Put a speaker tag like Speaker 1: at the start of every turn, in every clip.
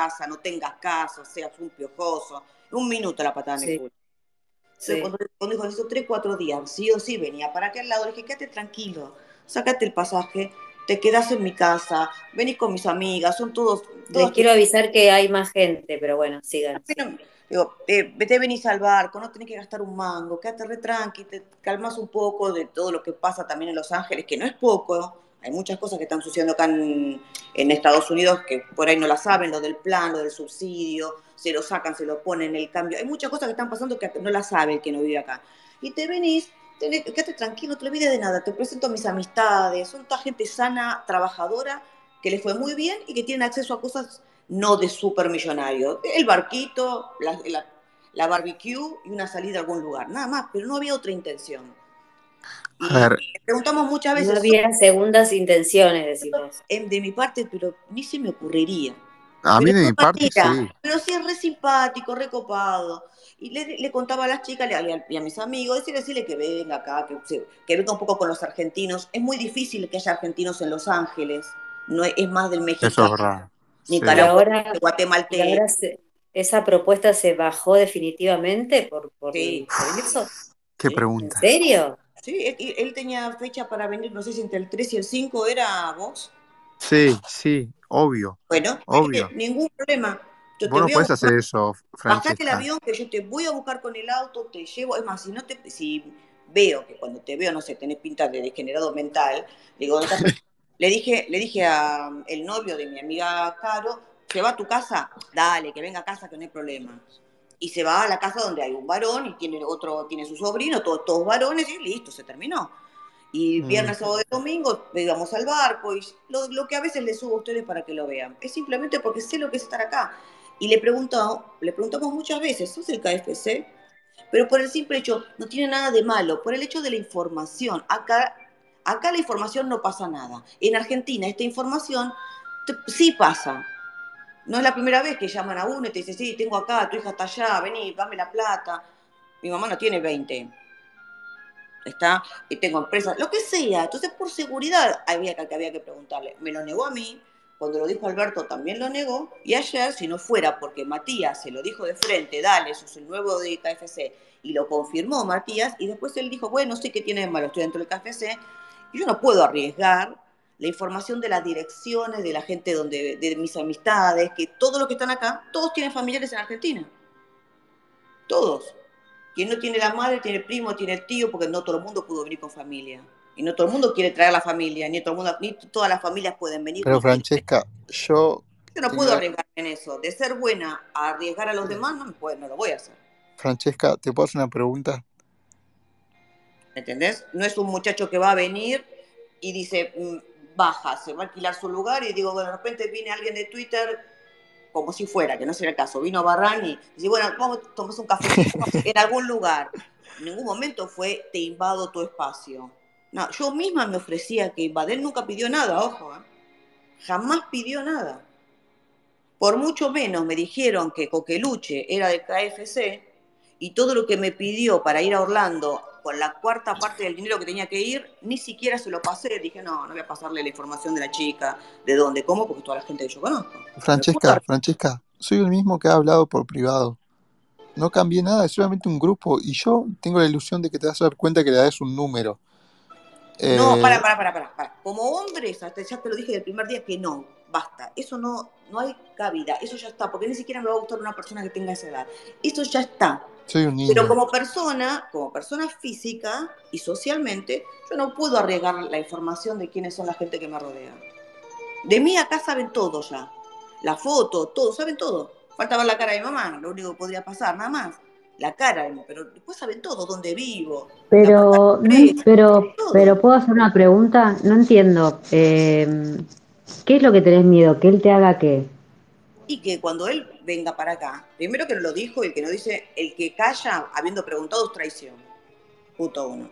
Speaker 1: casa, no tengas caso, seas un piojoso. Un minuto la patada en
Speaker 2: Sí.
Speaker 1: el culo. Entonces,
Speaker 2: Sí.
Speaker 1: Cuando, cuando dijo eso, tres, cuatro días, sí o sí venía para aquel lado, le dije, quédate tranquilo, sácate el pasaje, te quedas en mi casa, venís con mis amigas, son todos...
Speaker 2: Les
Speaker 1: todos
Speaker 2: quiero avisar que hay más gente, pero bueno, sigan.
Speaker 1: Bueno, Digo, eh, vete, venís al barco, no tenés que gastar un mango, quédate re tranqui, te calmas un poco de todo lo que pasa también en Los Ángeles, que no es poco. Hay muchas cosas que están sucediendo acá en, en Estados Unidos que por ahí no las saben, lo del plan, lo del subsidio, se lo sacan, se lo ponen, el cambio. Hay muchas cosas que están pasando que no las sabe el que no vive acá. Y te venís, tenés- quédate tranquilo, no te olvides de nada, te presento a mis amistades, son toda gente sana, trabajadora, que les fue muy bien y que tienen acceso a cosas no de supermillonario. El barquito, la, la- la barbecue y una salida a algún lugar, nada más, pero no había otra intención.
Speaker 3: A ver,
Speaker 1: Le preguntamos muchas veces,
Speaker 2: No había segundas intenciones, decimos.
Speaker 1: "Em, de mi parte, pero ni se me ocurriría.
Speaker 3: a mí
Speaker 1: Pero
Speaker 3: de mi
Speaker 1: no
Speaker 3: parte
Speaker 1: manera.
Speaker 3: sí.
Speaker 1: Pero sí es re simpático, re copado. Y le, le contaba a las chicas le- y a, y a mis amigos, decirle, decirle que venga acá, que, se- que venga un poco con los argentinos. Es muy difícil que haya argentinos en Los Ángeles, no es, es más del México.
Speaker 3: Eso es verdad. Sí.
Speaker 2: Pero
Speaker 1: Nicaragua.
Speaker 2: ahora, y
Speaker 1: Guatemalteco.
Speaker 2: ahora se- esa propuesta se bajó definitivamente por, por,
Speaker 1: Sí.
Speaker 2: por eso.
Speaker 3: Qué
Speaker 1: Sí.
Speaker 2: ¿En
Speaker 3: pregunta.
Speaker 2: serio?
Speaker 1: Sí, él, y- él tenía fecha para venir, no sé si entre el 3 y el 5 era vos.
Speaker 3: Sí, sí, obvio.
Speaker 1: Bueno,
Speaker 3: Obvio.
Speaker 1: eh, ningún problema. Yo
Speaker 3: Vos no
Speaker 1: voy a
Speaker 3: podés
Speaker 1: buscar-
Speaker 3: hacer eso,
Speaker 1: Bajate el
Speaker 3: Francesca.
Speaker 1: avión que yo te voy a buscar con el auto, te llevo. Es más, si no te, si veo que cuando te veo, no sé, tenés pinta de degenerado mental, digo, no estás- le dije, le dije a mm, el novio de mi amiga Caro, ¿se va a tu casa? Dale, que venga a casa que no hay problema. Y se va a la casa donde hay un varón y tiene otro, tiene su sobrino, todos, todos varones, y listo, se terminó. Y
Speaker 3: Mm.
Speaker 1: viernes, sábado y domingo íbamos al barco y lo, lo que a veces les subo a ustedes para que lo vean. Es simplemente porque sé lo que es estar acá. Y le pregunto, le preguntamos muchas veces, ¿sos el KFC? Pero por el simple hecho, no tiene nada de malo, por el hecho de la información. Acá, acá la información no pasa nada. En Argentina esta información t- sí pasa. No es la primera vez que llaman a uno y te dicen, sí, tengo acá, tu hija está allá, vení, dame la plata. Mi mamá no tiene 20. Está, y tengo empresas, lo que sea. Entonces, por seguridad, había que, había que preguntarle. Me lo negó a mí, cuando lo dijo Alberto también lo negó, y ayer, si no fuera porque Matías se lo dijo de frente, dale, sos el nuevo de KFC, y lo confirmó Matías, y después él dijo, bueno, sé que tiene de malo, estoy dentro del KFC, y yo no puedo arriesgar la información de las direcciones, de la gente donde, de mis amistades, que todos los que están acá, todos tienen familiares en Argentina. Todos. Quien no tiene la madre, tiene el primo, tiene el tío, porque no todo el mundo pudo venir con familia. Y no todo el mundo quiere traer a la familia, ni, todo el mundo, ni todas las familias pueden venir.
Speaker 3: Pero
Speaker 1: porque-
Speaker 3: Francesca, yo,
Speaker 1: yo no
Speaker 3: Tengo-
Speaker 1: puedo arriesgarme en eso. De ser buena a arriesgar a los demás, no, me puedo- no lo voy a hacer.
Speaker 3: Francesca, ¿te puedo hacer una pregunta?
Speaker 1: ¿Entendés? No es un muchacho que va a venir y dice, mm, baja, se va a alquilar su lugar y digo, bueno, de repente viene alguien de Twitter, como si fuera, que no será el caso, vino Barran y dice, bueno, vamos, tomás un café en algún lugar. En ningún momento fue, te invado tu espacio. No, yo misma me ofrecía que invadir, Él nunca pidió nada, ojo, ¿eh? jamás pidió nada. Por mucho menos me dijeron que Coqueluche era del KFC y todo lo que me pidió para ir a Orlando con la cuarta parte del dinero que tenía que ir, ni siquiera se lo pasé. Dije, no, no voy a pasarle la información de la chica, de dónde, cómo, porque toda la gente que yo conozco. Me
Speaker 3: Francesca,
Speaker 1: puedo-
Speaker 3: Francesca, soy el mismo que ha hablado por privado. No cambié nada, es solamente un grupo y yo tengo la ilusión de que te vas a dar cuenta que le das un número.
Speaker 1: No,
Speaker 3: Eh,
Speaker 1: para, para, para, para, para. Como hombres, hasta ya te lo dije del primer día que no, basta. Eso no, no hay cabida, eso ya está, porque ni siquiera me va a gustar una persona que tenga esa edad. Eso ya está.
Speaker 3: Soy un niño.
Speaker 1: Pero como persona, como persona física y socialmente, yo no puedo arriesgar la información de quiénes son la gente que me rodea. De mí acá saben todo ya. La foto, todo, saben todo. Falta ver la cara de mi mamá, lo único que podría pasar, nada más. La cara, de mi- pero después saben todo, dónde vivo.
Speaker 4: Pero, no-
Speaker 1: Sí.
Speaker 4: pero, pero puedo hacer una pregunta, no entiendo. Eh, ¿qué es lo que tenés miedo? ¿Que él te haga qué?
Speaker 1: Y que cuando él venga para acá, primero que no lo dijo y el que no dice, el que calla habiendo preguntado es traición. Punto uno.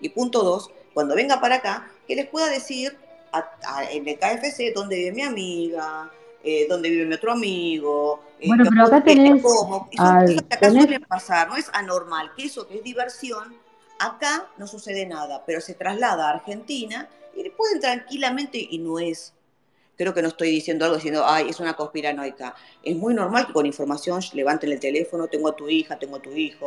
Speaker 1: Y punto dos, cuando venga para acá, que les pueda decir a- a- en el KFC dónde vive mi amiga, eh, dónde vive mi otro amigo. eh,
Speaker 4: Bueno,
Speaker 1: qué-
Speaker 4: pero acá
Speaker 1: qué-
Speaker 4: tenés
Speaker 1: cómo. Y son
Speaker 4: al-
Speaker 1: cosas que acá
Speaker 4: tenés-
Speaker 1: suelen pasar, no es anormal, que eso que es diversión, acá no sucede nada, pero se traslada a Argentina y pueden tranquilamente, y no es creo que no estoy diciendo algo diciendo, ay, es una conspiranoica. Es muy normal que con información levanten el teléfono, tengo a tu hija, tengo a tu hijo,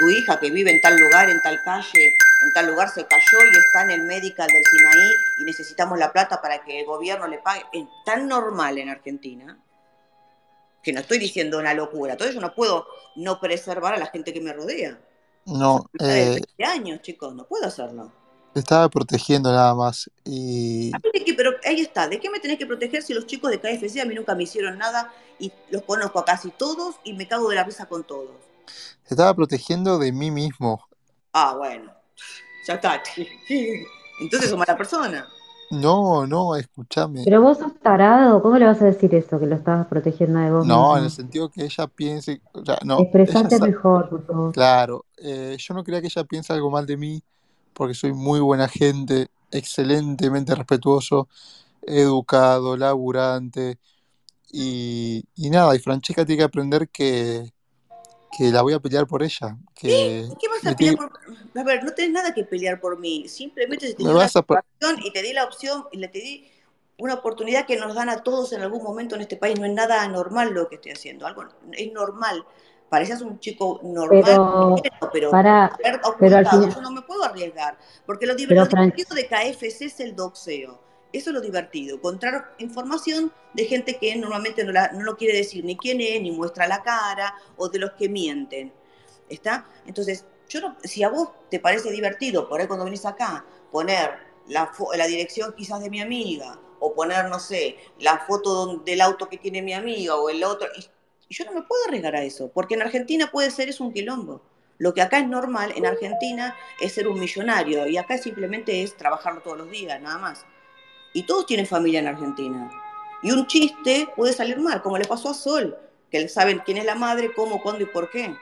Speaker 1: tu hija que vive en tal lugar, en tal calle, en tal lugar se cayó y está en el medical del Sinaí y necesitamos la plata para que el gobierno le pague. Es tan normal en Argentina que no estoy diciendo una locura. Entonces yo no puedo no preservar a la gente que me rodea.
Speaker 3: No, eh,
Speaker 1: 20 años, chicos, no puedo hacerlo.
Speaker 3: te estaba protegiendo nada más. Y
Speaker 1: A mí de qué- pero ahí está, ¿de qué me tenés que proteger si los chicos de KFC a mí nunca me hicieron nada y los conozco a casi todos y me cago de la risa con todos?
Speaker 3: te estaba protegiendo de mí mismo.
Speaker 1: Ah, bueno, ya está. Entonces sos mala persona.
Speaker 3: No, no, escúchame.
Speaker 4: Pero vos sos tarado, ¿cómo le vas a decir eso? Que lo estabas protegiendo de vos.
Speaker 3: No, en
Speaker 4: mismo?
Speaker 3: el sentido que ella piense. o sea, no,
Speaker 4: Expresate
Speaker 3: ella sa-
Speaker 4: mejor, por favor.
Speaker 3: claro, eh, yo no quería que ella piense algo mal de mí, porque soy muy buena gente, excelentemente respetuoso, educado, laburante. Y, y nada, y Francesca tiene que aprender que, que la voy a pelear por ella. Que
Speaker 1: ¿Y ¿Qué vas
Speaker 3: me
Speaker 1: a
Speaker 3: tiene-
Speaker 1: pelear por A ver, no tenés nada que pelear por mí. Simplemente se te
Speaker 3: me
Speaker 1: dio una
Speaker 3: vas a pa-
Speaker 1: situación y te di la opción y le te di una oportunidad que nos dan a todos en algún momento en este país. No es nada anormal lo que estoy haciendo. Algo es normal. Pareces un chico normal,
Speaker 4: Pero,
Speaker 1: pero, pero
Speaker 4: para,
Speaker 1: haber
Speaker 4: pero al
Speaker 1: ocultado,
Speaker 4: final-
Speaker 1: yo no me puedo arriesgar. Porque lo, diver-
Speaker 4: Pero,
Speaker 1: lo
Speaker 4: Fran-
Speaker 1: divertido de KFC es el doxeo. Eso es lo divertido, encontrar información de gente que normalmente no, la- no lo quiere decir ni quién es, ni muestra la cara, o de los que mienten. ¿Está? Entonces, yo no- si a vos te parece divertido por ahí cuando venís acá, poner la, fo- la dirección quizás de mi amiga, o poner, no sé, la foto don- del auto que tiene mi amiga, o el otro, y- y yo no me puedo arriesgar a eso, porque en Argentina puede ser es un quilombo. Lo que acá es normal, en Argentina, es ser un millonario, y acá simplemente es trabajarlo todos los días, nada más. Y todos tienen familia en Argentina. Y un chiste puede salir mal, como le pasó a Sol, que le saben quién es la madre, cómo, cuándo y por qué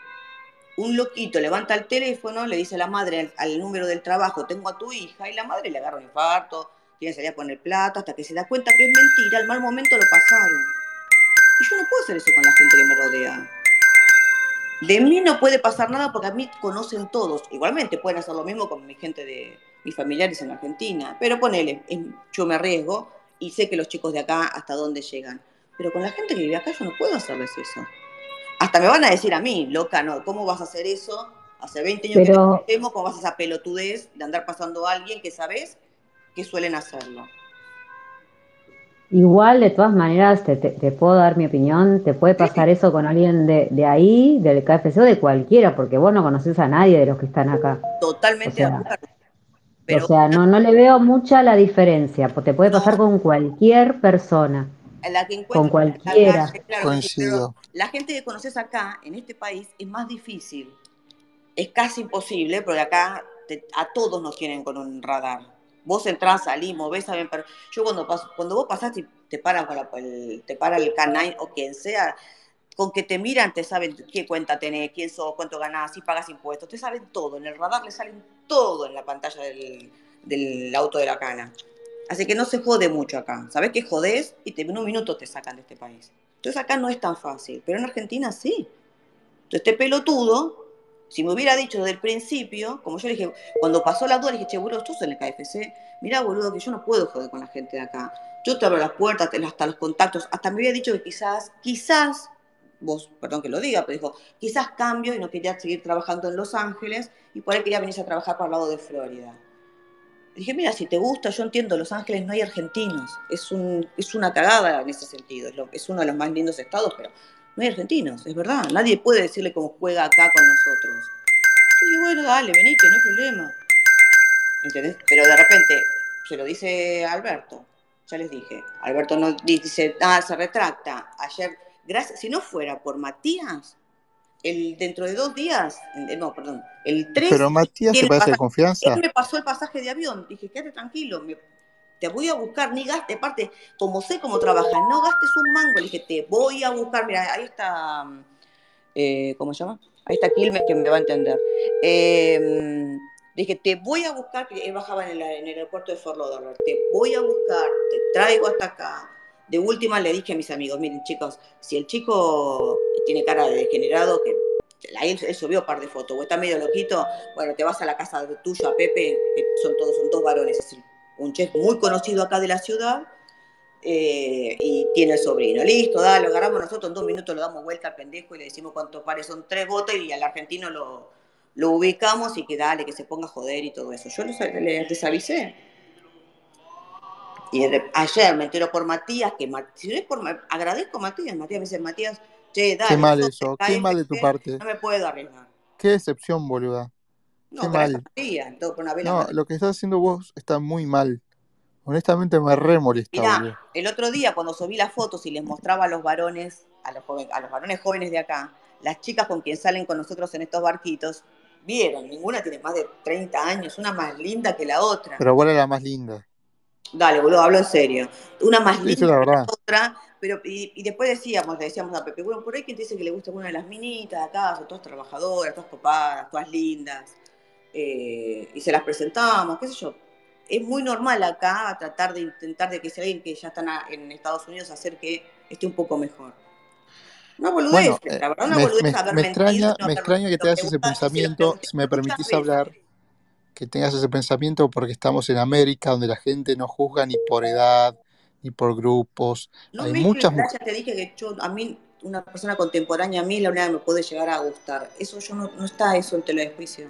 Speaker 1: un loquito levanta el teléfono, le dice a la madre al, al número del trabajo, tengo a tu hija, y la madre le agarra un infarto, tiene que salir a poner plato, hasta que se da cuenta que es mentira, al mal momento lo pasaron. Y yo no puedo hacer eso con la gente que me rodea. De mí no puede pasar nada porque a mí conocen todos. Igualmente pueden hacer lo mismo con mi gente de mis familiares en Argentina. Pero ponele, es- yo me arriesgo y sé que los chicos de acá hasta dónde llegan. Pero con la gente que vive acá yo no puedo hacerles eso. Hasta me van a decir a mí, loca, no, ¿cómo vas a hacer eso? Hace 20 años que te
Speaker 4: pero
Speaker 1: conocemos, ¿cómo vas a esa pelotudez de andar pasando a alguien que sabes que suelen hacerlo?
Speaker 4: Igual, de todas maneras, te, te- te puedo dar mi opinión, te puede pasar eso con alguien de, de ahí, del KFC o de cualquiera, porque vos no conocés a nadie de los que están acá. O
Speaker 1: Totalmente de
Speaker 4: sea,
Speaker 1: acuerdo.
Speaker 4: o
Speaker 1: Pero
Speaker 4: sea, no, no le veo mucha la diferencia, po- te puede
Speaker 1: No.
Speaker 4: pasar con cualquier persona,
Speaker 1: a la que
Speaker 4: con
Speaker 1: encuentras en la
Speaker 4: cualquiera.
Speaker 1: calle, claro que sí, pero
Speaker 3: coincido.
Speaker 1: la gente que conoces acá, en este país, es más difícil. Es casi imposible, porque acá te- a todos nos tienen con un radar. Vos entrás, salís, movés, saben, pero yo cuando paso, cuando vos pasás y te paran con la- el, te para el canal o quien sea, con que te miran te saben qué cuenta tenés, quién sos, cuánto ganás, si pagas impuestos, te saben todo, en el radar le salen todo en la pantalla del, del auto de la cana. Así que no se jode mucho acá. Sabés que jodés y te, en un minuto te sacan de este país. Entonces acá no es tan fácil, pero en Argentina sí. Entonces este pelotudo, si me hubiera dicho desde el principio, como yo le dije, cuando pasó la duda, le dije, che, boludo, tú en el KFC, mirá, boludo, que yo no puedo joder con la gente de acá. Yo te abro las puertas, te- hasta los contactos, hasta me había dicho que quizás, quizás, vos, perdón que lo diga, pero dijo, quizás cambio y no quería seguir trabajando en Los Ángeles y por ahí quería venirse a trabajar para el lado de Florida. Le Dije, mira, si te gusta, yo entiendo, Los Ángeles no hay argentinos. Es, un, es una cagada en ese sentido. Es, lo- es uno de los más lindos estados, pero no hay argentinos, es verdad. Nadie puede decirle cómo juega acá con nosotros. Y dije, bueno, dale, venite, no hay problema. ¿Entendés? Pero de repente se lo dice Alberto. Ya les dije. Alberto no di- dice, ah, se retracta. Ayer, gracias, si no fuera por Matías, el, dentro de dos días, eh, no, perdón, el 3
Speaker 3: Pero Matías te
Speaker 1: tiene
Speaker 3: parece
Speaker 1: pasaje.
Speaker 3: de
Speaker 1: Él
Speaker 3: confianza.
Speaker 1: me pasó el pasaje de avión. Dije, quédate tranquilo, me- te voy a buscar, ni gastes, parte, como sé cómo trabajas, no gastes un mango. Le dije, te voy a buscar, mira, ahí está, eh, ¿cómo se llama? Ahí está Quilmes, que me va a entender. Eh, dije, te voy a buscar, que él bajaba en el, en el aeropuerto de Fort Lauderdale, te voy a buscar, te traigo hasta acá. De última le dije a mis amigos, miren chicos, si el chico tiene cara de degenerado, que ahí él, él subió un par de fotos, o está medio loquito, bueno, te vas a la casa de tuyo, a Pepe, que son todos son dos varones, es un chef muy conocido acá de la ciudad, eh, y tiene el sobrino. Listo, dale, lo agarramos nosotros, en dos minutos lo damos vuelta al pendejo y le decimos cuántos pares son tres botas y al argentino lo, lo ubicamos y que dale, que se ponga a joder y todo eso. Yo les, les, les avisé. Y de, ayer me entero por Matías, que Mat- si no es por Ma- agradezco a Matías, Matías me dice, Matías, che, dale.
Speaker 3: Qué mal
Speaker 1: sos
Speaker 3: eso,
Speaker 1: de
Speaker 3: qué
Speaker 1: KFC,
Speaker 3: mal de tu parte.
Speaker 1: No me puedo arriesgar.
Speaker 3: Qué decepción, boluda.
Speaker 1: No,
Speaker 3: Qué
Speaker 1: gracias
Speaker 3: mal.
Speaker 1: a Matías, entonces, por una vela
Speaker 3: No,
Speaker 1: Matías.
Speaker 3: lo que estás haciendo vos está muy mal. Honestamente me re molesta, boludo.
Speaker 1: Mirá, el otro día cuando subí las fotos y les mostraba a los varones, a los, joven- a los varones jóvenes de acá, las chicas con quien salen con nosotros en estos barquitos, vieron, ninguna tiene más de 30 años, una más linda que la otra.
Speaker 3: Pero vos eres la más linda.
Speaker 1: Dale, boludo, hablo en serio. Una más
Speaker 3: Sí, sí,
Speaker 1: linda
Speaker 3: la verdad.
Speaker 1: otra, pero y, y después decíamos, le decíamos a Pepe, bueno, por ahí quien te dice que le gusta alguna de las minitas de acá, son todas trabajadoras, todas copadas, todas lindas, eh, y se las presentamos, qué sé yo. Es muy normal acá tratar de intentar de que sea alguien que ya están a- en Estados Unidos hacer que esté un poco mejor. Una boludez,
Speaker 3: Bueno, eh,
Speaker 1: la verdad, una
Speaker 3: me,
Speaker 1: boludez
Speaker 3: me-
Speaker 1: haber
Speaker 3: me
Speaker 1: mentido,
Speaker 3: extraña,
Speaker 1: no
Speaker 3: me
Speaker 1: haber
Speaker 3: extraña que
Speaker 1: mentido,
Speaker 3: te hagas
Speaker 1: preguntar,
Speaker 3: ese
Speaker 1: y se lo
Speaker 3: pensamiento.
Speaker 1: pregunté
Speaker 3: Si me
Speaker 1: muchas
Speaker 3: permitís
Speaker 1: veces.
Speaker 3: hablar, que tengas ese pensamiento porque estamos en América, donde la gente no juzga ni por edad, ni por grupos.
Speaker 1: No
Speaker 3: Hay
Speaker 1: mezcles,
Speaker 3: muchas
Speaker 1: Blas,
Speaker 3: mujeres.
Speaker 1: ya te dije que yo, a mí, una persona contemporánea a mí, la única que me puede llegar a gustar. Eso yo no, no está eso en tela de juicio.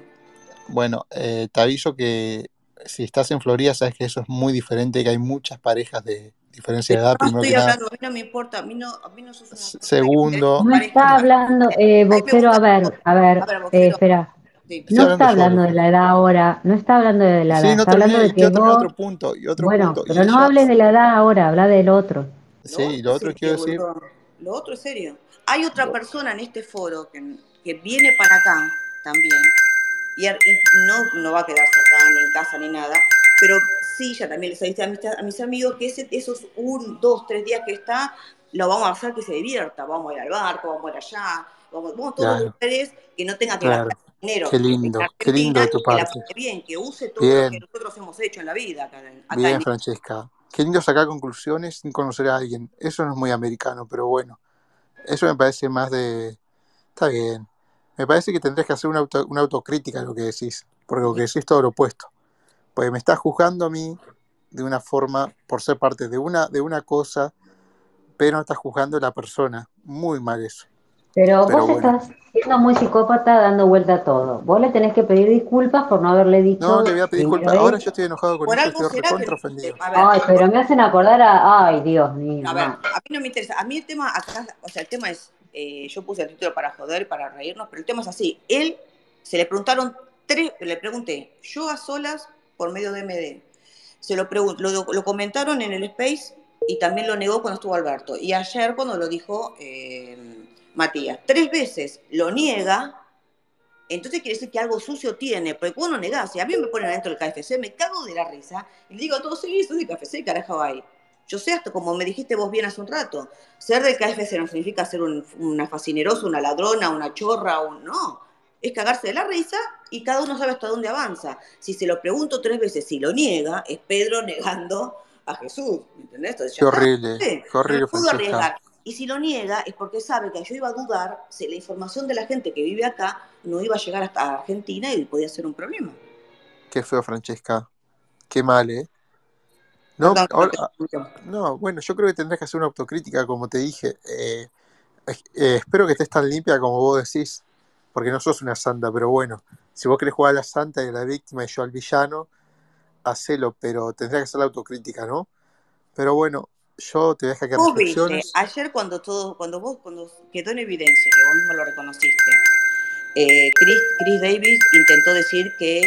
Speaker 3: Bueno, eh, te aviso que si estás en Florida, sabes que eso es muy diferente, que hay muchas parejas de diferencia de edad,
Speaker 1: No
Speaker 3: primero
Speaker 1: estoy
Speaker 3: que nada.
Speaker 1: hablando, a mí no me importa, a mí no, a mí no sos una
Speaker 3: S-
Speaker 1: persona que interesa
Speaker 3: Segundo,
Speaker 4: No
Speaker 1: pareja.
Speaker 4: está hablando, eh,
Speaker 1: A mí me
Speaker 4: boxero, a
Speaker 1: gusta-
Speaker 4: ver, a ver,
Speaker 1: A ver,
Speaker 4: eh,
Speaker 1: boxero,
Speaker 4: espera.
Speaker 1: sí.
Speaker 3: estoy
Speaker 4: No está
Speaker 3: hablando yo,
Speaker 4: hablando de
Speaker 3: boludo.
Speaker 4: la edad ahora, no está hablando de la edad,
Speaker 3: Sí, no
Speaker 4: está hablando
Speaker 3: terminé,
Speaker 4: de
Speaker 3: quiero
Speaker 4: que
Speaker 3: terminar
Speaker 4: vos,
Speaker 3: otro punto y otro
Speaker 4: bueno,
Speaker 3: punto. Y
Speaker 4: pero no
Speaker 3: ella,
Speaker 4: hables de la edad ahora, habla del otro.
Speaker 1: Lo
Speaker 3: sí,
Speaker 1: otro
Speaker 3: lo
Speaker 1: es
Speaker 3: otro que
Speaker 1: serio,
Speaker 3: quiero decir,
Speaker 1: boludo. Lo otro es serio. Hay otra persona en este foro que, que viene para acá también, y, ar- y no, no va a quedarse acá, ni en casa, ni nada, pero sí, ya también les avisé a mis, a mis amigos que ese, esos un, dos, tres días que está, lo vamos a hacer que se divierta. Vamos a ir al barco, vamos a ir allá, vamos, vamos a todos los
Speaker 3: Claro.
Speaker 1: lugares que no tenga que
Speaker 3: claro,
Speaker 1: gastar dinero
Speaker 3: qué
Speaker 1: en
Speaker 3: lindo, qué lindo
Speaker 1: Argentina
Speaker 3: de tu
Speaker 1: y que la
Speaker 3: parte.
Speaker 1: pase bien, que use todo lo que
Speaker 3: Bien,
Speaker 1: nosotros hemos hecho en la vida acá, en- acá en
Speaker 3: bien, Francesca. Qué lindo sacar conclusiones sin conocer a alguien. Eso no es muy americano, pero bueno, eso me parece más de... Está bien. Me parece que tendrías que hacer una, auto- una autocrítica a lo que decís, porque lo que decís es todo lo opuesto. Pues me estás juzgando a mí de una forma, por ser parte de una, de una cosa, pero no estás juzgando a la persona. Muy mal eso.
Speaker 4: Pero
Speaker 3: Pero
Speaker 4: vos
Speaker 3: bueno.
Speaker 4: estás siendo muy psicópata dando vuelta a todo. Vos le tenés que pedir disculpas por no haberle
Speaker 3: No,
Speaker 4: dicho
Speaker 3: le voy a pedir
Speaker 4: primero
Speaker 3: disculpas. Ahora yo
Speaker 4: esto.
Speaker 3: estoy enojado con
Speaker 1: Por
Speaker 3: esto,
Speaker 1: algo
Speaker 3: estoy
Speaker 1: será que
Speaker 3: recontra
Speaker 1: no.
Speaker 3: ofendido.
Speaker 1: A ver,
Speaker 4: Ay, pero me hacen acordar a, ay, Dios mío,
Speaker 1: a ver,
Speaker 4: no.
Speaker 1: a mí no me interesa. A mí el tema acá, o sea, el tema es, eh, yo puse el título para joder, para reírnos, pero el tema es así. Él, se le preguntaron tres, le pregunté, yo a solas por medio de MD. Se lo, pregun- lo, lo comentaron en el Space y también lo negó cuando estuvo Alberto. Y ayer cuando lo dijo eh, Matías. Tres veces lo niega, entonces quiere decir que algo sucio tiene, porque vos no negás. Si a mí me ponen adentro del KFC, me cago de la risa y le digo a todos, sí, soy del KFC, carajo hay. Yo sé hasta como me dijiste vos bien hace un rato, ser del KFC no significa ser un- una fascinerosa, una ladrona, una chorra, un, no. Es cagarse de la risa y cada uno sabe hasta dónde avanza. Si se lo pregunto tres veces, si lo niega, es Pedro negando a Jesús. ¿Me entendés? Entonces ya
Speaker 3: Qué
Speaker 1: está.
Speaker 3: horrible,
Speaker 1: Sí,
Speaker 3: qué
Speaker 1: no
Speaker 3: horrible,
Speaker 1: lo puedo
Speaker 3: Francesca.
Speaker 1: arriesgar. Y si lo niega es porque sabe que yo iba a dudar si la información de la gente que vive acá no iba a llegar hasta Argentina y podía ser un problema.
Speaker 3: Qué feo, Francesca. Qué mal, ¿eh? No,
Speaker 1: Perdón, no
Speaker 3: ahora,
Speaker 1: te escucho.
Speaker 3: no, bueno, yo creo que tendrás que hacer una autocrítica, como te dije. Eh, eh, espero que estés tan limpia como vos decís, porque no sos una santa, pero bueno, si vos querés jugar a la santa y a la víctima y yo al villano, hacelo, pero tendrás que hacer la autocrítica, ¿no? Pero bueno, yo te voy a dejar que
Speaker 1: Vos viste,
Speaker 3: reflexiones.
Speaker 1: ayer cuando todo, cuando vos, cuando quedó en evidencia, que vos mismo lo reconociste, eh, Chris, Chris Davis intentó decir que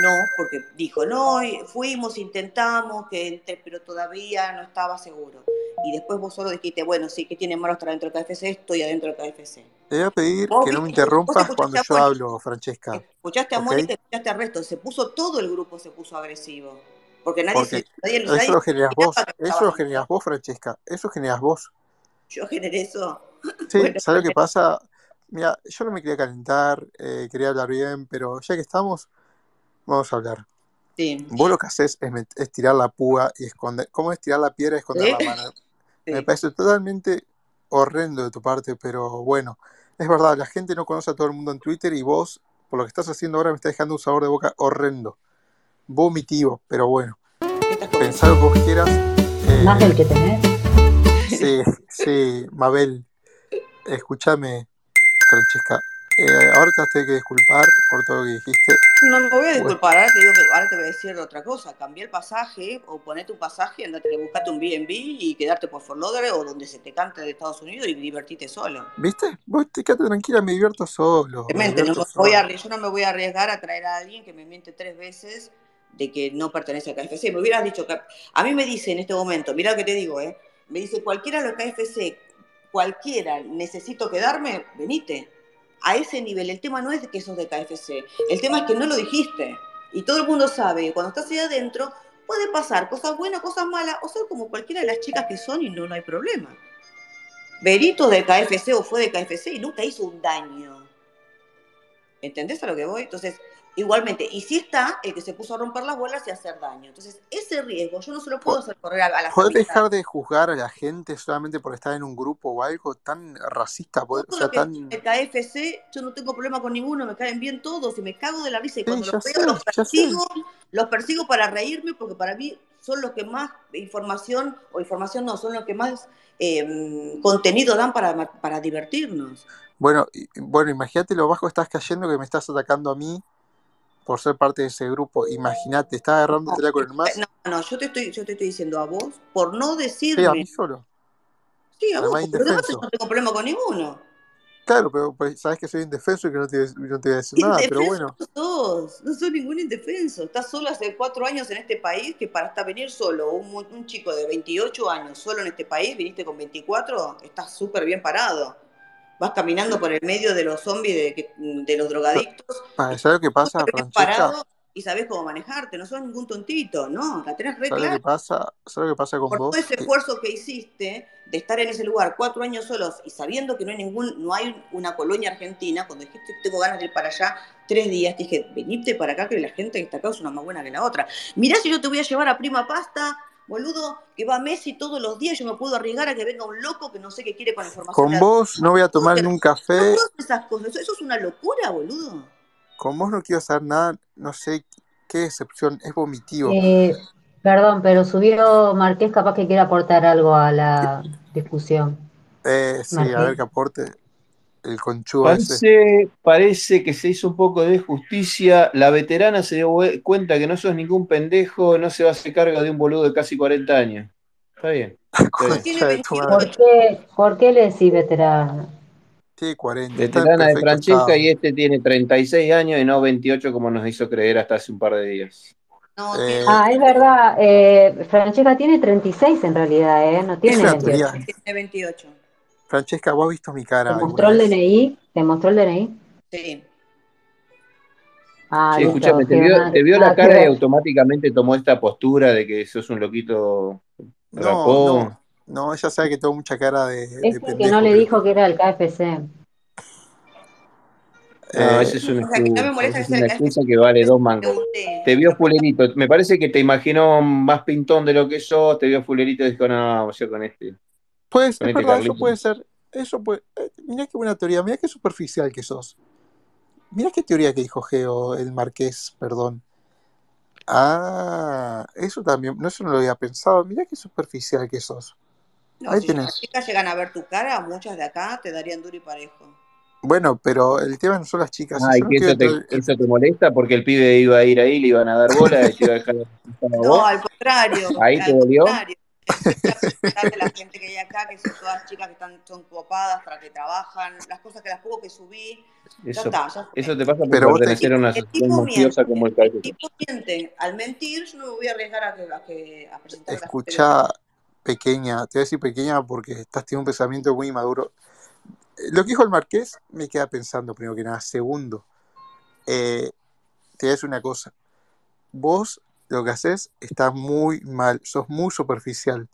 Speaker 1: no, porque dijo, no, y fuimos, intentamos, que entre, pero todavía no estaba seguro. Y después vos solo dijiste, bueno, sí, que tiene malo estar adentro del KFC? Estoy adentro del KFC.
Speaker 3: Te voy a pedir
Speaker 1: Vos
Speaker 3: que no me
Speaker 1: viste, vos
Speaker 3: interrumpas cuando
Speaker 1: escuchaste a
Speaker 3: yo
Speaker 1: Mónica,
Speaker 3: hablo, Francesca,
Speaker 1: escuchaste a
Speaker 3: ¿ok?
Speaker 1: Mónica, escuchaste al resto, se puso todo el grupo, se puso agresivo. Porque nadie
Speaker 3: Porque
Speaker 1: se, nadie, nadie
Speaker 3: eso lo generas vos,
Speaker 1: explicaba que
Speaker 3: eso
Speaker 1: estaba
Speaker 3: lo
Speaker 1: solo.
Speaker 3: generas vos, Francesca, eso generas vos.
Speaker 1: Yo generé eso.
Speaker 3: Sí,
Speaker 1: Bueno, eh,
Speaker 3: ¿sabes lo que pasa? Mira, yo no me quería calentar, eh, quería hablar bien, pero ya que estamos, vamos a hablar.
Speaker 1: sí.
Speaker 3: Vos lo que haces es, met- es tirar la púa y esconder. ¿Cómo es tirar la piedra y
Speaker 5: Eh,
Speaker 3: esconder
Speaker 1: ¿Sí?
Speaker 3: la mano? Me
Speaker 1: Sí.
Speaker 3: parece totalmente horrendo de tu parte, pero bueno, es verdad, la gente no conoce a todo el mundo en Twitter y vos, por lo que estás haciendo ahora, me está dejando un sabor de boca horrendo, vomitivo, pero bueno,
Speaker 1: ¿Qué estás comiendo?
Speaker 3: pensá lo que vos quieras, Eh,
Speaker 4: Más del que tenés.
Speaker 3: Sí, sí, Mabel. Escúchame, Francesca. eh, ahora te has que disculpar por todo lo que dijiste.
Speaker 1: No me voy a disculpar, ahora te digo que ahora te voy a decir otra cosa. Cambié el pasaje o ponete un pasaje, andate, buscate un B&B y quedarte por Fort Lauderdale o donde se te canta de Estados Unidos y divertite solo.
Speaker 3: ¿Viste? Eh, Vos te quédate tranquila, me divierto solo. me
Speaker 1: Demente, no
Speaker 3: divierto
Speaker 1: me
Speaker 3: solo.
Speaker 1: voy a, arri- yo no me voy a arriesgar a traer a alguien que me miente tres veces de que no pertenece a KFC. Me hubieras dicho que a mí me dice en este momento, mira lo que te digo, ¿eh? me dice cualquiera de los KFC, cualquiera, necesito quedarme, venite. A ese nivel, el tema no es que sos de KFC, el tema es que no lo dijiste. Y todo el mundo sabe, cuando estás ahí adentro, puede pasar cosas buenas, cosas malas, o ser como cualquiera de las chicas que son y no, no hay problema. Berito de KFC o fue de KFC y nunca hizo un daño. ¿Entendés a lo que voy? Entonces, igualmente, y si está el que se puso a romper las bolas y a hacer daño. Entonces, ese riesgo yo no se lo puedo hacer correr a, a las
Speaker 3: ¿Podés
Speaker 1: amistades.
Speaker 3: dejar de juzgar a la gente solamente por estar en un grupo o algo tan racista? Podés- O
Speaker 1: Todo
Speaker 3: sea,
Speaker 1: lo que es
Speaker 3: tan...
Speaker 1: el KFC, yo no tengo problema con ninguno, me caen bien todos y me cago de la risa. Y
Speaker 3: Sí,
Speaker 1: cuando
Speaker 3: ya
Speaker 1: los
Speaker 3: sé,
Speaker 1: veo, los
Speaker 3: ya sé.
Speaker 1: persigo, los persigo para reírme, porque para mí son los que más información, o información no, son los que más eh, contenido dan para, para divertirnos.
Speaker 3: Bueno, y- bueno, imagínate lo bajo que estás cayendo que me estás atacando a mí por ser parte de ese grupo. Imagínate, estás agarrando con el más.
Speaker 1: No, no, yo te estoy, yo te estoy diciendo a vos, por no
Speaker 3: Sí, a
Speaker 1: decirme.
Speaker 3: mí solo.
Speaker 1: Sí, a vos,
Speaker 3: además
Speaker 1: porque los demás yo
Speaker 3: indefenso.
Speaker 1: no tengo problema con ninguno.
Speaker 3: Claro, pero pues, sabes que soy indefenso y que no te, no te voy a decir nada, pero bueno.
Speaker 1: Todos, no son ningún indefenso. Estás solo hace cuatro años en este país, que para hasta venir solo, un, mu- un chico de 28 años solo en este país, viniste con 24, estás súper bien parado. Vas caminando por el medio de los zombies, de, que- de los drogadictos,
Speaker 3: Ah, ¿Sabes lo que pasa, Francesca?
Speaker 1: parado y sabés cómo manejarte. No sos ningún tontito, ¿no? La tenés re
Speaker 3: ¿Sabes lo
Speaker 1: clara.
Speaker 3: que pasa? ¿Sabes lo que pasa con
Speaker 1: por
Speaker 3: vos? Eh,
Speaker 1: todo ese
Speaker 3: Que-
Speaker 1: esfuerzo que hiciste de estar en ese lugar cuatro años solos y sabiendo que no hay ningún, no hay una colonia argentina, cuando dijiste tengo ganas de ir para allá tres días, te dije, venite para acá que la gente que está acá es una más buena que la otra. Mirá si yo te voy a llevar a Prima Pasta, boludo, que va Messi todos los días, yo me puedo arriesgar a que venga un loco que no sé qué quiere con información.
Speaker 3: Con
Speaker 1: de-
Speaker 3: vos no voy a tomar ni un café,
Speaker 1: Todas esas cosas, eso, eso es una locura, boludo.
Speaker 3: con vos no quiero hacer nada, no sé qué decepción, es vomitivo.
Speaker 4: Eh, perdón, pero subió Marqués, capaz que quiera aportar algo a la discusión.
Speaker 3: Eh, sí, a
Speaker 4: Martín.
Speaker 3: ver qué aporte el conchudo ese.
Speaker 6: Parece, parece que se hizo un poco de justicia. La veterana se dio vue- cuenta que no sos ningún pendejo, no se va a hacer cargo de un boludo de casi 40 años. Está bien.
Speaker 3: Concha
Speaker 1: Tiene
Speaker 3: de tu
Speaker 1: 21.
Speaker 3: madre.
Speaker 4: ¿Por qué, por qué le decís veterana?
Speaker 3: Tiene 40, está en
Speaker 6: Veterana de
Speaker 3: perfecto estado.
Speaker 6: Francesca y este tiene 36 años y no 28 como nos hizo creer hasta hace un par de días.
Speaker 1: No,
Speaker 3: Eh,
Speaker 1: tiene-
Speaker 4: Ah, es verdad, eh, Francesca tiene 36 en realidad, ¿eh? No
Speaker 3: Es
Speaker 4: tiene
Speaker 3: una
Speaker 4: 28.
Speaker 3: teoría.
Speaker 1: tiene 28.
Speaker 3: Francesca, ¿vos has visto mi
Speaker 4: ¿Te
Speaker 3: cara
Speaker 4: mostró
Speaker 3: alguna
Speaker 4: el
Speaker 3: vez?
Speaker 4: DNI? ¿Te mostró el DNI?
Speaker 1: Pues. Sí.
Speaker 4: Ah,
Speaker 6: Sí,
Speaker 4: listo, Ah,
Speaker 6: escúchame, te
Speaker 4: que
Speaker 6: vio,
Speaker 4: nada-
Speaker 6: te vio
Speaker 4: nada
Speaker 6: la
Speaker 4: que
Speaker 6: cara y
Speaker 4: ver.
Speaker 6: automáticamente tomó esta postura de que sos un loquito
Speaker 3: No,
Speaker 6: rapón.
Speaker 3: no, no, ella sabe que tengo mucha cara de, de
Speaker 4: Es porque no
Speaker 3: pendejo.
Speaker 4: le
Speaker 3: creo.
Speaker 4: dijo que era el KFC.
Speaker 6: No,
Speaker 3: Eh,
Speaker 6: esa Ah, es una
Speaker 1: O sea, que no me
Speaker 6: excusa,
Speaker 1: molesta
Speaker 6: esa
Speaker 1: que sea
Speaker 6: es una
Speaker 1: la clase
Speaker 6: excusa que vale dos mangos.
Speaker 1: pregunté.
Speaker 6: Te vio fulerito, me parece que te imaginó más pintón de lo que sos, te vio fulerito y dijo, no, yo con este,
Speaker 3: Pues
Speaker 6: con este
Speaker 3: es verdad, eso
Speaker 6: Carlito.
Speaker 3: puede ser. Eso puede, eh, mirá qué buena teoría, mirá qué superficial que sos. Mirá qué teoría que dijo Geo, el marqués, perdón. Ah, eso también, no, eso no lo había pensado. Mirá qué superficial que sos.
Speaker 1: No,
Speaker 3: Ahí
Speaker 1: si las
Speaker 3: tenés.
Speaker 1: chicas llegan a ver tu cara, muchas de acá te darían duro y parejo.
Speaker 3: Bueno, pero el tema no son las chicas. y
Speaker 6: Ay,
Speaker 3: Yo no
Speaker 6: que
Speaker 3: quiero
Speaker 6: eso te,
Speaker 3: entrar- el-
Speaker 6: eso te molesta porque el pibe iba a ir ahí, le iban a dar bola y te iba a dejar a
Speaker 1: No,
Speaker 6: vos.
Speaker 1: al contrario,
Speaker 6: Ahí te
Speaker 1: al
Speaker 6: dolió.
Speaker 1: contrario. Empieza a pensar de la gente que hay acá, que son todas chicas que están, son copadas, tra- que trabajan, las cosas que las pongo que subí, ya
Speaker 6: Eso,
Speaker 1: está, ya fue.
Speaker 6: eso te pasa por
Speaker 3: Pero vos tenés-
Speaker 6: pertenecer a una
Speaker 1: El
Speaker 6: asociación
Speaker 1: tipo
Speaker 6: mafiosa
Speaker 1: miente,
Speaker 6: como el
Speaker 1: el
Speaker 6: Carlito.
Speaker 1: tipo miente. Al mentir, yo no me voy a arriesgar a, que, a, que- a presentar a la gente que-
Speaker 3: Escucha, pequeña, te voy a decir pequeña porque estás teniendo un pensamiento muy maduro. Lo que dijo el marqués me queda pensando, primero que nada. Segundo, eh, te voy a decir una cosa. Vos lo que haces está muy mal, sos muy superficial,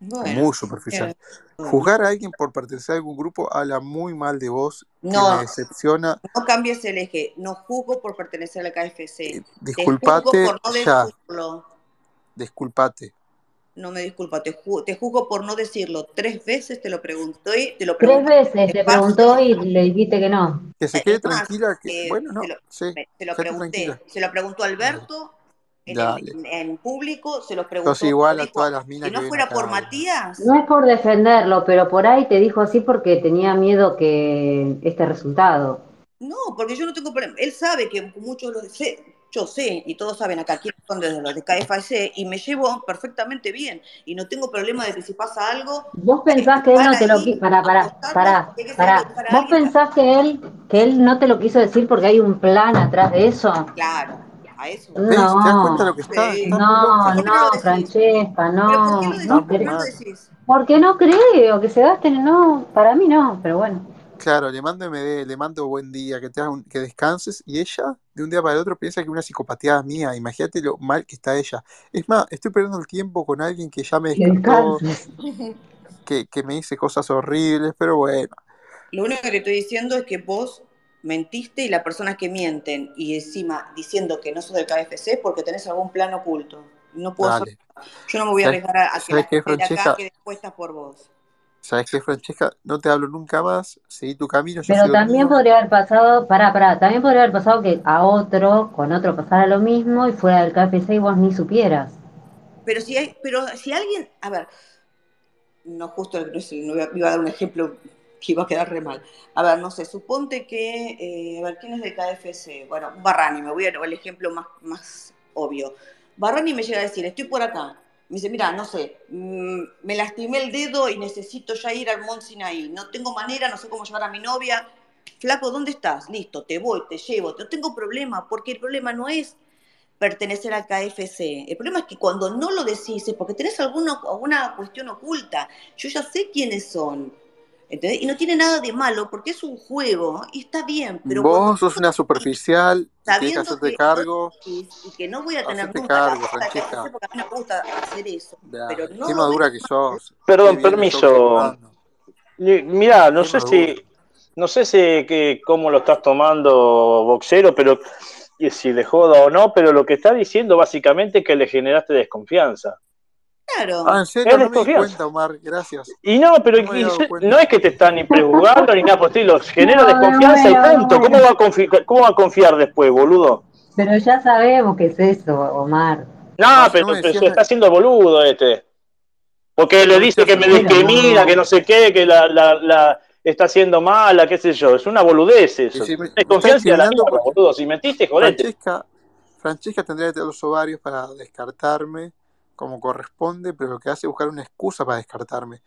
Speaker 1: Bueno,
Speaker 3: muy superficial.
Speaker 1: Mm.
Speaker 3: Juzgar a alguien por pertenecer a algún grupo habla muy mal de vos, que me
Speaker 1: no,
Speaker 3: decepciona.
Speaker 1: no cambies el eje. No juzgo por pertenecer al KFC. Te juzgo
Speaker 3: Eh, Disculpate
Speaker 1: por no
Speaker 3: ya,
Speaker 1: decirlo.
Speaker 3: disculpate.
Speaker 1: No me disculpa, te, ju- te juzgo por no decirlo. Tres veces te lo pregunté, te lo
Speaker 4: Tres
Speaker 1: pregunté.
Speaker 4: veces te preguntó y le dijiste que no.
Speaker 3: Que
Speaker 1: Eh,
Speaker 3: se
Speaker 1: Es
Speaker 3: quede
Speaker 1: más,
Speaker 3: tranquila, que
Speaker 1: eh,
Speaker 3: bueno, no,
Speaker 1: te lo,
Speaker 3: sí,
Speaker 1: me- te lo
Speaker 3: quédate
Speaker 1: pregunté,
Speaker 3: tranquila.
Speaker 1: se lo preguntó Alberto, en,
Speaker 3: Dale.
Speaker 1: en- en público, se los preguntó.
Speaker 3: Sos igual a
Speaker 1: dijo,
Speaker 3: todas las minas
Speaker 1: Si
Speaker 3: que
Speaker 1: no
Speaker 3: ven
Speaker 1: fuera
Speaker 3: acá.
Speaker 1: por Matías,
Speaker 4: No es por defenderlo, pero por ahí te dijo así porque tenía miedo que este resultado.
Speaker 1: no, porque yo no tengo problema. Él sabe que muchos los sé, yo sé, y todos saben acá quiénes son desde los de KFC, y me llevo perfectamente bien. Y no tengo problema de que si pasa algo,
Speaker 4: ¿Vos pensás que él no te lo
Speaker 1: Ahí,
Speaker 4: quiso? Para, para,
Speaker 1: acostarnos,
Speaker 4: para,
Speaker 1: tiene que ser
Speaker 4: para.
Speaker 1: para
Speaker 4: ¿Vos
Speaker 1: alguien.
Speaker 4: pensás que él, que él no te lo quiso decir porque hay un plan atrás de eso?
Speaker 1: claro, a eso.
Speaker 4: No,
Speaker 3: ¿Ves? ¿Te das cuenta de lo que está?
Speaker 1: Sí.
Speaker 3: Está muy
Speaker 4: No,
Speaker 1: ¿Por qué
Speaker 3: loca.
Speaker 1: no
Speaker 4: no,
Speaker 1: lo decís?
Speaker 4: Francesca,
Speaker 1: ¿Pero
Speaker 4: no.
Speaker 1: por qué lo decís?
Speaker 4: no
Speaker 1: ¿Por qué
Speaker 4: creo-
Speaker 1: lo decís?
Speaker 4: porque no creo que se gasten, no, para mí no, pero bueno.
Speaker 3: Claro, le mando MD, le mando buen día, que, te hagas un- que descanses. Y ella, de un día para el otro, piensa que una psicopateada es mía. Imagínate lo mal que está ella. Es más, estoy perdiendo el tiempo con alguien que ya me
Speaker 4: Que
Speaker 3: descartó,
Speaker 4: descanses.
Speaker 3: que, que me dice cosas horribles, pero bueno.
Speaker 1: Lo único que te estoy diciendo es que vos mentiste y las personas que mienten y encima diciendo que no sos del KFC es porque tenés algún plan oculto. No puedo
Speaker 3: Dale.
Speaker 1: saber. Yo no me voy a
Speaker 3: ¿Sabes-
Speaker 1: arriesgar a, a que la
Speaker 3: sabes qué,
Speaker 1: gente de acá
Speaker 3: Francesca?
Speaker 1: quede puesta por vos.
Speaker 3: ¿Sabes qué, Francesca? No te hablo nunca más. Seguí tu camino, yo
Speaker 4: Pero
Speaker 3: sigo el
Speaker 4: también
Speaker 3: mío.
Speaker 4: podría haber pasado, pará, pará, también podría haber pasado que a otro, con otro pasara lo mismo y fuera del KFC y vos ni supieras.
Speaker 1: Pero si hay, pero si alguien, a ver, no justo no sé, no iba, iba a dar un ejemplo que iba a quedar re mal. A ver, no sé, suponte que, eh, a ver, ¿quién es del KFC? Bueno, Barrani, me voy al ejemplo más, más obvio. Barrani me llega a decir, estoy por acá. Me dice, mira, no sé, mm, me lastimé el dedo y necesito ya ir al Mont Sinaí. No tengo manera, no sé cómo llevar a mi novia. Flaco, ¿dónde estás? Listo, te voy, te llevo. No tengo problema, porque el problema no es pertenecer al KFC. El problema es que cuando no lo decís es porque tenés alguno- alguna cuestión oculta. Yo ya sé quiénes son. ¿entendés? Y no tiene nada de malo porque es un juego y está bien, pero cuando-
Speaker 3: Vos sos una superficial, y tenés que
Speaker 1: sabiendo
Speaker 3: hacerte
Speaker 1: que,
Speaker 3: cargo.
Speaker 1: y, y que no voy a tener
Speaker 3: Hacete
Speaker 1: nunca la
Speaker 3: cargo,
Speaker 1: boca de
Speaker 3: Francesca.
Speaker 1: KFC porque a mí no me gusta hacer eso.
Speaker 3: Dale,
Speaker 1: Pero no
Speaker 3: qué
Speaker 1: lo
Speaker 3: madura
Speaker 1: ves-
Speaker 3: que sos.
Speaker 7: Perdón,
Speaker 3: Qué bien que
Speaker 7: permiso.
Speaker 3: sos juzgando.
Speaker 7: Ni- Mirá, no
Speaker 3: Qué
Speaker 7: sé
Speaker 3: maduro.
Speaker 7: si, no sé si que, cómo lo estás tomando, boxero, pero y si de joda o no, pero lo que está diciendo básicamente es que le generaste desconfianza.
Speaker 1: Claro.
Speaker 3: Ah, en serio,
Speaker 7: Es
Speaker 3: no me di
Speaker 7: desconfianza.
Speaker 3: cuenta, Omar. Gracias.
Speaker 7: Y no, pero
Speaker 3: No me había dado
Speaker 7: y-
Speaker 3: cuenta.
Speaker 7: no es que te están ni prejugando ni nada por el estilo, genera
Speaker 4: No,
Speaker 7: desconfianza
Speaker 4: bueno,
Speaker 7: y tanto.
Speaker 4: bueno.
Speaker 7: ¿Cómo va, a confi- ¿Cómo va a confiar después, boludo?
Speaker 4: Pero ya sabemos que es eso, Omar.
Speaker 7: No,
Speaker 3: Además,
Speaker 7: pero,
Speaker 3: no me
Speaker 7: pero se
Speaker 3: decías-
Speaker 7: está haciendo el boludo este. Porque
Speaker 3: No
Speaker 7: le
Speaker 3: me
Speaker 7: dice que
Speaker 3: decías
Speaker 7: me
Speaker 4: nada.
Speaker 7: discrimina, que no sé qué, que la, la- la está haciendo mala, qué sé yo. Es una boludez eso.
Speaker 3: Sí, sí, me- me está
Speaker 7: Desconfianza y a la
Speaker 3: discriminando
Speaker 7: mierda,
Speaker 3: porque-
Speaker 7: boludo. Si metiste, jodete.
Speaker 3: Francesca, Francesca tendría que tener los ovarios para descartarme como corresponde, pero lo que hace es buscar una excusa para descartarme.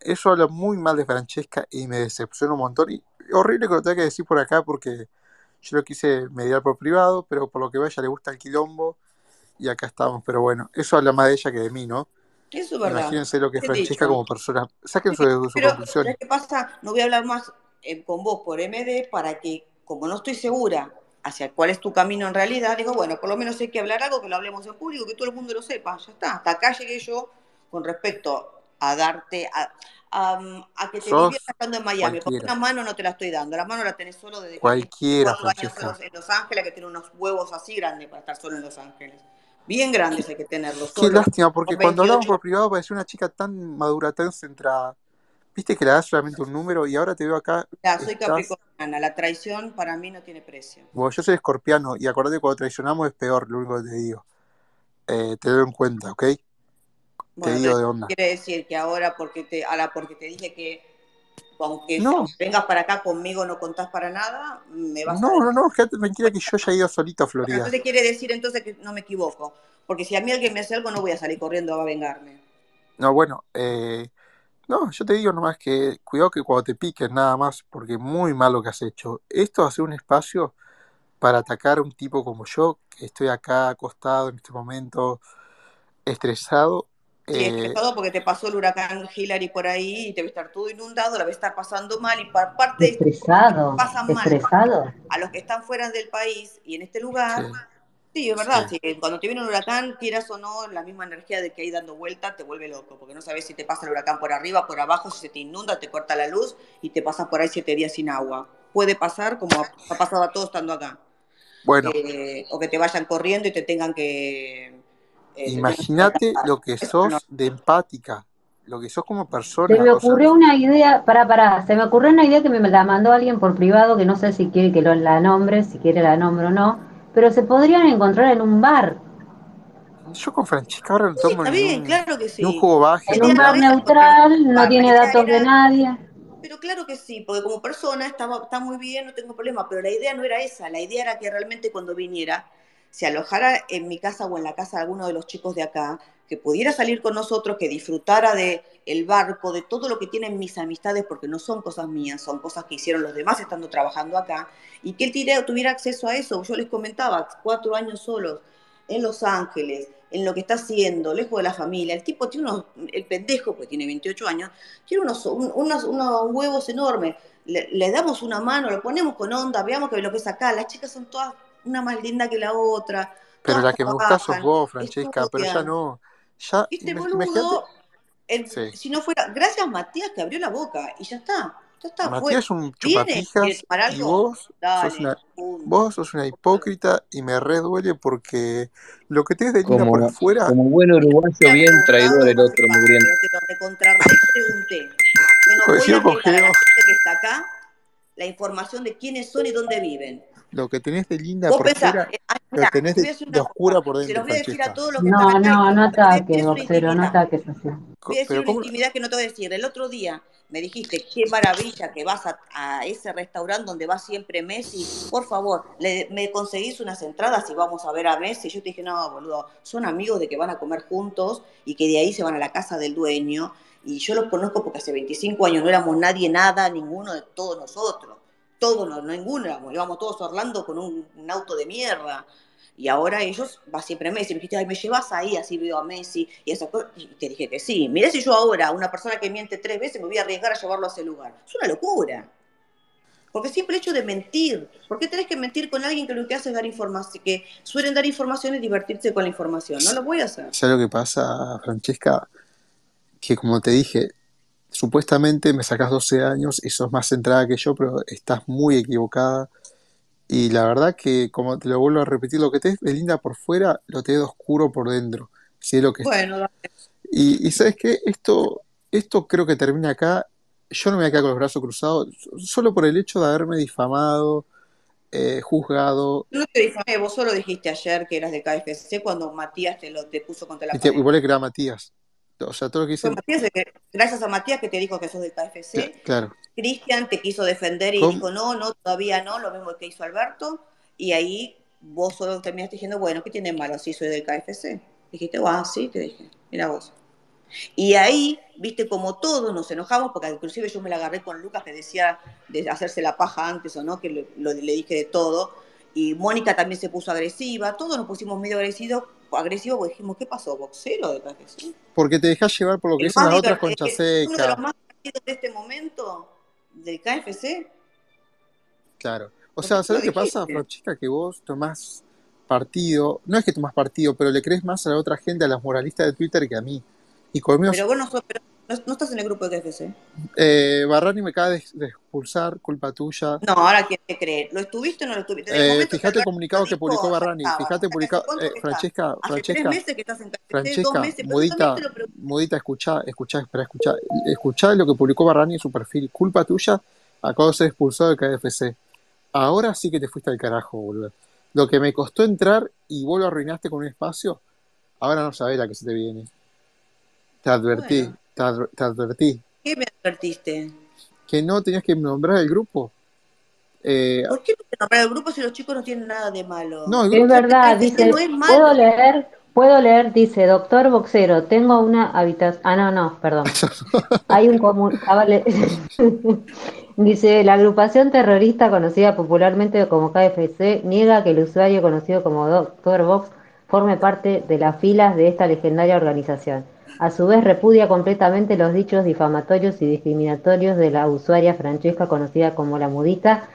Speaker 3: Eso habla muy mal de Francesca y me decepciona un montón. Y horrible que lo tenga que decir por acá porque yo lo quise mediar por privado, pero por lo que veo a ella le gusta el quilombo y acá estamos. Pero bueno, eso habla más de ella que de mí, ¿no?
Speaker 1: Eso es verdad.
Speaker 3: Imagínense lo que es
Speaker 1: Qué
Speaker 3: Francesca
Speaker 1: dicho.
Speaker 3: como persona. Saquen su, su
Speaker 1: Pero,
Speaker 3: conclusión.
Speaker 1: ¿sabes qué pasa? No voy a hablar más eh, con vos por MD para que, como no estoy segura hacia cuál es tu camino en realidad, digo, bueno, por lo menos hay que hablar algo, que lo hablemos en público, que todo el mundo lo sepa, ya está. Hasta acá llegué yo con respecto a darte, a, a- a que te
Speaker 3: Sos
Speaker 1: diviertas estando en Miami, porque
Speaker 3: cualquiera.
Speaker 1: una mano no te la estoy dando, la mano la tenés solo desde que
Speaker 3: Cualquiera,
Speaker 1: cuatro años en
Speaker 3: Francesca.
Speaker 1: los, en Los Ángeles, que tiene unos huevos así grandes para estar solo en Los Ángeles. Bien grandes hay que tenerlos,
Speaker 3: Qué
Speaker 1: solo.
Speaker 3: lástima, porque
Speaker 1: con
Speaker 3: cuando hablamos
Speaker 1: 28.
Speaker 3: por privado parecía una chica tan madura, tan centrada. Viste que la das solamente un número y ahora te veo acá.
Speaker 1: Ya, soy
Speaker 3: estás-
Speaker 1: capricorniana, la traición para mí no tiene precio.
Speaker 3: Bueno, yo soy escorpiano y acordate que cuando traicionamos es peor, lo único que te digo. Eh, te doy en cuenta, ¿ok?
Speaker 1: Bueno,
Speaker 3: te digo de onda.
Speaker 1: quiere decir que ahora porque te, ahora porque te dije que aunque
Speaker 3: No.
Speaker 1: vengas para acá conmigo no contás para nada, me vas
Speaker 3: No,
Speaker 1: a...
Speaker 3: no, no, quédate tranquila que yo ya he ido solito a
Speaker 1: Bueno,
Speaker 3: Florida.
Speaker 1: entonces quiere decir entonces que no me equivoco, porque si a mí alguien me hace algo no voy a salir corriendo a vengarme.
Speaker 3: No, bueno, eh, no, yo te digo nomás que cuidado que cuando te piques nada más, porque muy malo que has hecho. Esto hace un espacio para atacar a un tipo como yo, que estoy acá acostado en este momento, estresado.
Speaker 1: Sí,
Speaker 3: eh,
Speaker 1: estresado porque te pasó el huracán Hillary por ahí y te va a estar todo inundado, la va a estar pasando mal y por parte de
Speaker 4: Estresado,
Speaker 1: pasan mal
Speaker 4: estresado.
Speaker 1: a los que están fuera del país y en este lugar,
Speaker 3: Sí.
Speaker 1: Sí, es verdad, sí, cuando te viene un huracán, quieras o no, la misma energía de que hay dando vuelta te vuelve loco, porque no sabes si te pasa el huracán por arriba, por abajo, si se te inunda, te corta la luz y te pasas por ahí siete días sin agua. Puede pasar como ha ha pasado a todos estando acá.
Speaker 3: Bueno,
Speaker 1: Eh, o que te vayan corriendo y te tengan que... eh, te tengan que
Speaker 3: imagínate
Speaker 1: rescatar.
Speaker 3: lo que
Speaker 1: Eso no.
Speaker 3: sos de empática, lo que sos como persona.
Speaker 4: Se me
Speaker 3: o sea,
Speaker 4: ocurrió una idea, para, para, se me ocurrió una idea que me la mandó alguien por privado, que no sé si quiere que lo- la nombre, si quiere la nombre o no, pero se podrían encontrar en un bar.
Speaker 3: Yo con Francisca ahora lo tomo
Speaker 1: Está
Speaker 3: en
Speaker 1: bien,
Speaker 3: un,
Speaker 1: claro que sí.
Speaker 3: en un jugo baje.
Speaker 1: En
Speaker 3: ¿no?
Speaker 4: un bar neutral,
Speaker 1: Ah,
Speaker 4: no tiene datos de nadie.
Speaker 1: Pero claro que sí, porque como persona estaba, está muy bien, no tengo problema, pero la idea no era esa, la idea era que realmente cuando viniera se alojara en mi casa o en la casa de alguno de los chicos de acá, que pudiera salir con nosotros, que disfrutara de el barco, de todo lo que tienen mis amistades, porque no son cosas mías, son cosas que hicieron los demás estando trabajando acá, y que él tire- tuviera acceso a eso. Yo les comentaba, cuatro años solos, en Los Ángeles, en lo que está haciendo, lejos de la familia. El tipo tiene unos, el pendejo, pues tiene 28 años, tiene unos, un- unos, unos huevos enormes. Le, le damos una mano, lo ponemos con onda, veamos que lo que es acá. Las chicas son todas una más linda que la otra.
Speaker 3: Pero
Speaker 1: todas
Speaker 3: la que me gusta sos
Speaker 1: trabajan,
Speaker 3: vos, Francesca, pero ya
Speaker 1: estudian.
Speaker 3: no. Ya,
Speaker 1: Este
Speaker 3: me-
Speaker 1: boludo,
Speaker 3: imagínate,
Speaker 1: el-
Speaker 3: Sí.
Speaker 1: si no fuera, gracias a Matías que abrió la boca y ya está, ya está, fue.
Speaker 3: Matías es un
Speaker 1: ¿Viene?
Speaker 3: chupapijas
Speaker 1: ¿Quiere tomar
Speaker 3: y
Speaker 1: algo?
Speaker 3: vos sos
Speaker 1: Dale,
Speaker 3: una
Speaker 1: punto.
Speaker 3: Vos sos una hipócrita y me re duele porque lo que tenés de linda por
Speaker 6: Como,
Speaker 3: afuera,
Speaker 6: como buen uruguayo, bien traidor el otro mugriento.
Speaker 1: Pero te lo recontrarrepregunté. Yo no voy
Speaker 3: Coincido
Speaker 1: a
Speaker 3: con
Speaker 1: negar a la
Speaker 3: Geo.
Speaker 1: gente que está acá la información de quiénes son y dónde viven.
Speaker 3: lo que tenés de linda
Speaker 1: Vos
Speaker 3: por
Speaker 1: pensás,
Speaker 3: fuera,
Speaker 1: eh, ah,
Speaker 3: lo
Speaker 1: mirá,
Speaker 3: tenés
Speaker 1: te voy a
Speaker 3: de,
Speaker 1: decir una
Speaker 3: de
Speaker 1: cosa.
Speaker 3: oscura por
Speaker 1: Se los
Speaker 3: dentro,
Speaker 1: voy a decir a
Speaker 3: Francesca.
Speaker 1: todos los que
Speaker 4: No,
Speaker 1: están acá.
Speaker 4: no,
Speaker 1: y
Speaker 4: no
Speaker 1: te voy a decir
Speaker 4: ataques,
Speaker 1: una
Speaker 4: boxero, no
Speaker 1: intimidad.
Speaker 4: ataques así.
Speaker 1: Voy a decir
Speaker 3: Pero
Speaker 1: una
Speaker 3: ¿cómo,
Speaker 1: intimidad que no te voy a decir. El otro día me dijiste, qué maravilla que vas a, a ese restaurante donde va siempre Messi. Por favor, le- me conseguís unas entradas y vamos a ver a Messi. Yo te dije, no, boludo, son amigos de que van a comer juntos y que de ahí se van a la casa del dueño. Y yo los conozco porque hace 25 años no éramos nadie, nada, ninguno de todos nosotros. Todos, no, ninguno, éramos. íbamos todos a Orlando con un, un auto de mierda. Y ahora ellos, va siempre Messi. Me dijiste, ay, me llevas ahí, así veo a Messi y esas cosas. Y te dije que sí. Mirá si yo ahora, una persona que miente tres veces, me voy a arriesgar a llevarlo a ese lugar. Es una locura. Porque siempre el hecho de mentir. ¿Por qué tenés que mentir con alguien que lo que hace es dar información? Que suelen dar información y divertirse con la información. No lo voy a hacer.
Speaker 3: ¿Sabes lo que pasa, Francesca? Que como te dije, supuestamente me sacás 12 años y sos más centrada que yo, pero estás muy equivocada. Y la verdad que, como te lo vuelvo a repetir, lo que tenés de linda por fuera, lo tenés de oscuro por dentro. Si es lo que
Speaker 1: Bueno, dale.
Speaker 3: Y, y ¿sabes qué? Esto, esto creo que termina acá. Yo no me voy a quedar con los brazos cruzados, so- solo por el hecho de haberme difamado, eh, juzgado.
Speaker 1: no te difamé. Vos solo dijiste ayer que eras de KFC cuando Matías te, lo, te puso contra la
Speaker 3: Y te,
Speaker 1: pared.
Speaker 3: y vos le creás a Matías. O sea, todo lo que
Speaker 1: Fue
Speaker 3: dicen.
Speaker 1: Matías el que- gracias a Matías que te dijo que sos de KFC.
Speaker 3: cl- Claro.
Speaker 1: Cristian te quiso defender y
Speaker 3: ¿Cómo?
Speaker 1: dijo, no, no, todavía no, lo mismo que hizo Alberto. Y ahí vos solo terminaste diciendo, bueno, ¿qué tiene de malo? Sí, soy del KFC. Dijiste, ah, sí, te dije, mira vos. Y ahí, viste, como todos nos enojamos, porque inclusive yo me la agarré con Lucas que decía de hacerse la paja antes o no, que le, lo- le dije de todo. Y Mónica también se puso agresiva, todos nos pusimos medio agresivos, agresivos porque dijimos, ¿qué pasó? ¿Boxero de KFC?
Speaker 3: Porque te dejás llevar por lo que
Speaker 1: El
Speaker 3: dicen
Speaker 1: más
Speaker 3: las otras
Speaker 1: divertido-
Speaker 3: conchas
Speaker 1: Uno de los
Speaker 3: secas.
Speaker 1: más divertidos de este momento del KFC.
Speaker 3: Claro. O
Speaker 1: Porque
Speaker 3: sea,
Speaker 1: tú
Speaker 3: ¿sabes
Speaker 1: lo
Speaker 3: lo que pasa,
Speaker 1: dijiste.
Speaker 3: Francisca? Que vos tomás partido. No es que tomás partido, pero le crees más a la otra gente, a las moralistas de Twitter que a mí. Y conmigo
Speaker 1: Pero vos no, sos- pero no, no estás en el grupo de KFC.
Speaker 3: Eh, Barrani me acaba de, de expulsar, culpa tuya.
Speaker 1: No, ahora quién te cree. ¿Lo estuviste o no lo estuviste? Desde el
Speaker 3: Eh,
Speaker 1: momento que
Speaker 3: fíjate el
Speaker 1: Alberto
Speaker 3: comunicado que
Speaker 1: dijo,
Speaker 3: publicó
Speaker 1: ya
Speaker 3: Barrani.
Speaker 1: estaba.
Speaker 3: Fíjate
Speaker 1: ¿Hasta hace
Speaker 3: publicado.
Speaker 1: cuánto
Speaker 3: eh,
Speaker 1: que estás?
Speaker 3: Francesca,
Speaker 1: Hace tres
Speaker 3: Francesca,
Speaker 1: meses que estás en KFC, dos
Speaker 3: Francesca,
Speaker 1: meses, pero yo también
Speaker 3: mudita,
Speaker 1: te lo pregunté.
Speaker 3: mudita, escuchá, escuchá, espera, escuchá. Escuchá lo que publicó Barrani en su perfil. Culpa tuya, acabo de ser expulsado del KFC. Ahora sí que te fuiste al carajo, boludo. Lo que me costó entrar y vos lo arruinaste con un espacio, ahora no sabés la que se te viene. Te advertí,
Speaker 1: Bueno,
Speaker 3: te adver- te advertí.
Speaker 1: ¿qué me advertiste?
Speaker 3: Que no tenías que nombrar el grupo. Eh,
Speaker 1: ¿Por qué no te nombrar el grupo si los chicos no tienen nada de malo?
Speaker 3: no, el grupo
Speaker 4: Es verdad,
Speaker 1: Este
Speaker 4: dice,
Speaker 1: no es malo.
Speaker 4: puedo leer, puedo leer, dice, doctor Boxero, tengo una habitación, ah, no, no, perdón, hay un común, ah, vale. dice, la agrupación terrorista conocida popularmente como KFC niega que el usuario conocido como doctor Box forme parte de las filas de esta legendaria organización. A su vez repudia completamente los dichos difamatorios y discriminatorios de la usuaria Francesca conocida como la mudita,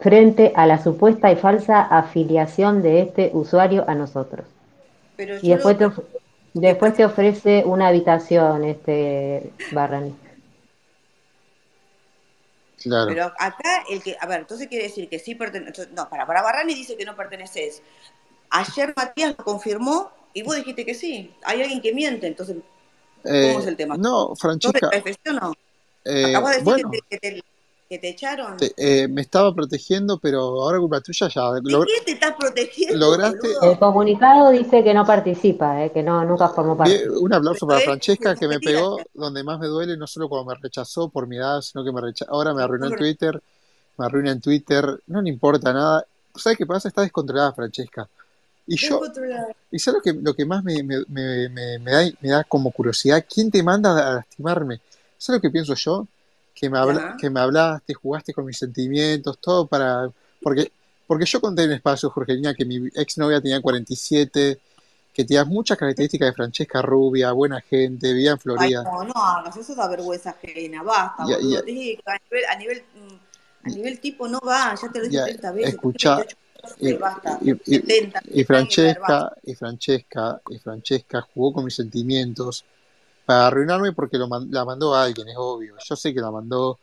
Speaker 4: frente a la supuesta y falsa afiliación de este usuario a nosotros.
Speaker 1: Pero yo
Speaker 4: Y después te,
Speaker 1: lo-
Speaker 4: of- después te ofrece una habitación, este Barrani.
Speaker 3: Claro.
Speaker 1: Pero acá el que, a ver, entonces quiere decir que sí pertenece, no, para, para Barrani dice que no perteneces. Ayer Matías lo confirmó y vos dijiste que sí. Hay alguien que miente, entonces,
Speaker 3: Eh,
Speaker 1: es el tema?
Speaker 3: No,
Speaker 1: ¿sos de
Speaker 3: Francesca,
Speaker 1: KFC o no?
Speaker 3: eh,
Speaker 1: Acabas de decir
Speaker 3: bueno,
Speaker 1: que, te, que te- que te echaron.
Speaker 3: Te- eh, me estaba protegiendo, pero ahora culpa tuya ya.
Speaker 1: ¿De
Speaker 3: logré-
Speaker 1: qué te estás protegiendo?
Speaker 3: lograste-
Speaker 4: El
Speaker 1: boludo?
Speaker 4: comunicado dice que no participa, eh, que no, nunca formó parte.
Speaker 3: Bien, un aplauso para
Speaker 1: Esto es
Speaker 3: Francesca que me
Speaker 1: mentira.
Speaker 3: pegó donde más me duele, no solo cuando me rechazó por mi edad, sino que me recha- ahora me arruinó en
Speaker 1: Pobre.
Speaker 3: Twitter, me arruina en Twitter, no le importa nada. ¿Sabes qué pasa? Está descontrolada Francesca. Y yo,
Speaker 8: eh,
Speaker 1: Descontrolada.
Speaker 3: y ¿sabes lo que, lo que más me, me- me- me- me da, me da como curiosidad? ¿Quién te manda a lastimarme? ¿Sabes lo que pienso yo? Que me, habla-
Speaker 1: Ajá.
Speaker 3: que me hablaste, jugaste con mis sentimientos, todo para... Porque, porque yo conté en espacio, Jorgelina, que mi exnovia tenía 47, que tenía muchas características de Francesca Rubia, buena gente, vivía en
Speaker 1: Ay,
Speaker 3: Florida.
Speaker 1: no, no hagas, eso da vergüenza ajena, basta,
Speaker 3: Ya,
Speaker 1: boludo.
Speaker 3: ya.
Speaker 1: Te dije que a nivel, a nivel, mm, a nivel tipo no va, ya te lo dije
Speaker 3: Ya,
Speaker 1: 30 veces.
Speaker 3: escuchá,
Speaker 1: 28 veces, basta.
Speaker 3: y, y- y-
Speaker 1: 70,
Speaker 3: y
Speaker 1: no hay que ver, basta.
Speaker 3: Francesca, y Francesca, y Francesca jugó con mis sentimientos para arruinarme porque lo man- la mandó a alguien, es obvio. Yo sé que la mandó,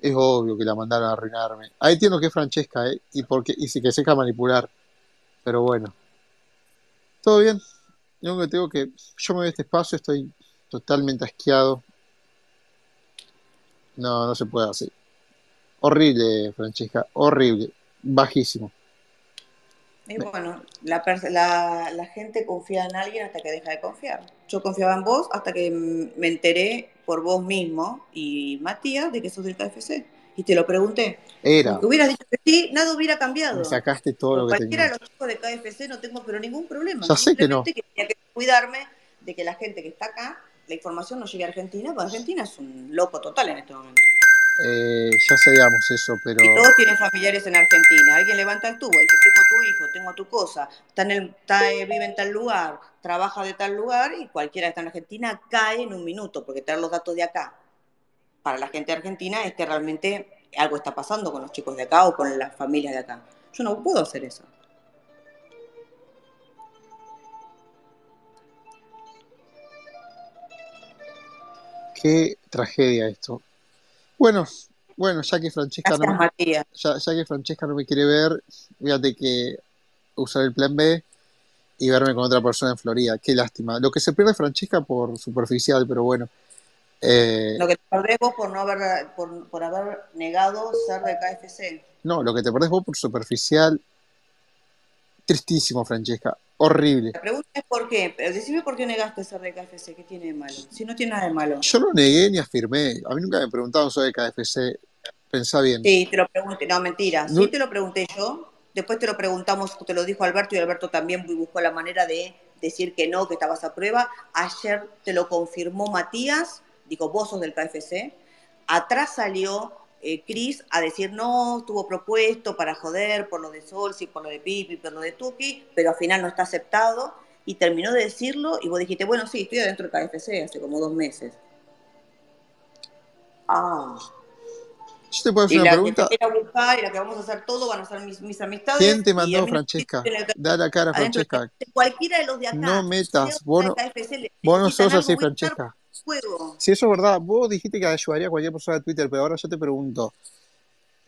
Speaker 3: es obvio que la mandaron a arruinarme. Ahí entiendo que es Francesca, ¿eh? Y, porque, y sí que se deja manipular. Pero bueno. Todo bien. Yo que tengo que. Yo me voy a este espacio, estoy totalmente asqueado. No, no se puede así. Horrible, Francesca, horrible. Bajísimo.
Speaker 1: Y bueno, la, pers- la, la gente confía en alguien hasta que deja de confiar. Yo confiaba en vos hasta que mm, me enteré por vos mismo y Matías de que sos del KFC. Y te lo pregunté.
Speaker 3: Era.
Speaker 1: Aunque hubieras dicho que sí, nada hubiera cambiado.
Speaker 3: Me sacaste todo
Speaker 1: Con
Speaker 3: lo que
Speaker 1: cualquiera
Speaker 3: tenía.
Speaker 1: de los chicos de KFC no tengo pero ningún problema.
Speaker 3: Pues, Ya sé que no.
Speaker 1: Simplemente que tenía que cuidarme de que la gente que está acá, la información no llegue a Argentina, porque Argentina es un loco total en este momento.
Speaker 3: Eh, ya sabíamos eso, pero.
Speaker 1: Y todos tienen familiares en Argentina. Alguien levanta el tubo y dice, tengo tu hijo, tengo tu cosa, está en el, está, eh, vive en tal lugar, trabaja de tal lugar y cualquiera que está en Argentina cae en un minuto, porque traer los datos de acá para la gente argentina es que realmente algo está pasando con los chicos de acá o con las familias de acá. Yo no puedo hacer eso.
Speaker 3: Qué tragedia esto. Bueno, bueno, ya que Francesca no
Speaker 1: Gracias,
Speaker 3: me,
Speaker 1: Matías.
Speaker 3: ya, ya que Francesca no me quiere ver, fíjate que usar el plan B y verme con otra persona en Florida. Qué lástima. Lo que se pierde Francesca por superficial, pero bueno. Eh,
Speaker 1: Lo que te perdés vos por no haber, por, por haber negado ser de KFC.
Speaker 3: no, lo que te perdés vos por superficial. Tristísimo, Francesca. Horrible.
Speaker 1: La pregunta es por qué, pero decime por qué negaste ser de KFC, ¿qué tiene de malo? Si no tiene nada de malo.
Speaker 3: Yo no negué ni afirmé. A mí nunca me preguntaron sobre KFC. Pensá bien.
Speaker 1: Sí, te lo pregunté, no, mentira,
Speaker 3: No.
Speaker 1: sí te lo pregunté yo, después te lo preguntamos, te lo dijo Alberto y Alberto también buscó la manera de decir que no, que estabas a prueba, ayer te lo confirmó Matías, dijo, vos sos del KFC, atrás salió eh, Cris a decir no, estuvo propuesto para joder por lo de Solsi, por lo de Pipi, por lo de Tuki, pero al final no está aceptado y terminó de decirlo y vos dijiste, bueno, sí, estoy adentro del KFC hace como dos meses. Ah.
Speaker 3: Yo te puedo
Speaker 1: Y
Speaker 3: hacer
Speaker 1: la
Speaker 3: una
Speaker 1: que
Speaker 3: pregunta.
Speaker 1: te quiera buscar y la que vamos a hacer todo van a ser mis, mis amistades.
Speaker 3: ¿Quién te
Speaker 1: y a
Speaker 3: mandó,
Speaker 1: mí no me
Speaker 3: Francesca?
Speaker 1: dicen acá-
Speaker 3: Da la cara,
Speaker 1: adentro de
Speaker 3: Francesca.
Speaker 1: KFC. Cualquiera de los de acá.
Speaker 3: No metas.
Speaker 1: si
Speaker 3: Vos
Speaker 1: sea
Speaker 3: no,
Speaker 1: de KFC, le-
Speaker 3: vos no
Speaker 1: le quitan
Speaker 3: sos así,
Speaker 1: algo muy caro
Speaker 3: Francesca.
Speaker 1: por el juego.
Speaker 3: Si eso es verdad, vos dijiste que ayudaría a cualquier persona de Twitter, pero ahora yo te pregunto.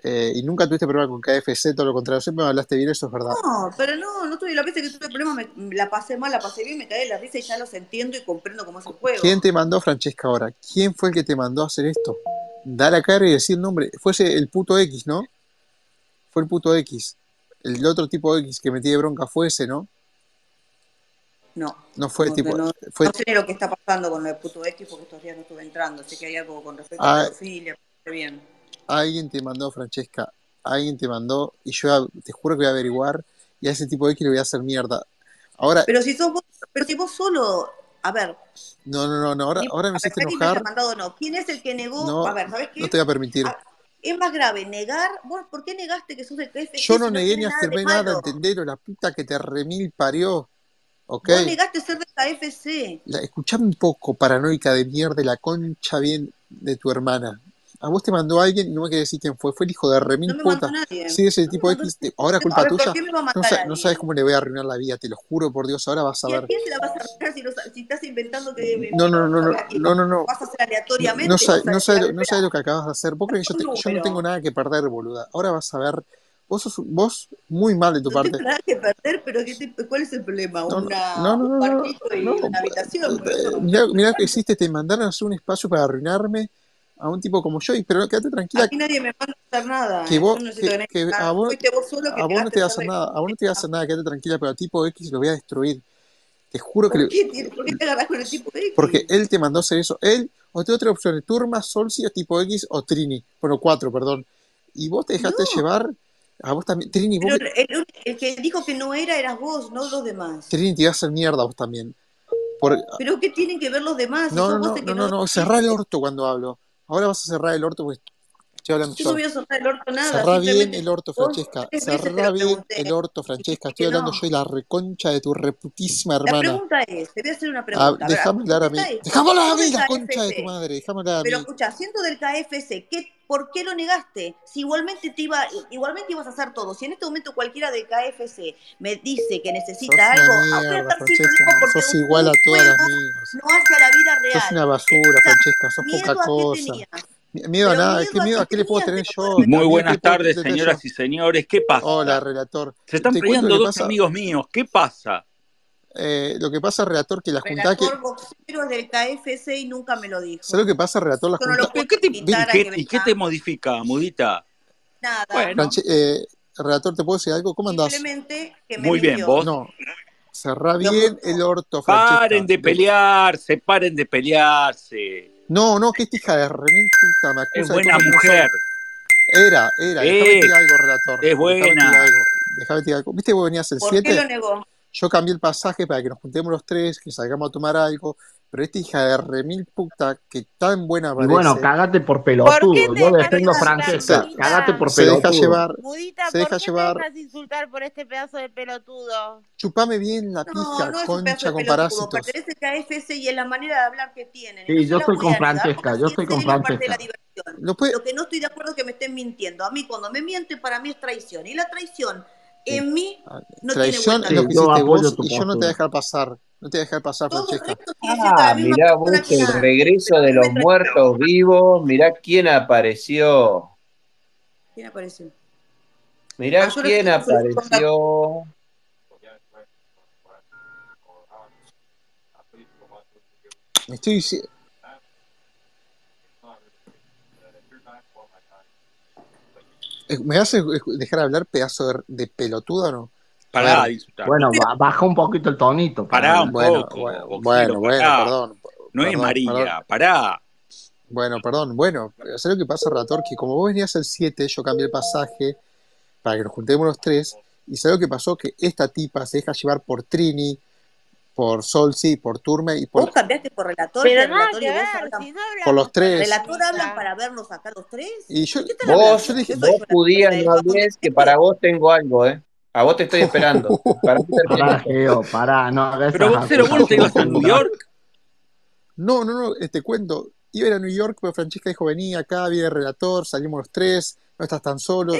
Speaker 3: eh, y nunca tuviste problema con KFC, todo lo contrario. Siempre me hablaste bien, eso es verdad.
Speaker 1: No, pero no, no tuve la vez que tuve problema, me- la pasé mal, la pasé bien, me caí de la risa y ya los entiendo y comprendo cómo es el juego.
Speaker 3: ¿Quién te mandó, Francesca, ahora? ¿Quién fue el que te mandó a hacer esto? Da la cara y decir nombre. Fuese el puto X, ¿no? Fue el puto X. El otro tipo X que metí de bronca fue ese, ¿no?
Speaker 1: No,
Speaker 3: No fue
Speaker 1: no,
Speaker 3: tipo.
Speaker 1: no, no
Speaker 3: Fue,
Speaker 1: sé ni lo que está pasando con lo de puto X porque estos días no estuve entrando, sé que hay algo con respecto
Speaker 3: Ah.
Speaker 1: a pedofilia, pero bien.
Speaker 3: Alguien te mandó, Francesca. Alguien te mandó. Y yo te juro que voy a averiguar. Y a ese tipo de X le voy a hacer mierda. Ahora,
Speaker 1: Pero si sos vos, pero si vos solo, a ver,
Speaker 3: no, no, no, no, Ahora,
Speaker 1: Ni-
Speaker 3: ahora me
Speaker 1: a ver,
Speaker 3: hiciste
Speaker 1: Félix me haya
Speaker 3: enojar.
Speaker 1: mandado o no. ¿Quién es el que negó?
Speaker 3: No,
Speaker 1: a ver, ¿sabes qué?
Speaker 3: No te voy a permitir.
Speaker 1: Ah, es más grave negar. ¿Vos por qué negaste que sos del KFC?
Speaker 3: Yo no
Speaker 1: si
Speaker 3: negué
Speaker 1: tiene
Speaker 3: ni
Speaker 1: nada de
Speaker 3: afirmé nada,
Speaker 1: malo?
Speaker 3: entendero. La puta que te remil parió. ¿Ok?
Speaker 1: Vos negaste ser del KFC.
Speaker 3: La- Escuchame un poco, paranoica de mierda, y la concha bien de tu hermana. A vos te mandó alguien y no me querés decir quién fue. Fue el hijo de remil
Speaker 1: No me
Speaker 3: puta.
Speaker 1: mandó nadie.
Speaker 3: Sí, ese
Speaker 1: No me
Speaker 3: tipo
Speaker 1: mandó
Speaker 3: X. te- Ahora
Speaker 1: a
Speaker 3: culpa
Speaker 1: ver,
Speaker 3: tuya.
Speaker 1: ¿por qué me va a
Speaker 3: No,
Speaker 1: matar
Speaker 3: sa-
Speaker 1: a
Speaker 3: no
Speaker 1: alguien?
Speaker 3: sabes cómo le voy a arruinar la vida, te lo juro por Dios. Ahora vas a
Speaker 1: ¿Y a
Speaker 3: ver.
Speaker 1: quién se la vas a arreglar si, no sa- si estás inventando que me-
Speaker 3: No, no, no, no,
Speaker 1: sabes a quién?
Speaker 3: no, no, no.
Speaker 1: ¿Vas a hacer aleatoriamente?
Speaker 3: No sabes,
Speaker 1: ¿Vas a
Speaker 3: no, sabes lo,
Speaker 1: decir,
Speaker 3: no sabes lo que acabas de hacer. Vos crees que yo, te- yo no
Speaker 1: número.
Speaker 3: tengo nada que perder, boluda. Ahora vas a ver. Vos sos vos muy mal de tu
Speaker 1: No tengo
Speaker 3: parte.
Speaker 1: nada que perder, pero ¿qué te- ¿cuál es el problema?
Speaker 3: No, no,
Speaker 1: Una,
Speaker 3: no, no,
Speaker 1: un
Speaker 3: no, no,
Speaker 1: barquito y
Speaker 3: no.
Speaker 1: una habitación.
Speaker 3: Eh,
Speaker 1: boludo.
Speaker 3: este Mirá, mirá lo que hiciste, te mandaron a hacer un espacio para arruinarme. a un tipo como yo, y pero quédate tranquila
Speaker 1: A mí nadie me va a hacer nada.
Speaker 3: que
Speaker 1: Yo
Speaker 3: vos-
Speaker 1: Ah, no necesito
Speaker 3: que-
Speaker 1: nadie
Speaker 3: que
Speaker 1: me haga
Speaker 3: a
Speaker 1: nada.
Speaker 3: vos-
Speaker 1: Fuiste vos solo que
Speaker 3: A vos no te
Speaker 1: quedaste
Speaker 3: vas a hacer
Speaker 1: solo.
Speaker 3: nada, a vos no te vas a hacer nada, quédate tranquila, pero a tipo X lo voy a destruir. Te juro que
Speaker 1: ¿Por
Speaker 3: le-
Speaker 1: qué, tío? ¿Por qué te agarras con el tipo X?
Speaker 3: porque él te mandó hacer eso. Él, o te otra opción, Turma, Solcia, tipo X o Trini. Bueno, cuatro, perdón. Y vos te dejaste
Speaker 1: No.
Speaker 3: llevar, a vos también, Trini, vos,
Speaker 1: Pero el, el que dijo que no era eras vos, no los demás.
Speaker 3: Trini te iba a hacer mierda vos también. Por-
Speaker 1: ¿Pero qué tienen que ver los demás? Si
Speaker 3: Ah. no, no,
Speaker 1: sos vos
Speaker 3: no,
Speaker 1: el que
Speaker 3: no, no, no, cerrá el orto cuando hablo. Ahora vas a cerrar el orto porque estoy hablando
Speaker 1: Yo no
Speaker 3: yo.
Speaker 1: voy a soltar el orto nada.
Speaker 3: Cerrá bien
Speaker 1: simplemente
Speaker 3: el orto,
Speaker 1: dos,
Speaker 3: Francesca.
Speaker 1: tres veces te
Speaker 3: Cerrá
Speaker 1: lo
Speaker 3: bien
Speaker 1: pregunté.
Speaker 3: el orto, Francesca. Estoy
Speaker 1: que
Speaker 3: hablando
Speaker 1: no.
Speaker 3: yo y la reconcha de tu reputísima
Speaker 1: La
Speaker 3: hermana.
Speaker 1: pregunta es, te voy a hacer una
Speaker 3: Ah,
Speaker 1: pregunta.
Speaker 3: déjame
Speaker 1: Ahora,
Speaker 3: hablar a mí.
Speaker 1: ¿dónde está
Speaker 3: Déjame hablar a
Speaker 1: ¿Dónde
Speaker 3: mí, la
Speaker 1: está
Speaker 3: concha de tu
Speaker 1: FF?
Speaker 3: madre. Déjame hablar a mí.
Speaker 1: Pero escucha, siendo del KFC, ¿qué, ¿por qué lo negaste? Si igualmente te iba, igualmente ibas a hacer todo. Si en este momento cualquiera del KFC me dice que
Speaker 3: Sos
Speaker 1: necesita
Speaker 3: una
Speaker 1: algo, ah, voy a
Speaker 3: mierda,
Speaker 1: estar sin problema
Speaker 3: Francesca.
Speaker 1: porque
Speaker 3: Sos
Speaker 1: un
Speaker 3: igual a todas las
Speaker 1: juego
Speaker 3: mías.
Speaker 1: no hace a la vida real.
Speaker 3: Sos una basura,
Speaker 1: Escucha,
Speaker 3: Francesca. Sos poca
Speaker 1: miedo a qué
Speaker 3: cosa.
Speaker 1: tenías.
Speaker 3: Mi- Miedo a
Speaker 1: Pero
Speaker 3: nada.
Speaker 1: miedo
Speaker 3: ¿Qué
Speaker 1: a
Speaker 3: miedo a
Speaker 1: qué
Speaker 3: qué le puedo
Speaker 1: tenías
Speaker 3: tener
Speaker 1: de
Speaker 3: yo?
Speaker 1: poder.
Speaker 3: Miedo
Speaker 9: Muy
Speaker 3: a qué
Speaker 9: buenas
Speaker 3: le puedo
Speaker 9: tardes,
Speaker 3: tener yo.
Speaker 9: señoras y señores. ¿Qué pasa?
Speaker 3: Hola, relator.
Speaker 9: Se están
Speaker 3: Te cuento
Speaker 9: peleando
Speaker 3: lo que
Speaker 9: dos
Speaker 3: pasa.
Speaker 9: amigos míos. ¿Qué pasa?
Speaker 3: eh, lo que pasa, relator, que la junta que.
Speaker 1: Relator boxero es del KFC y nunca me lo dijo.
Speaker 3: ¿Sabes lo que pasa, relator? La
Speaker 1: Yo no
Speaker 3: junta.
Speaker 1: lo
Speaker 9: ¿Pero
Speaker 1: puedo
Speaker 9: qué te-
Speaker 1: invitar a
Speaker 9: ¿Y
Speaker 1: que
Speaker 9: qué- ¿Y qué te
Speaker 1: venga
Speaker 9: modifica, mudita?
Speaker 1: nada.
Speaker 9: Bueno,
Speaker 3: Franche- eh, relator, ¿te puedo decir algo? ¿Cómo andás?
Speaker 1: Simplemente que me
Speaker 9: muy bien,
Speaker 1: mintió.
Speaker 9: vos.
Speaker 3: No. Cerrá
Speaker 1: Lo
Speaker 3: bien
Speaker 1: justo.
Speaker 3: el orto, Francesca.
Speaker 9: Paren de
Speaker 3: De-
Speaker 9: pelearse, paren de pelearse.
Speaker 3: No, no, que esta hija de remil puta me acusa
Speaker 9: Es
Speaker 3: de
Speaker 9: buena
Speaker 3: cosas que no son.
Speaker 9: mujer.
Speaker 3: Era, era. Déjame
Speaker 9: Es,
Speaker 3: decir algo, relator.
Speaker 9: es buena.
Speaker 3: Déjame decir algo. Déjame decir algo. ¿Viste vos venías el
Speaker 1: ¿Por qué lo
Speaker 3: 7?
Speaker 1: negó?
Speaker 3: Yo cambié el pasaje para que nos juntemos los tres, que salgamos a tomar algo. Pero esta hija de remil puta que tan buena
Speaker 10: Y
Speaker 3: parece,
Speaker 10: bueno, cagate por
Speaker 11: ¿Por qué te
Speaker 10: pelotudo. Yo
Speaker 11: dejas
Speaker 10: defiendo a
Speaker 11: llevar,
Speaker 10: Francesca.
Speaker 3: se,
Speaker 10: Cagate
Speaker 11: mudita?
Speaker 10: por
Speaker 3: se deja
Speaker 10: pelotudo.
Speaker 3: llevar,
Speaker 11: Mudita,
Speaker 3: se
Speaker 11: ¿por
Speaker 3: deja
Speaker 11: qué te
Speaker 3: llevar.
Speaker 11: dejas insultar por este pedazo de pelotudo?
Speaker 3: Chupame bien la
Speaker 1: No,
Speaker 3: pija,
Speaker 1: no es un pedazo
Speaker 3: concha
Speaker 1: de
Speaker 3: con
Speaker 1: pelotudo.
Speaker 3: parásitos.
Speaker 1: Pertenece a KFC y es la manera de hablar que tienen. Y no
Speaker 10: Sí,
Speaker 1: se
Speaker 10: yo
Speaker 1: la
Speaker 10: estoy
Speaker 1: voy a
Speaker 10: con
Speaker 1: negar.
Speaker 10: Francesca, yo
Speaker 1: Pónganse
Speaker 10: estoy
Speaker 1: en
Speaker 10: con
Speaker 1: serio parte de la
Speaker 10: Francesca.
Speaker 1: diversión.
Speaker 3: Lo puede-
Speaker 1: Lo que no estoy de acuerdo es que me estén mintiendo. A mí, cuando me mienten, para mí es traición. Y la traición en mí
Speaker 3: Ah,
Speaker 1: no tiene
Speaker 3: Traición
Speaker 1: vuelta
Speaker 3: es
Speaker 10: Sí,
Speaker 3: lo
Speaker 1: atrás.
Speaker 3: que
Speaker 10: yo
Speaker 3: hiciste vos
Speaker 10: apoyo tu
Speaker 3: y yo no te voy a
Speaker 10: postura.
Speaker 3: dejar pasar. No te voy a dejar pasar,
Speaker 1: Todo el
Speaker 3: Francesca.
Speaker 1: resto sigue siendo
Speaker 6: Ah,
Speaker 1: la misma
Speaker 6: mirá
Speaker 1: persona
Speaker 6: vos
Speaker 1: que
Speaker 6: el
Speaker 1: antes.
Speaker 6: regreso
Speaker 1: Pero
Speaker 6: de
Speaker 1: no me
Speaker 6: los
Speaker 1: traicionó.
Speaker 6: muertos vivos. Mirá quién apareció.
Speaker 1: ¿Quién apareció?
Speaker 6: Mirá
Speaker 1: Ah, yo no
Speaker 6: quién
Speaker 1: sé, yo soy-
Speaker 6: apareció.
Speaker 3: Me estoy diciendo. Eh, ¿Me vas a dejar hablar pedazo de, de pelotuda o no?
Speaker 9: Pará
Speaker 3: Bueno,
Speaker 9: de insultar.
Speaker 10: Bueno, ba- baja un poquito el tonito,
Speaker 9: Pará un
Speaker 10: carajo.
Speaker 3: Bueno,
Speaker 9: poco.
Speaker 3: bueno,
Speaker 9: boxero,
Speaker 3: bueno, bueno,
Speaker 9: pará.
Speaker 3: perdón.
Speaker 9: No es
Speaker 3: Perdón,
Speaker 9: María,
Speaker 3: perdón.
Speaker 9: pará.
Speaker 3: Bueno, perdón. Bueno, ¿sabes lo que pasa, Rator? Que como vos venías el 7, yo cambié el pasaje para que nos juntemos los tres. ¿Y sabes lo que pasó? Que esta tipa se deja llevar por Trini, por Solsi, por Turme y por,
Speaker 1: Vos cambiaste por relator, que
Speaker 11: Pero nada
Speaker 1: relator
Speaker 11: que
Speaker 1: y vos
Speaker 11: ver,
Speaker 1: hablan.
Speaker 11: si no
Speaker 3: por los
Speaker 11: hablamos para
Speaker 3: tres.
Speaker 1: ¿Relator hablan
Speaker 11: Francesca.
Speaker 1: para vernos acá los tres?
Speaker 3: Y yo,
Speaker 1: ¿Por qué están
Speaker 6: Vos,
Speaker 1: hablando?
Speaker 3: yo dije,
Speaker 1: Yo soy
Speaker 6: vos
Speaker 1: una
Speaker 6: judía,
Speaker 1: persona de
Speaker 6: no hables, que para vos tengo algo, ¿eh? A vos te estoy esperando. Para mí
Speaker 10: Pará,
Speaker 6: terminaste.
Speaker 10: Geo, pará, no hagas
Speaker 9: Pero
Speaker 10: esas
Speaker 9: boxero, ¿vos no te
Speaker 10: acusaciones
Speaker 9: ibas a New
Speaker 10: contra.
Speaker 9: York?
Speaker 3: No, no, no, eh, te cuento. Iba a ir a New York, pero Francesca dijo, vení acá, viene el relator, salimos los tres, no estás tan solo.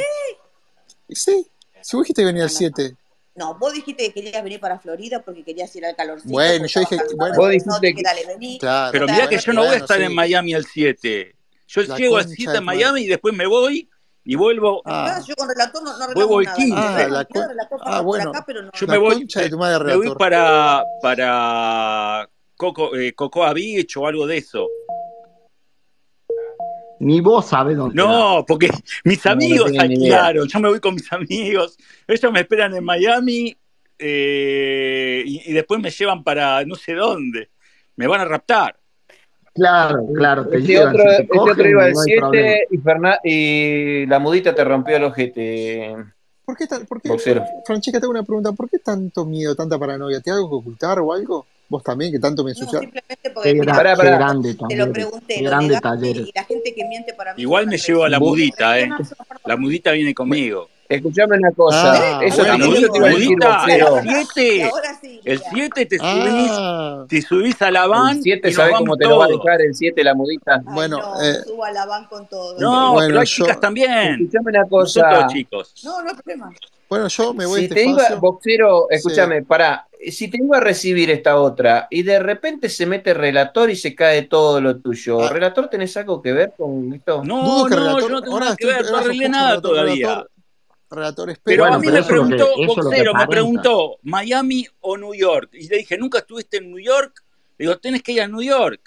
Speaker 3: Y sí, si vos dijiste que venía el
Speaker 1: No, no, no.
Speaker 3: 7.
Speaker 1: No, vos dijiste que querías venir para Florida porque querías ir al calorcito.
Speaker 3: Bueno,
Speaker 1: porque
Speaker 3: yo dije,
Speaker 1: estabas cansado
Speaker 3: bueno.
Speaker 1: de
Speaker 6: Vos
Speaker 1: Buenos Aires,
Speaker 6: dijiste
Speaker 1: que
Speaker 6: que.
Speaker 1: dale, vení.
Speaker 3: Claro,
Speaker 9: Pero
Speaker 1: Total,
Speaker 9: mirá que
Speaker 1: bueno,
Speaker 9: yo no voy a
Speaker 3: bueno,
Speaker 9: estar en
Speaker 3: sí.
Speaker 9: Miami al 7. Yo
Speaker 3: La
Speaker 9: llego al
Speaker 3: concha
Speaker 9: 7
Speaker 3: de
Speaker 9: a
Speaker 3: tu madre.
Speaker 9: Miami y después me voy y vuelvo.
Speaker 3: Ah,
Speaker 1: yo con relator no, no
Speaker 9: Vuelvo
Speaker 1: arreglamos
Speaker 9: el
Speaker 1: nada. Yo
Speaker 9: 15.
Speaker 1: estoy
Speaker 3: ah, la,
Speaker 1: contigo,
Speaker 3: con-
Speaker 1: relator
Speaker 3: ah,
Speaker 1: pasó por
Speaker 3: bueno,
Speaker 1: acá, pero no.
Speaker 9: Yo
Speaker 3: la
Speaker 9: me voy,
Speaker 3: concha de
Speaker 9: eh,
Speaker 3: tu madre,
Speaker 9: me voy
Speaker 3: relator.
Speaker 9: para, para Coco, eh, Cocoa Beach o algo de eso.
Speaker 10: Ni vos sabés dónde va.
Speaker 9: No, porque mis
Speaker 6: No, no
Speaker 9: amigos
Speaker 6: tienen ni idea.
Speaker 9: alquilaron, yo me voy con mis amigos, ellos me esperan en Miami eh, y, y después me llevan para no sé dónde, me van a raptar.
Speaker 10: Claro, claro, te
Speaker 6: Este
Speaker 10: llevan.
Speaker 6: otro,
Speaker 10: Si te
Speaker 6: este otro
Speaker 10: cogen,
Speaker 6: iba al
Speaker 10: no hay problema.
Speaker 6: 7 y, Fernan- y la mudita te rompió el ojete,
Speaker 3: ¿Por qué, tan, por qué,
Speaker 6: boxero.
Speaker 3: Francesca, te hago una pregunta, ¿por qué tanto miedo, tanta paranoia? ¿Te algo que ocultar o algo? Vos también, que tanto
Speaker 1: No,
Speaker 3: me ensuciaste.
Speaker 1: simplemente porque,
Speaker 10: Qué,
Speaker 1: mira,
Speaker 10: gra-
Speaker 6: Pará,
Speaker 10: qué
Speaker 6: pará.
Speaker 10: grande
Speaker 1: te lo
Speaker 10: talleres.
Speaker 1: pregunté,
Speaker 10: Qué
Speaker 1: lo
Speaker 10: grande
Speaker 1: negaste
Speaker 10: talleres.
Speaker 1: y la gente que miente para mí es
Speaker 9: Igual
Speaker 1: una
Speaker 9: me llevo a la
Speaker 1: traición.
Speaker 10: Vos-
Speaker 9: mudita, ¿eh?
Speaker 1: Traicionas a
Speaker 9: La
Speaker 1: personas.
Speaker 9: mudita viene conmigo.
Speaker 6: Escuchame una cosa.
Speaker 3: Ah,
Speaker 6: Eso
Speaker 9: Eso
Speaker 3: bueno,
Speaker 9: te
Speaker 6: también
Speaker 9: digo,
Speaker 6: te
Speaker 3: bueno,
Speaker 6: iba a decir,
Speaker 3: bueno.
Speaker 9: mudita, el
Speaker 6: boxero.
Speaker 1: Y
Speaker 9: 7,
Speaker 1: ahora sí,
Speaker 9: el
Speaker 1: ya.
Speaker 9: 7 te subís,
Speaker 3: Ah,
Speaker 9: te subís a la
Speaker 6: El
Speaker 9: van
Speaker 6: 7
Speaker 9: y nos
Speaker 6: sabe
Speaker 9: vamos
Speaker 6: cómo te lo va a
Speaker 9: todos.
Speaker 6: dejar el 7 la mudita.
Speaker 1: Ay,
Speaker 3: bueno,
Speaker 1: no, me
Speaker 3: eh,
Speaker 1: subo a la van con todo.
Speaker 9: No, pero
Speaker 3: bueno,
Speaker 9: hay chicas
Speaker 3: yo,
Speaker 9: también,
Speaker 6: Escuchame una
Speaker 9: no son todos
Speaker 6: cosa.
Speaker 9: chicos.
Speaker 1: No, no hay problema.
Speaker 3: bueno, yo me voy a
Speaker 6: Si
Speaker 3: este
Speaker 6: te iba,
Speaker 3: espacio.
Speaker 6: boxero,
Speaker 3: Sí.
Speaker 6: escúchame, pará. Si te iba a recibir esta otra y de repente se mete relator y se cae todo lo tuyo,
Speaker 3: Ah.
Speaker 6: ¿relator tenés algo que ver con esto?
Speaker 3: Dudo
Speaker 9: No,
Speaker 3: que
Speaker 9: no,
Speaker 3: relator.
Speaker 9: yo no tengo
Speaker 3: Ahora
Speaker 9: nada que
Speaker 3: estoy
Speaker 9: ver, no
Speaker 3: ahora
Speaker 9: arreglé
Speaker 3: sospecho que
Speaker 9: nada
Speaker 3: relator,
Speaker 9: todavía.
Speaker 3: relator, relator
Speaker 9: Pero a
Speaker 10: Bueno,
Speaker 3: espera.
Speaker 9: mí
Speaker 10: pero
Speaker 9: me
Speaker 10: eso es lo que,
Speaker 9: preguntó,
Speaker 10: eso es lo que
Speaker 9: boxero, me
Speaker 10: aparenta.
Speaker 9: preguntó, ¿Miami o New York? Y le dije, ¿nunca estuviste en New York? Le digo, tenés que ir a New York.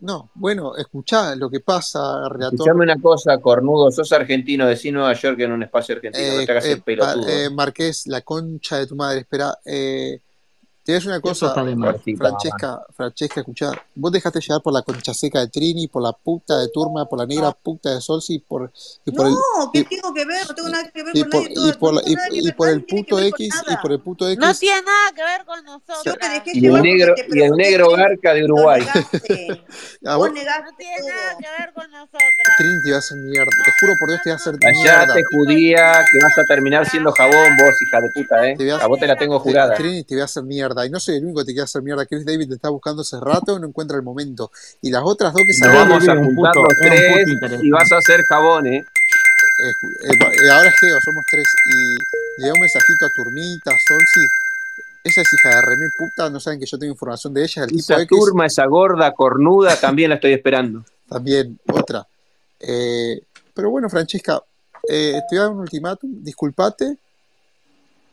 Speaker 3: No, bueno, escuchá lo que pasa, relator.
Speaker 6: Escuchame una cosa, cornudo, sos argentino, decí Nueva York en un espacio argentino, no
Speaker 3: Eh,
Speaker 6: te hagas
Speaker 3: eh,
Speaker 6: el pelotudo.
Speaker 3: pa- eh, Marqués, la concha de tu madre, espera. Eh, te voy a decir una cosa,
Speaker 10: está de
Speaker 3: Fra-
Speaker 6: más.
Speaker 3: Francesca, Francesca, escuchá, vos dejaste llevar por la concha seca de Trini, por la puta de Turma, por la negra puta de Solsi y por, y por el,
Speaker 1: Ah. No, ¿qué
Speaker 3: y-
Speaker 1: tengo que ver? No tengo nada que ver
Speaker 3: y
Speaker 1: con
Speaker 3: por,
Speaker 1: nadie.
Speaker 3: y
Speaker 1: todo-
Speaker 3: por
Speaker 1: no
Speaker 3: la-
Speaker 1: tengo
Speaker 3: y-
Speaker 1: nada que
Speaker 3: y
Speaker 1: ver,
Speaker 3: por el
Speaker 1: nadie tiene que
Speaker 3: puto
Speaker 1: ver con
Speaker 3: X y
Speaker 1: nada.
Speaker 3: por el puto X.
Speaker 11: No tiene nada que ver con
Speaker 1: Yo
Speaker 11: nosotros.
Speaker 1: te dejé
Speaker 6: Y el
Speaker 1: llevar
Speaker 6: negro,
Speaker 1: porque te
Speaker 6: y el
Speaker 1: pregunté,
Speaker 6: negro
Speaker 1: Trini,
Speaker 6: garca de
Speaker 1: lo
Speaker 6: Uruguay.
Speaker 1: negaste.
Speaker 3: A vos,
Speaker 1: Vos negaste
Speaker 11: No tiene
Speaker 1: todo.
Speaker 11: nada que ver con nosotras.
Speaker 3: Trini te iba a hacer mierda, te juro por Dios te iba a hacer mierda.
Speaker 6: Callate, judía, que vas a terminar siendo jabón vos, hija de puta, ¿eh?
Speaker 3: Te voy a-
Speaker 6: A vos te la tengo
Speaker 3: Te-
Speaker 6: jurada.
Speaker 3: Trini te voy a hacer mierda. Y no soy el único que te quiere hacer mierda. Chris David te está buscando hace rato, no encuentra el momento. Y las otras dos que
Speaker 6: Nos
Speaker 10: David
Speaker 3: salieron.
Speaker 6: vamos a
Speaker 10: es un
Speaker 6: juntar
Speaker 10: puto-
Speaker 6: los
Speaker 10: es un
Speaker 6: tres
Speaker 10: puto
Speaker 6: y
Speaker 10: interesante.
Speaker 6: vas a hacer jabón, ¿eh?
Speaker 3: eh, ju- eh, ahora es Geo, somos tres. Y le da un mensajito a Turmita, a Solsi. Esa es hija de remil puta, no saben que yo tengo información de ella. El tipo
Speaker 6: Esa
Speaker 3: X
Speaker 6: turma, esa gorda, cornuda, también la estoy esperando.
Speaker 3: también, otra. Eh, pero bueno, Francesca, eh, te voy a dar un ultimátum. Disculpate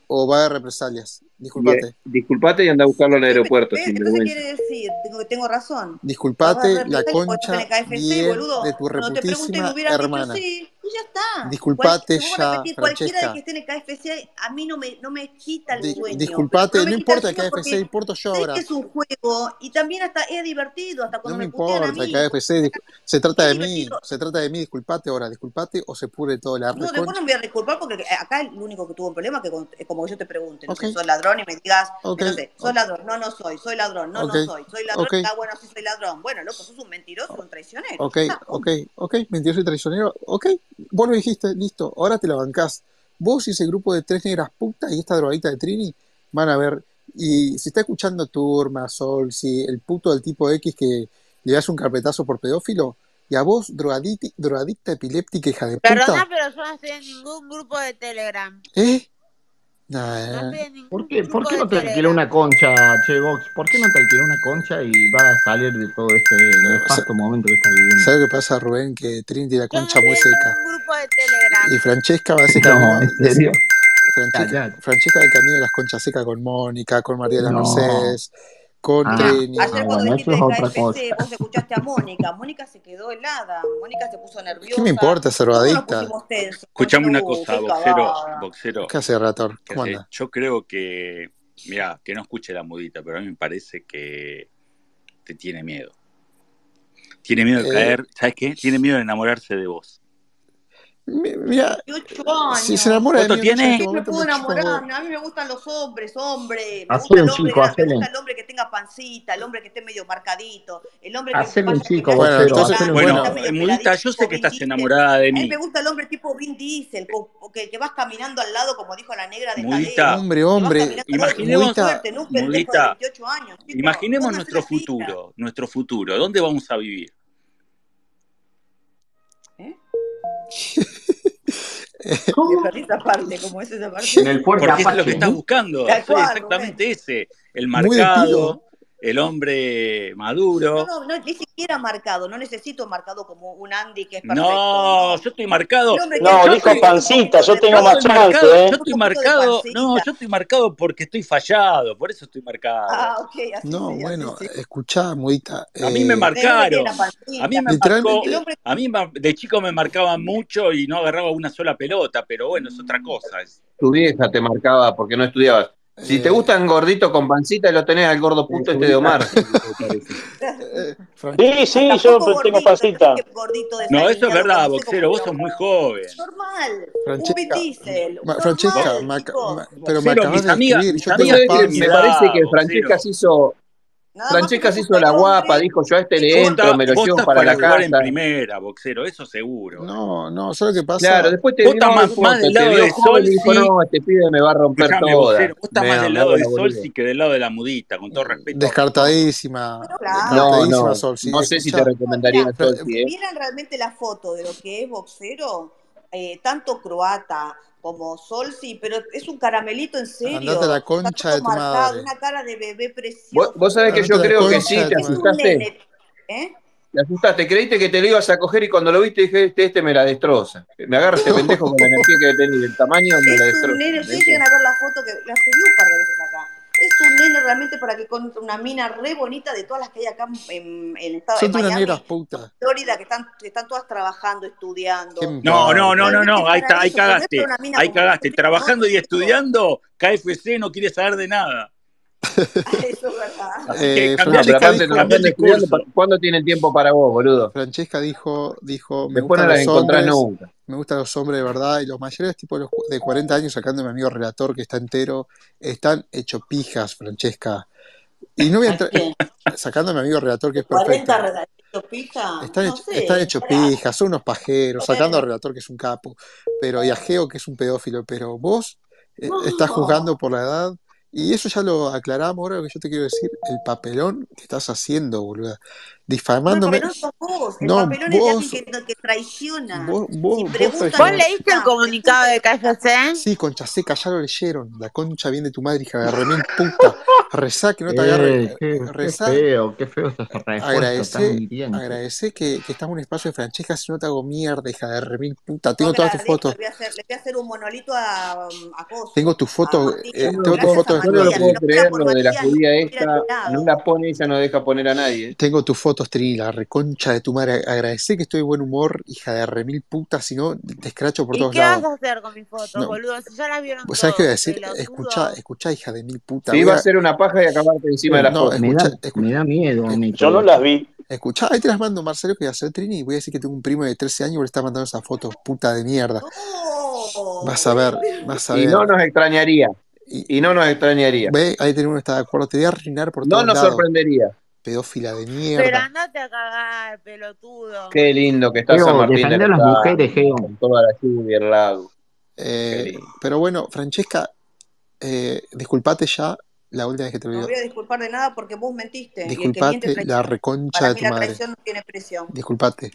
Speaker 3: o va a haber represalias. Disculpate.
Speaker 6: Bien, Disculpate y anda a buscarlo al aeropuerto,
Speaker 1: ¿Ves?
Speaker 6: sin
Speaker 1: Entonces
Speaker 6: vergüenza.
Speaker 1: quiere decir tengo, que tengo razón. Vas a
Speaker 3: Disculpate la
Speaker 1: represalia porque estás
Speaker 3: concha
Speaker 1: en el KFC,
Speaker 3: bien
Speaker 1: boludo.
Speaker 3: de tu
Speaker 1: Cuando te pregunté,
Speaker 3: reputísima
Speaker 1: me hubieras
Speaker 3: hermana.
Speaker 1: dicho sí y ya está.
Speaker 3: Disculpate
Speaker 1: Cual- si vos
Speaker 3: ya,
Speaker 1: repetís, cualquiera de
Speaker 3: Francesca.
Speaker 1: que esté en el KFC, a mí no me, no me quita el
Speaker 3: Di-
Speaker 1: sueño.
Speaker 3: disculpate,
Speaker 1: No
Speaker 3: no,
Speaker 1: me quita el
Speaker 3: importa que
Speaker 1: sueño
Speaker 3: AFC,
Speaker 1: porque
Speaker 3: importa yo
Speaker 1: sabés
Speaker 3: ahora.
Speaker 1: que es un juego y también hasta es divertido, hasta
Speaker 3: No
Speaker 1: cuando
Speaker 3: me
Speaker 1: me putean a
Speaker 3: importa
Speaker 1: mí.
Speaker 3: que AFC, discu- se trata
Speaker 1: Es
Speaker 3: de mí,
Speaker 1: divertido.
Speaker 3: se trata de mí, disculpate ahora, disculpate o se pudre todo la
Speaker 1: No, después
Speaker 3: reconcha.
Speaker 1: no me voy a disculpar porque eh, acá el único que tuvo un problema es que con- es como que yo te pregunte, no
Speaker 3: Ok.
Speaker 1: sé, ¿sos ladrón? Y me digas,
Speaker 3: Ok,
Speaker 1: no sé, ¿sos ladrón? No, no soy, soy ladrón, no,
Speaker 3: Ok.
Speaker 1: no soy, soy ladrón,
Speaker 3: Ok.
Speaker 1: ah, bueno, sí soy ladrón. Bueno, loco, sos un mentiroso, un traicionero.
Speaker 3: ok,
Speaker 1: Ah,
Speaker 3: ok, ok, mentiroso y traicionero, ok, vos lo dijiste, listo, ahora te la bancás. Vos y ese grupo de tres negras putas y esta drogadita de Trini van a ver, y si está escuchando Turma, Sol, si el puto del tipo X que le das un carpetazo por pedófilo, y a vos, drogadicta, drogadicta epiléptica, hija de
Speaker 11: Perdona,
Speaker 3: puta,
Speaker 11: pero yo no estoy en ningún grupo de Telegram.
Speaker 3: ¿eh?
Speaker 11: No
Speaker 3: Nah,
Speaker 11: estoy en ningún
Speaker 10: ¿Por qué,
Speaker 11: grupo
Speaker 10: ¿Por qué
Speaker 11: de
Speaker 10: no te alquiló
Speaker 11: Telegram.
Speaker 10: una concha, Che Vox? ¿Por qué no te alquiló una concha y va a salir de todo este nefasto momento que está viviendo?
Speaker 3: ¿Sabes qué pasa, Rubén? Que Trini tiene la
Speaker 11: Yo no
Speaker 3: concha
Speaker 11: estoy
Speaker 3: muy
Speaker 11: en
Speaker 3: seca.
Speaker 11: ningún grupo de Telegram.
Speaker 3: Y Francesca va a ese camino.
Speaker 10: No, en serio.
Speaker 3: Francesca,
Speaker 10: Callate.
Speaker 3: Francesca va el camino de las conchas secas con Mónica, con María de las
Speaker 10: No.
Speaker 3: Mercedes, con
Speaker 10: Ah,
Speaker 3: Trini.
Speaker 1: Ayer cuando
Speaker 10: bueno,
Speaker 1: dijiste
Speaker 10: eso es
Speaker 1: de
Speaker 10: otra
Speaker 1: KFC,
Speaker 10: cosa.
Speaker 1: vos escuchaste a Mónica. Mónica se quedó helada, Mónica se puso nerviosa.
Speaker 3: ¿Qué me importa ser
Speaker 1: Todos nos
Speaker 3: drogadicta?
Speaker 1: pusimos tensos.
Speaker 9: Escuchame una
Speaker 1: Uh,
Speaker 9: cosa,
Speaker 1: qué
Speaker 9: boxero,
Speaker 1: cagada.
Speaker 9: boxero.
Speaker 3: ¿Qué hace, Rator?
Speaker 9: que
Speaker 3: ¿Cómo
Speaker 9: hace-
Speaker 3: anda?
Speaker 9: Yo creo que, mira, que no escuche la mudita, pero a mí me parece que te tiene miedo. Tiene miedo de
Speaker 3: Eh,
Speaker 9: caer, ¿sabes qué? Tiene miedo de enamorarse de vos.
Speaker 3: Mi- Mira,
Speaker 1: 18
Speaker 3: si
Speaker 1: años.
Speaker 3: se enamora de
Speaker 9: ¿Cuánto
Speaker 3: mí en
Speaker 9: tiene?
Speaker 3: este
Speaker 1: ¿Qué me
Speaker 3: momento
Speaker 1: puedo
Speaker 3: me chupa un
Speaker 1: enamorar?
Speaker 3: huevo.
Speaker 1: A mí me gustan los hombres, hombre. Me
Speaker 10: Hacele
Speaker 1: gusta el
Speaker 10: un
Speaker 1: hombre
Speaker 10: chico,
Speaker 1: grande, me
Speaker 10: hacele.
Speaker 1: gusta el hombre que tenga pancita, el hombre que esté medio marcadito, el hombre que
Speaker 10: Hacele un
Speaker 1: vaya al
Speaker 10: chico,
Speaker 1: gimnasio
Speaker 3: Bueno,
Speaker 1: todos
Speaker 10: boxero,
Speaker 1: los
Speaker 3: entonces,
Speaker 1: años,
Speaker 10: hacele un
Speaker 1: que
Speaker 9: Bueno,
Speaker 1: está
Speaker 10: chico.
Speaker 1: medio
Speaker 9: eh, mudita, yo
Speaker 1: peladito,
Speaker 9: sé
Speaker 1: como
Speaker 9: que
Speaker 1: Vin
Speaker 9: estás
Speaker 1: Diesel.
Speaker 9: enamorada de
Speaker 1: A mí
Speaker 9: mí.
Speaker 1: me gusta el hombre tipo Vin Diesel, co- o que, que vas caminando al lado, como dijo la negra de
Speaker 9: Mudita,
Speaker 1: Tadeo.
Speaker 3: Hombre,
Speaker 1: Que vas
Speaker 3: hombre,
Speaker 1: caminando al lado, tenés
Speaker 3: mudita,
Speaker 1: suerte, no un pendejo de
Speaker 9: mudita,
Speaker 1: 28 años, chicos.
Speaker 9: imaginemos
Speaker 1: Pónganse
Speaker 9: nuestro
Speaker 1: las pilas.
Speaker 9: futuro, nuestro futuro. ¿Dónde vamos a vivir?
Speaker 1: ¿Eh? Me
Speaker 10: ¿Cómo?
Speaker 1: perdí esa parte, como es esa parte.
Speaker 10: En el fuerte
Speaker 9: Porque eso es lo que
Speaker 10: Apache.
Speaker 9: estás buscando.
Speaker 1: Tal
Speaker 9: Es
Speaker 1: cual,
Speaker 9: exactamente ese. El
Speaker 3: muy de pilo.
Speaker 9: marcado, el hombre
Speaker 1: No,
Speaker 9: maduro.
Speaker 1: no, no, ni siquiera marcado, no necesito marcado como un Andy que es perfecto,
Speaker 9: No,
Speaker 1: no.
Speaker 9: yo estoy
Speaker 1: El
Speaker 9: marcado.
Speaker 1: hombre que es
Speaker 9: Yo
Speaker 7: No, dijo
Speaker 1: perfecto,
Speaker 9: estoy,
Speaker 1: con un
Speaker 7: pancita,
Speaker 1: poquito
Speaker 7: yo
Speaker 1: de
Speaker 7: tengo
Speaker 9: yo
Speaker 7: más
Speaker 9: estoy
Speaker 1: todo,
Speaker 7: chance,
Speaker 9: marcado,
Speaker 1: con
Speaker 9: yo
Speaker 7: ¿eh?
Speaker 9: estoy
Speaker 1: un poquito de
Speaker 9: marcado. No,
Speaker 1: pancita.
Speaker 9: yo estoy marcado porque estoy fallado, por eso estoy marcado.
Speaker 1: Ah, ok, así
Speaker 3: No,
Speaker 1: sí, así
Speaker 3: bueno,
Speaker 1: sí.
Speaker 3: escuchá, mudita.
Speaker 1: El
Speaker 9: A mí me
Speaker 3: eh,
Speaker 1: hombre tiene
Speaker 9: marcaron.
Speaker 1: la
Speaker 9: A mí
Speaker 1: pancita.
Speaker 9: me marcó,
Speaker 1: El
Speaker 3: literalmente,
Speaker 1: hombre,
Speaker 9: a mí ma- de chico me marcaban mucho y no agarraba una sola pelota, pero bueno, es otra cosa. es-
Speaker 6: Tu vieja te marcaba porque no estudiabas. Si te
Speaker 3: eh,
Speaker 6: gustan gorditos con pancita, lo tenés al gordo puto este de Omar.
Speaker 3: eh, Fran-
Speaker 7: Sí, sí, yo
Speaker 1: tampoco gordito, yo no
Speaker 7: tengo pancita.
Speaker 1: es que gordito
Speaker 9: No, eso es
Speaker 1: desaliñado, que
Speaker 9: verdad,
Speaker 1: no sé cómo
Speaker 9: boxero, vos
Speaker 1: lo
Speaker 9: sos muy joven.
Speaker 1: Normal, un Vin
Speaker 3: Francesca,
Speaker 1: Diesel,
Speaker 3: Ma- Francesca,
Speaker 1: normal,
Speaker 3: me aca-
Speaker 1: chicos.
Speaker 3: me- pero me
Speaker 9: Boxero,
Speaker 3: acabas
Speaker 9: mis
Speaker 3: de
Speaker 9: amigas,
Speaker 3: describir,
Speaker 9: mis
Speaker 3: yo
Speaker 6: ¿Vos
Speaker 3: tengo
Speaker 9: amigas
Speaker 6: sabés que
Speaker 9: dicen
Speaker 6: me
Speaker 9: que
Speaker 3: panza.
Speaker 6: parece
Speaker 9: va,
Speaker 6: que
Speaker 9: boxero.
Speaker 6: Francesca se hizo,
Speaker 1: Nada más que
Speaker 6: Francesca
Speaker 1: me
Speaker 6: se hizo
Speaker 1: gusta el
Speaker 6: la guapa,
Speaker 1: hombre
Speaker 6: dijo yo a este
Speaker 1: que
Speaker 6: le
Speaker 9: Vos,
Speaker 6: entro,
Speaker 9: está-
Speaker 6: me lo
Speaker 9: vos
Speaker 6: llevo
Speaker 9: estás
Speaker 6: para
Speaker 9: para
Speaker 6: la
Speaker 9: jugar en
Speaker 6: casa.
Speaker 9: primera, boxero, eso seguro.
Speaker 3: No, no, ¿sabes lo que
Speaker 6: Claro,
Speaker 3: pasa?
Speaker 6: después te
Speaker 9: Vos estás
Speaker 6: vio de
Speaker 9: más, más
Speaker 6: foto,
Speaker 9: del
Speaker 6: te
Speaker 9: lado
Speaker 6: vio
Speaker 9: de
Speaker 6: joven y dijo,
Speaker 9: Solsi,
Speaker 6: no, este pibe me va a romper
Speaker 9: escúchame,
Speaker 6: toda.
Speaker 9: boxero, vos estás más
Speaker 6: Mea,
Speaker 9: del
Speaker 6: me
Speaker 9: lado
Speaker 6: hago
Speaker 9: de
Speaker 6: la boluda.
Speaker 9: Solsi que del lado de la mudita, con todo respeto.
Speaker 3: Descartadísima,
Speaker 1: Pero claro,
Speaker 6: No,
Speaker 3: descartadísima
Speaker 6: no,
Speaker 3: Sol, sí,
Speaker 6: no sé si te
Speaker 3: escuchá.
Speaker 6: recomendaría
Speaker 1: mira,
Speaker 6: a
Speaker 3: Fra-
Speaker 6: Solsi,
Speaker 1: si
Speaker 6: ¿eh?
Speaker 1: vieran realmente la foto de lo que es boxero, eh, tanto croata como Solsi, pero es un caramelito en
Speaker 3: Andate a
Speaker 1: serio,
Speaker 3: la
Speaker 1: está
Speaker 3: concha
Speaker 1: todo
Speaker 3: de tu
Speaker 1: marcado,
Speaker 3: madre.
Speaker 1: una cara de bebé
Speaker 6: Vos,
Speaker 1: precioso,
Speaker 6: vos sabés que
Speaker 3: Andate
Speaker 6: yo
Speaker 3: a la
Speaker 6: creo que
Speaker 1: todo
Speaker 6: sí,
Speaker 3: concha
Speaker 6: te
Speaker 3: de tu
Speaker 1: es
Speaker 3: madre.
Speaker 1: un
Speaker 6: asustaste,
Speaker 1: nene, ¿eh?
Speaker 6: te asustaste, creíste que te lo ibas a coger y cuando lo viste dije, este, este me la destroza. Me agarra este pendejo con la energía que tenía y el tamaño, me la
Speaker 1: Es un nene,
Speaker 6: destroza. ¿me
Speaker 1: ustedes
Speaker 6: entendés?
Speaker 1: llegan a ver la foto que la subí un par de veces acá. Es un nene realmente para que contra una mina re bonita de todas las que hay acá en, en el estado
Speaker 3: Son
Speaker 1: en
Speaker 3: unas
Speaker 1: Miami,
Speaker 3: negras putas.
Speaker 1: Florida, que están, que están todas trabajando, estudiando.
Speaker 3: Qué
Speaker 9: No, no, no, no,
Speaker 1: Realmente
Speaker 9: no, ahí, está,
Speaker 1: maravilloso,
Speaker 9: ahí
Speaker 1: pero no es
Speaker 9: cagaste,
Speaker 1: para una mina
Speaker 9: ahí
Speaker 1: como
Speaker 9: cagaste.
Speaker 1: nosotros,
Speaker 9: Trabajando y
Speaker 1: ¿no?
Speaker 9: estudiando, KFC no quiere saber de nada.
Speaker 1: Eso es verdad.
Speaker 9: Así que
Speaker 3: Eh,
Speaker 9: cambiá el-
Speaker 3: Francisca
Speaker 6: pero aparte,
Speaker 3: dijo-
Speaker 9: cambiá el
Speaker 6: aparte estudiando,
Speaker 9: discurso.
Speaker 6: ¿cuándo tienen tiempo para vos, boludo?
Speaker 3: Francesca dijo, dijo me
Speaker 6: Después
Speaker 3: gustan
Speaker 6: no las
Speaker 3: los
Speaker 6: encontrás
Speaker 3: hombres,
Speaker 6: nunca.
Speaker 3: me gustan los hombres de verdad, y los mayores tipo los cu- de 40 años, sacando a mi amigo relator que está entero, están hecho pijas, Francesca. Y no voy a entrar,
Speaker 1: Bien.
Speaker 3: sacando a mi amigo relator que es perfecto.
Speaker 1: 40 regalitos, pija.
Speaker 3: Están,
Speaker 1: No
Speaker 3: hech- están
Speaker 1: sé.
Speaker 3: hechos
Speaker 1: pará.
Speaker 3: pijas, son unos pajeros, sacando al
Speaker 1: Bueno,
Speaker 3: relator que es un capo, pero y a Geo que es un pedófilo, pero vos eh, estás
Speaker 1: no.
Speaker 3: juzgando por la edad, y eso ya lo aclaramos, ahora lo que yo te quiero decir, el papelón que estás haciendo, boluda,
Speaker 1: Bueno, el
Speaker 3: difamándome,
Speaker 1: papelón sos vos. El
Speaker 3: no,
Speaker 1: papelón es de alguien
Speaker 3: vos,
Speaker 1: que, que traiciona.
Speaker 3: vos,
Speaker 1: Si
Speaker 3: vos, vos
Speaker 1: preguntan,
Speaker 11: ¿Vos
Speaker 3: traicionás.
Speaker 11: leíste el
Speaker 1: contestás.
Speaker 11: comunicado de
Speaker 1: ¿eh?
Speaker 11: KFC?
Speaker 3: Sí, concha seca, ya lo leyeron, la concha viene de tu madre, hija de remil puta, rezá que no te agarre,
Speaker 10: Eh, qué, qué
Speaker 3: rezá,
Speaker 10: feo, qué feo esas respuestas tan
Speaker 3: Agradece,
Speaker 10: hirientes.
Speaker 3: agradece que, que estás en un espacio de Francesca, si no te hago mierda, hija de remil puta.
Speaker 1: No
Speaker 3: Tengo
Speaker 1: te
Speaker 3: todas tus
Speaker 1: agradezco,
Speaker 3: fotos,
Speaker 1: le voy a hacer, le voy a hacer un monolito a, um, a Coso,
Speaker 3: tengo tus
Speaker 1: a
Speaker 3: fotos,
Speaker 1: Martín.
Speaker 6: Yo
Speaker 3: eh,
Speaker 6: no lo
Speaker 3: tengo tus
Speaker 6: puedo,
Speaker 1: Gracias a
Speaker 3: fotos
Speaker 6: yo no lo
Speaker 1: Matías. Si
Speaker 6: puedo
Speaker 1: no
Speaker 3: desnudo,
Speaker 1: fuera
Speaker 6: creer
Speaker 1: por
Speaker 6: lo de la
Speaker 1: Matías, este no
Speaker 6: judía
Speaker 1: hubiera
Speaker 6: esta, no
Speaker 1: llegado.
Speaker 6: la pone ella, no deja poner a nadie. ¿eh?
Speaker 3: tengo tus fotos, Trini, la reconcha de tu madre. Agradece que estoy de buen humor, hija de remil puta, si no te escracho por
Speaker 11: ¿Y
Speaker 3: todos
Speaker 11: qué vas
Speaker 3: lados.
Speaker 11: a hacer con mis fotos,
Speaker 3: No,
Speaker 11: boludo? Si ya las vieron
Speaker 3: ¿sabes qué voy a
Speaker 11: todos,
Speaker 3: decir? Escucha,
Speaker 11: pelotudo.
Speaker 3: escucha, hija de mil puta.
Speaker 6: Te
Speaker 3: Voy
Speaker 6: iba a
Speaker 3: a,
Speaker 6: hacer una paja y acabarte encima de la
Speaker 3: no,
Speaker 6: foto.
Speaker 10: Me
Speaker 3: escucha,
Speaker 10: da, me
Speaker 3: escucha.
Speaker 10: da miedo a mí
Speaker 7: Yo
Speaker 10: todo
Speaker 7: no las
Speaker 10: esto.
Speaker 7: vi.
Speaker 3: Escuchá, ahí te las mando, Marcelo, que voy a hacer Trini y voy a decir que tengo un primo de 13 años y vos le estás mandando esas fotos, puta de mierda.
Speaker 1: No,
Speaker 3: Vas a ver,
Speaker 1: bueno, pero
Speaker 3: vas a
Speaker 6: Y
Speaker 3: ver.
Speaker 6: no nos extrañaría,
Speaker 3: Y-
Speaker 6: y no nos extrañaría.
Speaker 3: Ve, ahí tenemos uno que está de acuerdo. Te voy a arruinar por
Speaker 6: No
Speaker 3: todos
Speaker 6: nos
Speaker 3: lados,
Speaker 6: sorprendería.
Speaker 3: pedófila de
Speaker 11: Pero
Speaker 3: mierda.
Speaker 11: andate a cagar, pelotudo.
Speaker 6: Qué lindo que está San
Speaker 10: Geo,
Speaker 6: Martín
Speaker 10: defender
Speaker 6: del
Speaker 10: a las mujeres,
Speaker 6: Campo,
Speaker 10: Geo.
Speaker 6: con toda la lluvia, el lago. Qué
Speaker 3: Eh,
Speaker 6: lindo.
Speaker 3: pero bueno, Francesca, eh, disculpate ya la última vez que te
Speaker 1: no
Speaker 3: veo.
Speaker 1: voy a disculpar de nada porque vos mentiste y el que miente
Speaker 3: Disculpate la
Speaker 1: traiciona.
Speaker 3: reconcha
Speaker 1: Para
Speaker 3: de
Speaker 1: mí
Speaker 3: tu
Speaker 1: la
Speaker 3: madre.
Speaker 1: traición no tiene precio.
Speaker 3: Disculpate.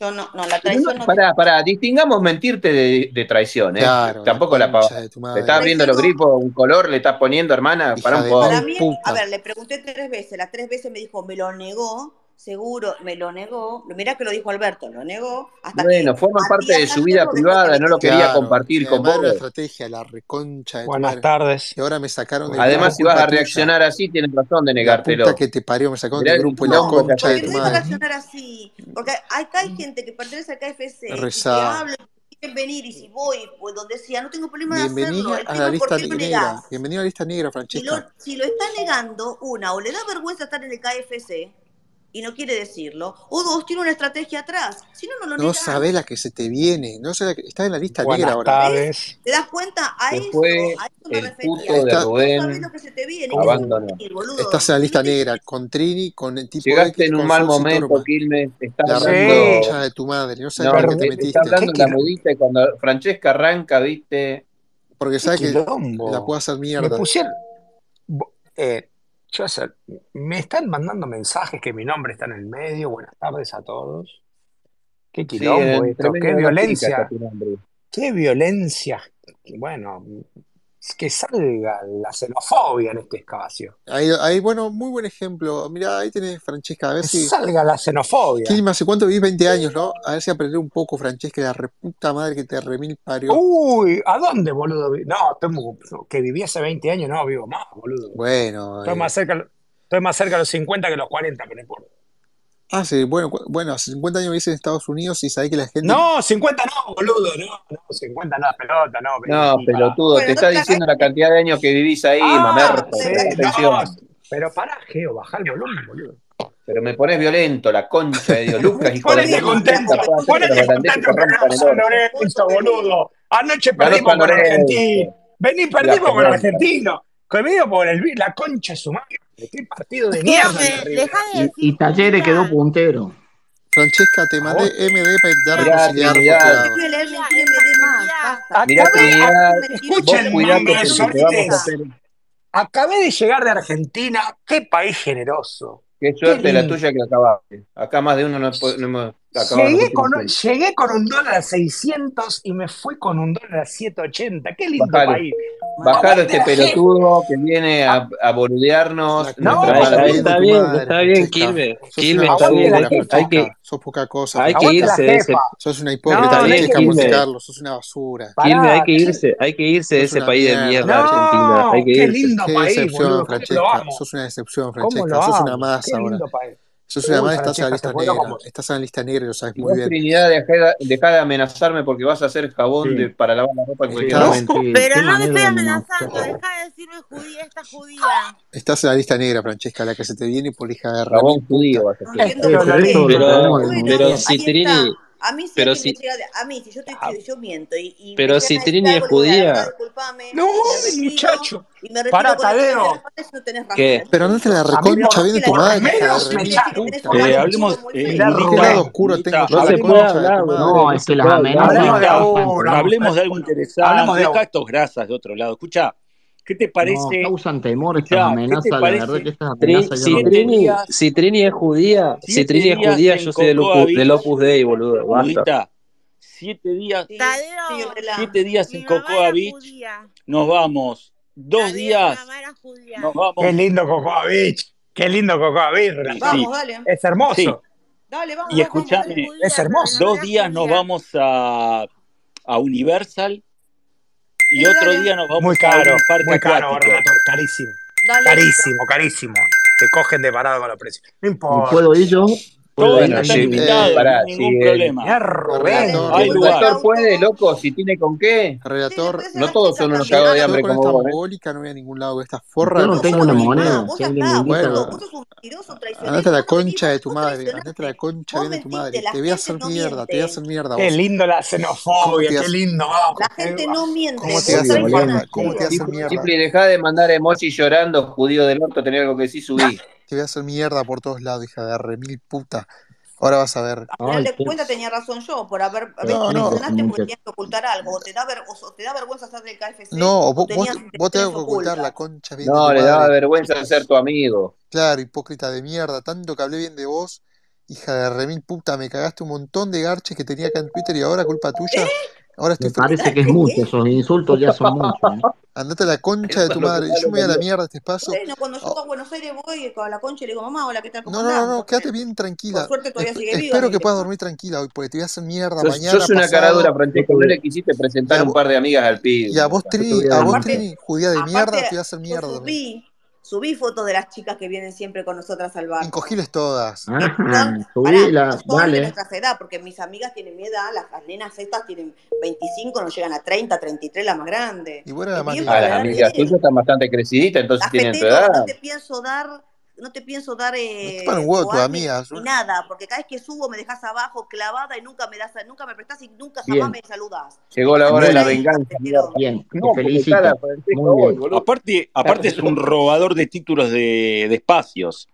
Speaker 1: Yo no, no, la
Speaker 6: Pero no,
Speaker 1: traición no tiene
Speaker 6: pará, pará, distingamos mentirte de, de traición, ¿eh?
Speaker 3: Claro, la
Speaker 6: Tampoco la pava.
Speaker 3: concha de tu
Speaker 6: Te está
Speaker 3: madre.
Speaker 6: abriendo
Speaker 1: traición.
Speaker 6: los
Speaker 1: No.
Speaker 6: grifos, un color le estás poniendo, hermana, para
Speaker 3: Hija
Speaker 6: un
Speaker 3: de
Speaker 1: Para
Speaker 6: poco.
Speaker 3: mil
Speaker 1: mí, a
Speaker 3: puta.
Speaker 1: ver, le pregunté tres veces, las tres veces me dijo, me lo negó, seguro, me lo negó. Mirá que lo dijo Alberto, lo negó, hasta que
Speaker 6: Bueno, forma parte
Speaker 1: Matías
Speaker 6: de su vida
Speaker 1: Salerno dejó que
Speaker 6: privada,
Speaker 1: me
Speaker 6: no lo
Speaker 1: crea.
Speaker 6: quería
Speaker 3: Claro,
Speaker 6: compartir
Speaker 3: eh,
Speaker 6: con
Speaker 3: además era una
Speaker 6: vos.
Speaker 3: estrategia, la reconcha de tu
Speaker 8: Buenas
Speaker 3: madre.
Speaker 8: tardes.
Speaker 3: Y ahora me sacaron del
Speaker 8: Buenas
Speaker 3: grupo,
Speaker 6: Además, si
Speaker 8: tardes.
Speaker 6: vas a
Speaker 3: culpa tuya.
Speaker 6: reaccionar así, tienes razón de
Speaker 3: La puta
Speaker 6: negártelo.
Speaker 3: que te parió, me sacaron
Speaker 6: Mirá
Speaker 3: del
Speaker 6: el
Speaker 3: grupo y la
Speaker 6: quilombo que
Speaker 1: No,
Speaker 3: concha de
Speaker 1: porque no
Speaker 6: hacés.
Speaker 3: tu
Speaker 1: iba a
Speaker 3: madre.
Speaker 1: reaccionar así. Porque acá hay gente que pertenece al KFC y que
Speaker 3: Rezá.
Speaker 1: habla y que quieren venir y si voy, pues donde sea, no tengo problema de hacerlo. El
Speaker 3: Bienvenida a
Speaker 1: tema
Speaker 3: la
Speaker 1: es por
Speaker 3: lista
Speaker 1: qué lo
Speaker 3: negra.
Speaker 1: negás.
Speaker 3: Bienvenida a la lista negra,
Speaker 1: Si lo,
Speaker 3: Francesca.
Speaker 1: si lo está negando, una, o le da vergüenza estar en el KFC y no quiere decirlo, o dos, tiene una estrategia atrás. Si no, no lo
Speaker 3: No
Speaker 1: negás.
Speaker 3: sabés la que se te viene. No sabés la que... Estás en la lista negra
Speaker 8: Buenas
Speaker 3: ahora.
Speaker 1: ¿Ves?
Speaker 8: tardes.
Speaker 1: ¿Te das cuenta? A
Speaker 6: Se
Speaker 1: eso,
Speaker 6: fue
Speaker 1: a eso me
Speaker 6: el
Speaker 1: refería.
Speaker 6: puto de
Speaker 3: Está,
Speaker 1: No sabés lo
Speaker 6: Rubén,
Speaker 1: que se te viene, que es un
Speaker 6: abandonó.
Speaker 1: mentir,
Speaker 3: estás
Speaker 1: boludo.
Speaker 3: en la
Speaker 1: Y no
Speaker 3: lista
Speaker 1: te
Speaker 3: negra con Trini, con el tipo
Speaker 6: Llegaste
Speaker 3: X,
Speaker 6: en un
Speaker 3: con
Speaker 6: mal
Speaker 3: Sauce
Speaker 6: momento,
Speaker 3: Torma.
Speaker 6: Quilmes, te está
Speaker 3: La
Speaker 8: Sí.
Speaker 3: reconcha
Speaker 6: hablando,
Speaker 3: de tu madre. No sabes
Speaker 6: no,
Speaker 3: la que te
Speaker 8: Perdi-
Speaker 6: está
Speaker 3: metiste.
Speaker 8: ¿Qué
Speaker 6: hablando la
Speaker 8: quilombo?
Speaker 6: mudita y cuando Francesca arranca, viste,
Speaker 3: Porque
Speaker 8: ¿Qué
Speaker 3: sabes que la
Speaker 8: quilombo?
Speaker 3: puedo hacer
Speaker 8: Me
Speaker 3: mierda.
Speaker 8: pusieron. bo- eh, yo hacer- me están mandando mensajes que mi nombre está en el medio. Buenas tardes a todos. ¿Qué
Speaker 6: sí,
Speaker 8: quilombo
Speaker 6: en
Speaker 8: esto? ¿Qué
Speaker 6: tremenda basílica está
Speaker 8: violencia?
Speaker 6: tu nombre.
Speaker 8: ¿Qué violencia? Bueno, que salga la xenofobia en este espacio.
Speaker 3: Ahí, ahí, bueno, muy buen ejemplo. Mirá, ahí tenés, Francesca. A ver
Speaker 8: Que
Speaker 3: si.
Speaker 8: salga la xenofobia.
Speaker 3: Trini, ¿hace cuánto vivís 20 años, no? A ver si aprendés un poco, Francesca, la reputa madre que te remil parió.
Speaker 8: Uy, ¿a dónde, boludo? vi- No, estoy mu- que viví hace 20 años, no vivo más, boludo.
Speaker 3: Bueno,
Speaker 8: Estoy
Speaker 3: eh.
Speaker 8: más cerca, estoy más cerca de los 50 que los 40, pero no importa.
Speaker 3: Ah, sí, bueno, cu- bueno, hace 50 años vivís en Estados Unidos y sabés que la gente.
Speaker 8: No, 50 no, boludo, no, no, 50 no, pelota, no, vení
Speaker 6: No,
Speaker 8: aquí, pará.
Speaker 6: pelotudo, te
Speaker 1: Bueno,
Speaker 6: está
Speaker 1: entonces acá hay
Speaker 6: diciendo la cantidad de años que vivís ahí,
Speaker 8: Ah,
Speaker 6: mamerto,
Speaker 8: sí,
Speaker 6: presta
Speaker 8: no,
Speaker 6: atención.
Speaker 8: pero pará, Geo, bajá el volumen, boludo.
Speaker 6: Pero me pones violento, la concha de Dios. Lucas, hijo de
Speaker 1: Bueno,
Speaker 8: Ponete
Speaker 6: mil puta,
Speaker 8: contento,
Speaker 1: estamos
Speaker 6: fue a
Speaker 1: mejor
Speaker 6: hacer que los
Speaker 8: ponete
Speaker 6: holandeses te
Speaker 8: contento que
Speaker 6: rompan
Speaker 8: ganó
Speaker 6: el
Speaker 8: San
Speaker 6: orto.
Speaker 8: Lorenzo, boludo. Anoche
Speaker 6: Ganó
Speaker 8: perdimos
Speaker 6: San
Speaker 8: con Argentino.
Speaker 6: Lorenzo.
Speaker 8: Vení,
Speaker 6: La
Speaker 8: perdimos con
Speaker 6: pelota.
Speaker 8: Argentino. Comido por el la concha de su madre. Qué partido de
Speaker 11: Geo,
Speaker 8: mierda la
Speaker 11: me, deja
Speaker 8: River.
Speaker 11: de
Speaker 10: Y, y
Speaker 11: decir
Speaker 10: Talleres quedó
Speaker 11: puteada.
Speaker 10: puntero.
Speaker 3: Francesca, te
Speaker 8: A vos.
Speaker 3: mandé MD para intentar
Speaker 11: Geo,
Speaker 6: Mirá,
Speaker 11: esa
Speaker 3: reconciliar
Speaker 6: Trinidad.
Speaker 3: postulados.
Speaker 1: voy a leer
Speaker 11: mentira,
Speaker 1: ningún
Speaker 11: esa
Speaker 1: MD más,
Speaker 11: mentira.
Speaker 1: basta.
Speaker 6: Mirá,
Speaker 8: Acabé,
Speaker 1: Basta
Speaker 8: ac-
Speaker 6: Trinidad.
Speaker 1: de mentiroso,
Speaker 6: Vos
Speaker 8: escuchen,
Speaker 6: cuidate
Speaker 1: boludo, no me
Speaker 6: porque te vamos a
Speaker 1: gusta.
Speaker 8: mamesorites.
Speaker 6: hacer.
Speaker 8: Acabé de llegar de Argentina. Qué país generoso.
Speaker 6: Qué
Speaker 8: Qué
Speaker 6: suerte la
Speaker 8: lindo.
Speaker 6: tuya que acabaste. Acá más de uno no, po- no hemos. Acaban los
Speaker 8: Llegué
Speaker 6: últimos
Speaker 8: con, un-
Speaker 6: seis.
Speaker 8: llegué con un dólar a 600 y me fui con un dólar a 780. Qué lindo
Speaker 6: Bajalo.
Speaker 8: país.
Speaker 6: Bajar
Speaker 8: Aguante
Speaker 6: este
Speaker 8: la gente.
Speaker 6: pelotudo que viene a, a boludearnos.
Speaker 8: No,
Speaker 6: nuestra mala
Speaker 5: está, está
Speaker 6: vida.
Speaker 5: bien, está bien, Quilmes. Quilmes, está bien. Hay que, hay que,
Speaker 3: sos poca cosa.
Speaker 5: hay que
Speaker 3: Francisco.
Speaker 5: irse de ese.
Speaker 3: Sos una
Speaker 5: No,
Speaker 3: hipócrita,
Speaker 5: no hay que
Speaker 3: Francesca Monte
Speaker 5: irse.
Speaker 3: Carlo, sos una basura.
Speaker 5: Quilmes, hay que irse, hay que irse de
Speaker 3: Sos
Speaker 5: ese
Speaker 3: una
Speaker 5: país de mierda, Argentina. Hay que irse.
Speaker 3: Qué decepción, Francesca. Sos una decepción,
Speaker 8: ¿Cómo
Speaker 3: Francesca.
Speaker 8: lo
Speaker 3: Sos
Speaker 8: amo?
Speaker 3: una
Speaker 8: Qué
Speaker 3: masa ahora.
Speaker 8: lindo país.
Speaker 3: Sos una
Speaker 8: Uy,
Speaker 3: masa, estás en la
Speaker 8: Francesca,
Speaker 3: lista
Speaker 8: te vuelo
Speaker 3: negra.
Speaker 8: como-
Speaker 3: Estás en la lista negra y lo sabes
Speaker 6: Y
Speaker 3: muy
Speaker 6: vos,
Speaker 3: bien.
Speaker 6: Trinidad, dejá de, dejá de amenazarme porque vas a hacer jabón
Speaker 3: Sí.
Speaker 6: de, para lavar la ropa en cualquier
Speaker 3: Estás-
Speaker 6: momento.
Speaker 11: Pero no me estoy
Speaker 3: amenazar.
Speaker 11: amenazando, deja de decirme judía, esta judía.
Speaker 3: Estás en la lista negra, Francesca, la que se te viene por hija de
Speaker 6: Jabón
Speaker 3: remil puta.
Speaker 6: judío vas a hacer.
Speaker 11: entiendo
Speaker 3: Eh,
Speaker 11: por
Speaker 3: pero
Speaker 11: qué.
Speaker 3: esto lo
Speaker 5: Pero-
Speaker 3: sabemos de
Speaker 5: pero
Speaker 3: muy bien.
Speaker 5: si
Speaker 1: Ahí está.
Speaker 5: Trini,
Speaker 1: A mí si
Speaker 5: pero
Speaker 1: alguien
Speaker 5: si,
Speaker 1: me llega, a mí si yo estoy
Speaker 3: Ah.
Speaker 1: yo, yo miento y, y me
Speaker 5: pero
Speaker 1: llegan
Speaker 5: si
Speaker 1: a decir
Speaker 5: Trini es
Speaker 1: algo, le digo la verdad,
Speaker 5: judía,
Speaker 1: disculpame,
Speaker 8: No,
Speaker 1: me retiro
Speaker 8: muchacho.
Speaker 1: y me retiro
Speaker 8: Pará,
Speaker 1: con la acción de
Speaker 8: Tadeo.
Speaker 1: razón, si no tenés
Speaker 5: ¿qué?
Speaker 1: razón.
Speaker 3: Pero andate a la
Speaker 8: A mí
Speaker 3: reconcha
Speaker 8: por,
Speaker 3: bien de tu
Speaker 8: por
Speaker 3: madre, hija de
Speaker 8: menos me
Speaker 3: remil
Speaker 8: echa.
Speaker 1: Quiere decir que tenés
Speaker 8: Puta,
Speaker 1: un
Speaker 9: Eh,
Speaker 1: mal
Speaker 9: hablemos,
Speaker 1: chino muy
Speaker 9: eh,
Speaker 1: feo.
Speaker 8: mirá,
Speaker 3: ¿Por qué lado
Speaker 9: Lunita,
Speaker 3: oscuro
Speaker 9: Lunita,
Speaker 3: tengo
Speaker 5: No
Speaker 3: yo ¿eh? en la
Speaker 5: se
Speaker 9: hablemos,
Speaker 5: puede
Speaker 3: concha de
Speaker 5: hablar,
Speaker 3: tu madre?
Speaker 5: boludo,
Speaker 8: No,
Speaker 5: no
Speaker 8: es
Speaker 5: se
Speaker 8: que las
Speaker 5: puede hablar.
Speaker 8: amenazas
Speaker 9: hablemos
Speaker 8: no
Speaker 9: de
Speaker 8: dan
Speaker 9: ahora, hablemos
Speaker 8: cuenta.
Speaker 9: de algo
Speaker 8: Hablemos
Speaker 9: interesante,
Speaker 8: de
Speaker 9: deja
Speaker 8: ahora.
Speaker 9: estos grasas de otro lado. Escucha, ¿qué te
Speaker 10: No,
Speaker 9: parece?
Speaker 10: causan temor estas
Speaker 9: Escucha, ¿qué te
Speaker 10: amenazas. La verdad que
Speaker 9: parece?
Speaker 10: estas
Speaker 5: Trin-
Speaker 10: amenazas yo
Speaker 5: si
Speaker 10: no
Speaker 9: Siete
Speaker 5: Trini,
Speaker 9: días,
Speaker 5: si Trini es judía, si
Speaker 9: siete
Speaker 5: Trini es
Speaker 9: días
Speaker 5: judía, yo
Speaker 9: en
Speaker 5: soy del,
Speaker 9: Cocoa
Speaker 5: Ocu- del
Speaker 9: Beach,
Speaker 5: Opus Dei, boludo, basta.
Speaker 9: Ludita, siete días,
Speaker 1: Sí,
Speaker 11: Tadeo,
Speaker 1: señorela.
Speaker 9: siete días en
Speaker 11: mi mamá
Speaker 9: Cocoa
Speaker 11: era
Speaker 9: Beach,
Speaker 11: judía.
Speaker 9: nos vamos. Dos
Speaker 11: Tadeo, mi
Speaker 9: días,
Speaker 11: mamá era
Speaker 9: nos
Speaker 11: judía.
Speaker 8: Qué
Speaker 9: vamos.
Speaker 8: lindo Cocoa Beach. Qué lindo Cocoa Beach,
Speaker 9: Y
Speaker 8: relator.
Speaker 9: sí,
Speaker 1: Vamos, dale.
Speaker 8: Es
Speaker 9: sí.
Speaker 8: hermoso.
Speaker 1: Dale, vamos,
Speaker 9: Y
Speaker 11: Igual
Speaker 1: vamos,
Speaker 11: como soy
Speaker 1: dale.
Speaker 9: escúchame,
Speaker 8: Es
Speaker 11: judía, pero mi mamá
Speaker 8: hermoso.
Speaker 9: dos
Speaker 11: era
Speaker 9: días nos
Speaker 11: judía.
Speaker 9: vamos a, a Universal y
Speaker 1: Sí,
Speaker 9: otro
Speaker 1: dale.
Speaker 9: día nos
Speaker 8: Muy
Speaker 9: vamos a
Speaker 8: caro.
Speaker 9: un parque
Speaker 8: Muy caro,
Speaker 9: acuático.
Speaker 8: relator. Carísimo.
Speaker 1: Dale, listo.
Speaker 8: Carísimo, carísimo. Te cogen de parado con los precios. No
Speaker 10: ¿Y
Speaker 8: importa.
Speaker 10: puedo ir yo? ¿Puedo
Speaker 9: Todos
Speaker 10: ir
Speaker 6: Bueno,
Speaker 9: están
Speaker 6: si,
Speaker 10: ahí?
Speaker 6: eh,
Speaker 9: invitados, no hay
Speaker 6: pará, si
Speaker 9: ningún
Speaker 6: el,
Speaker 9: problema.
Speaker 8: Mirá,
Speaker 3: Relator,
Speaker 8: Rubén.
Speaker 1: Dale,
Speaker 9: Hay
Speaker 6: el
Speaker 1: podés ir en
Speaker 9: lugar.
Speaker 6: relator puede,
Speaker 1: auto.
Speaker 6: loco, si tiene con qué.
Speaker 1: Sí, le
Speaker 3: Relator,
Speaker 1: podés en
Speaker 6: No
Speaker 1: la
Speaker 6: todos
Speaker 1: silla
Speaker 6: son unos
Speaker 1: también.
Speaker 6: cagados
Speaker 1: Dale.
Speaker 6: de
Speaker 3: yo
Speaker 6: hambre
Speaker 3: con
Speaker 6: como
Speaker 3: esta
Speaker 6: vos, ¿eh?
Speaker 3: mogólica no voy a ningún lado. Esta
Speaker 10: Yo
Speaker 3: forra
Speaker 10: no
Speaker 3: de
Speaker 1: No, vos
Speaker 10: tengo
Speaker 1: no
Speaker 10: una
Speaker 3: mierda
Speaker 1: venís más,
Speaker 3: que
Speaker 10: moneda.
Speaker 3: tengo.
Speaker 1: vos
Speaker 10: Si
Speaker 1: ya
Speaker 10: alguien me
Speaker 1: está, boludo.
Speaker 10: invita,
Speaker 1: Vos
Speaker 3: Bueno,
Speaker 1: sos un mentiroso,
Speaker 3: andate a
Speaker 1: traicionero, vos
Speaker 3: la
Speaker 1: no venís
Speaker 3: concha
Speaker 1: más,
Speaker 3: de tu
Speaker 1: vos
Speaker 3: madre, andate a la
Speaker 1: traicionaste,
Speaker 3: concha
Speaker 1: vos
Speaker 3: bien de tu madre.
Speaker 1: mentiste, la
Speaker 3: Te voy a
Speaker 1: gente
Speaker 3: hacer
Speaker 1: no
Speaker 3: mierda, te voy a
Speaker 1: miente,
Speaker 3: hacer mierda
Speaker 8: Qué
Speaker 3: vos.
Speaker 8: lindo la
Speaker 3: ¿Cómo
Speaker 8: xenofobia.
Speaker 3: te
Speaker 8: Qué
Speaker 3: hace,
Speaker 8: lindo. Vamos,
Speaker 1: la gente
Speaker 8: Cuba.
Speaker 1: no miente,
Speaker 3: cómo te
Speaker 1: vos
Speaker 3: hace
Speaker 6: Odio, boludo.
Speaker 3: mierda? ¿Cómo te
Speaker 1: traicionaste.
Speaker 3: hace
Speaker 6: Chip-
Speaker 3: mierda?
Speaker 6: Chipli, dejá de mandar emojis llorando, judío del orto, tenés algo que decir, subí.
Speaker 3: Te voy a hacer mierda por todos lados, hija de remil puta. Ahora vas a ver.
Speaker 1: Al final
Speaker 10: Ay,
Speaker 1: de
Speaker 10: qué,
Speaker 1: cuentas tenía razón yo, por haber, a
Speaker 10: qué
Speaker 1: veces
Speaker 3: No,
Speaker 1: te
Speaker 3: no,
Speaker 10: triste,
Speaker 1: traicionaste porque
Speaker 10: muchachos.
Speaker 1: tenías que ocultar algo, o te da, ver- o te da vergüenza estar del KFC,
Speaker 3: no,
Speaker 1: o
Speaker 3: vos, vos,
Speaker 1: tenías
Speaker 3: vos te
Speaker 1: tenés
Speaker 3: hago ocultar la
Speaker 1: ocultas.
Speaker 3: concha bien de
Speaker 6: No,
Speaker 3: tu
Speaker 6: le daba
Speaker 3: madre.
Speaker 6: vergüenza ser tu amigo.
Speaker 3: Claro, hipócrita de mierda, tanto que hablé bien de vos, hija de remil puta, me cagaste un montón de garches que tenía acá en Twitter y ahora, culpa
Speaker 6: ¿Eh?
Speaker 3: tuya, ahora estoy
Speaker 10: Me
Speaker 3: feliz.
Speaker 10: parece que es
Speaker 1: ¿Garche
Speaker 10: mucho.
Speaker 1: qué?
Speaker 10: Esos insultos ya son muchos. ¿eh?
Speaker 3: Andate a la concha de
Speaker 6: Eso
Speaker 3: tu
Speaker 6: es lo que
Speaker 3: madre,
Speaker 6: más
Speaker 3: yo
Speaker 6: le
Speaker 3: me voy a la
Speaker 6: dolió.
Speaker 3: mierda de este espacio.
Speaker 1: Bueno, cuando yo
Speaker 3: Oh,
Speaker 1: para Buenos Aires voy con la concha y le digo, mamá, hola, ¿qué tal? ¿Cómo
Speaker 3: no, no, no,
Speaker 1: andás?
Speaker 3: no, quédate
Speaker 1: Porque
Speaker 3: bien
Speaker 1: por
Speaker 3: tranquila.
Speaker 1: suerte todavía
Speaker 3: Esp-
Speaker 1: sigue viva
Speaker 3: espero
Speaker 1: mi
Speaker 3: que puedas
Speaker 1: vieja.
Speaker 3: dormir tranquila hoy, porque te voy a hacer mierda
Speaker 6: Sos,
Speaker 3: mañana,
Speaker 6: sos una cara
Speaker 3: pasado,
Speaker 6: dura,
Speaker 10: Yo
Speaker 6: Francesca.
Speaker 10: te
Speaker 6: No
Speaker 10: voy,
Speaker 6: le quisiste
Speaker 3: y a
Speaker 6: presentar un
Speaker 3: vos,
Speaker 6: par de amigas al
Speaker 3: y a
Speaker 6: pibe.
Speaker 3: vos
Speaker 10: yo te voy a
Speaker 3: Trini, a vos
Speaker 10: denunciar.
Speaker 1: Aparte,
Speaker 3: Trini, judía de mierda, te
Speaker 1: aparte,
Speaker 3: voy a hacer
Speaker 1: yo
Speaker 3: mierda también.
Speaker 1: subí, subí fotos de las chicas que vienen siempre con nosotras al barco.
Speaker 3: Incogibles todas.
Speaker 6: Ah,
Speaker 1: que son,
Speaker 10: Ajá,
Speaker 1: pará, que
Speaker 10: subila,
Speaker 1: son de
Speaker 10: dale.
Speaker 1: nuestra edad, porque mis amigas tienen mi edad, las, las nenas estas tienen 25, no llegan a 30, 33, la más grande.
Speaker 3: Y bueno, era
Speaker 1: Es
Speaker 3: más
Speaker 1: bien
Speaker 6: Ah,
Speaker 1: para
Speaker 6: las
Speaker 1: la
Speaker 3: grande.
Speaker 1: edad de
Speaker 6: amigas tuyas
Speaker 1: él.
Speaker 6: están bastante creciditas, entonces tienen tu edad.
Speaker 1: Cafetero, no te pienso dar, no te pienso dar
Speaker 3: Me chupan un
Speaker 1: eh,
Speaker 3: huevo tus
Speaker 1: boanes
Speaker 3: amigas.
Speaker 1: ni nada, porque cada vez que subo me dejas abajo clavada y nunca me das, nunca me prestás y nunca jamás
Speaker 6: Bien,
Speaker 1: me saludás.
Speaker 6: llegó la
Speaker 1: Andate
Speaker 6: hora de
Speaker 1: por
Speaker 10: Muy
Speaker 6: la
Speaker 1: ahí,
Speaker 10: bien,
Speaker 6: venganza,
Speaker 1: cafetero.
Speaker 6: mierda.
Speaker 10: bien. Te
Speaker 6: No, porque está la
Speaker 10: felicito.
Speaker 6: Francesca
Speaker 10: Muy
Speaker 6: hoy,
Speaker 10: bien.
Speaker 6: boludo.
Speaker 9: Aparte, aparte es un robador de títulos de, de espacios.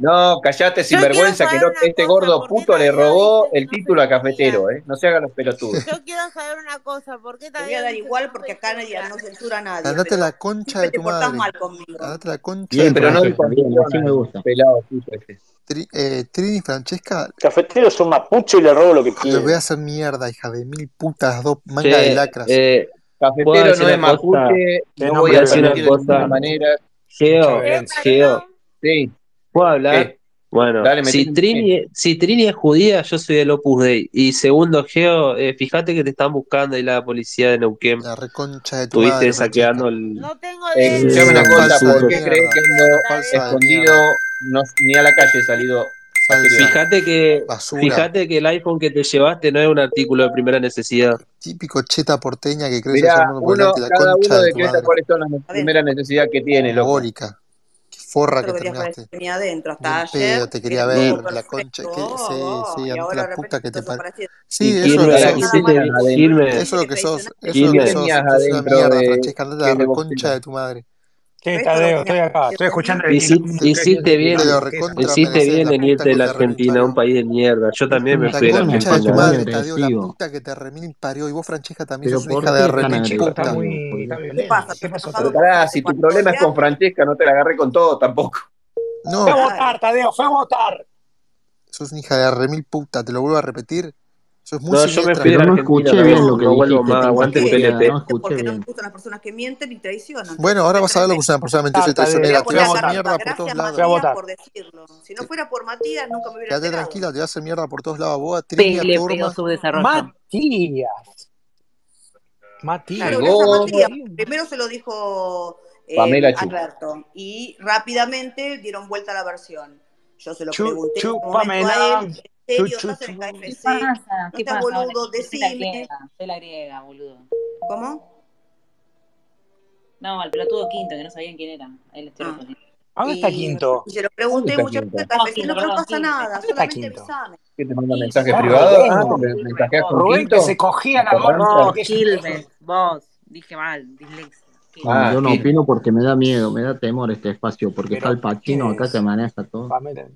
Speaker 6: No, callate
Speaker 11: Yo quiero
Speaker 6: sinvergüenza, que
Speaker 11: saber
Speaker 6: no-
Speaker 11: una
Speaker 6: este
Speaker 11: cosa,
Speaker 6: gordo
Speaker 11: ¿por qué
Speaker 6: puto le
Speaker 11: Tadeo
Speaker 6: robó
Speaker 11: dice que
Speaker 6: el
Speaker 11: no soy
Speaker 6: título a
Speaker 11: judía?
Speaker 6: Cafetero, ¿eh? No se hagan los pelotudos.
Speaker 11: Yo quiero saber una cosa, ¿por qué
Speaker 1: Te voy a
Speaker 11: Tadeo
Speaker 1: dar
Speaker 11: dice que
Speaker 1: igual
Speaker 11: no
Speaker 1: porque
Speaker 11: soy
Speaker 1: acá nadie,
Speaker 11: judía?
Speaker 1: no censura a nadie,
Speaker 3: Andate a
Speaker 1: pero
Speaker 3: Ah, la concha
Speaker 1: siempre
Speaker 3: de
Speaker 1: te
Speaker 3: tu
Speaker 1: portás
Speaker 3: madre.
Speaker 1: mal conmigo.
Speaker 3: Andate a la concha de
Speaker 10: Bien,
Speaker 3: tu
Speaker 6: Pero no
Speaker 3: madre.
Speaker 10: Francesca, bien. Así
Speaker 6: distorsiona
Speaker 10: me
Speaker 6: el
Speaker 10: gusta.
Speaker 6: pelado puto este.
Speaker 3: Tri- eh, Trini y Francesca,
Speaker 7: Cafetero es un mapuche y le robo lo que
Speaker 3: los voy a
Speaker 7: quiere.
Speaker 3: hacer mierda, hija de mil putas, las dos mangas de
Speaker 5: Che,
Speaker 3: lacras.
Speaker 5: eh, ¿puedo
Speaker 6: Cafetero
Speaker 5: decir
Speaker 6: no es
Speaker 5: una cosa?
Speaker 6: mapuche,
Speaker 8: Qué
Speaker 6: no voy
Speaker 8: nombre
Speaker 5: ¿Puedo
Speaker 6: a
Speaker 5: decir una
Speaker 6: permitir de
Speaker 8: violento.
Speaker 6: ninguna
Speaker 5: cosa?
Speaker 6: manera.
Speaker 8: Mucha
Speaker 5: Geo,
Speaker 11: ¿Qué,
Speaker 8: violencia.
Speaker 5: Geo,
Speaker 11: Tadeo?
Speaker 6: Sí, Eh,
Speaker 5: ¿puedo hablar?
Speaker 10: Eh,
Speaker 6: ¿qué?
Speaker 5: Bueno,
Speaker 6: Dale,
Speaker 5: Eh, si
Speaker 6: metete en pie.
Speaker 5: Trini, si Trini es judía, yo soy del Opus Dei. Y segundo, Geo, eh, fíjate que te están buscando ahí la policía de Neuquén.
Speaker 3: La reconcha de tu
Speaker 5: Estuviste
Speaker 3: madre, Francesca.
Speaker 5: saqueando el...
Speaker 11: No tengo
Speaker 6: Eh,
Speaker 5: el-
Speaker 6: Escuchame
Speaker 11: dedo.
Speaker 6: una
Speaker 3: Una
Speaker 5: el
Speaker 6: cosa,
Speaker 3: falsa de
Speaker 6: ¿por
Speaker 5: futuro.
Speaker 6: qué crees
Speaker 3: mierda,
Speaker 6: que no
Speaker 3: una
Speaker 11: Tadeo,
Speaker 3: falsa de mierda,
Speaker 6: escondido, no- ni a la calle he salido
Speaker 3: falsa,
Speaker 6: Cateriano?
Speaker 5: Fíjate que,
Speaker 3: basura.
Speaker 5: fíjate que el iPhone que te llevaste no es un artículo de primera necesidad.
Speaker 3: Típico cheta porteña que crece
Speaker 6: Mirá,
Speaker 3: hermano por delante,
Speaker 6: uno,
Speaker 3: la
Speaker 6: cada
Speaker 3: concha
Speaker 6: uno
Speaker 3: de tu
Speaker 6: decreta
Speaker 3: madre.
Speaker 6: cuáles son las ne- primeras
Speaker 1: Adentro.
Speaker 6: necesidades que tiene, loco.
Speaker 3: Mogólica, qué forra
Speaker 1: Esto
Speaker 3: que
Speaker 1: lo querías para el
Speaker 3: terminaste.
Speaker 1: tenía adentro.
Speaker 3: Ni
Speaker 1: Hasta
Speaker 3: en pedo,
Speaker 1: ayer
Speaker 3: te quería
Speaker 1: eras
Speaker 3: ver,
Speaker 1: todo
Speaker 6: Y,
Speaker 3: la concha.
Speaker 1: perfecto.
Speaker 3: Que, sí,
Speaker 1: oh,
Speaker 3: sí,
Speaker 1: y
Speaker 3: andate
Speaker 1: ahora
Speaker 3: la
Speaker 1: de repente
Speaker 3: puta que te
Speaker 1: sos
Speaker 3: par...
Speaker 1: aparecido.
Speaker 3: Sí,
Speaker 5: Y
Speaker 3: eso es lo
Speaker 5: Quilmes,
Speaker 3: que
Speaker 6: ahora,
Speaker 5: ¿qué
Speaker 6: ¿qué
Speaker 3: sos.
Speaker 1: Nada
Speaker 5: tenés
Speaker 1: mal, porque
Speaker 6: tenías adentro?
Speaker 1: no
Speaker 5: Quilmes?
Speaker 1: tenés
Speaker 3: Eso es
Speaker 1: que
Speaker 3: lo que sos,
Speaker 1: traicionar
Speaker 3: eso es lo
Speaker 5: Quilmes.
Speaker 6: ¿Qué tenías
Speaker 3: que sos, sos una
Speaker 6: adentro
Speaker 3: mierda,
Speaker 6: de,
Speaker 3: Francesca, andate a
Speaker 6: que
Speaker 3: la
Speaker 6: es de
Speaker 3: reconcha
Speaker 6: boxeo?
Speaker 3: de tu madre.
Speaker 8: Sí,
Speaker 1: Esto lo
Speaker 8: Tadeo,
Speaker 1: tenías
Speaker 8: estoy acá.
Speaker 1: que
Speaker 8: Estoy escuchando el
Speaker 1: decir.
Speaker 5: Hiciste,
Speaker 8: quilombo que hay en
Speaker 5: hiciste
Speaker 8: ese
Speaker 3: Te
Speaker 5: bien,
Speaker 3: lo
Speaker 8: francés acá.
Speaker 3: recontra
Speaker 5: hiciste
Speaker 3: mereces,
Speaker 5: bien
Speaker 3: la
Speaker 5: en
Speaker 3: puta
Speaker 5: irte de
Speaker 3: que
Speaker 5: la
Speaker 3: te remil
Speaker 5: Argentina a un
Speaker 3: parió.
Speaker 5: país de mierda. Yo
Speaker 10: Es
Speaker 5: también me
Speaker 10: una
Speaker 5: fui de la
Speaker 10: concha de
Speaker 3: Concha
Speaker 10: tu
Speaker 3: de tu
Speaker 5: Argentina.
Speaker 10: madre,
Speaker 3: madre,
Speaker 10: te
Speaker 3: Tadeo, la
Speaker 10: digo.
Speaker 3: puta que te remil parió. Y vos, Francesca, también
Speaker 10: Pero
Speaker 3: sos una
Speaker 10: ¿por
Speaker 3: hija de
Speaker 10: qué tan
Speaker 3: remil
Speaker 8: Está
Speaker 3: puta.
Speaker 10: agresivo?
Speaker 8: muy, está
Speaker 1: ¿Qué pasa?
Speaker 10: boludo?
Speaker 8: violento. ¿Qué
Speaker 1: ¿Estás
Speaker 8: pasó,
Speaker 6: Pero
Speaker 1: enojado
Speaker 8: Tadeo?
Speaker 1: porque no
Speaker 6: pará,
Speaker 1: te
Speaker 6: si tu
Speaker 1: cuando
Speaker 6: problema es con
Speaker 1: viaje?
Speaker 6: Francesca, no te la agarré con todo tampoco.
Speaker 8: Fue a
Speaker 3: No,
Speaker 1: Claro.
Speaker 8: votar, Tadeo, fue a votar.
Speaker 3: sos una hija de remil puta, te lo vuelvo a repetir. Sos muy
Speaker 5: No, yo me fui
Speaker 3: siniestra.
Speaker 5: de Pero no Argentina, escuché no, bien lo que no vuelvo dijiste, más, pensé aguante que era- PLP. no escuché
Speaker 1: Porque no
Speaker 5: bien.
Speaker 1: me gustan las personas que mienten y traicionan.
Speaker 3: Bueno, ahora vas a ver lo que es una persona mentirosa
Speaker 1: Harta
Speaker 3: y
Speaker 1: de-
Speaker 3: traicionera. Te
Speaker 1: Voy a
Speaker 3: vas a
Speaker 1: votar.
Speaker 3: mierda por
Speaker 1: Gracias,
Speaker 3: todos
Speaker 1: Matías,
Speaker 3: lados.
Speaker 1: por decirlo. Si no fuera por Matías, nunca me hubiera
Speaker 3: Quédate
Speaker 1: enterado.
Speaker 3: tranquila, te vas a hacer mierda por todos lados. Vos, Trinia,
Speaker 1: PLP o
Speaker 3: Turma.
Speaker 1: subdesarrollo.
Speaker 8: Matías. Matías.
Speaker 1: Claro, gracias a Matías. Primero se lo dijo eh,
Speaker 8: Pamela Chu.
Speaker 1: Alberto y rápidamente dieron vuelta a la versión. Yo se lo
Speaker 8: Chu-
Speaker 1: pregunté
Speaker 8: chu,
Speaker 1: en un momento
Speaker 8: Pamela.
Speaker 1: a él, en serio,
Speaker 8: Chu, chu,
Speaker 1: estás en el
Speaker 12: ¿Qué
Speaker 1: KFC,
Speaker 12: pasa?
Speaker 1: no
Speaker 12: ¿Qué
Speaker 1: estás
Speaker 12: pasa?
Speaker 1: boludo,
Speaker 12: Soy la
Speaker 1: decime.
Speaker 12: griega, soy la griega, boludo.
Speaker 1: ¿Cómo?
Speaker 12: No, al pelotudo quinto, que no sabían quién era. Ahí le estoy
Speaker 1: Ah.
Speaker 12: respondiendo.
Speaker 8: ¿Dónde Ah, está Quinto?
Speaker 1: Y se lo pregunté
Speaker 8: ¿Dónde
Speaker 1: muchas veces
Speaker 8: está
Speaker 1: al KFC, no, no
Speaker 12: Quinto? No, Quinto, perdón,
Speaker 1: pasa
Speaker 12: Quinto.
Speaker 1: nada,
Speaker 8: está
Speaker 1: solamente
Speaker 8: Quinto?
Speaker 1: avisame.
Speaker 6: ¿Qué te manda mensajes
Speaker 8: Ah,
Speaker 6: privados? Ah,
Speaker 8: Rubén.
Speaker 6: ¿te mensajeas con
Speaker 8: Rubén
Speaker 6: Quinto?
Speaker 8: que se cogía la
Speaker 6: ¿Te
Speaker 8: gorra
Speaker 6: arranca?
Speaker 12: Vos,
Speaker 8: porque
Speaker 12: Gilbert, vos. Dije mal, dislexia.
Speaker 10: No,
Speaker 6: Ah,
Speaker 10: yo no
Speaker 6: Gil.
Speaker 10: opino porque me da miedo, me da temor este espacio, porque está
Speaker 8: Pero,
Speaker 10: el Pachino
Speaker 8: ¿qué
Speaker 10: acá
Speaker 8: es?
Speaker 10: que maneja todo.
Speaker 8: Pamela.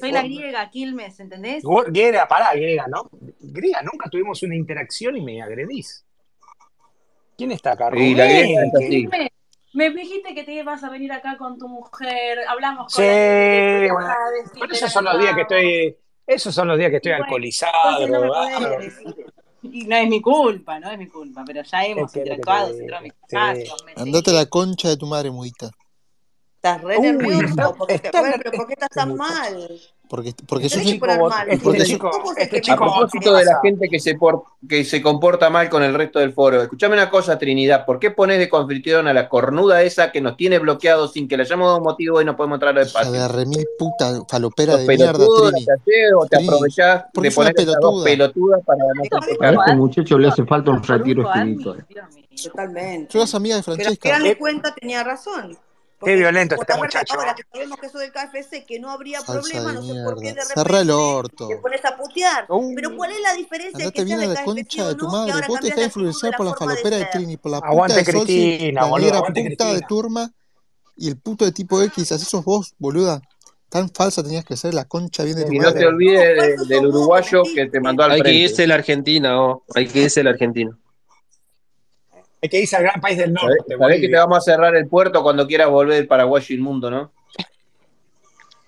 Speaker 12: Soy la griega, Quilmes, ¿entendés?
Speaker 8: Gu- Griega, pará, Griega, ¿no? Griega, nunca tuvimos una interacción y me agredís. ¿Quién está acá?
Speaker 6: Y la griega
Speaker 8: Rubén.
Speaker 6: es
Speaker 8: que-
Speaker 6: así.
Speaker 12: Quilmes, me dijiste que te vas a venir acá con tu mujer, hablamos
Speaker 8: Sí,
Speaker 12: con la griega,
Speaker 8: bueno. Pero esos son los días que
Speaker 12: interactuamos.
Speaker 8: estoy. Esos son los días que estoy
Speaker 12: Y bueno,
Speaker 8: alcoholizado,
Speaker 12: entonces no me
Speaker 8: drogado.
Speaker 12: podés decir. Y no es mi culpa, no es mi culpa, pero ya
Speaker 8: ¿Qué
Speaker 12: hemos
Speaker 8: querés que
Speaker 12: interactuado, se
Speaker 8: te
Speaker 12: entró a mis
Speaker 8: diga?
Speaker 12: espacios, me
Speaker 3: Andate a la concha de tu madre, mudita.
Speaker 1: Estás re
Speaker 8: Uy,
Speaker 1: nervioso,
Speaker 8: está,
Speaker 1: porque te-
Speaker 8: está
Speaker 1: bueno,
Speaker 8: ner-
Speaker 1: pero ¿por qué estás
Speaker 8: este
Speaker 1: tan
Speaker 8: muchacho.
Speaker 1: mal?
Speaker 3: Porque,
Speaker 1: Te
Speaker 3: porque sos
Speaker 1: tenés que
Speaker 3: un-
Speaker 1: poner
Speaker 8: Chico,
Speaker 1: mal,
Speaker 8: este
Speaker 3: porque
Speaker 1: Gilbert.
Speaker 8: chico,
Speaker 1: Vos el
Speaker 8: este
Speaker 1: que
Speaker 6: A
Speaker 8: chico
Speaker 1: menos
Speaker 6: propósito de la
Speaker 1: interesa.
Speaker 8: pasa.
Speaker 6: gente que se, por- que se comporta mal con el resto del foro, escuchame una cosa, Trinidad, ¿por qué pones de confitrión a la cornuda esa que nos tiene bloqueados sin que le hayamos dado un motivo y no podemos entrar al
Speaker 3: Hija
Speaker 6: espacio?
Speaker 3: de remil puta, falopera
Speaker 6: ¿Sos
Speaker 3: de mierda,
Speaker 6: pelotudo, la
Speaker 3: Trini.
Speaker 6: que haces o te
Speaker 3: Trini.
Speaker 6: aprovechás
Speaker 3: Porque
Speaker 6: de
Speaker 3: es una
Speaker 6: poner a estas dos
Speaker 3: pelotuda.
Speaker 6: pelotudas para ganarte un
Speaker 10: A
Speaker 6: pecado?
Speaker 10: este muchacho le hace falta un retiro
Speaker 1: ¿eh?
Speaker 12: Corujo, Admi,
Speaker 10: espiritual.
Speaker 12: Dios mío.
Speaker 1: Totalmente.
Speaker 3: Yo las amigas de
Speaker 1: Que la
Speaker 3: Francesca.
Speaker 1: gran
Speaker 8: Qué,
Speaker 1: cuenta tenía razón.
Speaker 8: Eh, qué
Speaker 1: Porque
Speaker 8: violento
Speaker 1: por
Speaker 8: este
Speaker 1: la parte de
Speaker 8: muchacho.
Speaker 1: ahora que sabemos que eso del KFC, que no habría
Speaker 3: Salsa
Speaker 1: problema,
Speaker 3: de
Speaker 1: no sé por qué
Speaker 3: mierda.
Speaker 1: de
Speaker 3: Cerra el
Speaker 1: repente te
Speaker 3: orto.
Speaker 1: pones a putear. Pero
Speaker 8: Uh,
Speaker 1: ¿cuál es la diferencia de
Speaker 3: Andate
Speaker 1: que seas
Speaker 3: bien a
Speaker 1: del
Speaker 3: la
Speaker 1: KFC
Speaker 3: concha
Speaker 1: o
Speaker 3: de tu
Speaker 1: no, que
Speaker 3: madre.
Speaker 1: ahora
Speaker 3: Vos te
Speaker 1: cambiás
Speaker 3: dejás
Speaker 1: la actitud de
Speaker 3: influenciar
Speaker 1: la
Speaker 3: por la
Speaker 1: forma de
Speaker 3: falopera de
Speaker 1: ser?
Speaker 3: Trini, por la puta
Speaker 8: aguante
Speaker 3: de Solsi,
Speaker 8: Cristina,
Speaker 3: la
Speaker 8: boludo,
Speaker 3: negra
Speaker 8: aguante
Speaker 3: puta de
Speaker 8: Cristina.
Speaker 3: Turma y el puto de tipo X. Así sos vos, boluda. Tan falsa tenías que ser la concha bien de tu
Speaker 6: Y no te
Speaker 3: madre.
Speaker 1: No,
Speaker 6: olvides
Speaker 1: falso sos vos
Speaker 6: de- del
Speaker 1: que
Speaker 6: uruguayo que te
Speaker 1: mentiste.
Speaker 6: mandó al
Speaker 5: Hay que
Speaker 6: frente.
Speaker 5: irse a la Argentina, oh. Hay que irse a la Argentina.
Speaker 8: Hay que irse al gran país del
Speaker 6: Sabés,
Speaker 8: norte,
Speaker 6: sabés que te
Speaker 8: Bolivia.
Speaker 6: vamos a cerrar el puerto cuando quieras volver paraguayo inmundo, ¿no?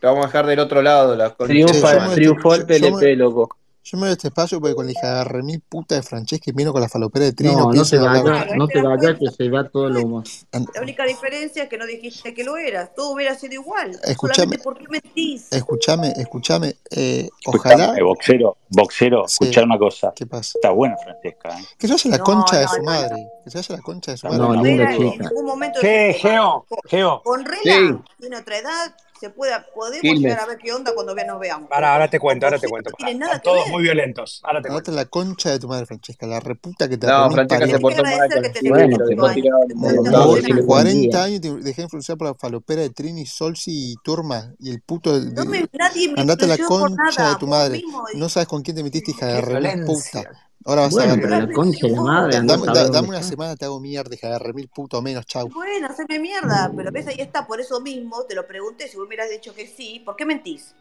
Speaker 6: Te vamos a dejar del otro lado, la concha de tu
Speaker 3: Che, yo
Speaker 5: Triunfa,
Speaker 6: madre.
Speaker 3: me, voy de este-
Speaker 5: triunfó el
Speaker 3: yo- yo me-
Speaker 5: PLP, loco.
Speaker 3: yo me voy de este espacio porque con la hija de remil puta de Francesca y vino con la falopera de Trini no
Speaker 10: No, no
Speaker 3: pienso
Speaker 10: te
Speaker 3: en hablar.
Speaker 10: vayas,
Speaker 1: Claro, ahí
Speaker 10: no
Speaker 1: te
Speaker 10: te
Speaker 1: das
Speaker 10: vayas que
Speaker 1: cuenta.
Speaker 10: se va todo lo humor.
Speaker 3: And-
Speaker 1: La única diferencia es que no dijiste que lo eras. Todo hubiera sido igual.
Speaker 3: Escuchame,
Speaker 1: Solamente porque mentís.
Speaker 3: escuchame, escuchame. eh,
Speaker 13: Escuchame,
Speaker 3: ojalá.
Speaker 13: eh, boxero, boxero,
Speaker 3: Sí,
Speaker 13: escuchar una cosa.
Speaker 3: ¿qué pasa?
Speaker 13: Está buena Francesca, ¿eh?
Speaker 3: Que se vaya a la
Speaker 1: No,
Speaker 3: concha de
Speaker 1: no,
Speaker 3: su
Speaker 1: no, no.
Speaker 3: madre. Que se vaya a la concha de su
Speaker 13: Está
Speaker 3: madre.
Speaker 10: No,
Speaker 13: buena
Speaker 10: linda
Speaker 1: Vera en
Speaker 13: boluda.
Speaker 10: chica.
Speaker 1: ningún momento se
Speaker 8: Che,
Speaker 1: tomaba.
Speaker 8: Geo,
Speaker 1: Con,
Speaker 8: Geo.
Speaker 1: con Rela
Speaker 6: Sí,
Speaker 1: tiene otra edad, se pueda podemos llegar
Speaker 6: Quilmes.
Speaker 1: a ver qué onda cuando ve- nos veamos, pero
Speaker 8: Pará,
Speaker 1: con,
Speaker 8: ahora te
Speaker 1: con
Speaker 8: cuento, ahora te
Speaker 1: Boxeo
Speaker 8: cuento,
Speaker 1: no
Speaker 8: pará.
Speaker 1: tiene
Speaker 8: Están
Speaker 1: nada que
Speaker 8: todos
Speaker 1: ver.
Speaker 8: muy violentos. Ahora te
Speaker 3: Andate
Speaker 8: cuento.
Speaker 3: a la concha de tu madre, Francesca. La reputa que te
Speaker 6: No,
Speaker 3: remil
Speaker 6: Francesca
Speaker 1: Te
Speaker 6: se
Speaker 1: tenés
Speaker 3: parió.
Speaker 1: que
Speaker 6: portó mal
Speaker 1: agradecer
Speaker 6: con
Speaker 1: que tenés
Speaker 6: Trini,
Speaker 10: Bueno,
Speaker 1: 25
Speaker 6: lo
Speaker 10: pero
Speaker 6: dejó
Speaker 1: años, te
Speaker 6: tirado en el
Speaker 1: falta
Speaker 3: Vos
Speaker 10: vos
Speaker 6: lodo.
Speaker 1: madurar.
Speaker 3: con
Speaker 10: tenés un
Speaker 3: 40
Speaker 10: día.
Speaker 3: años te dejás influenciar por la falopera de Trini, Solsi y Turma. Y el puto de,
Speaker 1: No me,
Speaker 3: de-
Speaker 1: nadie me
Speaker 3: Andate a la
Speaker 1: influenció por
Speaker 3: concha de
Speaker 1: nada,
Speaker 3: tu
Speaker 1: vos
Speaker 3: madre.
Speaker 1: mismo.
Speaker 3: No sabes con quién te metiste, hija de
Speaker 8: Qué
Speaker 3: remil puta.
Speaker 8: violencia.
Speaker 3: Ahora vas a
Speaker 10: Bueno,
Speaker 3: ver.
Speaker 10: pero
Speaker 1: Pero
Speaker 10: la
Speaker 1: es
Speaker 10: concha de la madre,
Speaker 1: vos.
Speaker 10: andá a
Speaker 3: Dame,
Speaker 10: saber
Speaker 3: da-
Speaker 10: dónde
Speaker 3: dame una
Speaker 10: está.
Speaker 3: semana, te hago mierda, hija de remil puta o menos, chau.
Speaker 1: Bueno, haceme mierda, pero ves, ahí está, por eso mismo te lo pregunté, si vos me hubieras dicho que sí, ¿por qué mentís?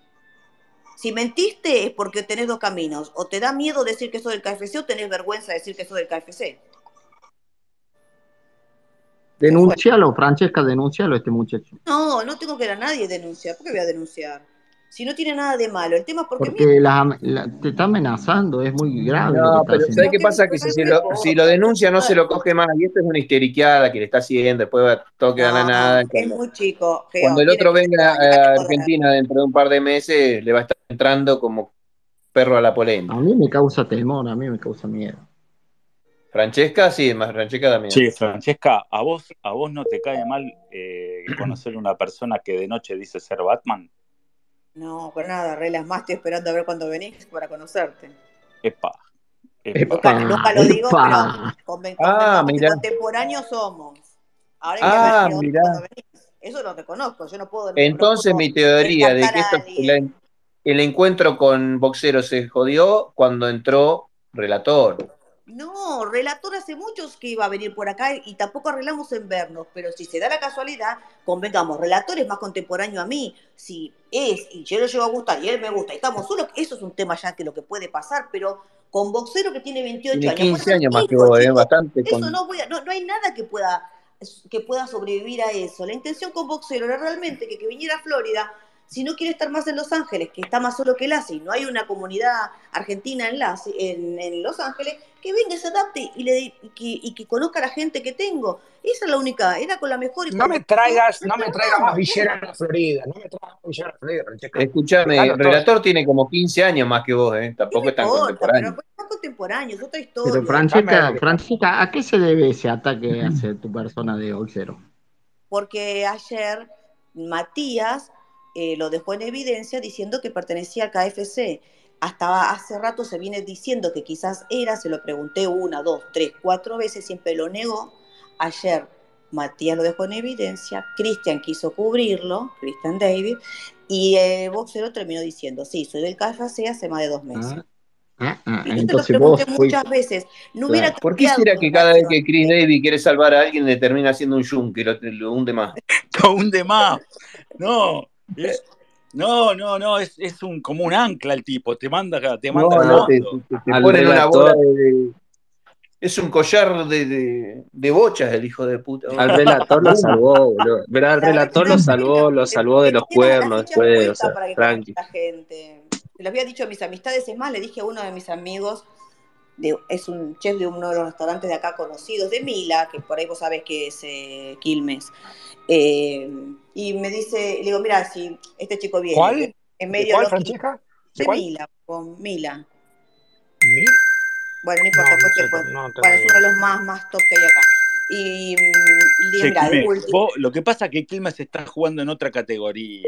Speaker 1: Si mentiste es porque tenés dos caminos, o te da miedo decir que sos del KFC o tenés vergüenza de decir que sos del KFC. Se fue.
Speaker 10: Denuncialo, Francesca, denuncialo a este muchacho.
Speaker 1: No, no tengo que ir a nadie denunciar. ¿Por qué voy a denunciar? Si no tiene nada de malo. El tema es por qué miente.
Speaker 10: Porque la- la- te está amenazando, es muy grave lo que
Speaker 6: No,
Speaker 10: está
Speaker 6: pero ¿sabés
Speaker 10: haciendo.
Speaker 1: Pero
Speaker 6: qué
Speaker 1: qué,
Speaker 6: pasa? Que
Speaker 1: pero
Speaker 6: si, se
Speaker 1: no
Speaker 6: lo, si lo
Speaker 1: importa. Yo
Speaker 6: denuncia no se
Speaker 1: no,
Speaker 6: lo coge más. Y esto es una histeriqueada que le está haciendo. Después va todo quedar la nada. y
Speaker 1: es
Speaker 6: Cuando,
Speaker 1: muy chico,
Speaker 6: cuando
Speaker 1: Geo.
Speaker 6: el
Speaker 1: Tiene
Speaker 6: otro
Speaker 1: 21
Speaker 6: venga
Speaker 1: años, date
Speaker 6: a
Speaker 1: a joder.
Speaker 6: Argentina dentro de un par de meses, le va a estar entrando como perro a la
Speaker 10: A
Speaker 6: polenta.
Speaker 10: mí me causa temor, a mí me causa miedo.
Speaker 6: Francesca, sí, más Francesca da miedo.
Speaker 13: Che, Francesca, ¿a vos, a vos no te cae mal eh, conocer una persona que de noche dice ser Batman?
Speaker 1: No, para nada, relas más. Estoy esperando a ver cuándo venís para conocerte.
Speaker 13: Epa, epa.
Speaker 1: Nunca,
Speaker 10: ¡Epa!
Speaker 1: nunca lo digo, pero
Speaker 10: ¡Epa!
Speaker 1: conven-
Speaker 6: Ah,
Speaker 1: convengamos que
Speaker 6: mirá.
Speaker 1: contemporáneos somos. Ahora hay que ver
Speaker 6: Ah,
Speaker 1: qué onda
Speaker 6: mirá.
Speaker 1: cuando venís. Eso lo reconozco. Yo no puedo, no, no
Speaker 6: Entonces
Speaker 1: puedo
Speaker 6: mi teoría de
Speaker 1: descartar
Speaker 6: que
Speaker 1: a
Speaker 6: esto,
Speaker 1: alguien.
Speaker 6: el, el encuentro con Boxero se jodió cuando entró Relator.
Speaker 1: No, relator hace muchos que iba a venir por acá y tampoco arreglamos en vernos, pero si se da la casualidad, convengamos, relator es más contemporáneo a mí, si es y yo lo llevo a gustar y él me gusta y estamos solos, eso es un tema ya que lo que puede pasar, pero con boxero que tiene 28
Speaker 6: Tiene
Speaker 1: años, por
Speaker 6: 15 años más que
Speaker 1: chicos,
Speaker 6: vos, ¿eh?
Speaker 1: chicos,
Speaker 6: Bastante
Speaker 1: eso
Speaker 6: con...
Speaker 1: no voy a- no, no hay nada que pueda, que pueda sobrevivir a eso. La intención con boxero era realmente que, que viniera a Florida si no quiere estar más en Los Ángeles, que está más solo que el y no hay una comunidad argentina en, Lazi- en, en Los Ángeles, que venga, y se adapte y, le, y que, y que conozca a la gente que tengo. Esa es la única, era con la mejor. y
Speaker 8: No
Speaker 1: con-
Speaker 8: me traigas, no me traigas más Villera a la Florida, no me traigas más Villera a la Florida. Checa.
Speaker 6: Escuchame,
Speaker 8: Dejalo
Speaker 6: el
Speaker 8: todo.
Speaker 6: relator tiene como 15 años más que vos, ¿eh? Tampoco es tan contemporáneo.
Speaker 1: Más contemporáneos, otra historia.
Speaker 10: Pero Francesca, Francesca, ¿a qué se debe ese ataque hacia tu persona de Olcero?
Speaker 1: porque ayer Matías eh, lo dejó en evidencia diciendo que pertenecía al KFC. Hasta hace rato se viene diciendo que quizás era, se lo pregunté una, dos, tres, cuatro veces, siempre lo negó. Ayer Matías lo dejó en evidencia, Cristian quiso cubrirlo, Cristian David, y eh, Boxero terminó diciendo, sí, soy del KFC hace más de dos meses.
Speaker 10: Ah,
Speaker 1: Yo
Speaker 10: ah,
Speaker 1: te lo
Speaker 10: entonces vos
Speaker 1: pregunté
Speaker 10: fuiste.
Speaker 1: muchas veces, no hubiera
Speaker 6: Claro. ¿Por qué
Speaker 1: cambiado
Speaker 6: será
Speaker 1: mi
Speaker 6: que cada vez que Chris Davis quiere salvar a alguien le termina haciendo un yunque y lo, lo hunde más?
Speaker 9: Lo hunde más. No, es- no, no, no, es, es un, como un ancla el tipo, te manda, acá, te manda
Speaker 6: No,
Speaker 9: al
Speaker 6: no, te,
Speaker 9: fondo.
Speaker 6: te- te
Speaker 5: Al
Speaker 6: ponen una bola
Speaker 5: relator.
Speaker 6: de, de- Es un collar de, de- de bochas el hijo de puta.
Speaker 5: Al relator lo salvó, boludo. Pero
Speaker 1: La verdad
Speaker 5: al relator
Speaker 1: que
Speaker 5: lo
Speaker 1: no,
Speaker 5: salvó, lo salvó de los
Speaker 1: Tienen la
Speaker 5: cuernos
Speaker 1: ficha
Speaker 5: después, o
Speaker 1: puesta
Speaker 5: sea,
Speaker 1: para que conozca
Speaker 5: tranqui.
Speaker 1: la gente. Se lo había dicho a mis amistades, es más, le dije a uno de mis amigos, de- es un chef de uno de los restaurantes de acá conocidos, de Mila, que por ahí vos sabés que es eh, Quilmes. Eh, y me dice, le digo, mira, si este chico viene,
Speaker 8: ¿Cuál?
Speaker 1: que en
Speaker 8: ¿De
Speaker 1: medio
Speaker 8: cuál,
Speaker 1: loquito".
Speaker 8: Francesca? ¿De
Speaker 1: de
Speaker 8: cuál?
Speaker 1: Mila, con Mila.
Speaker 8: ¿Mil?
Speaker 1: Bueno, no importa, pues, fue que
Speaker 8: No, no sé,
Speaker 1: fue.
Speaker 8: no tengo
Speaker 1: Bueno, es
Speaker 8: idea.
Speaker 1: uno de los más, más top que hay acá. Y, mm, le dije,
Speaker 9: Che,
Speaker 1: mira, de
Speaker 9: Quilmes,
Speaker 1: último.
Speaker 9: vos- lo que pasa es que Quilmes está jugando en otra categoría.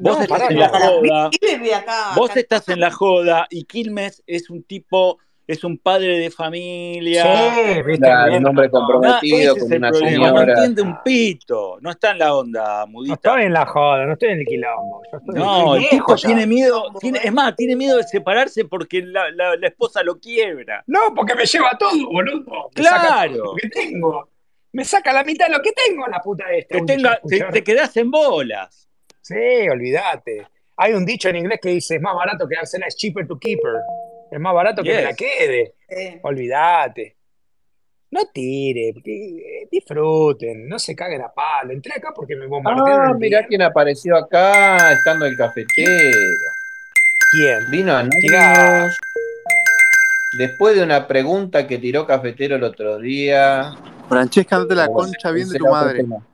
Speaker 8: No,
Speaker 9: Vos estás
Speaker 8: pará,
Speaker 9: en
Speaker 8: no.
Speaker 9: la
Speaker 1: Para mí,
Speaker 9: joda,
Speaker 1: Quilmes vive acá,
Speaker 9: vos
Speaker 1: acá
Speaker 9: estás en la joda y Quilmes es un tipo, es un padre de familia.
Speaker 8: Sí, viste,
Speaker 6: Claro, un
Speaker 8: bien.
Speaker 6: hombre
Speaker 9: Nada,
Speaker 8: No,
Speaker 6: comprometido
Speaker 9: ese
Speaker 6: con
Speaker 9: es el
Speaker 6: una
Speaker 9: problema, no
Speaker 6: señora.
Speaker 9: entiende un pito, no está en la onda,
Speaker 8: no
Speaker 9: mudita.
Speaker 8: estoy en la joda, no estoy en el quilombo. Yo estoy, estoy
Speaker 9: No, el
Speaker 8: viejo
Speaker 9: tipo
Speaker 8: ya.
Speaker 9: tiene miedo, tiene,
Speaker 1: eh.
Speaker 9: es más, tiene miedo de separarse porque la, la- la esposa lo quiebra.
Speaker 8: No, porque me lleva todo, boludo. Me saca todo lo
Speaker 9: ¡Claro!
Speaker 8: que tengo. Me saca la mitad de lo que tengo, la puta esta.
Speaker 9: Te,
Speaker 8: Un dicho de este
Speaker 9: tenga, te,
Speaker 8: escuchar.
Speaker 9: te quedás en bolas.
Speaker 8: Sí, olvídate. Hay un dicho en inglés que dice, es más barato quedársela, es cheaper to keeper. Es más barato que me la
Speaker 9: Yes.
Speaker 8: quede.
Speaker 1: Eh,
Speaker 8: Olvídate. No tire, que- eh, disfruten, no se caguen a palo. Entré acá porque me bombardearon
Speaker 6: Ah,
Speaker 8: el
Speaker 6: mirá
Speaker 8: bien.
Speaker 6: quién apareció acá, estando el cafetero.
Speaker 8: ¿Quién?
Speaker 6: Vino
Speaker 8: Tirá.
Speaker 6: Anonymous. Después de una pregunta que tiró Cafetero el otro día.
Speaker 3: Francesca, andate la
Speaker 6: Bueno,
Speaker 3: concha bien de
Speaker 6: ese
Speaker 3: tu
Speaker 6: era otro
Speaker 3: madre.
Speaker 6: tema.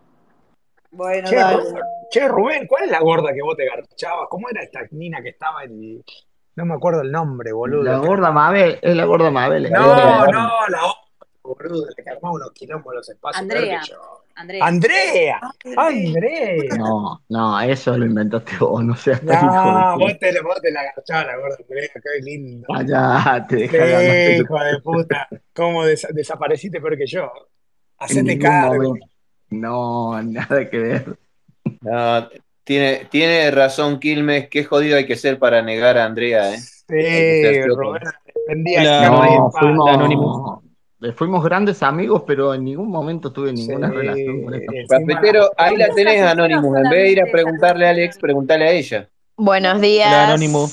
Speaker 1: bueno,
Speaker 8: Che,
Speaker 1: dale.
Speaker 8: Ru- che, Rubén, ¿cuál es la gorda que vos te garchabas? ¿Cómo era esta nina que estaba en... No me acuerdo el nombre,
Speaker 10: La
Speaker 8: boludo. pero-
Speaker 10: gorda Mabel, es la gorda Mabel.
Speaker 6: La gorda
Speaker 8: No,
Speaker 6: Mabel.
Speaker 8: no, la otra, boludo, la que armaba unos quilombos en los espacios verdes.
Speaker 12: Andrea,
Speaker 8: yo.
Speaker 12: Andrea.
Speaker 8: Andrea,
Speaker 1: Andrés,
Speaker 8: Andrea.
Speaker 10: No, no, eso lo inventaste vos, no seas tan hijo de
Speaker 8: No, vos
Speaker 10: puta.
Speaker 8: te, la- vos te la agachás, la gorda Andrea, qué lindo.
Speaker 10: Allá, te
Speaker 8: Sí,
Speaker 10: deja de hablar de
Speaker 8: hijo de puta, cómo desa- desapareciste peor que yo.
Speaker 10: en
Speaker 8: Hacete
Speaker 10: ningún
Speaker 8: cargo.
Speaker 10: momento. No, nada que ver.
Speaker 6: No, tiene, tiene razón Quilmes, qué jodido hay que ser para negar a Andrea, ¿eh? Hay que ser
Speaker 8: Sí,
Speaker 6: choto.
Speaker 8: Rubén defendía a
Speaker 5: Hola,
Speaker 8: carne y
Speaker 10: No,
Speaker 8: espada.
Speaker 5: hola Anonymous.
Speaker 10: fuimos, fuimos grandes amigos, pero en ningún momento tuve
Speaker 8: Sí,
Speaker 10: ninguna relación con esa
Speaker 8: encima la
Speaker 6: Cafetero, ahí la
Speaker 12: Entonces,
Speaker 6: tenés,
Speaker 12: cafetero
Speaker 6: Anonymous. En vez de ir a
Speaker 12: solamente
Speaker 6: preguntarle
Speaker 12: saludó
Speaker 6: a
Speaker 12: a
Speaker 6: Alex,
Speaker 12: Anónimo.
Speaker 6: preguntale a ella.
Speaker 14: Buenos
Speaker 5: Hola Anonymous.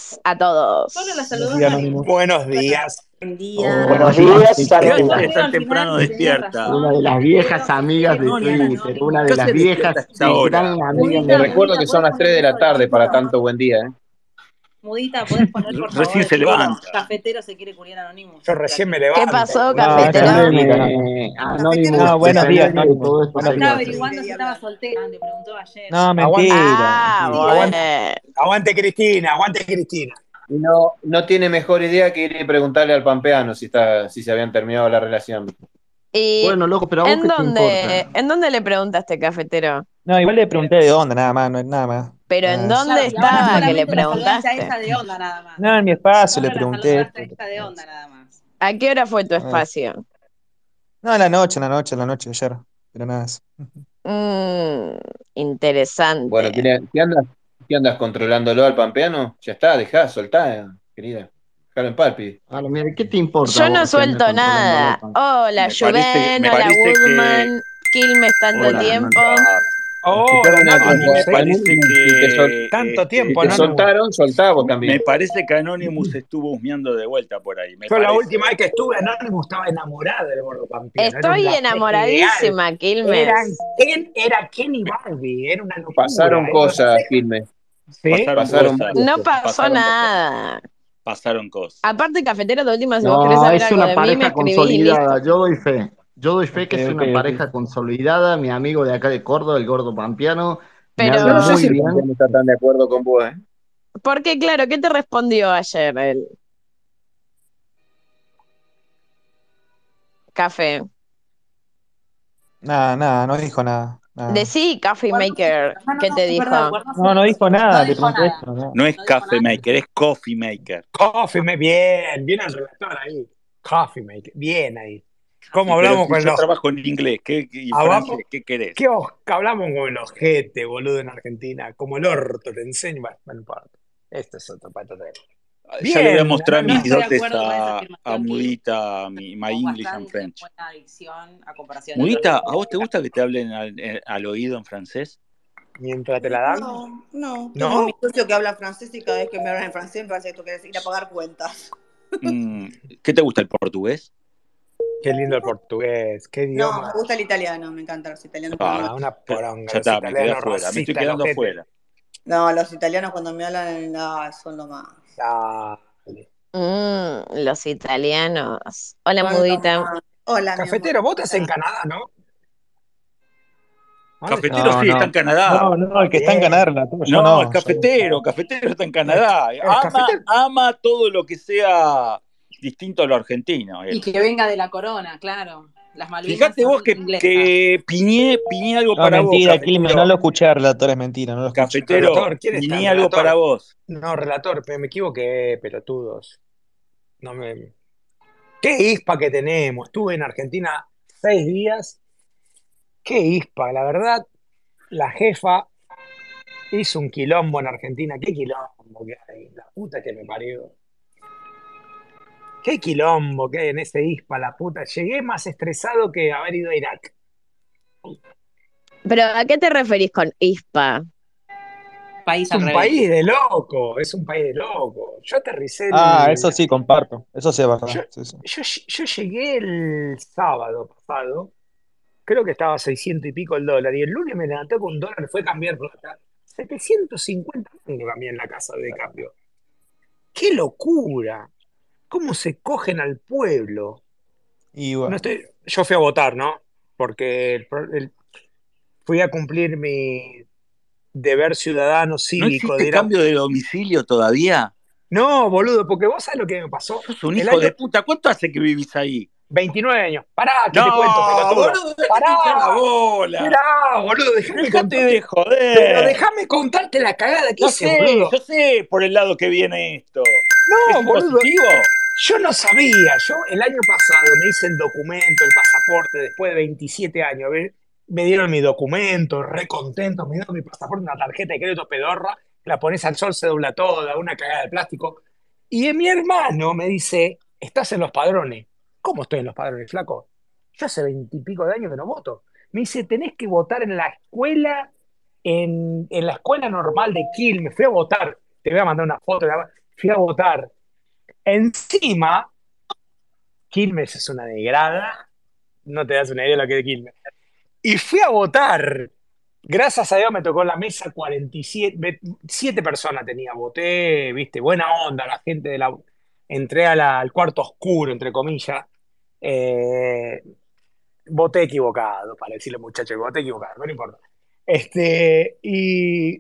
Speaker 14: días a todos.
Speaker 12: Solo la
Speaker 5: Buenos
Speaker 12: saludó
Speaker 5: días
Speaker 12: Anónimo.
Speaker 5: Anonymous.
Speaker 8: Buenos días.
Speaker 1: buen día.
Speaker 10: Hola,
Speaker 7: Buenos
Speaker 10: una
Speaker 7: días,
Speaker 9: Mirá
Speaker 10: secretaria,
Speaker 9: que
Speaker 12: Pero
Speaker 9: tan
Speaker 12: al
Speaker 9: temprano
Speaker 12: final tenía
Speaker 9: despierta.
Speaker 10: una de
Speaker 12: razón,
Speaker 10: las
Speaker 12: Cafetero,
Speaker 10: viejas
Speaker 12: se
Speaker 10: amigas de
Speaker 12: quiere
Speaker 10: Twitter,
Speaker 12: morir
Speaker 10: una
Speaker 12: a
Speaker 10: de
Speaker 9: ¿Qué
Speaker 10: las
Speaker 9: se
Speaker 12: Anónimo.
Speaker 9: despierta a
Speaker 10: viejas
Speaker 9: esta
Speaker 10: sí, gran
Speaker 9: hora?
Speaker 10: amiga
Speaker 6: Te
Speaker 12: Mudita,
Speaker 10: mía.
Speaker 6: recuerdo
Speaker 12: mudita,
Speaker 6: que son
Speaker 12: ¿podés
Speaker 6: las
Speaker 12: poner
Speaker 6: 3 de
Speaker 12: eso
Speaker 6: la
Speaker 12: del
Speaker 6: tarde para
Speaker 12: pito?
Speaker 6: tanto buen día, ¿eh?
Speaker 12: Mudita, ¿podés poner por favor
Speaker 9: Recién
Speaker 12: el
Speaker 9: se
Speaker 12: pito?
Speaker 9: levanta.
Speaker 12: Cafetero se quiere curiar a Anonymous.
Speaker 8: Yo recién me
Speaker 14: ¿Qué
Speaker 8: levanto,
Speaker 14: pasó,
Speaker 8: boludo.
Speaker 10: No,
Speaker 14: cafetero?
Speaker 10: entendeme,
Speaker 1: Cafetero
Speaker 10: Anonymous,
Speaker 5: No,
Speaker 1: está
Speaker 5: buenos días
Speaker 10: entendeme que
Speaker 5: Anonymous.
Speaker 10: todo esto
Speaker 5: Buenos
Speaker 10: se
Speaker 12: Está
Speaker 5: días.
Speaker 1: Yo
Speaker 12: averiguando si
Speaker 1: quería
Speaker 12: estaba
Speaker 1: hablar.
Speaker 12: soltera, le preguntó ayer.
Speaker 5: No,
Speaker 8: Aguante,
Speaker 5: mentira.
Speaker 14: Ah,
Speaker 1: Sí,
Speaker 8: aguante,
Speaker 14: bueno.
Speaker 8: aguante Cristina, aguante Cristina.
Speaker 6: Y no, no tiene mejor idea que ir y preguntarle al pampeano si, está, si se habían terminado la relación.
Speaker 14: ¿Y
Speaker 10: Bueno, loco, pero a vos
Speaker 14: en
Speaker 10: qué te importa.
Speaker 14: dónde, en dónde le preguntaste, cafetero?
Speaker 5: No, igual le pregunté de onda, nada más, no es nada más.
Speaker 14: Pero ¿en
Speaker 10: Ah.
Speaker 5: Nada.
Speaker 14: dónde
Speaker 12: Claro, y ahora
Speaker 14: estaba que le
Speaker 12: solamente la saludaste a
Speaker 14: preguntaste?
Speaker 12: ella de onda nada más.
Speaker 5: No, en mi espacio le
Speaker 12: Solo la
Speaker 5: pregunté
Speaker 12: saludaste
Speaker 5: esto.
Speaker 12: a ella de onda nada más.
Speaker 14: ¿A qué hora fue tu
Speaker 5: Ah.
Speaker 14: espacio?
Speaker 5: No, en la noche, en la noche, en la noche, ayer. Pero nada. más.
Speaker 14: Mm,
Speaker 6: Bueno, ¿qué,
Speaker 14: interesante.
Speaker 6: le- qué andas, qué andas controlándolo al pampeano? Ya está, dejá, soltá, eh, querida. Dejalo en paz, pibe.
Speaker 15: Ah,
Speaker 10: Ahora, mira, ¿qué te importa a
Speaker 14: Yo no
Speaker 10: vos si andas
Speaker 14: suelto
Speaker 10: controlándolo
Speaker 14: nada.
Speaker 10: al pan?
Speaker 14: Hola,
Speaker 9: Me parece,
Speaker 14: Juven,
Speaker 9: me
Speaker 14: hola,
Speaker 9: parece que.
Speaker 14: Woodman, Quilmes tanto
Speaker 10: Hola,
Speaker 9: Hola,
Speaker 10: Anonymous.
Speaker 14: tiempo.
Speaker 9: chicas.
Speaker 8: Hola,
Speaker 6: Escuchame una
Speaker 15: Ah,
Speaker 6: cosa,
Speaker 9: Me
Speaker 8: Anonymous, ¿eh?
Speaker 9: Oh, parece
Speaker 6: Anonymous, si te, sol-
Speaker 9: que.
Speaker 8: Tanto
Speaker 6: si
Speaker 8: tiempo,
Speaker 6: te
Speaker 9: Este,
Speaker 8: Anonymous.
Speaker 6: soltaron, soltá vos
Speaker 9: me
Speaker 6: también.
Speaker 9: parece que Anonymous estuvo husmeando de vuelta por ahí, me
Speaker 8: Yo la
Speaker 9: parece.
Speaker 8: última vez que estuve Anonymous estaba enamorada del gordo pampeano, era
Speaker 14: Estoy
Speaker 8: la pareja ideal.
Speaker 14: enamoradísima,
Speaker 8: Eran
Speaker 14: Quilmes.
Speaker 8: Ken, era Kenny Barbie, era una locura,
Speaker 6: Pasaron
Speaker 8: era una
Speaker 6: cosas,
Speaker 8: pareja.
Speaker 6: Quilmes.
Speaker 8: Sí.
Speaker 9: Pasaron cosas.
Speaker 14: No pasó
Speaker 9: Este, Pasaron-
Speaker 14: nada.
Speaker 9: Pasaron cosas.
Speaker 14: Aparte, cafetero, de última, si vos querés
Speaker 10: No,
Speaker 14: saber
Speaker 10: es
Speaker 14: algo
Speaker 10: una
Speaker 14: de mí, me
Speaker 10: pareja
Speaker 14: escribís y listo.
Speaker 10: consolidada, yo doy fe. Yo doy fe que
Speaker 8: Ok,
Speaker 10: es una
Speaker 8: ok, ok.
Speaker 10: pareja consolidada, mi amigo de acá de Córdoba, el gordo pampiano, me
Speaker 14: Pero-
Speaker 10: habla
Speaker 14: Yo no sé
Speaker 10: muy
Speaker 14: si el
Speaker 10: bien.
Speaker 6: No está tan de acuerdo con vos, ¿eh?
Speaker 14: Porque, claro, ¿qué te respondió ayer el café?
Speaker 15: Nada, nada, no dijo nada. nada.
Speaker 14: Decí, Coffee Maker, ¿qué te dijo?
Speaker 15: No, no dijo
Speaker 8: Ah,
Speaker 15: nada, le
Speaker 14: dijo
Speaker 15: pregunté
Speaker 14: nada.
Speaker 15: esto. no.
Speaker 9: No es Café Maker, es Coffee Maker.
Speaker 8: Coffee, me- bien, bien el redactor ahí. Coffee Maker, bien ahí.
Speaker 9: Pero
Speaker 8: ¿Cómo hablamos
Speaker 9: si
Speaker 8: con
Speaker 9: yo
Speaker 8: los
Speaker 9: trabajo en inglés ¿qué, y en
Speaker 8: Hablamos-
Speaker 9: francés, ¿qué querés?
Speaker 8: ¿Qué os- hablamos con el ojete, boludo, en Argentina? Como el orto, te enseño. Bueno, no importa. Esto es otro patatero.
Speaker 9: Ya le voy a
Speaker 8: Bien,
Speaker 9: mostrar
Speaker 8: Ana,
Speaker 9: mis
Speaker 8: no-
Speaker 9: dotes a, a Mudita, mi, my English and French.
Speaker 12: a comparación de
Speaker 9: Mudita,
Speaker 12: otros.
Speaker 9: ¿a vos te gusta que te hablen al, eh, al oído en francés?
Speaker 8: Mientras te la dan.
Speaker 1: No, no. Tengo
Speaker 9: ¿No?
Speaker 1: mi socio que habla francés y cada vez que me hablan en francés me parece que tengo que ir a pagar cuentas.
Speaker 9: Mm, ¿Qué te gusta el portugués?
Speaker 8: Qué lindo el portugués, qué
Speaker 1: No,
Speaker 8: idioma.
Speaker 1: me gusta el italiano, me encantan los italianos cuando me
Speaker 9: Ah,
Speaker 8: Ah, una poronga,
Speaker 9: ya
Speaker 8: los
Speaker 9: está, me quedé
Speaker 8: italianos
Speaker 9: afuera, me estoy
Speaker 8: racistas, los
Speaker 9: quedando
Speaker 8: ojete.
Speaker 9: afuera.
Speaker 1: No, los italianos cuando me hablan no, son lo más.
Speaker 14: Mm, los italianos. Hola,
Speaker 1: Son lo
Speaker 14: mudita.
Speaker 1: más. Hola, mi amor.
Speaker 8: Cafetero, vos estás en Canadá, ¿no? ¿Dónde estás?
Speaker 9: Cafetero
Speaker 15: No,
Speaker 9: sí, está
Speaker 15: no.
Speaker 9: en Canadá.
Speaker 15: No, no, el que está en Canadá, relator,
Speaker 9: No,
Speaker 15: yo
Speaker 9: el
Speaker 15: no. yo-
Speaker 9: cafetero, cafetero está en Canadá.
Speaker 8: El
Speaker 9: Ama,
Speaker 8: cafetero.
Speaker 9: ama todo lo que sea distinto a lo argentino. él.
Speaker 12: Y que venga de la corona, claro. Las malumas
Speaker 9: Fíjate
Speaker 12: son
Speaker 9: vos que,
Speaker 12: inglesas.
Speaker 9: que piñé, piñé algo
Speaker 15: No,
Speaker 9: para vos,
Speaker 15: mentira, Quilmes, no
Speaker 9: cafetero.
Speaker 15: lo escuché, relator, es mentira, no lo escuché.
Speaker 9: Cafetero,
Speaker 8: Relator, ¿quién está?
Speaker 9: piñé algo para
Speaker 8: Relator.
Speaker 9: vos.
Speaker 8: No, relator, me, me equivoqué, pelotudos. No me... ¿Qué ispa que tenemos? Estuve en Argentina seis días. ¿Qué ispa? La verdad, la jefa hizo un quilombo en Argentina. ¿Qué quilombo que hay? La puta que me parió. ¿Qué quilombo que hay en ese ispa, la puta? Llegué más estresado que haber ido a Irak.
Speaker 14: ¿Pero a qué te referís con ISPA?
Speaker 12: País
Speaker 8: Es un país de loco, es un país de loco. Yo aterricé
Speaker 15: Ah, eso
Speaker 8: el,
Speaker 15: sí, comparto. Eso sí es
Speaker 8: Yo,
Speaker 15: verdad. sí, sí.
Speaker 8: yo- yo llegué el sábado pasado, creo que estaba a 600 y pico el dólar, y el lunes me levanté con un dólar, fue a cambiar plata. 750 mangos cambié en la casa de cambio. ¡Qué locura! ¿Cómo se cogen al pueblo?
Speaker 15: Y
Speaker 8: No
Speaker 15: bueno,
Speaker 8: estoy, yo fui a votar, ¿no? Porque el pro- el- fui a cumplir mi deber ciudadano
Speaker 9: ¿No
Speaker 8: cívico de
Speaker 9: hiciste
Speaker 8: ir a...
Speaker 9: cambio de domicilio todavía?
Speaker 8: No, boludo, porque vos sabés lo
Speaker 9: Eh.
Speaker 8: que me pasó.
Speaker 9: Sos un
Speaker 8: El
Speaker 9: hijo
Speaker 8: año
Speaker 9: de puta. ¿Cuánto hace que vivís ahí?
Speaker 8: 29 años. Pará, que te cuento,
Speaker 9: No,
Speaker 8: pelotudo.
Speaker 9: boludo, dejate hinchar la
Speaker 8: Pará.
Speaker 9: bola.
Speaker 8: Mirá, boludo, déjame
Speaker 9: Dejate
Speaker 8: contarte.
Speaker 9: de
Speaker 8: Pero
Speaker 9: joder.
Speaker 8: déjame contarte la cagada que
Speaker 9: Yo
Speaker 8: hice,
Speaker 9: sé,
Speaker 8: boludo.
Speaker 9: yo sé por el lado que viene esto. ¿Es
Speaker 8: No, boludo.
Speaker 9: impositivo?
Speaker 8: Yo no sabía. Yo el año pasado me hice el documento, el pasaporte, después de 27 años. ¿ves? Me dieron mi documento, re contento, me dieron mi pasaporte, una tarjeta de crédito pedorra, la pones al sol, se dobla toda, una cagada de plástico. Y mi hermano me dice, estás en los padrones. ¿Cómo estoy en los padrones, flaco? Yo hace veintipico de años que no voto. Me dice, tenés que votar en la escuela, en, en la escuela normal de Quilmes. Fui a votar, te voy a mandar una foto. la- Fui a votar. Encima, Quilmes es una negrada, no te das una idea de lo que es Quilmes. Y fui a votar. Gracias a Dios me tocó en la mesa 47, ve- siete personas tenía, voté, viste, buena onda, la gente de la... Entré a la- al cuarto oscuro, entre comillas. Eh, voté equivocado, para decirle muchachos, voté equivocado, no le importa. Este, y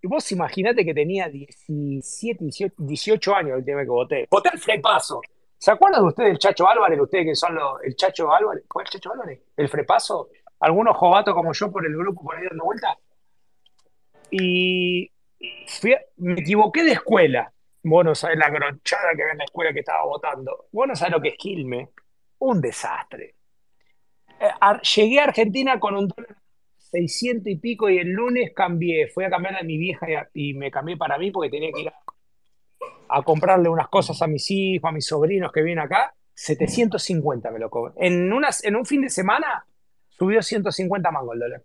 Speaker 8: y Vos imaginate que tenía 17, 18, 18 años el tema que voté. Voté al frepaso. ¿Se acuerdan de ustedes del Chacho Álvarez? Ustedes que son los, el Chacho Álvarez. ¿Fue el Chacho Álvarez? ¿El frepaso? Algunos jovatos como yo por el grupo por ahí dando vuelta. Y fui a- me equivoqué de escuela. Vos no sabés la gronchada que había en la escuela que estaba votando. Vos no sabés lo que es Quilmes. Un desastre. Eh, ar- llegué a Argentina con un dólar 600 y pico y el lunes cambié, fui a cambiar a mi vieja y, a- y me cambié para mí porque tenía que ir a, a comprarle unas cosas a mis hijos, a mis sobrinos que vienen acá. 750 me lo cobró. En, unas, en un fin de semana subió 150 mangos el dólar.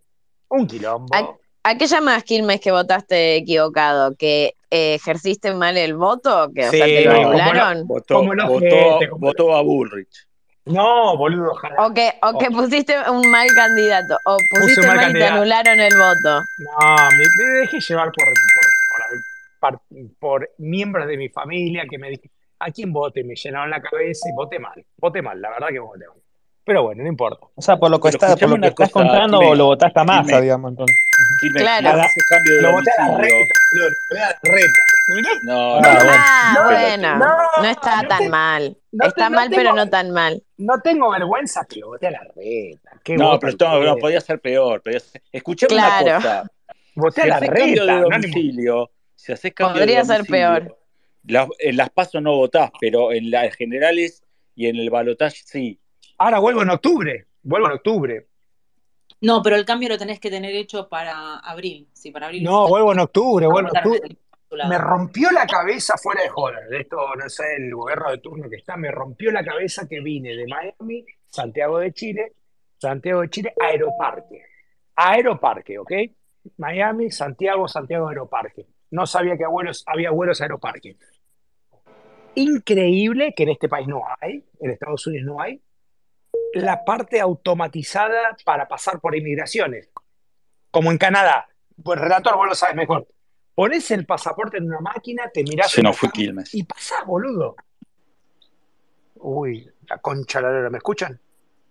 Speaker 8: Un
Speaker 14: ¿A,
Speaker 8: quilombo.
Speaker 14: a qué llamás, Quilmes, que votaste equivocado? ¿Que eh, ejerciste mal el voto? ¿Que, o sea, te lo
Speaker 8: Sí,
Speaker 9: No,
Speaker 8: como lo,
Speaker 14: anularon?
Speaker 8: como
Speaker 9: votó,
Speaker 8: lo
Speaker 9: votó,
Speaker 8: gente, como lo-
Speaker 9: votó a Bullrich.
Speaker 8: No, boludo, ojalá.
Speaker 14: ¿O que, o que
Speaker 8: Ojalá.
Speaker 14: pusiste un mal candidato? ¿O
Speaker 8: Puse un
Speaker 14: pusiste mal y
Speaker 8: mal
Speaker 14: te
Speaker 8: candidato.
Speaker 14: anularon el voto?
Speaker 8: No, me, me dejé llevar por, por, por, par- por miembros de mi familia que me dijeron, ¿a quién vote? Y Me llenaron la cabeza y voté mal. Voté mal, la verdad que voté mal. Pero bueno, no importa.
Speaker 15: O sea, por lo que,
Speaker 8: Pero
Speaker 15: está, por
Speaker 8: escuchame
Speaker 15: lo que
Speaker 8: una
Speaker 15: estás
Speaker 8: cosa,
Speaker 15: contando,
Speaker 8: Quilmes.
Speaker 15: lo votaste a masa,
Speaker 8: Quilmes.
Speaker 15: digamos. Entonces.
Speaker 9: Quilmes,
Speaker 8: Claro.
Speaker 9: nada, ese cambio de
Speaker 8: Lo voté a la
Speaker 9: domicilio.
Speaker 8: reta, Flor, lo voté a la reta.
Speaker 9: No,
Speaker 8: No,
Speaker 9: no,
Speaker 14: Ah,
Speaker 8: no,
Speaker 14: bueno,
Speaker 8: no,
Speaker 14: no está
Speaker 8: no
Speaker 14: tan
Speaker 8: te-
Speaker 14: mal.
Speaker 8: no te-
Speaker 14: está
Speaker 8: no
Speaker 14: mal,
Speaker 8: tengo-
Speaker 14: pero no tan mal.
Speaker 8: No tengo vergüenza que lo voté a la reta. ¿Qué
Speaker 9: no,
Speaker 8: voto
Speaker 9: pero
Speaker 8: al
Speaker 9: todo, no,
Speaker 8: pedo?
Speaker 9: podía ser peor. podía ser- Escuchame
Speaker 14: Claro.
Speaker 9: una cosa.
Speaker 8: Voté a
Speaker 9: Si
Speaker 8: la
Speaker 9: haces cambio de
Speaker 8: reta, no ni-
Speaker 9: domicilio, si haces cambio
Speaker 14: Podría
Speaker 9: de
Speaker 14: ser
Speaker 9: domicilio,
Speaker 14: peor.
Speaker 9: las, en las PASO no votás, pero en las generales y en el balotaje sí.
Speaker 8: Ahora vuelvo en octubre. Vuelvo en octubre.
Speaker 12: No, pero el cambio lo tenés que tener hecho para abril. Sí, para abril.
Speaker 8: No, vuelvo en octubre, vuelvo en
Speaker 12: votar
Speaker 8: octubre.
Speaker 12: en tu lado.
Speaker 8: Me rompió la cabeza fuera de joda. de Esto, no sé, el gobierno de turno que está, me rompió la cabeza que vine de Miami, Santiago de Chile, Santiago de Chile, Aeroparque. Aeroparque, ¿ok? Miami, Santiago, Santiago Aeroparque. No sabía que vuelos, había vuelos a Aeroparque. Increíble que en este país no hay, en Estados Unidos no hay, la parte automatizada para pasar por inmigraciones. Como en Canadá. Pues relator, vos lo sabes mejor. Pones el pasaporte en una máquina, te mirás
Speaker 9: Se
Speaker 8: una
Speaker 9: nos fue
Speaker 8: cámara
Speaker 9: Quilmes.
Speaker 8: y pasás, boludo. Uy, la concha de la lora, ¿me escuchan?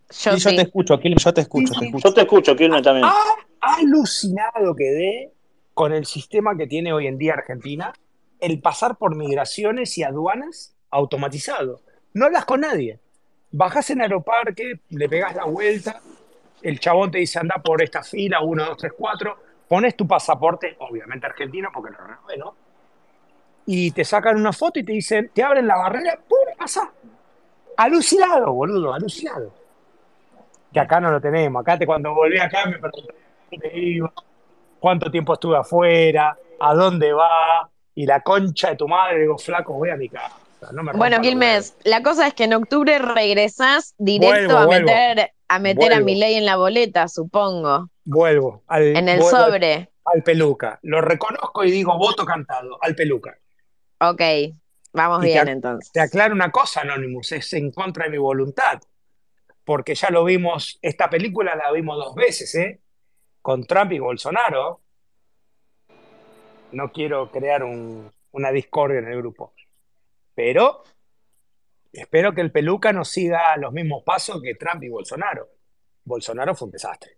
Speaker 15: Sí, yo te escucho, Kilmer, yo te escucho, te escucho.
Speaker 9: Yo te escucho, Quilmes también.
Speaker 8: Ah, alucinado quedé con el sistema que tiene hoy en día Argentina, el pasar por migraciones y aduanas automatizado. No hablas con nadie. Bajás en Aeroparque, le pegás la vuelta, el chabón te dice anda por esta fila, 1, 2, 3, 4, pones tu pasaporte, obviamente argentino, porque lo renové, ¿no? Y te sacan una foto y te dicen, te abren la barrera, ¡pum! pasa. Alucinado, boludo, alucinado. Que acá no lo tenemos. Acá te, cuando volví acá me preguntaron dónde iba, cuánto tiempo estuve afuera, a dónde va, y la concha de tu madre, digo, flaco, voy a mi casa, no
Speaker 14: Bueno,
Speaker 8: me rompa los huevos.
Speaker 14: Quilmes, la cosa es que en octubre regresás directo
Speaker 8: Vuelvo,
Speaker 14: a
Speaker 8: vuelvo,
Speaker 14: meter a meter a
Speaker 8: vuelvo,
Speaker 14: Milei en la boleta, supongo,
Speaker 8: vuelvo, al,
Speaker 14: en el
Speaker 8: vuelvo al,
Speaker 14: sobre.
Speaker 8: al peluca. Lo reconozco y digo, voto cantado, al peluca.
Speaker 14: Ok, vamos
Speaker 8: Y te,
Speaker 14: bien
Speaker 8: ac- te
Speaker 14: entonces.
Speaker 8: aclaro una cosa, Anonymous, es en contra de mi voluntad, porque ya lo vimos, esta película la vimos dos veces, ¿eh? Con Trump y Bolsonaro. No quiero crear un- una discordia en el grupo, pero espero que el peluca no siga los mismos pasos que Trump y Bolsonaro. Bolsonaro fue un desastre,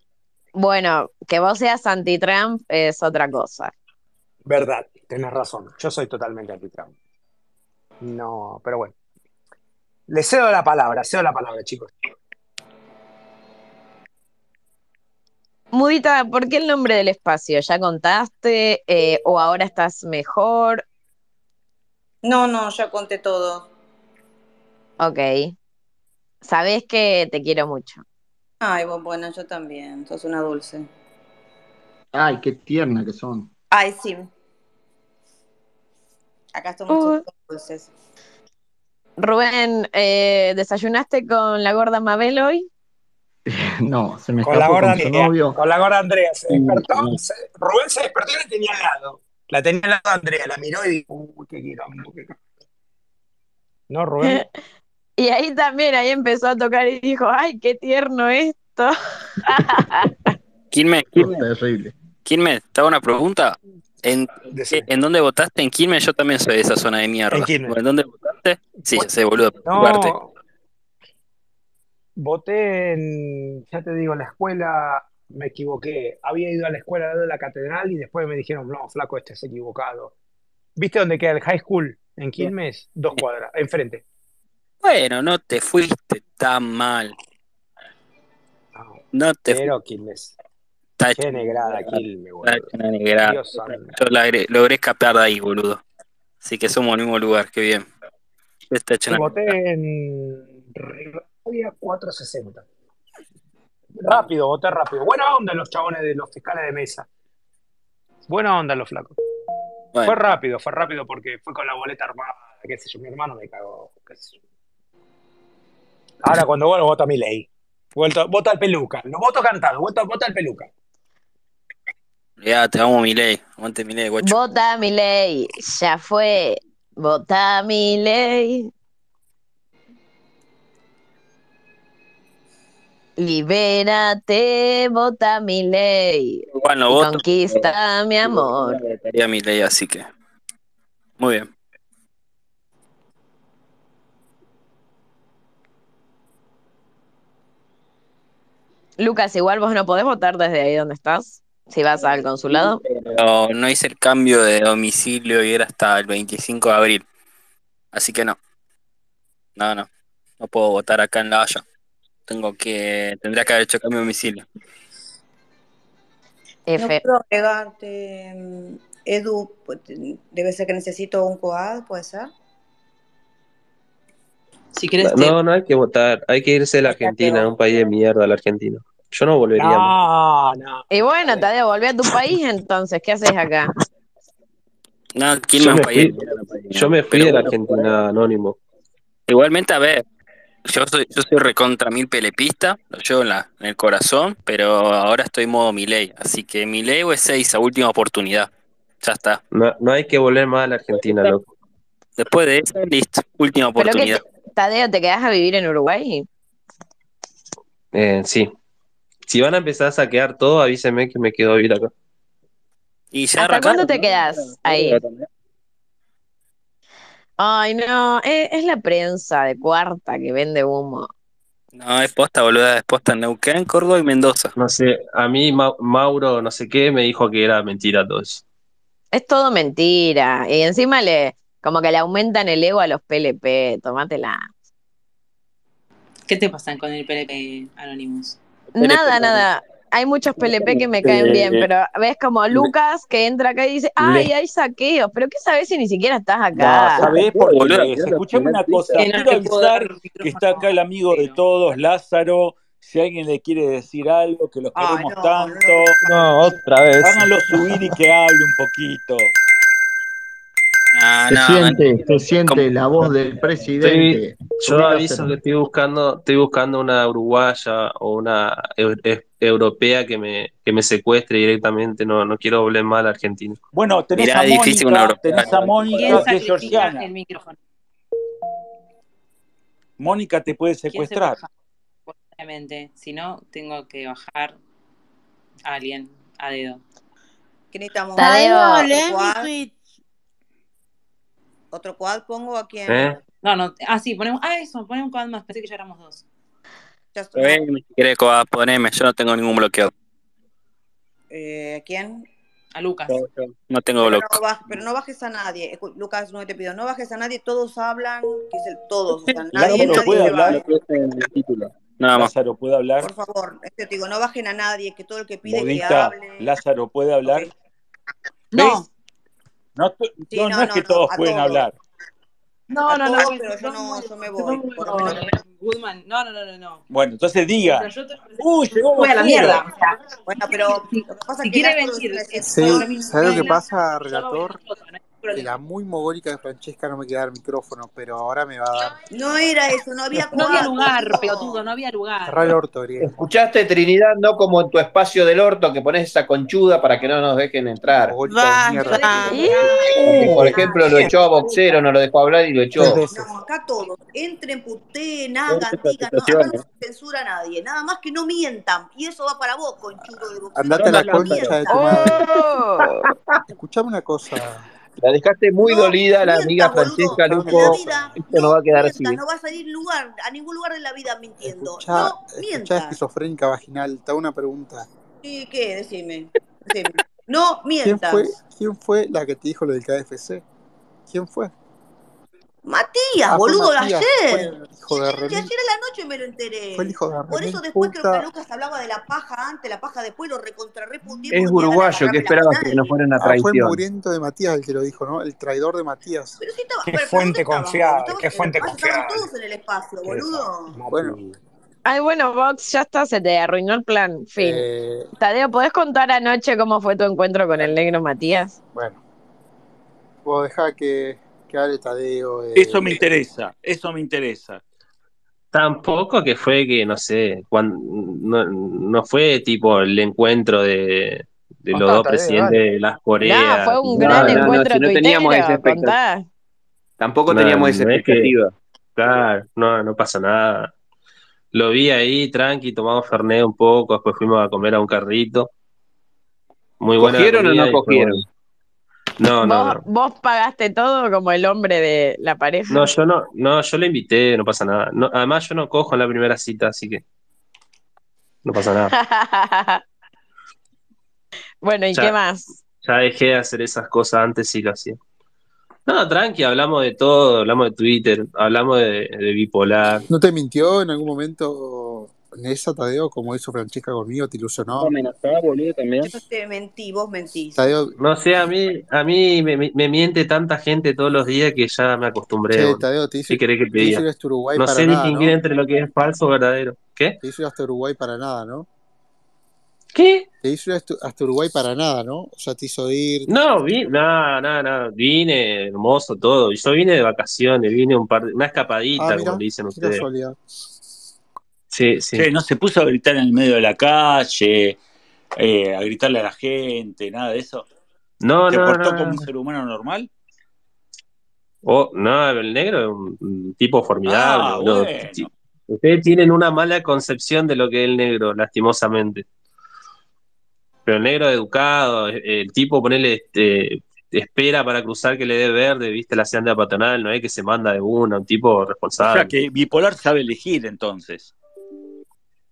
Speaker 14: Bueno, que vos seas anti-Trump es otra cosa.
Speaker 8: ¿verdad? Tenés razón, yo soy totalmente anti-Trump. No, pero bueno, le cedo la palabra, cedo la palabra, chicos.
Speaker 14: Mudita, ¿por qué el nombre del espacio? ¿Ya contaste? Eh, ¿o ahora estás mejor?
Speaker 1: No, no, ya conté todo.
Speaker 14: Ok, sabés que te quiero mucho.
Speaker 1: Ay, bombona, yo también. Sos una dulce.
Speaker 10: Ay, qué tierna que son.
Speaker 1: Ay, sí. Acá somos todos
Speaker 14: Uh,
Speaker 1: dulces.
Speaker 14: Rubén, eh, ¿desayunaste con la gorda Mabel hoy?
Speaker 10: No, se me
Speaker 8: Con la
Speaker 10: escapó
Speaker 8: gorda
Speaker 10: con su
Speaker 8: Andrea,
Speaker 10: novio.
Speaker 8: con la gorda Andrea, se
Speaker 10: y-
Speaker 8: despertó,
Speaker 10: y-
Speaker 8: se- Rubén se despertó y la tenía al lado. La tenía al lado Andrea, la miró y dijo, uy, qué quilombo. qué quilombo". No, Rubén,
Speaker 14: Y ahí también, ahí empezó a tocar y dijo, ay, qué tierno esto.
Speaker 16: Quilmes,
Speaker 10: Uf,
Speaker 16: Quilmes,
Speaker 10: terrible.
Speaker 16: Quilmes, te hago una pregunta. ¿En,
Speaker 8: decime.
Speaker 16: en dónde votaste? En Quilmes yo también soy de esa zona de
Speaker 8: En
Speaker 16: mierda.
Speaker 8: Quilmes.
Speaker 16: ¿En dónde votaste? Sí, ya sé, boludo, preocuparte.
Speaker 8: No, voté en, ya te digo, la escuela, me equivoqué. Había ido a la escuela de la catedral y después me dijeron, no, flaco, este es equivocado. ¿Viste dónde queda el high school? En Quilmes, dos cuadras, enfrente.
Speaker 16: Bueno, no te fuiste tan mal.
Speaker 8: No,
Speaker 16: No te fuiste
Speaker 8: pero Quilmes.
Speaker 16: tan
Speaker 8: Qué negrada Quilmes, boludo.
Speaker 16: negra.
Speaker 8: Dios santo.
Speaker 16: Yo logré, logré escapar de ahí, boludo. Así que somos el mismo lugar, qué bien. Yo te echo
Speaker 8: Y
Speaker 16: una-
Speaker 8: voté en Rivadavia 460. Rápido, voté rápido. Buena onda los chabones de los fiscales de mesa. Buena onda los flacos. Fue
Speaker 16: Bueno,
Speaker 8: rápido, fue rápido porque fue con la boleta armada, qué sé yo, mi hermano me cagó, qué sé yo. Ahora cuando vuelvo voto a mi ley. Voto al peluca, lo voto cantado, voto, voto al peluca.
Speaker 16: ya te amo, Milei. Aguante, Milei, guacho.
Speaker 14: Vota Milei, ya fue. Vota Milei. Libérate, vota mi ley.
Speaker 16: Bueno, voto.
Speaker 14: Conquista mi amor.
Speaker 16: Votaría mi ley, así que. Muy bien.
Speaker 14: Lucas, igual vos no podés votar desde ahí donde estás. Si vas al consulado.
Speaker 16: No, no hice el cambio de domicilio y era hasta el 25 de abril. Así que no. No, no. No puedo votar acá en La Haya. Tengo que. Tendría que haber hecho cambio de domicilio.
Speaker 1: No puedo agregarte, mm, Edu, pues, debe ser que necesito un coad, puede ser.
Speaker 12: Si
Speaker 5: No, no hay que votar. Hay que irse a la Argentina, un país de mierda, la Argentina. Yo no volvería. más.
Speaker 14: Y bueno, Tadeo, volví a tu país entonces. ¿Qué haces acá?
Speaker 16: No, ¿quién
Speaker 5: Yo
Speaker 16: más
Speaker 5: me
Speaker 16: país?
Speaker 5: fui- Yo me fui de la Argentina anónimo.
Speaker 16: Igualmente, a ver, yo soy, yo soy recontra mil pelepista, lo llevo en, la- en el corazón, pero ahora estoy modo Milei, así que Milei o es 6 a última oportunidad. Ya está.
Speaker 5: No, no hay que volver más a la Argentina, loco.
Speaker 16: Después de eso, listo, última
Speaker 14: Pero que,
Speaker 16: oportunidad.
Speaker 14: Tadeo, ¿te quedás a vivir en Uruguay?
Speaker 5: Eh, sí. Si van a empezar a saquear todo, avísenme que me quedo a vivir acá.
Speaker 16: Y ya
Speaker 14: ¿Hasta
Speaker 16: arrancaron,
Speaker 14: cuándo te
Speaker 16: ¿no?
Speaker 14: quedás ahí? Ay, no, es, es la prensa de cuarta que vende humo.
Speaker 16: No, es posta, boluda, es posta en Neuquén, Córdoba y Mendoza.
Speaker 5: No sé, a mí Ma- Mauro, no sé qué, me dijo que era mentira todo eso.
Speaker 14: Es todo mentira. Y encima le, como que le aumentan el ego a los PLP. Tómatela.
Speaker 12: ¿Qué te pasan con el PLP Anonymous?
Speaker 14: Nada, nada. Hay muchos PLP que me caen
Speaker 12: Eh,
Speaker 14: bien, pero ves como
Speaker 12: le-
Speaker 14: Lucas que entra acá y dice, ay,
Speaker 12: le-
Speaker 14: hay saqueos, pero ¿qué sabes si ni siquiera estás
Speaker 9: No,
Speaker 14: acá?
Speaker 9: ¿sabés por qué
Speaker 13: boludo,
Speaker 9: lees? Escuchame una cosa.
Speaker 14: Que no
Speaker 9: Quiero
Speaker 14: te puedo dar
Speaker 9: avisar que está acá el amigo de todos, Lázaro. Si alguien le quiere decir algo, que los queremos tanto.
Speaker 15: Ah, No, otra vez.
Speaker 9: Háganlo subir y que hable un poquito.
Speaker 16: No,
Speaker 9: Ah,
Speaker 10: Se siente, se siente la voz del presidente.
Speaker 5: Estoy- yo aviso que estoy buscando, estoy buscando una uruguaya o una eu- e- europea que me, que me secuestre directamente. No, no quiero volver mal a la Argentina.
Speaker 9: Bueno, tenés Mirá, a difícil Mónica, una europea. tenés a Mónica,
Speaker 12: ¿Quién
Speaker 9: que es
Speaker 12: sacrifica
Speaker 9: georgiana.
Speaker 12: el micrófono?
Speaker 9: Mónica te puede
Speaker 12: ¿Quién se
Speaker 9: secuestrar.
Speaker 12: baja? Obviamente. Si no, tengo que bajar a alguien a dedo.
Speaker 1: ¿Qué necesitamos?
Speaker 12: Tadeo,
Speaker 1: ¿Otro
Speaker 12: lee mi
Speaker 1: quad? ¿Otro quad pongo a quién?
Speaker 12: No, no. Ah, sí, ponemos. Ah, eso, ponemos un cuadro más. Pensé que ya éramos dos.
Speaker 16: Poneme, si querés, Coa, ah, poneme, yo no tengo ningún bloqueo.
Speaker 1: Eh, ¿A quién?
Speaker 12: A Lucas.
Speaker 16: No tengo
Speaker 1: Pero
Speaker 16: bloqueo.
Speaker 1: no, baj- pero no bajes a nadie. Escu- Lucas, no te pido, no bajes a nadie, todos hablan, que es el todos, o sea, nadie,
Speaker 9: Lázaro
Speaker 1: nadie
Speaker 9: puede
Speaker 1: se
Speaker 9: hablar.
Speaker 1: baje.
Speaker 16: Nada
Speaker 9: más. Lázaro puede hablar.
Speaker 1: Por favor, este te digo, no bajen a nadie, que todo el que pide que
Speaker 9: Modita,
Speaker 1: hable.
Speaker 9: Lázaro puede hablar.
Speaker 1: No.
Speaker 9: ¿Ves? No, t-
Speaker 1: Sí,
Speaker 9: no,
Speaker 1: no,
Speaker 9: no es
Speaker 1: no,
Speaker 9: que
Speaker 1: no,
Speaker 9: todos
Speaker 1: a
Speaker 9: pueden
Speaker 1: todos.
Speaker 9: hablar.
Speaker 12: No,
Speaker 1: A
Speaker 12: no, no,
Speaker 1: todos,
Speaker 12: pues,
Speaker 1: pero yo no, yo me voy. Por lo menos.
Speaker 12: Goodman, no, no, no, no, no.
Speaker 9: Bueno, entonces diga.
Speaker 12: Mientras yo te-
Speaker 9: Uy, llegó
Speaker 12: Voy a la
Speaker 9: Vocero.
Speaker 12: mierda. o sea,
Speaker 1: Bueno, pero lo que pasa
Speaker 12: si
Speaker 1: es que
Speaker 12: quiere
Speaker 1: Lázaro es
Speaker 12: venir,
Speaker 1: una
Speaker 3: ¿Sabes
Speaker 1: excepción.
Speaker 3: lo que pasa, relator?
Speaker 12: Que
Speaker 3: la muy mogólica de Francesca no me queda el micrófono, pero ahora me va a dar.
Speaker 1: No era eso, no había
Speaker 12: No había
Speaker 1: cuadro,
Speaker 12: lugar,
Speaker 1: amigo.
Speaker 12: pelotudo, no había lugar.
Speaker 3: Cerrar el orto, Ariel.
Speaker 6: ¿Escuchaste, Trinidad? No como en tu espacio del orto que pones esa conchuda para que no nos dejen entrar.
Speaker 12: Ah.
Speaker 6: Porque, por ejemplo, lo echó a Boxero, no lo dejó hablar y lo echó.
Speaker 1: No, acá todos. Entren, puteen, hagan, digan. No, acá no se censura a nadie. Nada más que no mientan. Y eso va para vos, conchudo de boxeo.
Speaker 3: Andate a la
Speaker 1: No
Speaker 3: concha de tu
Speaker 1: mientas.
Speaker 3: madre. Escuchame una cosa.
Speaker 6: La dejaste muy
Speaker 1: No,
Speaker 6: dolida la
Speaker 1: mientas,
Speaker 6: amiga
Speaker 1: boludo.
Speaker 6: Francesca
Speaker 1: En la
Speaker 6: Lupo.
Speaker 1: vida
Speaker 6: Esto no va a quedar así.
Speaker 1: mientas, no va a salir lugar, a ningún lugar de la vida mintiendo.
Speaker 3: Ya,
Speaker 1: no
Speaker 3: escuchá
Speaker 1: mientas.
Speaker 3: esquizofrénica vaginal. Te hago una pregunta.
Speaker 1: ¿Y qué? Decime. Decime. No
Speaker 3: ¿Quién
Speaker 1: mientas.
Speaker 3: fue, ¿Quién fue la que te dijo lo del KFC? ¿Quién fue?
Speaker 1: Matías,
Speaker 3: Ah, fue
Speaker 1: boludo,
Speaker 3: Matías,
Speaker 1: ayer.
Speaker 3: Hijo de
Speaker 1: Sí,
Speaker 3: Remil.
Speaker 1: ayer a la noche me lo enteré.
Speaker 3: Fue el hijo de
Speaker 1: Por
Speaker 3: Remil
Speaker 1: eso después creo que
Speaker 3: puta.
Speaker 1: Lucas hablaba de la paja antes, la paja después, lo recontrarrepudié porque
Speaker 6: Es
Speaker 1: tenía ganas de
Speaker 6: uruguayo que
Speaker 1: agarrarme la
Speaker 6: esperaba
Speaker 1: final.
Speaker 6: que no fuera una
Speaker 3: Ah, fue el
Speaker 6: traición.
Speaker 3: muriento de Matías el que lo dijo, ¿no? El traidor de Matías.
Speaker 1: Pero sí estaba,
Speaker 8: Qué
Speaker 1: pero, pero ¿dónde Ah,
Speaker 8: fuente
Speaker 1: estabas vos?
Speaker 8: confiable,
Speaker 1: Estabas
Speaker 8: qué
Speaker 1: en el
Speaker 8: fuente
Speaker 1: espacio, estaban
Speaker 8: confiable.
Speaker 1: todos en el espacio, boludo.
Speaker 3: Bueno,
Speaker 14: Ay, bueno, Vox, ya está, se te arruinó el plan. Fin.
Speaker 3: eh,
Speaker 14: Tadeo, ¿podés contar anoche cómo fue tu encuentro con el negro Matías?
Speaker 3: bueno. Vos dejá que, que hable Tadeo. eh.
Speaker 9: Eso me interesa, eso me interesa.
Speaker 5: Tampoco que fue que, no sé, cuando, no, no fue tipo el encuentro de, de los
Speaker 6: Contá,
Speaker 5: dos
Speaker 6: Tadeo,
Speaker 5: presidentes de las
Speaker 14: No,
Speaker 5: Coreas.
Speaker 14: fue un
Speaker 5: No,
Speaker 14: gran
Speaker 5: no, no,
Speaker 14: encuentro
Speaker 5: si no
Speaker 14: tuitero,
Speaker 5: teníamos esa expectativa.
Speaker 14: contá.
Speaker 6: Tampoco
Speaker 5: No,
Speaker 6: teníamos esa
Speaker 5: no es que,
Speaker 6: expectativa.
Speaker 5: claro, no, no pasa nada. Lo vi ahí, tranqui, tomamos Fernet un poco, después fuimos a comer a un carrito. Muy buena
Speaker 6: ¿Cogieron o
Speaker 5: comida
Speaker 6: no
Speaker 5: y fue
Speaker 6: cogieron?
Speaker 5: bueno. No, no,
Speaker 14: ¿Vos,
Speaker 5: no.
Speaker 14: vos pagaste todo como el hombre de la pareja.
Speaker 5: No, yo no, no, yo le invité, no pasa nada. No, además, yo no cojo en la primera cita, así que no pasa nada.
Speaker 14: bueno, ¿y
Speaker 5: Ya.
Speaker 14: qué más?
Speaker 5: Ya dejé de hacer esas cosas antes sí lo hacía. No, tranqui, hablamos de todo, hablamos de Twitter, hablamos de, de bipolar.
Speaker 3: ¿No te mintió en algún momento Nessa, Tadeo, como hizo Francesca conmigo? ¿Te ilusionó?
Speaker 5: boludo, también.
Speaker 1: Yo te mentí, vos mentís.
Speaker 5: No sé, a mí, a mí me, me- me miente tanta gente todos los días que ya me acostumbré.
Speaker 3: Che,
Speaker 5: boludo.
Speaker 3: Tadeo, te hizo-
Speaker 5: ¿Qué querés que
Speaker 3: te
Speaker 5: te diga?
Speaker 3: hizo ir hasta Uruguay
Speaker 5: no
Speaker 3: para
Speaker 5: sé
Speaker 3: nada,
Speaker 5: distinguir
Speaker 3: ¿no?
Speaker 5: entre lo que es falso o verdadero. ¿Qué?
Speaker 3: Te hizo ir hasta Uruguay para nada, ¿no?
Speaker 5: ¿Qué?
Speaker 3: Te hizo ir hasta- hasta Uruguay para nada, ¿no? O sea, te hizo ir.
Speaker 5: No, vi, no, no, no, vine hermoso todo. Yo vine de vacaciones, vine un par de- una escapadita,
Speaker 3: Ah, mira,
Speaker 5: como le dicen
Speaker 3: qué
Speaker 5: ustedes.
Speaker 3: casualidad.
Speaker 5: Sí, sí.
Speaker 9: Che, no se puso a gritar en el medio de la calle, eh, a gritarle a la gente, nada de eso.
Speaker 5: No,
Speaker 9: ¿Se
Speaker 5: no,
Speaker 9: portó
Speaker 5: no,
Speaker 9: como un
Speaker 5: no.
Speaker 9: ser humano normal?
Speaker 5: Oh, no, el negro es un, un tipo formidable,
Speaker 9: Ah,
Speaker 5: boludo.
Speaker 9: bueno.
Speaker 5: Ti- Ustedes tienen una mala concepción de lo que es el negro, lastimosamente. Pero el negro educado, eh, el tipo, ponele, este, espera para cruzar que le dé verde, viste, la seanda patronal, no es que se manda de una, un tipo
Speaker 9: O
Speaker 5: responsable.
Speaker 9: sea que bipolar sabe elegir entonces.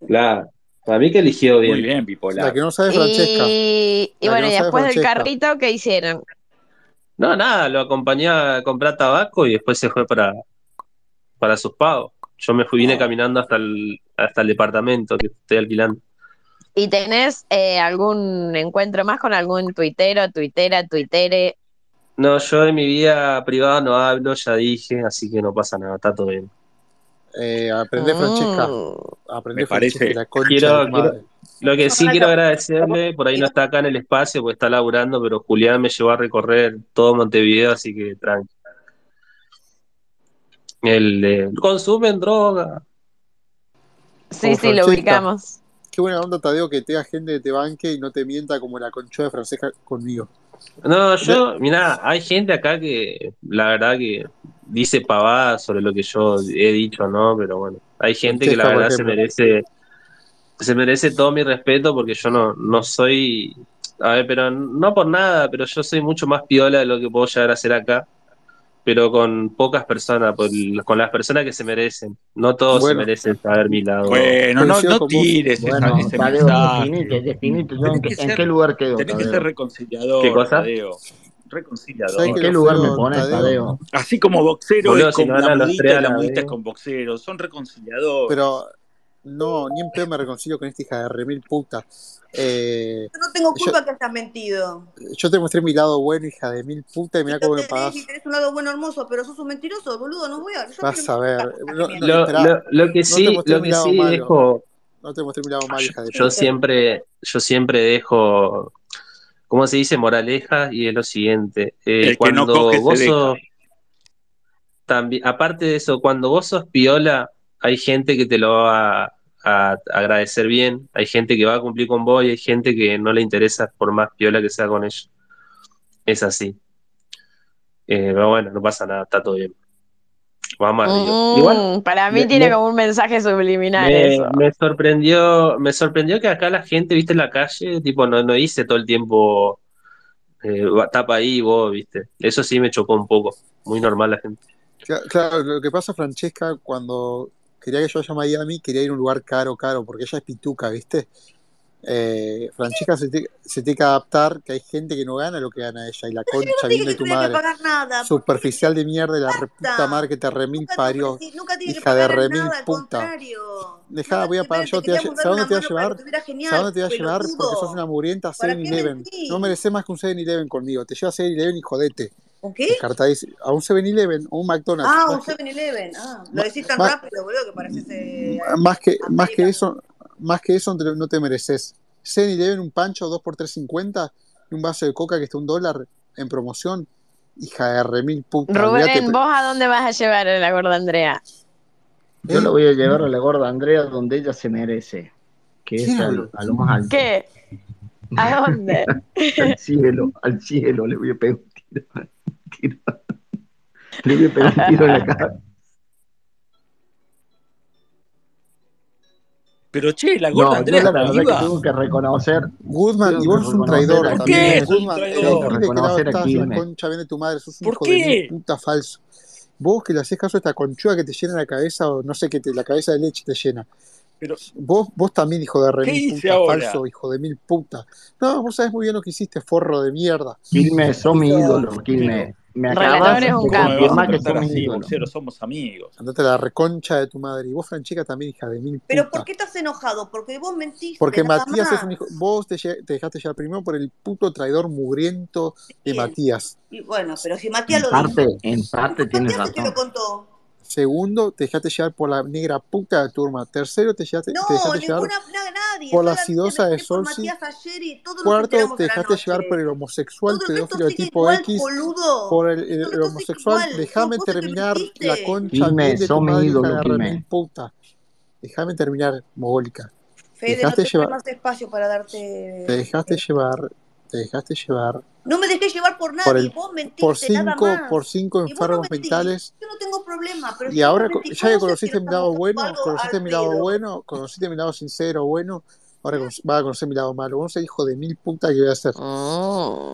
Speaker 5: Claro, para mí que eligió bien.
Speaker 9: Muy bien, bipolar.
Speaker 3: La que no sabe es Francesca.
Speaker 14: Y, y
Speaker 5: La que
Speaker 14: bueno,
Speaker 5: no
Speaker 14: y
Speaker 5: sabe
Speaker 14: después del
Speaker 5: Francesca.
Speaker 14: carrito, ¿qué hicieron?
Speaker 5: No, nada, lo acompañé a comprar tabaco y después se fue para, para sus pagos. Yo me
Speaker 9: Ah.
Speaker 5: fui, vine caminando hasta el, hasta el departamento que estoy alquilando.
Speaker 14: ¿Y tenés eh, algún encuentro más con algún tuitero, tuitera, tuitere?
Speaker 5: No, yo de mi vida privada no hablo, ya dije, así que no pasa nada, está todo bien.
Speaker 3: Eh, aprende Francesca. Aprende
Speaker 5: Ah. Me parece.
Speaker 3: Francesca, la concha
Speaker 5: Quiero-
Speaker 3: de tu
Speaker 5: quiero-
Speaker 3: madre.
Speaker 5: Lo que sí quiero agradecerle, por ahí no está acá en el espacio porque está laburando, pero Julián me llevó a recorrer todo Montevideo, así que tranqui. El, eh, consumen droga.
Speaker 3: Como Francesca.
Speaker 14: ubicamos.
Speaker 3: Qué buena onda, Tadeo, que tenga gente que te banque y no te mienta como la conchuda de Francesca conmigo.
Speaker 5: No, yo, mirá, hay gente acá que la verdad que dice pavadas sobre lo que yo he dicho, ¿no? Pero bueno, hay gente que la
Speaker 3: Francesca, por
Speaker 5: verdad se
Speaker 3: ejemplo.
Speaker 5: merece, se merece todo mi respeto porque yo no, no soy, a ver, pero no por nada, pero yo soy mucho más piola de lo que puedo llegar a ser acá, pero con pocas personas, por- con las personas que se merecen. No todos
Speaker 3: Bueno.
Speaker 5: se merecen saber mi lado.
Speaker 9: Bueno, no, no tires esa-
Speaker 10: Bueno,
Speaker 9: ese
Speaker 10: Tadeo,
Speaker 9: mensaje.
Speaker 10: definite, definite. Yo,
Speaker 9: Tenés
Speaker 10: ¿en,
Speaker 9: que
Speaker 10: qué, en
Speaker 9: ser-
Speaker 10: qué lugar quedó,
Speaker 9: Tenés que
Speaker 10: Tadeo?
Speaker 9: ser reconciliador,
Speaker 5: ¿Qué cosa?
Speaker 9: Tadeo. Reconciliador.
Speaker 10: ¿En qué lugar me pones, Tadeo?
Speaker 9: Así como boxero
Speaker 5: Boludo,
Speaker 9: es
Speaker 5: si
Speaker 9: con
Speaker 5: no
Speaker 9: la
Speaker 5: hablan los
Speaker 9: mudita
Speaker 5: tres
Speaker 9: y
Speaker 5: a
Speaker 9: la
Speaker 5: la
Speaker 9: mudita es
Speaker 5: vez.
Speaker 9: con boxero. Son reconciliadores.
Speaker 3: Pero no, ni en pedo me reconcilio con esta hija de remil puta. Eh,
Speaker 1: Yo no tengo culpa que hayas mentido.
Speaker 3: yo te mostré mi lado bueno, hija de mil puta, y mirá cómo me pagás. Ah.
Speaker 1: Si tenés un lado bueno hermoso, pero sos un mentiroso, boludo, no voy a... Yo
Speaker 3: Vas a ver. No, no,
Speaker 5: Lo,
Speaker 3: esperá.
Speaker 5: lo- lo que
Speaker 3: No te
Speaker 5: sí,
Speaker 3: mostré
Speaker 5: lo
Speaker 3: mi
Speaker 5: que
Speaker 3: lado
Speaker 5: sí
Speaker 3: malo.
Speaker 5: dejo.
Speaker 3: No te mostré mi lado malo, hija de
Speaker 5: Yo
Speaker 3: puta.
Speaker 5: siempre, yo siempre dejo, ¿cómo se dice? Moraleja, y es lo siguiente. eh,
Speaker 9: El que no
Speaker 5: cuando
Speaker 9: coge se
Speaker 5: vos
Speaker 9: deja.
Speaker 5: sos, también, aparte de eso, cuando vos sos piola, hay gente que te lo va a, a agradecer bien, hay gente que va a cumplir con vos y hay gente que no le interesa por más piola que sea con ella. Es así. Eh, pero bueno, no pasa nada, está todo bien. Vamos arriba. Igual,
Speaker 14: Mm, para mí
Speaker 5: me-
Speaker 14: tiene
Speaker 5: me-
Speaker 14: como un mensaje subliminal
Speaker 5: me,
Speaker 14: eso.
Speaker 5: me sorprendió, me sorprendió que acá la gente, viste, en la calle, tipo, no, no dice todo el tiempo eh, va- tapa ahí vos, viste. Eso sí me chocó un poco. Muy normal la gente.
Speaker 3: Cla- Claro, lo que pasa, Francesca, cuando quería que yo vaya a Miami, quería ir a un lugar caro, caro, porque ella es pituca, ¿viste? Eh, Francesca se, te- se tiene que adaptar que hay gente que no gana lo que gana ella, y la concha
Speaker 1: tiene
Speaker 3: bien
Speaker 1: que
Speaker 3: de tu
Speaker 1: tener que
Speaker 3: madre.
Speaker 1: pagar nada.
Speaker 3: Superficial de mierda, de la reputa madre que te remil parió,
Speaker 1: Sí, Nunca tiene que
Speaker 3: hija de
Speaker 1: pagar
Speaker 3: remil
Speaker 1: nada, al
Speaker 3: puta.
Speaker 1: contrario.
Speaker 3: Dejá, voy a parar, yo
Speaker 1: Te
Speaker 3: te voy a,
Speaker 1: queríamos
Speaker 3: lle-
Speaker 1: dar
Speaker 3: ¿sabes
Speaker 1: una
Speaker 3: dónde te voy a
Speaker 1: mano para que
Speaker 3: llevar?
Speaker 1: estuviera
Speaker 3: ¿Sabes
Speaker 1: genial,
Speaker 3: dónde te voy a llevar? Porque sos una
Speaker 1: pelotudo.
Speaker 3: murienta
Speaker 1: ¿Para qué
Speaker 3: 7-Eleven. No
Speaker 1: mentís?
Speaker 3: mereces más que un 7-Eleven conmigo. Te llevo a 7-Eleven y jodete.
Speaker 1: ¿Un qué?
Speaker 3: Descartadísimo. A un 7-Eleven o un McDonald's.
Speaker 1: Ah,
Speaker 3: más
Speaker 1: un
Speaker 3: que-
Speaker 1: 7-Eleven. Ah, lo decís tan
Speaker 3: más-
Speaker 1: rápido, boludo, que pareces... eh,
Speaker 3: más que, más que eso, más que eso te- no te mereces. 7-Eleven, un pancho 2 por 3.50 y un vaso de coca que está un dólar en promoción. Hija de remil puta, olvídate.
Speaker 14: Rubén,
Speaker 3: pe-
Speaker 14: ¿vos a dónde vas a llevar a la gorda Andrea?
Speaker 10: Yo la voy a llevar a la gorda Andrea donde ella se merece, que es
Speaker 14: ¿Quién
Speaker 10: al, a lo más alto.
Speaker 14: ¿Qué? ¿A dónde?
Speaker 10: al cielo, al cielo, le voy a pegar un tiro. un tiro. Le voy a pegar un tiro en la cara.
Speaker 9: Pero che, la
Speaker 10: No,
Speaker 9: gorda
Speaker 10: yo
Speaker 9: Andrea
Speaker 10: la verdad
Speaker 9: está viva.
Speaker 10: que tengo que reconocer.
Speaker 3: Goodman, y vos sos un traidor
Speaker 10: ¿Por
Speaker 3: también.
Speaker 10: qué?
Speaker 3: Goodman,
Speaker 10: Soy un
Speaker 3: el
Speaker 10: traidor.
Speaker 3: pibe que la
Speaker 10: Reconocer a
Speaker 3: estás, la
Speaker 10: Quilmes.
Speaker 3: concha viene tu madre, sos un hijo
Speaker 10: qué?
Speaker 3: de mil puta falso. Vos que le haces caso a esta conchuda que te llena la cabeza, o no sé qué, te, la cabeza de leche te llena.
Speaker 9: Pero,
Speaker 3: Vos, vos también, hijo de re
Speaker 9: ¿Qué
Speaker 3: mil
Speaker 9: hice
Speaker 3: puta,
Speaker 9: ahora?
Speaker 3: falso, hijo de mil puta. No, vos sabés muy bien lo que hiciste, forro de mierda.
Speaker 10: Quilmes, sos mi ídolo, Quilmes. Me acabas de
Speaker 9: ¿Cómo me vas a
Speaker 10: confirmar que
Speaker 9: tratar
Speaker 10: sos mi
Speaker 9: así,
Speaker 10: ídolo.
Speaker 9: boxero? Somos amigos.
Speaker 3: Andate a la reconcha de tu madre. Y vos, Franchica, también, hija de mil
Speaker 1: Pero
Speaker 3: puta.
Speaker 1: ¿por qué estás enojado? Porque vos mentiste.
Speaker 3: Porque
Speaker 1: nada
Speaker 3: Matías
Speaker 1: más.
Speaker 3: es un hijo. Vos te, lle- te dejaste llevar primero por el puto traidor mugriento de Matías.
Speaker 1: Y bueno, pero si Matías
Speaker 3: En
Speaker 1: lo
Speaker 3: parte, Ah.
Speaker 1: dijo,
Speaker 3: en parte tienes
Speaker 1: ¿quién te lo contó?
Speaker 3: Segundo, te dejaste llevar por la negra puta de turma. Tercero, te, llevaste- te
Speaker 1: No,
Speaker 3: dejaste llevar
Speaker 1: ninguna, na- nadie.
Speaker 3: por la
Speaker 1: solamente
Speaker 3: sidosa de
Speaker 1: es por
Speaker 3: Solsi.
Speaker 1: Matías ayer y todos nos
Speaker 3: Cuarto,
Speaker 1: enteramos
Speaker 3: te
Speaker 1: a la
Speaker 3: dejaste
Speaker 1: noche.
Speaker 3: llevar por el homosexual pedófilo de
Speaker 1: sigue
Speaker 3: tipo
Speaker 1: igual,
Speaker 3: X.
Speaker 1: boludo.
Speaker 3: Por el, el- el homosexual.
Speaker 1: igual,
Speaker 3: Déjame
Speaker 1: sos vos el que
Speaker 3: terminar la
Speaker 1: mentiste.
Speaker 3: concha
Speaker 10: Quilmes,
Speaker 3: vil de tu
Speaker 10: sos mi
Speaker 3: madre, hija
Speaker 10: ídolo,
Speaker 3: de
Speaker 10: Quilmes.
Speaker 3: remil puta. Déjame terminar, mogólica. Te
Speaker 1: Fede, no
Speaker 3: dejaste
Speaker 1: tengo
Speaker 3: llevar.
Speaker 1: más espacio para darte.
Speaker 3: Te dejaste llevar, te dejaste llevar
Speaker 1: No me dejé llevar por
Speaker 3: por
Speaker 1: nadie,
Speaker 3: el
Speaker 1: vos mentiste,
Speaker 3: por
Speaker 1: nada
Speaker 3: cinco,
Speaker 1: más.
Speaker 3: por cinco
Speaker 1: Y vos no
Speaker 3: enfermos
Speaker 1: mentís.
Speaker 3: mentales.
Speaker 1: Yo no tengo problema, pero
Speaker 3: Y
Speaker 1: yo no
Speaker 3: ahora co-
Speaker 1: mentí.
Speaker 3: ya que
Speaker 1: ¿Cómo sé que
Speaker 3: conociste
Speaker 1: no
Speaker 3: mi
Speaker 1: estamos
Speaker 3: lado
Speaker 1: buscando
Speaker 3: bueno,
Speaker 1: algo
Speaker 3: conociste
Speaker 1: al
Speaker 3: mi lado
Speaker 1: pedo?
Speaker 3: bueno, conociste mi lado sincero, bueno, ahora cono- vas a conocer mi lado malo. Vos no sos hijo de mil puta que voy a ser.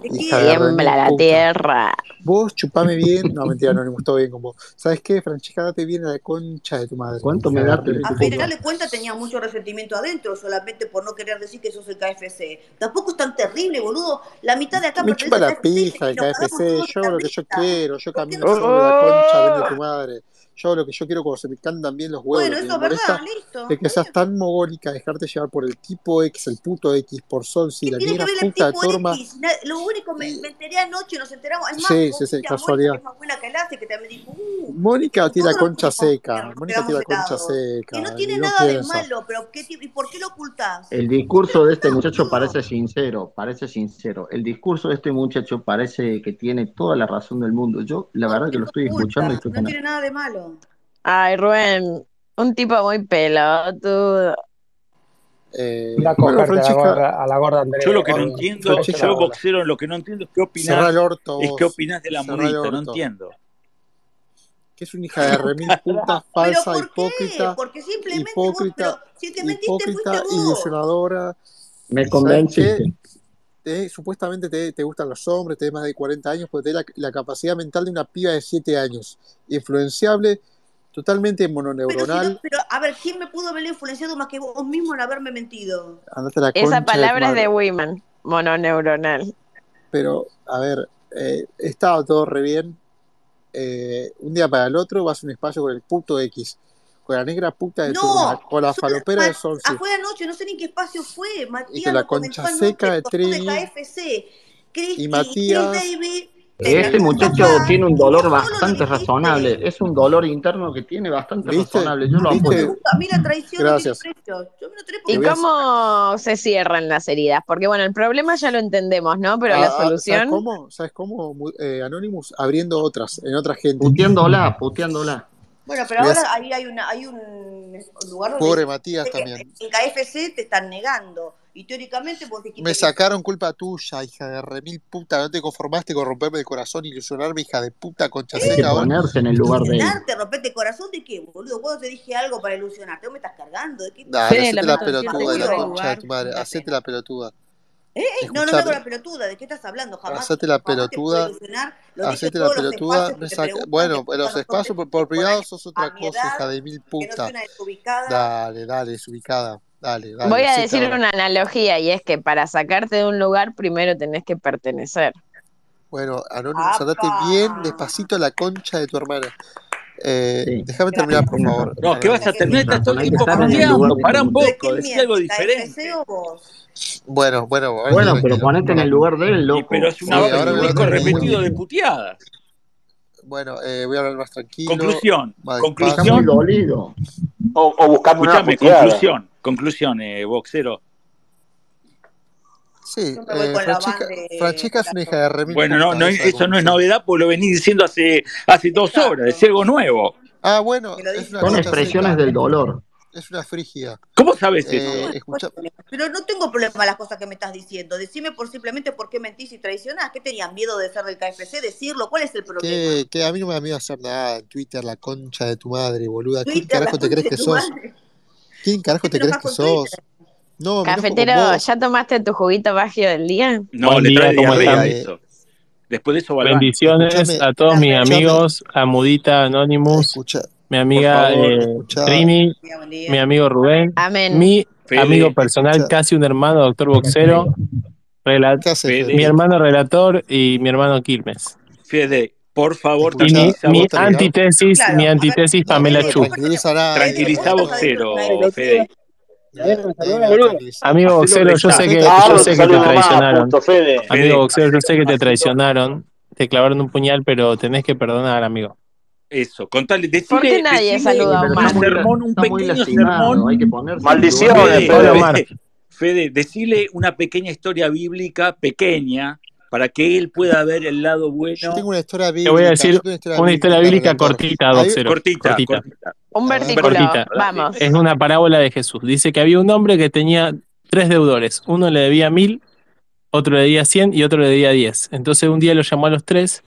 Speaker 3: Hija de re mil
Speaker 14: Tiembla la
Speaker 3: puta.
Speaker 14: tierra.
Speaker 3: Vos chupame bien. No, mentira, no me gustó bien con vos. ¿Sabes qué, Francesca? Date bien a la concha de tu madre.
Speaker 10: ¿Cuánto me
Speaker 3: hija de
Speaker 10: das
Speaker 3: re mil
Speaker 1: Al
Speaker 3: puta.
Speaker 1: final de cuentas tenías mucho resentimiento adentro, solamente por no querer decir que sos el KFC. Tampoco es tan terrible, boludo. La mitad de acá
Speaker 3: Me chupa
Speaker 1: pertenece al
Speaker 3: la
Speaker 1: KFC
Speaker 3: pija
Speaker 1: y nos
Speaker 3: el
Speaker 1: cagamos
Speaker 3: KFC,
Speaker 1: todos
Speaker 3: yo
Speaker 1: de la
Speaker 3: hago lo que yo
Speaker 1: risa.
Speaker 3: quiero,
Speaker 1: ¿Por qué
Speaker 3: yo camino
Speaker 1: no?
Speaker 3: sobre la concha, ven de tu madre. Yo hago lo que yo quiero cuando se me cantan bien los huevos.
Speaker 1: Bueno,
Speaker 3: Lo que
Speaker 1: eso
Speaker 3: me
Speaker 1: es verdad,
Speaker 3: molesta
Speaker 1: listo.
Speaker 3: es que
Speaker 1: está
Speaker 3: seas tan mogólica, dejarte llevar por el tipo X, el puto X, por Solsi,
Speaker 1: ¿Qué
Speaker 3: la
Speaker 1: tiene que
Speaker 3: negra
Speaker 1: ver el
Speaker 3: puta de
Speaker 1: tipo
Speaker 3: Torma.
Speaker 1: X? Na- Lo único, me, me enteré anoche, nos enteramos. Es más,
Speaker 3: Sí, sí,
Speaker 1: vos
Speaker 3: sí,
Speaker 1: viste a Mónica, que
Speaker 3: casualidad.
Speaker 1: es más buena que la hace, que también dijo, uh,
Speaker 3: Mónica tiene la
Speaker 1: todos nos
Speaker 3: concha
Speaker 1: pusimos bien,
Speaker 3: seca,
Speaker 1: nos
Speaker 3: Mónica tiene
Speaker 1: quedamos
Speaker 3: la concha
Speaker 1: helados. Que no
Speaker 3: seca,
Speaker 1: tiene
Speaker 3: y no
Speaker 1: nada de
Speaker 3: piensa.
Speaker 1: malo, pero ¿qué, ti- ¿y por qué lo ocultás?
Speaker 10: El discurso de este muchacho parece sincero, parece sincero. El discurso de este muchacho parece que tiene toda la razón del mundo. Yo, la verdad, que lo estoy escuchando
Speaker 1: Oculta,
Speaker 10: y estoy
Speaker 1: no
Speaker 10: con él.
Speaker 1: tiene nada de malo.
Speaker 14: Ay, Rubén, un tipo muy pelotudo.
Speaker 10: Eh,
Speaker 8: Anda a
Speaker 3: bueno,
Speaker 8: cogerte a la
Speaker 3: Francesca.
Speaker 8: gorda, a la gorda Andrea.
Speaker 9: Yo lo que no
Speaker 8: gorda.
Speaker 9: entiendo,
Speaker 8: Echa la
Speaker 9: yo
Speaker 8: bola.
Speaker 9: boxero, lo que no entiendo es qué
Speaker 3: Cerrá
Speaker 9: opinás,
Speaker 3: el orto
Speaker 9: es qué
Speaker 3: vos.
Speaker 9: opinás de la
Speaker 3: Cerrá el
Speaker 9: mudita, no
Speaker 3: orto.
Speaker 9: entiendo.
Speaker 3: Que es una hija de remil puta,
Speaker 1: ¿Pero
Speaker 3: falsa,
Speaker 1: por qué?
Speaker 3: hipócrita,
Speaker 1: Porque simplemente vos, pero
Speaker 3: hipócrita,
Speaker 1: si te mentiste fuiste
Speaker 3: hipócrita,
Speaker 1: vos.
Speaker 3: ilusionadora.
Speaker 10: Me
Speaker 3: ¿Sabes qué?
Speaker 10: convenciste.
Speaker 3: Te- supuestamente te, te gustan los hombres, tenés más de 40 años, pero tenés la, la capacidad mental de una piba de 7 años. Influenciable,
Speaker 1: Pero
Speaker 3: totalmente
Speaker 1: si no,
Speaker 3: mononeuronal.
Speaker 1: pero a ver, ¿quién me pudo haber influenciado más que vos mismo en haberme mentido?
Speaker 3: Andate a la
Speaker 14: Esa
Speaker 3: concha de tu
Speaker 14: palabra es de
Speaker 3: madre.
Speaker 14: Wiman, mononeuronal.
Speaker 3: Pero, a ver, eh, estaba todo re bien. eh, un día para el otro vas a un espacio con el puto X, con la negra puta de turma,
Speaker 1: No,
Speaker 3: con la
Speaker 1: son-
Speaker 3: falopera de
Speaker 1: Ma- ah,
Speaker 3: Sonsi
Speaker 1: fue anoche, no sé ni en qué espacio fue.
Speaker 3: y con
Speaker 1: Matías
Speaker 3: la
Speaker 1: lo
Speaker 3: concha
Speaker 1: comentó anoche,
Speaker 3: seca de
Speaker 1: los dos de
Speaker 3: Trivi
Speaker 1: KFC.
Speaker 3: y
Speaker 1: Cristi y Chris
Speaker 3: Matías.
Speaker 1: David se
Speaker 10: Este
Speaker 1: sentó en el
Speaker 10: muchacho
Speaker 1: sofá
Speaker 10: tiene un
Speaker 1: y vos
Speaker 10: dolor
Speaker 1: solo
Speaker 10: bastante
Speaker 1: dijiste.
Speaker 10: razonable. Es un dolor interno que tiene bastante
Speaker 3: ¿Viste?
Speaker 10: razonable. Yo lo
Speaker 1: Me
Speaker 10: apoyo.
Speaker 3: ¿Viste?
Speaker 1: gusta, a mí la traición no tiene
Speaker 3: Gracias.
Speaker 1: precio. Yo me lo trae
Speaker 14: ¿Y
Speaker 1: porque
Speaker 3: Te voy a-
Speaker 14: cómo se cierran las heridas? Porque bueno, el problema ya lo entendemos, ¿no? Pero la
Speaker 3: a- a- Ah, ¿Sabes
Speaker 14: solución,
Speaker 3: cómo? ¿Sabes cómo? Mu- eh, Anonymous abriendo otras, en otra gente.
Speaker 10: Puteándola, puteándola.
Speaker 1: Bueno, pero
Speaker 3: Le voy a-
Speaker 1: ahora ahí hay una, hay un lugar donde
Speaker 3: Pobre
Speaker 1: dice
Speaker 3: Matías
Speaker 1: que
Speaker 3: también.
Speaker 1: en KFC te están negando. Y teóricamente vos
Speaker 3: Me
Speaker 1: dijiste que
Speaker 3: sacaron culpa tuya, hija de remil puta. No te conformaste con romperme el corazón, ilusionarme, hija de puta, concha
Speaker 10: Hay que
Speaker 3: seca. Ahora
Speaker 10: ponerse en el lugar de él.
Speaker 1: ilusionarte, rompete el corazón de qué, boludo. ¿Cuándo te dije algo para ilusionarte? ¿Vos me estás cargando? ¿De qué
Speaker 3: Dale,
Speaker 1: estás
Speaker 3: hacete la
Speaker 1: hablando?
Speaker 3: pelotuda de la
Speaker 1: Mario?
Speaker 3: concha de tu madre. Hacete la pelotuda.
Speaker 1: ¿Eh? eh, No, no me hago
Speaker 3: Escuchame.
Speaker 1: la pelotuda. ¿De qué estás hablando? Jamás,
Speaker 3: Hacete la
Speaker 1: jamás te pude
Speaker 3: pelotuda.
Speaker 1: ilusionar. Lo dije en
Speaker 3: Hacete la
Speaker 1: todos los
Speaker 3: pelotuda.
Speaker 1: espacios que
Speaker 3: Me
Speaker 1: te
Speaker 3: saca...
Speaker 1: preguntan, te
Speaker 3: Bueno, los
Speaker 1: preguntan los hombres
Speaker 3: espacios por, por privado
Speaker 1: contemporáneos
Speaker 3: sos otra
Speaker 1: a mi
Speaker 3: cosa,
Speaker 1: edad,
Speaker 3: hija de mil
Speaker 1: que no soy
Speaker 3: puta.
Speaker 1: una desubicada.
Speaker 3: Dale, dale, desubicada. Dale, dale,
Speaker 14: voy a
Speaker 3: hacete
Speaker 14: decir
Speaker 3: ahora.
Speaker 14: una analogía y es que para sacarte de un lugar primero tenés que pertenecer.
Speaker 3: Bueno, Anonymous, andate bien
Speaker 1: ¡Apa!
Speaker 3: despacito a la concha de tu hermana. Eh,
Speaker 10: Sí,
Speaker 3: déjame terminar,
Speaker 10: sí,
Speaker 3: por
Speaker 10: tienes
Speaker 3: favor,
Speaker 10: razón.
Speaker 9: No, que vas a
Speaker 1: Jesús.
Speaker 9: terminar,
Speaker 10: Tienes
Speaker 9: estás todo
Speaker 10: razón.
Speaker 9: el
Speaker 10: Hay que
Speaker 9: tiempo
Speaker 10: estar en el lugar
Speaker 9: puteando,
Speaker 10: de este
Speaker 9: pará un
Speaker 1: ¿Pero de
Speaker 10: muchacho.
Speaker 9: poco,
Speaker 1: quién
Speaker 9: decí algo
Speaker 1: miente?
Speaker 9: diferente.
Speaker 1: ¿KFC o vos?
Speaker 3: Bueno, bueno, ahora estoy
Speaker 10: Bueno, pero
Speaker 3: tranquilo.
Speaker 10: ponete en el lugar de él,
Speaker 9: Y pero es
Speaker 10: loco.
Speaker 9: una,
Speaker 3: Sí,
Speaker 10: Ponete en
Speaker 9: es un
Speaker 10: el
Speaker 3: ahora voy a
Speaker 10: lugar
Speaker 9: disco
Speaker 3: hablar
Speaker 10: de él,
Speaker 9: repetido de
Speaker 3: tranquilo.
Speaker 10: buenísimo.
Speaker 9: puteadas.
Speaker 3: Bueno, eh, voy a hablar más tranquilo,
Speaker 9: Conclusión,
Speaker 3: más
Speaker 10: Está
Speaker 3: despacio.
Speaker 9: conclusión,
Speaker 10: muy dolido.
Speaker 7: O, o buscamos una
Speaker 9: escuchame,
Speaker 7: puteada.
Speaker 9: conclusión, conclusión, eh, boxero.
Speaker 3: Sí,
Speaker 1: Yo me voy con
Speaker 3: eh,
Speaker 1: la van
Speaker 3: Francesca,
Speaker 1: de
Speaker 3: Francesca es una hija de remil
Speaker 9: Bueno, no,
Speaker 3: puta,
Speaker 9: no,
Speaker 3: esa es
Speaker 9: eso
Speaker 3: la
Speaker 9: no es
Speaker 3: conclusión.
Speaker 9: novedad, porque lo venís diciendo hace, hace dos horas, es algo nuevo.
Speaker 3: Ah, bueno,
Speaker 1: que lo
Speaker 3: es
Speaker 1: dice
Speaker 3: una
Speaker 10: Son
Speaker 1: todo.
Speaker 3: concha
Speaker 10: expresiones
Speaker 3: seca,
Speaker 10: del dolor.
Speaker 3: es una frígida.
Speaker 9: ¿Cómo sabes
Speaker 3: Eh,
Speaker 9: eso?
Speaker 3: escucha,
Speaker 1: Pero no tengo problema las cosas que me estás diciendo. Decime por simplemente por qué mentís y traicionás. ¿Qué tenías miedo de ser del KFC? Decirlo. ¿Cuál es el problema?
Speaker 3: que, que a mí no me da miedo hacer nada en Twitter, la concha de tu madre, boluda. ¿Quién
Speaker 1: Twitter, la
Speaker 3: carajo te
Speaker 1: concha
Speaker 3: crees
Speaker 1: de
Speaker 3: que
Speaker 1: tu
Speaker 3: sos?
Speaker 1: madre.
Speaker 3: ¿Quién carajo te crees que sos? No, me enojo con
Speaker 14: Cafetero,
Speaker 3: vos.
Speaker 14: ¿ya tomaste tu juguito bagio del día?
Speaker 9: No,
Speaker 15: Buen
Speaker 9: le
Speaker 15: día,
Speaker 9: trae
Speaker 15: ¿cómo
Speaker 9: diarrea
Speaker 15: están?
Speaker 9: eso. Después de eso va al baño.
Speaker 15: Bendiciones a todos mis amigos, a Mudita Anonymous, mi amiga
Speaker 9: Por favor,
Speaker 15: eh,
Speaker 9: escuchá.
Speaker 15: Trini,
Speaker 1: Buen día.
Speaker 15: mi amigo Rubén,
Speaker 14: Amén.
Speaker 15: mi
Speaker 9: Fede.
Speaker 15: amigo personal, casi un hermano, doctor Boxero, rela-
Speaker 9: Fede.
Speaker 15: mi hermano relator y mi hermano Quilmes.
Speaker 9: Fede, por favor,
Speaker 15: Y mi,
Speaker 9: tranquiliza
Speaker 15: mi
Speaker 9: boxeo.
Speaker 15: antitesis, mi antitesis
Speaker 10: Ah,
Speaker 15: Pamela
Speaker 3: Eh,
Speaker 15: Chu.
Speaker 9: Tranquiliza boxero, Fede.
Speaker 15: Amigo
Speaker 9: Hacelo
Speaker 15: boxero, yo sé
Speaker 9: rectar.
Speaker 15: que,
Speaker 9: Ah,
Speaker 15: yo sé que te
Speaker 9: saludo más,
Speaker 15: traicionaron.
Speaker 9: puto, Fede. Fede,
Speaker 15: Amigo boxero, yo sé que te
Speaker 9: hacelo.
Speaker 15: traicionaron, te clavaron un puñal, pero tenés que perdonar, amigo.
Speaker 9: Eso, contale,
Speaker 14: ¿Por qué
Speaker 9: decile,
Speaker 14: nadie
Speaker 9: decile
Speaker 14: saluda a
Speaker 9: un
Speaker 14: Omar?
Speaker 9: sermón, un pequeño sermón.
Speaker 10: ponerse
Speaker 9: Maldición,
Speaker 10: en lugar.
Speaker 9: Fede,
Speaker 10: Hola,
Speaker 9: Fede,
Speaker 10: Omar.
Speaker 9: Fede, decile una pequeña historia bíblica, pequeña, para que él pueda ver el lado bueno.
Speaker 3: Tengo una historia
Speaker 15: Te voy a
Speaker 3: bíblica. yo
Speaker 15: decir
Speaker 3: tengo una historia
Speaker 15: una historia
Speaker 3: bíblica.
Speaker 15: bíblica
Speaker 3: relator.
Speaker 15: cortita,
Speaker 3: Ahí-
Speaker 15: boxero.
Speaker 9: Cortita,
Speaker 15: Cortita.
Speaker 9: cortita.
Speaker 14: Un versículo,
Speaker 15: Cortita.
Speaker 14: vamos.
Speaker 9: Eh,
Speaker 15: Es una parábola de Jesús. Dice que había un hombre que tenía tres deudores. Uno le debía mil, otro le debía cien y otro le debía diez. Entonces un día lo llamó a los tres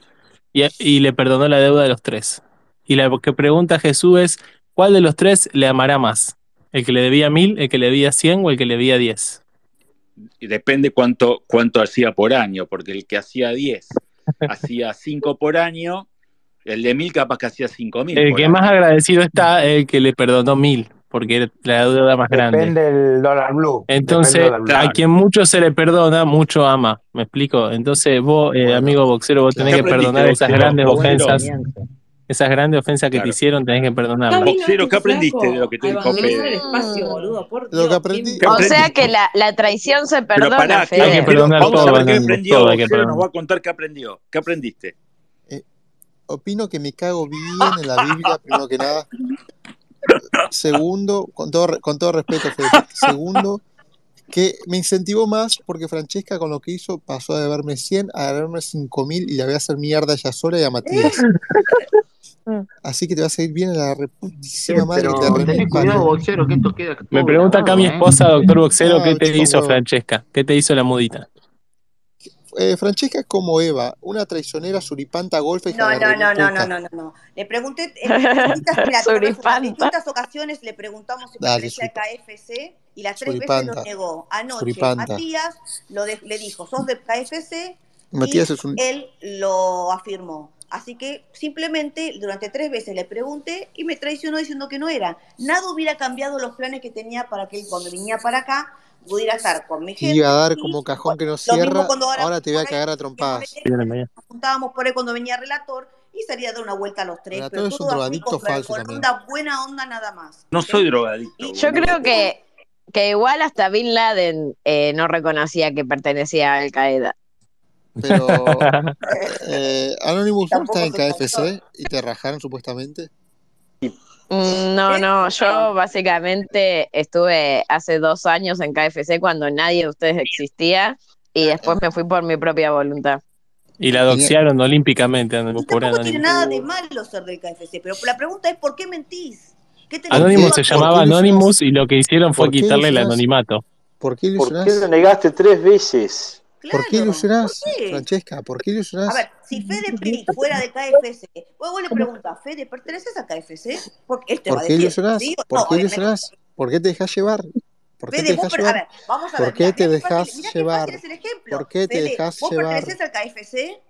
Speaker 15: y, y le perdonó la deuda de los tres. Y la que pregunta Jesús es, ¿cuál de los tres le amará más? ¿El que le debía mil, el que le debía cien o el que le debía diez?
Speaker 9: Y depende cuánto, cuánto hacía por año, porque el que hacía 10 hacía 5 por año, el de 1000 capaz que hacía 5000
Speaker 15: El
Speaker 9: por
Speaker 15: que
Speaker 9: año.
Speaker 15: más agradecido está es el que le perdonó mil, porque era la deuda más grande.
Speaker 8: Depende del dólar blue.
Speaker 15: Entonces,
Speaker 8: Depende del dólar
Speaker 15: a
Speaker 8: blue.
Speaker 15: quien mucho se le perdona, mucho ama. ¿Me explico? Entonces, vos, eh, amigo boxero, vos tenés
Speaker 9: ¿Qué
Speaker 15: que
Speaker 9: aprendiste,
Speaker 15: perdonar esas
Speaker 9: boxero?
Speaker 15: grandes
Speaker 9: Boxero.
Speaker 15: ofensas. Esas grandes ofensas que
Speaker 9: Claro.
Speaker 15: te hicieron, tenés que perdonarlas.
Speaker 1: este
Speaker 9: Boxero, ¿qué aprendiste de lo que te
Speaker 12: A
Speaker 9: dijo
Speaker 12: evangelizar
Speaker 9: Fede?
Speaker 12: este el espacio, boludo, por
Speaker 3: Mm. Lo
Speaker 12: Dios.
Speaker 3: que aprendí.
Speaker 9: ¿Qué
Speaker 14: O sea
Speaker 9: aprendiste?
Speaker 14: que la, la traición se
Speaker 9: Pero
Speaker 14: perdona,
Speaker 9: pará, que
Speaker 14: Fede.
Speaker 15: Hay que
Speaker 9: Boxero-
Speaker 15: perdonar
Speaker 9: vamos a
Speaker 15: todo,
Speaker 9: ver qué
Speaker 15: Anónimo,
Speaker 9: aprendió.
Speaker 15: todo hay que
Speaker 9: Boxero nos
Speaker 15: perdonar.
Speaker 9: va a contar qué aprendió. ¿Qué aprendiste?
Speaker 3: Opino que me cago bien en la Biblia, primero que nada. Segundo, con todo, re- con todo respeto, Fede. Segundo, que me incentivó más porque Francesca con lo que hizo pasó de verme 100 a verme 5000 y la voy a hacer mierda a ella sola y a Matías. Así que te va a seguir bien en la reputísima madre que te
Speaker 10: Pero
Speaker 3: remil
Speaker 10: tenés cuidado,
Speaker 3: parió.
Speaker 10: boxero, que esto queda
Speaker 15: Me
Speaker 10: todo
Speaker 15: pregunta acá
Speaker 10: grabado,
Speaker 15: mi
Speaker 10: ¿eh?
Speaker 15: esposa, doctor boxero,
Speaker 3: Ah,
Speaker 15: ¿qué te
Speaker 3: chupa
Speaker 15: hizo
Speaker 3: huevo.
Speaker 15: Francesca? ¿Qué te hizo la mudita?
Speaker 3: Eh, Francesca es como Eva, una traicionera suripanta golfa hija
Speaker 1: No,
Speaker 3: de
Speaker 1: no, no, no, no,
Speaker 3: reputa.
Speaker 1: no, no, no. Le pregunté en distintas plataformas, en distintas ocasiones le preguntamos si
Speaker 3: Dale,
Speaker 1: pertenecía al KFC y las tres veces lo
Speaker 3: suripanta.
Speaker 1: negó. Anoche
Speaker 3: Suripanta.
Speaker 1: Matías lo de- le dijo, sos de KFC y
Speaker 3: Matías es un.
Speaker 1: él lo afirmó. Así que simplemente durante tres veces le pregunté y me traicionó diciendo que no era. Nada hubiera cambiado los planes que tenía para que él cuando venía para acá pudiera estar con mi gente.
Speaker 3: Iba a dar
Speaker 1: y
Speaker 3: como cajón que no
Speaker 1: lo mismo
Speaker 3: cierra,
Speaker 1: cuando ahora
Speaker 3: ahora te voy a cagar a trompadas.
Speaker 1: nos juntábamos por ahí cuando venía relator y salía a dar una vuelta a los tres,
Speaker 3: Relator
Speaker 1: pero
Speaker 3: es un
Speaker 1: todo así
Speaker 3: drogadicto
Speaker 1: con,
Speaker 3: falso
Speaker 1: con
Speaker 3: también.
Speaker 1: onda buena onda nada más.
Speaker 9: No soy drogadicto.
Speaker 14: Yo
Speaker 9: boludo.
Speaker 14: creo que, que igual hasta Bin Laden eh, no reconocía que pertenecía a Al Qaeda.
Speaker 3: Pero eh, Anonymous ¿vos
Speaker 14: Tampoco
Speaker 3: estás en KFC y te rajaron supuestamente.
Speaker 14: Mm, No, no, yo básicamente estuve hace dos años en KFC cuando nadie de ustedes existía y después me fui por mi propia voluntad.
Speaker 15: Y la doxearon olímpicamente, Anónimo, pobre
Speaker 1: Tampoco tiene
Speaker 15: Anónimo.
Speaker 1: nada de malo ser del KFC, pero la pregunta es ¿por qué mentís? ¿Qué te
Speaker 15: Anónimo
Speaker 1: motivó
Speaker 15: se
Speaker 1: a
Speaker 15: llamaba Anonymous y lo que hicieron fue
Speaker 3: por qué
Speaker 15: quitarle el
Speaker 3: ilusionás?
Speaker 15: anonimato.
Speaker 3: ¿Por qué
Speaker 7: ¿Por qué
Speaker 3: ilusionás?
Speaker 7: lo negaste tres veces?
Speaker 3: ¿Por qué ilusionás,
Speaker 1: ¿Por qué?
Speaker 3: Francesca? ¿Por qué
Speaker 1: A
Speaker 3: ilusionás?
Speaker 1: ver, si Fede Pérez fuera de KFC, vos, vos le preguntás, Fede, ¿perteneces a KFC? Porque él te va
Speaker 3: ¿Por
Speaker 1: a
Speaker 3: qué
Speaker 1: decir,
Speaker 3: ilusionás?
Speaker 1: ¿sí o no?
Speaker 3: ¿Por qué
Speaker 1: Obviamente.
Speaker 3: ilusionás? ¿Por qué te dejás llevar? ¿Por qué te
Speaker 1: Fede, vos,
Speaker 3: dejás
Speaker 1: per- a
Speaker 3: llevar?
Speaker 1: ver, vamos a
Speaker 3: ¿Por
Speaker 1: ver,
Speaker 3: qué
Speaker 1: mirá,
Speaker 3: te
Speaker 1: mirá qué fácil, mirá
Speaker 3: dejás
Speaker 1: qué fácil
Speaker 3: llevar?
Speaker 1: es el ejemplo.
Speaker 3: ¿Por qué te
Speaker 1: Fede,
Speaker 3: dejás
Speaker 1: ¿vos
Speaker 3: llevar?
Speaker 1: perteneces al KFC?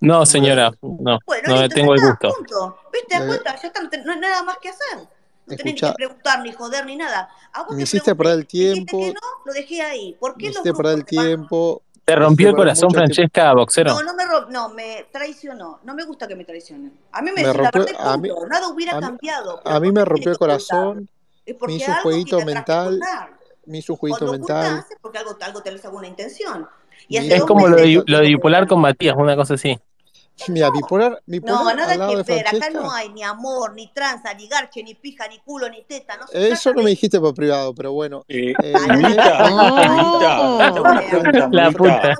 Speaker 15: No, señora, no,
Speaker 1: Bueno,
Speaker 15: no
Speaker 1: listo, ya
Speaker 15: tengo el
Speaker 1: está,
Speaker 15: gusto.
Speaker 1: punto.
Speaker 3: Eh,
Speaker 1: ¿Viste? a cuenta, ya está, no, ten- no hay nada más que hacer. No tenés ni
Speaker 3: Escucha,
Speaker 1: que preguntar, ni joder, ni nada. A vos
Speaker 3: me
Speaker 1: te
Speaker 3: hiciste
Speaker 1: pregunté,
Speaker 3: perder el
Speaker 1: dijiste
Speaker 3: tiempo,
Speaker 1: que no, lo dejé ahí. ¿Por
Speaker 3: me
Speaker 1: qué los
Speaker 3: hiciste perder
Speaker 1: grupos
Speaker 3: el
Speaker 1: se van?
Speaker 3: tiempo,
Speaker 15: Te
Speaker 3: me hiciste
Speaker 15: rompió el
Speaker 3: perder
Speaker 15: corazón,
Speaker 3: mucho tiempo.
Speaker 15: Francesca, boxero.
Speaker 1: No, no me ro- no, me traicionó. No me gusta que me traicionen. A mí me
Speaker 3: Me
Speaker 1: decís la
Speaker 3: rompió,
Speaker 1: verdad y
Speaker 3: a mí,
Speaker 1: punto. Nada hubiera
Speaker 3: a mí,
Speaker 1: cambiado. Pero
Speaker 3: a mí
Speaker 1: ¿por
Speaker 3: me
Speaker 1: qué tiene
Speaker 3: rompió
Speaker 1: que
Speaker 3: el
Speaker 1: ocultar?
Speaker 3: corazón,
Speaker 1: Es
Speaker 3: me
Speaker 1: porque
Speaker 3: hizo un
Speaker 1: algo
Speaker 3: jueguito
Speaker 1: tiene atrás que
Speaker 3: mental,
Speaker 1: ocultar.
Speaker 3: me hizo un jueguito
Speaker 1: Cuando
Speaker 3: mental,
Speaker 1: ocultás es porque algo, algo tenés alguna intención. Y
Speaker 3: me
Speaker 1: hace
Speaker 15: Es
Speaker 3: hizo un
Speaker 1: dos
Speaker 15: como
Speaker 3: jueguito
Speaker 15: lo, di-
Speaker 1: meses
Speaker 15: lo
Speaker 3: mental.
Speaker 15: de
Speaker 1: dijo que
Speaker 15: bipolar
Speaker 1: era.
Speaker 15: con Matías, una cosa así.
Speaker 3: Mira, bipolar,
Speaker 1: No,
Speaker 3: bipolar al
Speaker 1: nada
Speaker 3: lado
Speaker 1: que
Speaker 3: de
Speaker 1: ver. Acá no
Speaker 3: Francesca,
Speaker 1: hay ni amor, ni tranza, ni garche, ni pija, ni culo, ni teta. No se trata
Speaker 3: eso no
Speaker 1: de
Speaker 3: me dijiste por privado, pero bueno.
Speaker 9: Eh,
Speaker 3: eh,
Speaker 9: Mudita, Mudita, te hago una
Speaker 1: Bueno,
Speaker 9: pregunta,
Speaker 15: La puta.
Speaker 9: Mudita.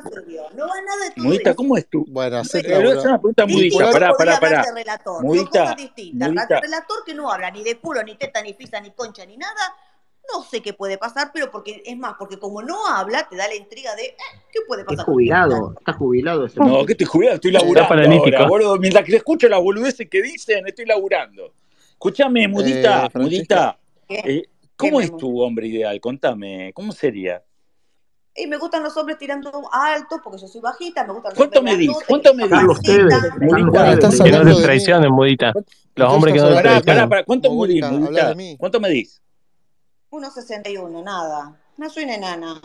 Speaker 1: No va nada de todo
Speaker 9: Mudita,
Speaker 1: eso.
Speaker 9: ¿cómo es tú?
Speaker 3: Bueno, hacete
Speaker 9: Eh, voy a
Speaker 3: laburar.
Speaker 9: hacer una pregunta mudita,
Speaker 1: Distinto,
Speaker 3: Bipolar,
Speaker 1: yo
Speaker 9: pará,
Speaker 1: podría
Speaker 9: pará,
Speaker 1: hablar
Speaker 9: pará.
Speaker 1: de relator. Son cosas
Speaker 9: Mudita,
Speaker 1: distintas. Ra-
Speaker 9: mudita,
Speaker 1: Relator que no habla ni de culo, ni teta, ni pizza, ni concha, ni nada. No sé qué puede pasar, pero porque es más, porque como no habla, te da la intriga de eh, qué puede
Speaker 10: Está
Speaker 1: pasar.
Speaker 10: jubilado, está jubilado ese
Speaker 9: No, que
Speaker 10: muchacho.
Speaker 9: estoy jubilado, estoy
Speaker 15: Está
Speaker 9: laburando ahora,
Speaker 15: paralítico.
Speaker 9: boludo. Mientras que escucho las boludeces que dicen, estoy laburando. Escúchame,
Speaker 3: eh,
Speaker 9: mudita,
Speaker 3: Francesca,
Speaker 9: mudita.
Speaker 1: ¿Qué?
Speaker 9: eh, ¿Cómo es tu hombre ideal? Contame, ¿cómo sería?
Speaker 1: Y me gustan los hombres tirando alto porque yo soy bajita, me gustan los
Speaker 9: ¿Cuánto
Speaker 1: hombres
Speaker 9: medís?
Speaker 1: grandotes,
Speaker 9: ¿Cuánto medís?
Speaker 1: Carlos
Speaker 9: Tevez,
Speaker 15: Mudita, que no te traicionen, Mudita. Los hombres que no te
Speaker 9: Pará, pará,
Speaker 15: traicionen.
Speaker 9: pará, ¿Cuánto medís, Mudita?
Speaker 1: de mí.
Speaker 9: ¿Cuánto medís?
Speaker 1: 1,61, nada. No soy una enana.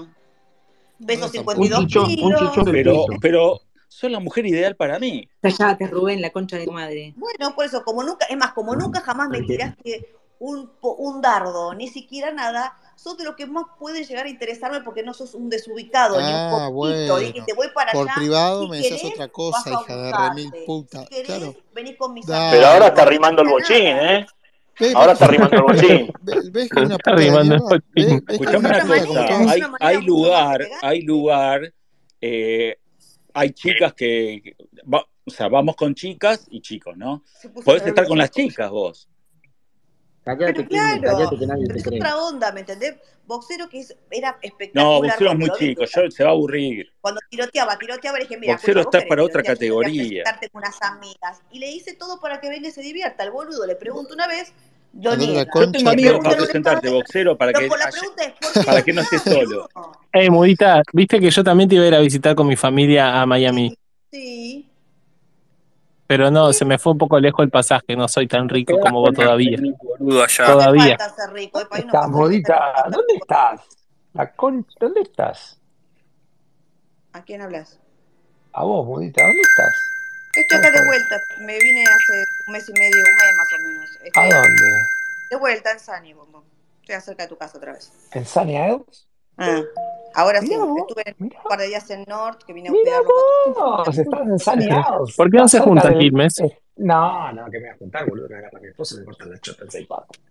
Speaker 1: Peso
Speaker 9: Un
Speaker 1: 52
Speaker 9: chichón,
Speaker 1: Pues kilos.
Speaker 9: Pero, pero, sos la mujer ideal para mí.
Speaker 12: Callate, Rubén, la concha de tu madre.
Speaker 1: Bueno, por eso, como nunca, es más, como nunca jamás me tiraste un, po- un dardo, ni siquiera nada, sos de los que más pueden llegar a interesarme porque no sos un desubicado, ni un
Speaker 3: Ah,
Speaker 1: poquito.
Speaker 3: bueno.
Speaker 1: Dijiste, voy para
Speaker 3: Por
Speaker 1: allá.
Speaker 3: privado
Speaker 1: si
Speaker 3: me
Speaker 1: querés,
Speaker 3: decías otra
Speaker 1: vas a
Speaker 3: cosa, hija de
Speaker 1: buscarte.
Speaker 3: remil puta.
Speaker 1: Si querés,
Speaker 3: Claro.
Speaker 1: venís con mis
Speaker 3: Dale.
Speaker 7: Pero ahora está rimando el bochín, ¿eh?
Speaker 3: Ve,
Speaker 7: Ahora
Speaker 3: ves que
Speaker 7: está
Speaker 3: es
Speaker 7: rimando el
Speaker 3: una-
Speaker 7: bochín.
Speaker 3: Ves, ves que es una
Speaker 15: Está
Speaker 3: puta de
Speaker 15: rimando el
Speaker 3: mierda. Ves, ves que es
Speaker 9: Escuchame
Speaker 3: una
Speaker 9: una
Speaker 3: puta como
Speaker 9: cosa,
Speaker 3: todas.
Speaker 9: hay, hay lugar, hay lugar, eh, hay chicas que, que- va- o sea, vamos con chicas y chicos, ¿no?
Speaker 1: puso
Speaker 9: Podés estar
Speaker 1: nervioso.
Speaker 9: con las chicas vos.
Speaker 1: Pero claro, pero es otra onda, ¿me entendés? Boxero que es- era espectacular.
Speaker 9: No, boxeo es
Speaker 1: cuando
Speaker 9: muy
Speaker 1: lo vi,
Speaker 9: chico, yo, se va a aburrir.
Speaker 1: cuando tiroteaba, tiroteaba, le dije, mira, escucha,
Speaker 9: Boxero
Speaker 1: vos
Speaker 9: está
Speaker 1: querés
Speaker 9: para otra
Speaker 1: tirotear, yo voy a
Speaker 9: categoría.
Speaker 1: presentarte con unas amigas. Y le hice todo para que venga y se divierta. El boludo le pregunto una vez, lo niega.
Speaker 9: Yo tengo
Speaker 1: Le
Speaker 9: amigos
Speaker 1: pregunto
Speaker 9: para
Speaker 1: en un estado,
Speaker 9: presentarte, boxero, para que,
Speaker 1: pero por la
Speaker 9: haya-
Speaker 1: pregunta es, ¿por qué
Speaker 9: para que no estés solo.
Speaker 15: Ey, Mudita, viste que yo también te iba a ir a visitar con mi familia a Miami.
Speaker 1: sí?
Speaker 15: Pero no, se me fue un poco lejos el pasaje. No soy tan rico como vos todavía. Todavía.
Speaker 1: Falta ser rico, eh, pa' ahí no
Speaker 8: Estás, modita, ¿dónde estás? La con- ¿Dónde estás?
Speaker 1: ¿A quién hablas?
Speaker 8: A vos, modita, ¿dónde estás?
Speaker 1: Estoy acá de vuelta, me vine hace un mes y medio, un mes más o menos.
Speaker 8: ¿A
Speaker 1: Estoy
Speaker 8: dónde?
Speaker 1: de vuelta en Sani, bombo. Estoy cerca de tu casa otra vez.
Speaker 8: ¿En Sunny Isles?
Speaker 1: Ah, Ahora sí,
Speaker 8: Mirá vos,
Speaker 1: estuve un par de días en North, que vine a
Speaker 8: mirá
Speaker 1: cuidarlo.
Speaker 8: vos, Oh, estás en Sunny Isles.
Speaker 15: ¿Por qué no
Speaker 8: Estás
Speaker 15: se
Speaker 8: cerca
Speaker 15: juntan,
Speaker 8: del-
Speaker 15: Quilmes?
Speaker 8: eh, No, no, que me voy a juntar, boludo, me agarra mi esposa y me corta la chota en seis patas.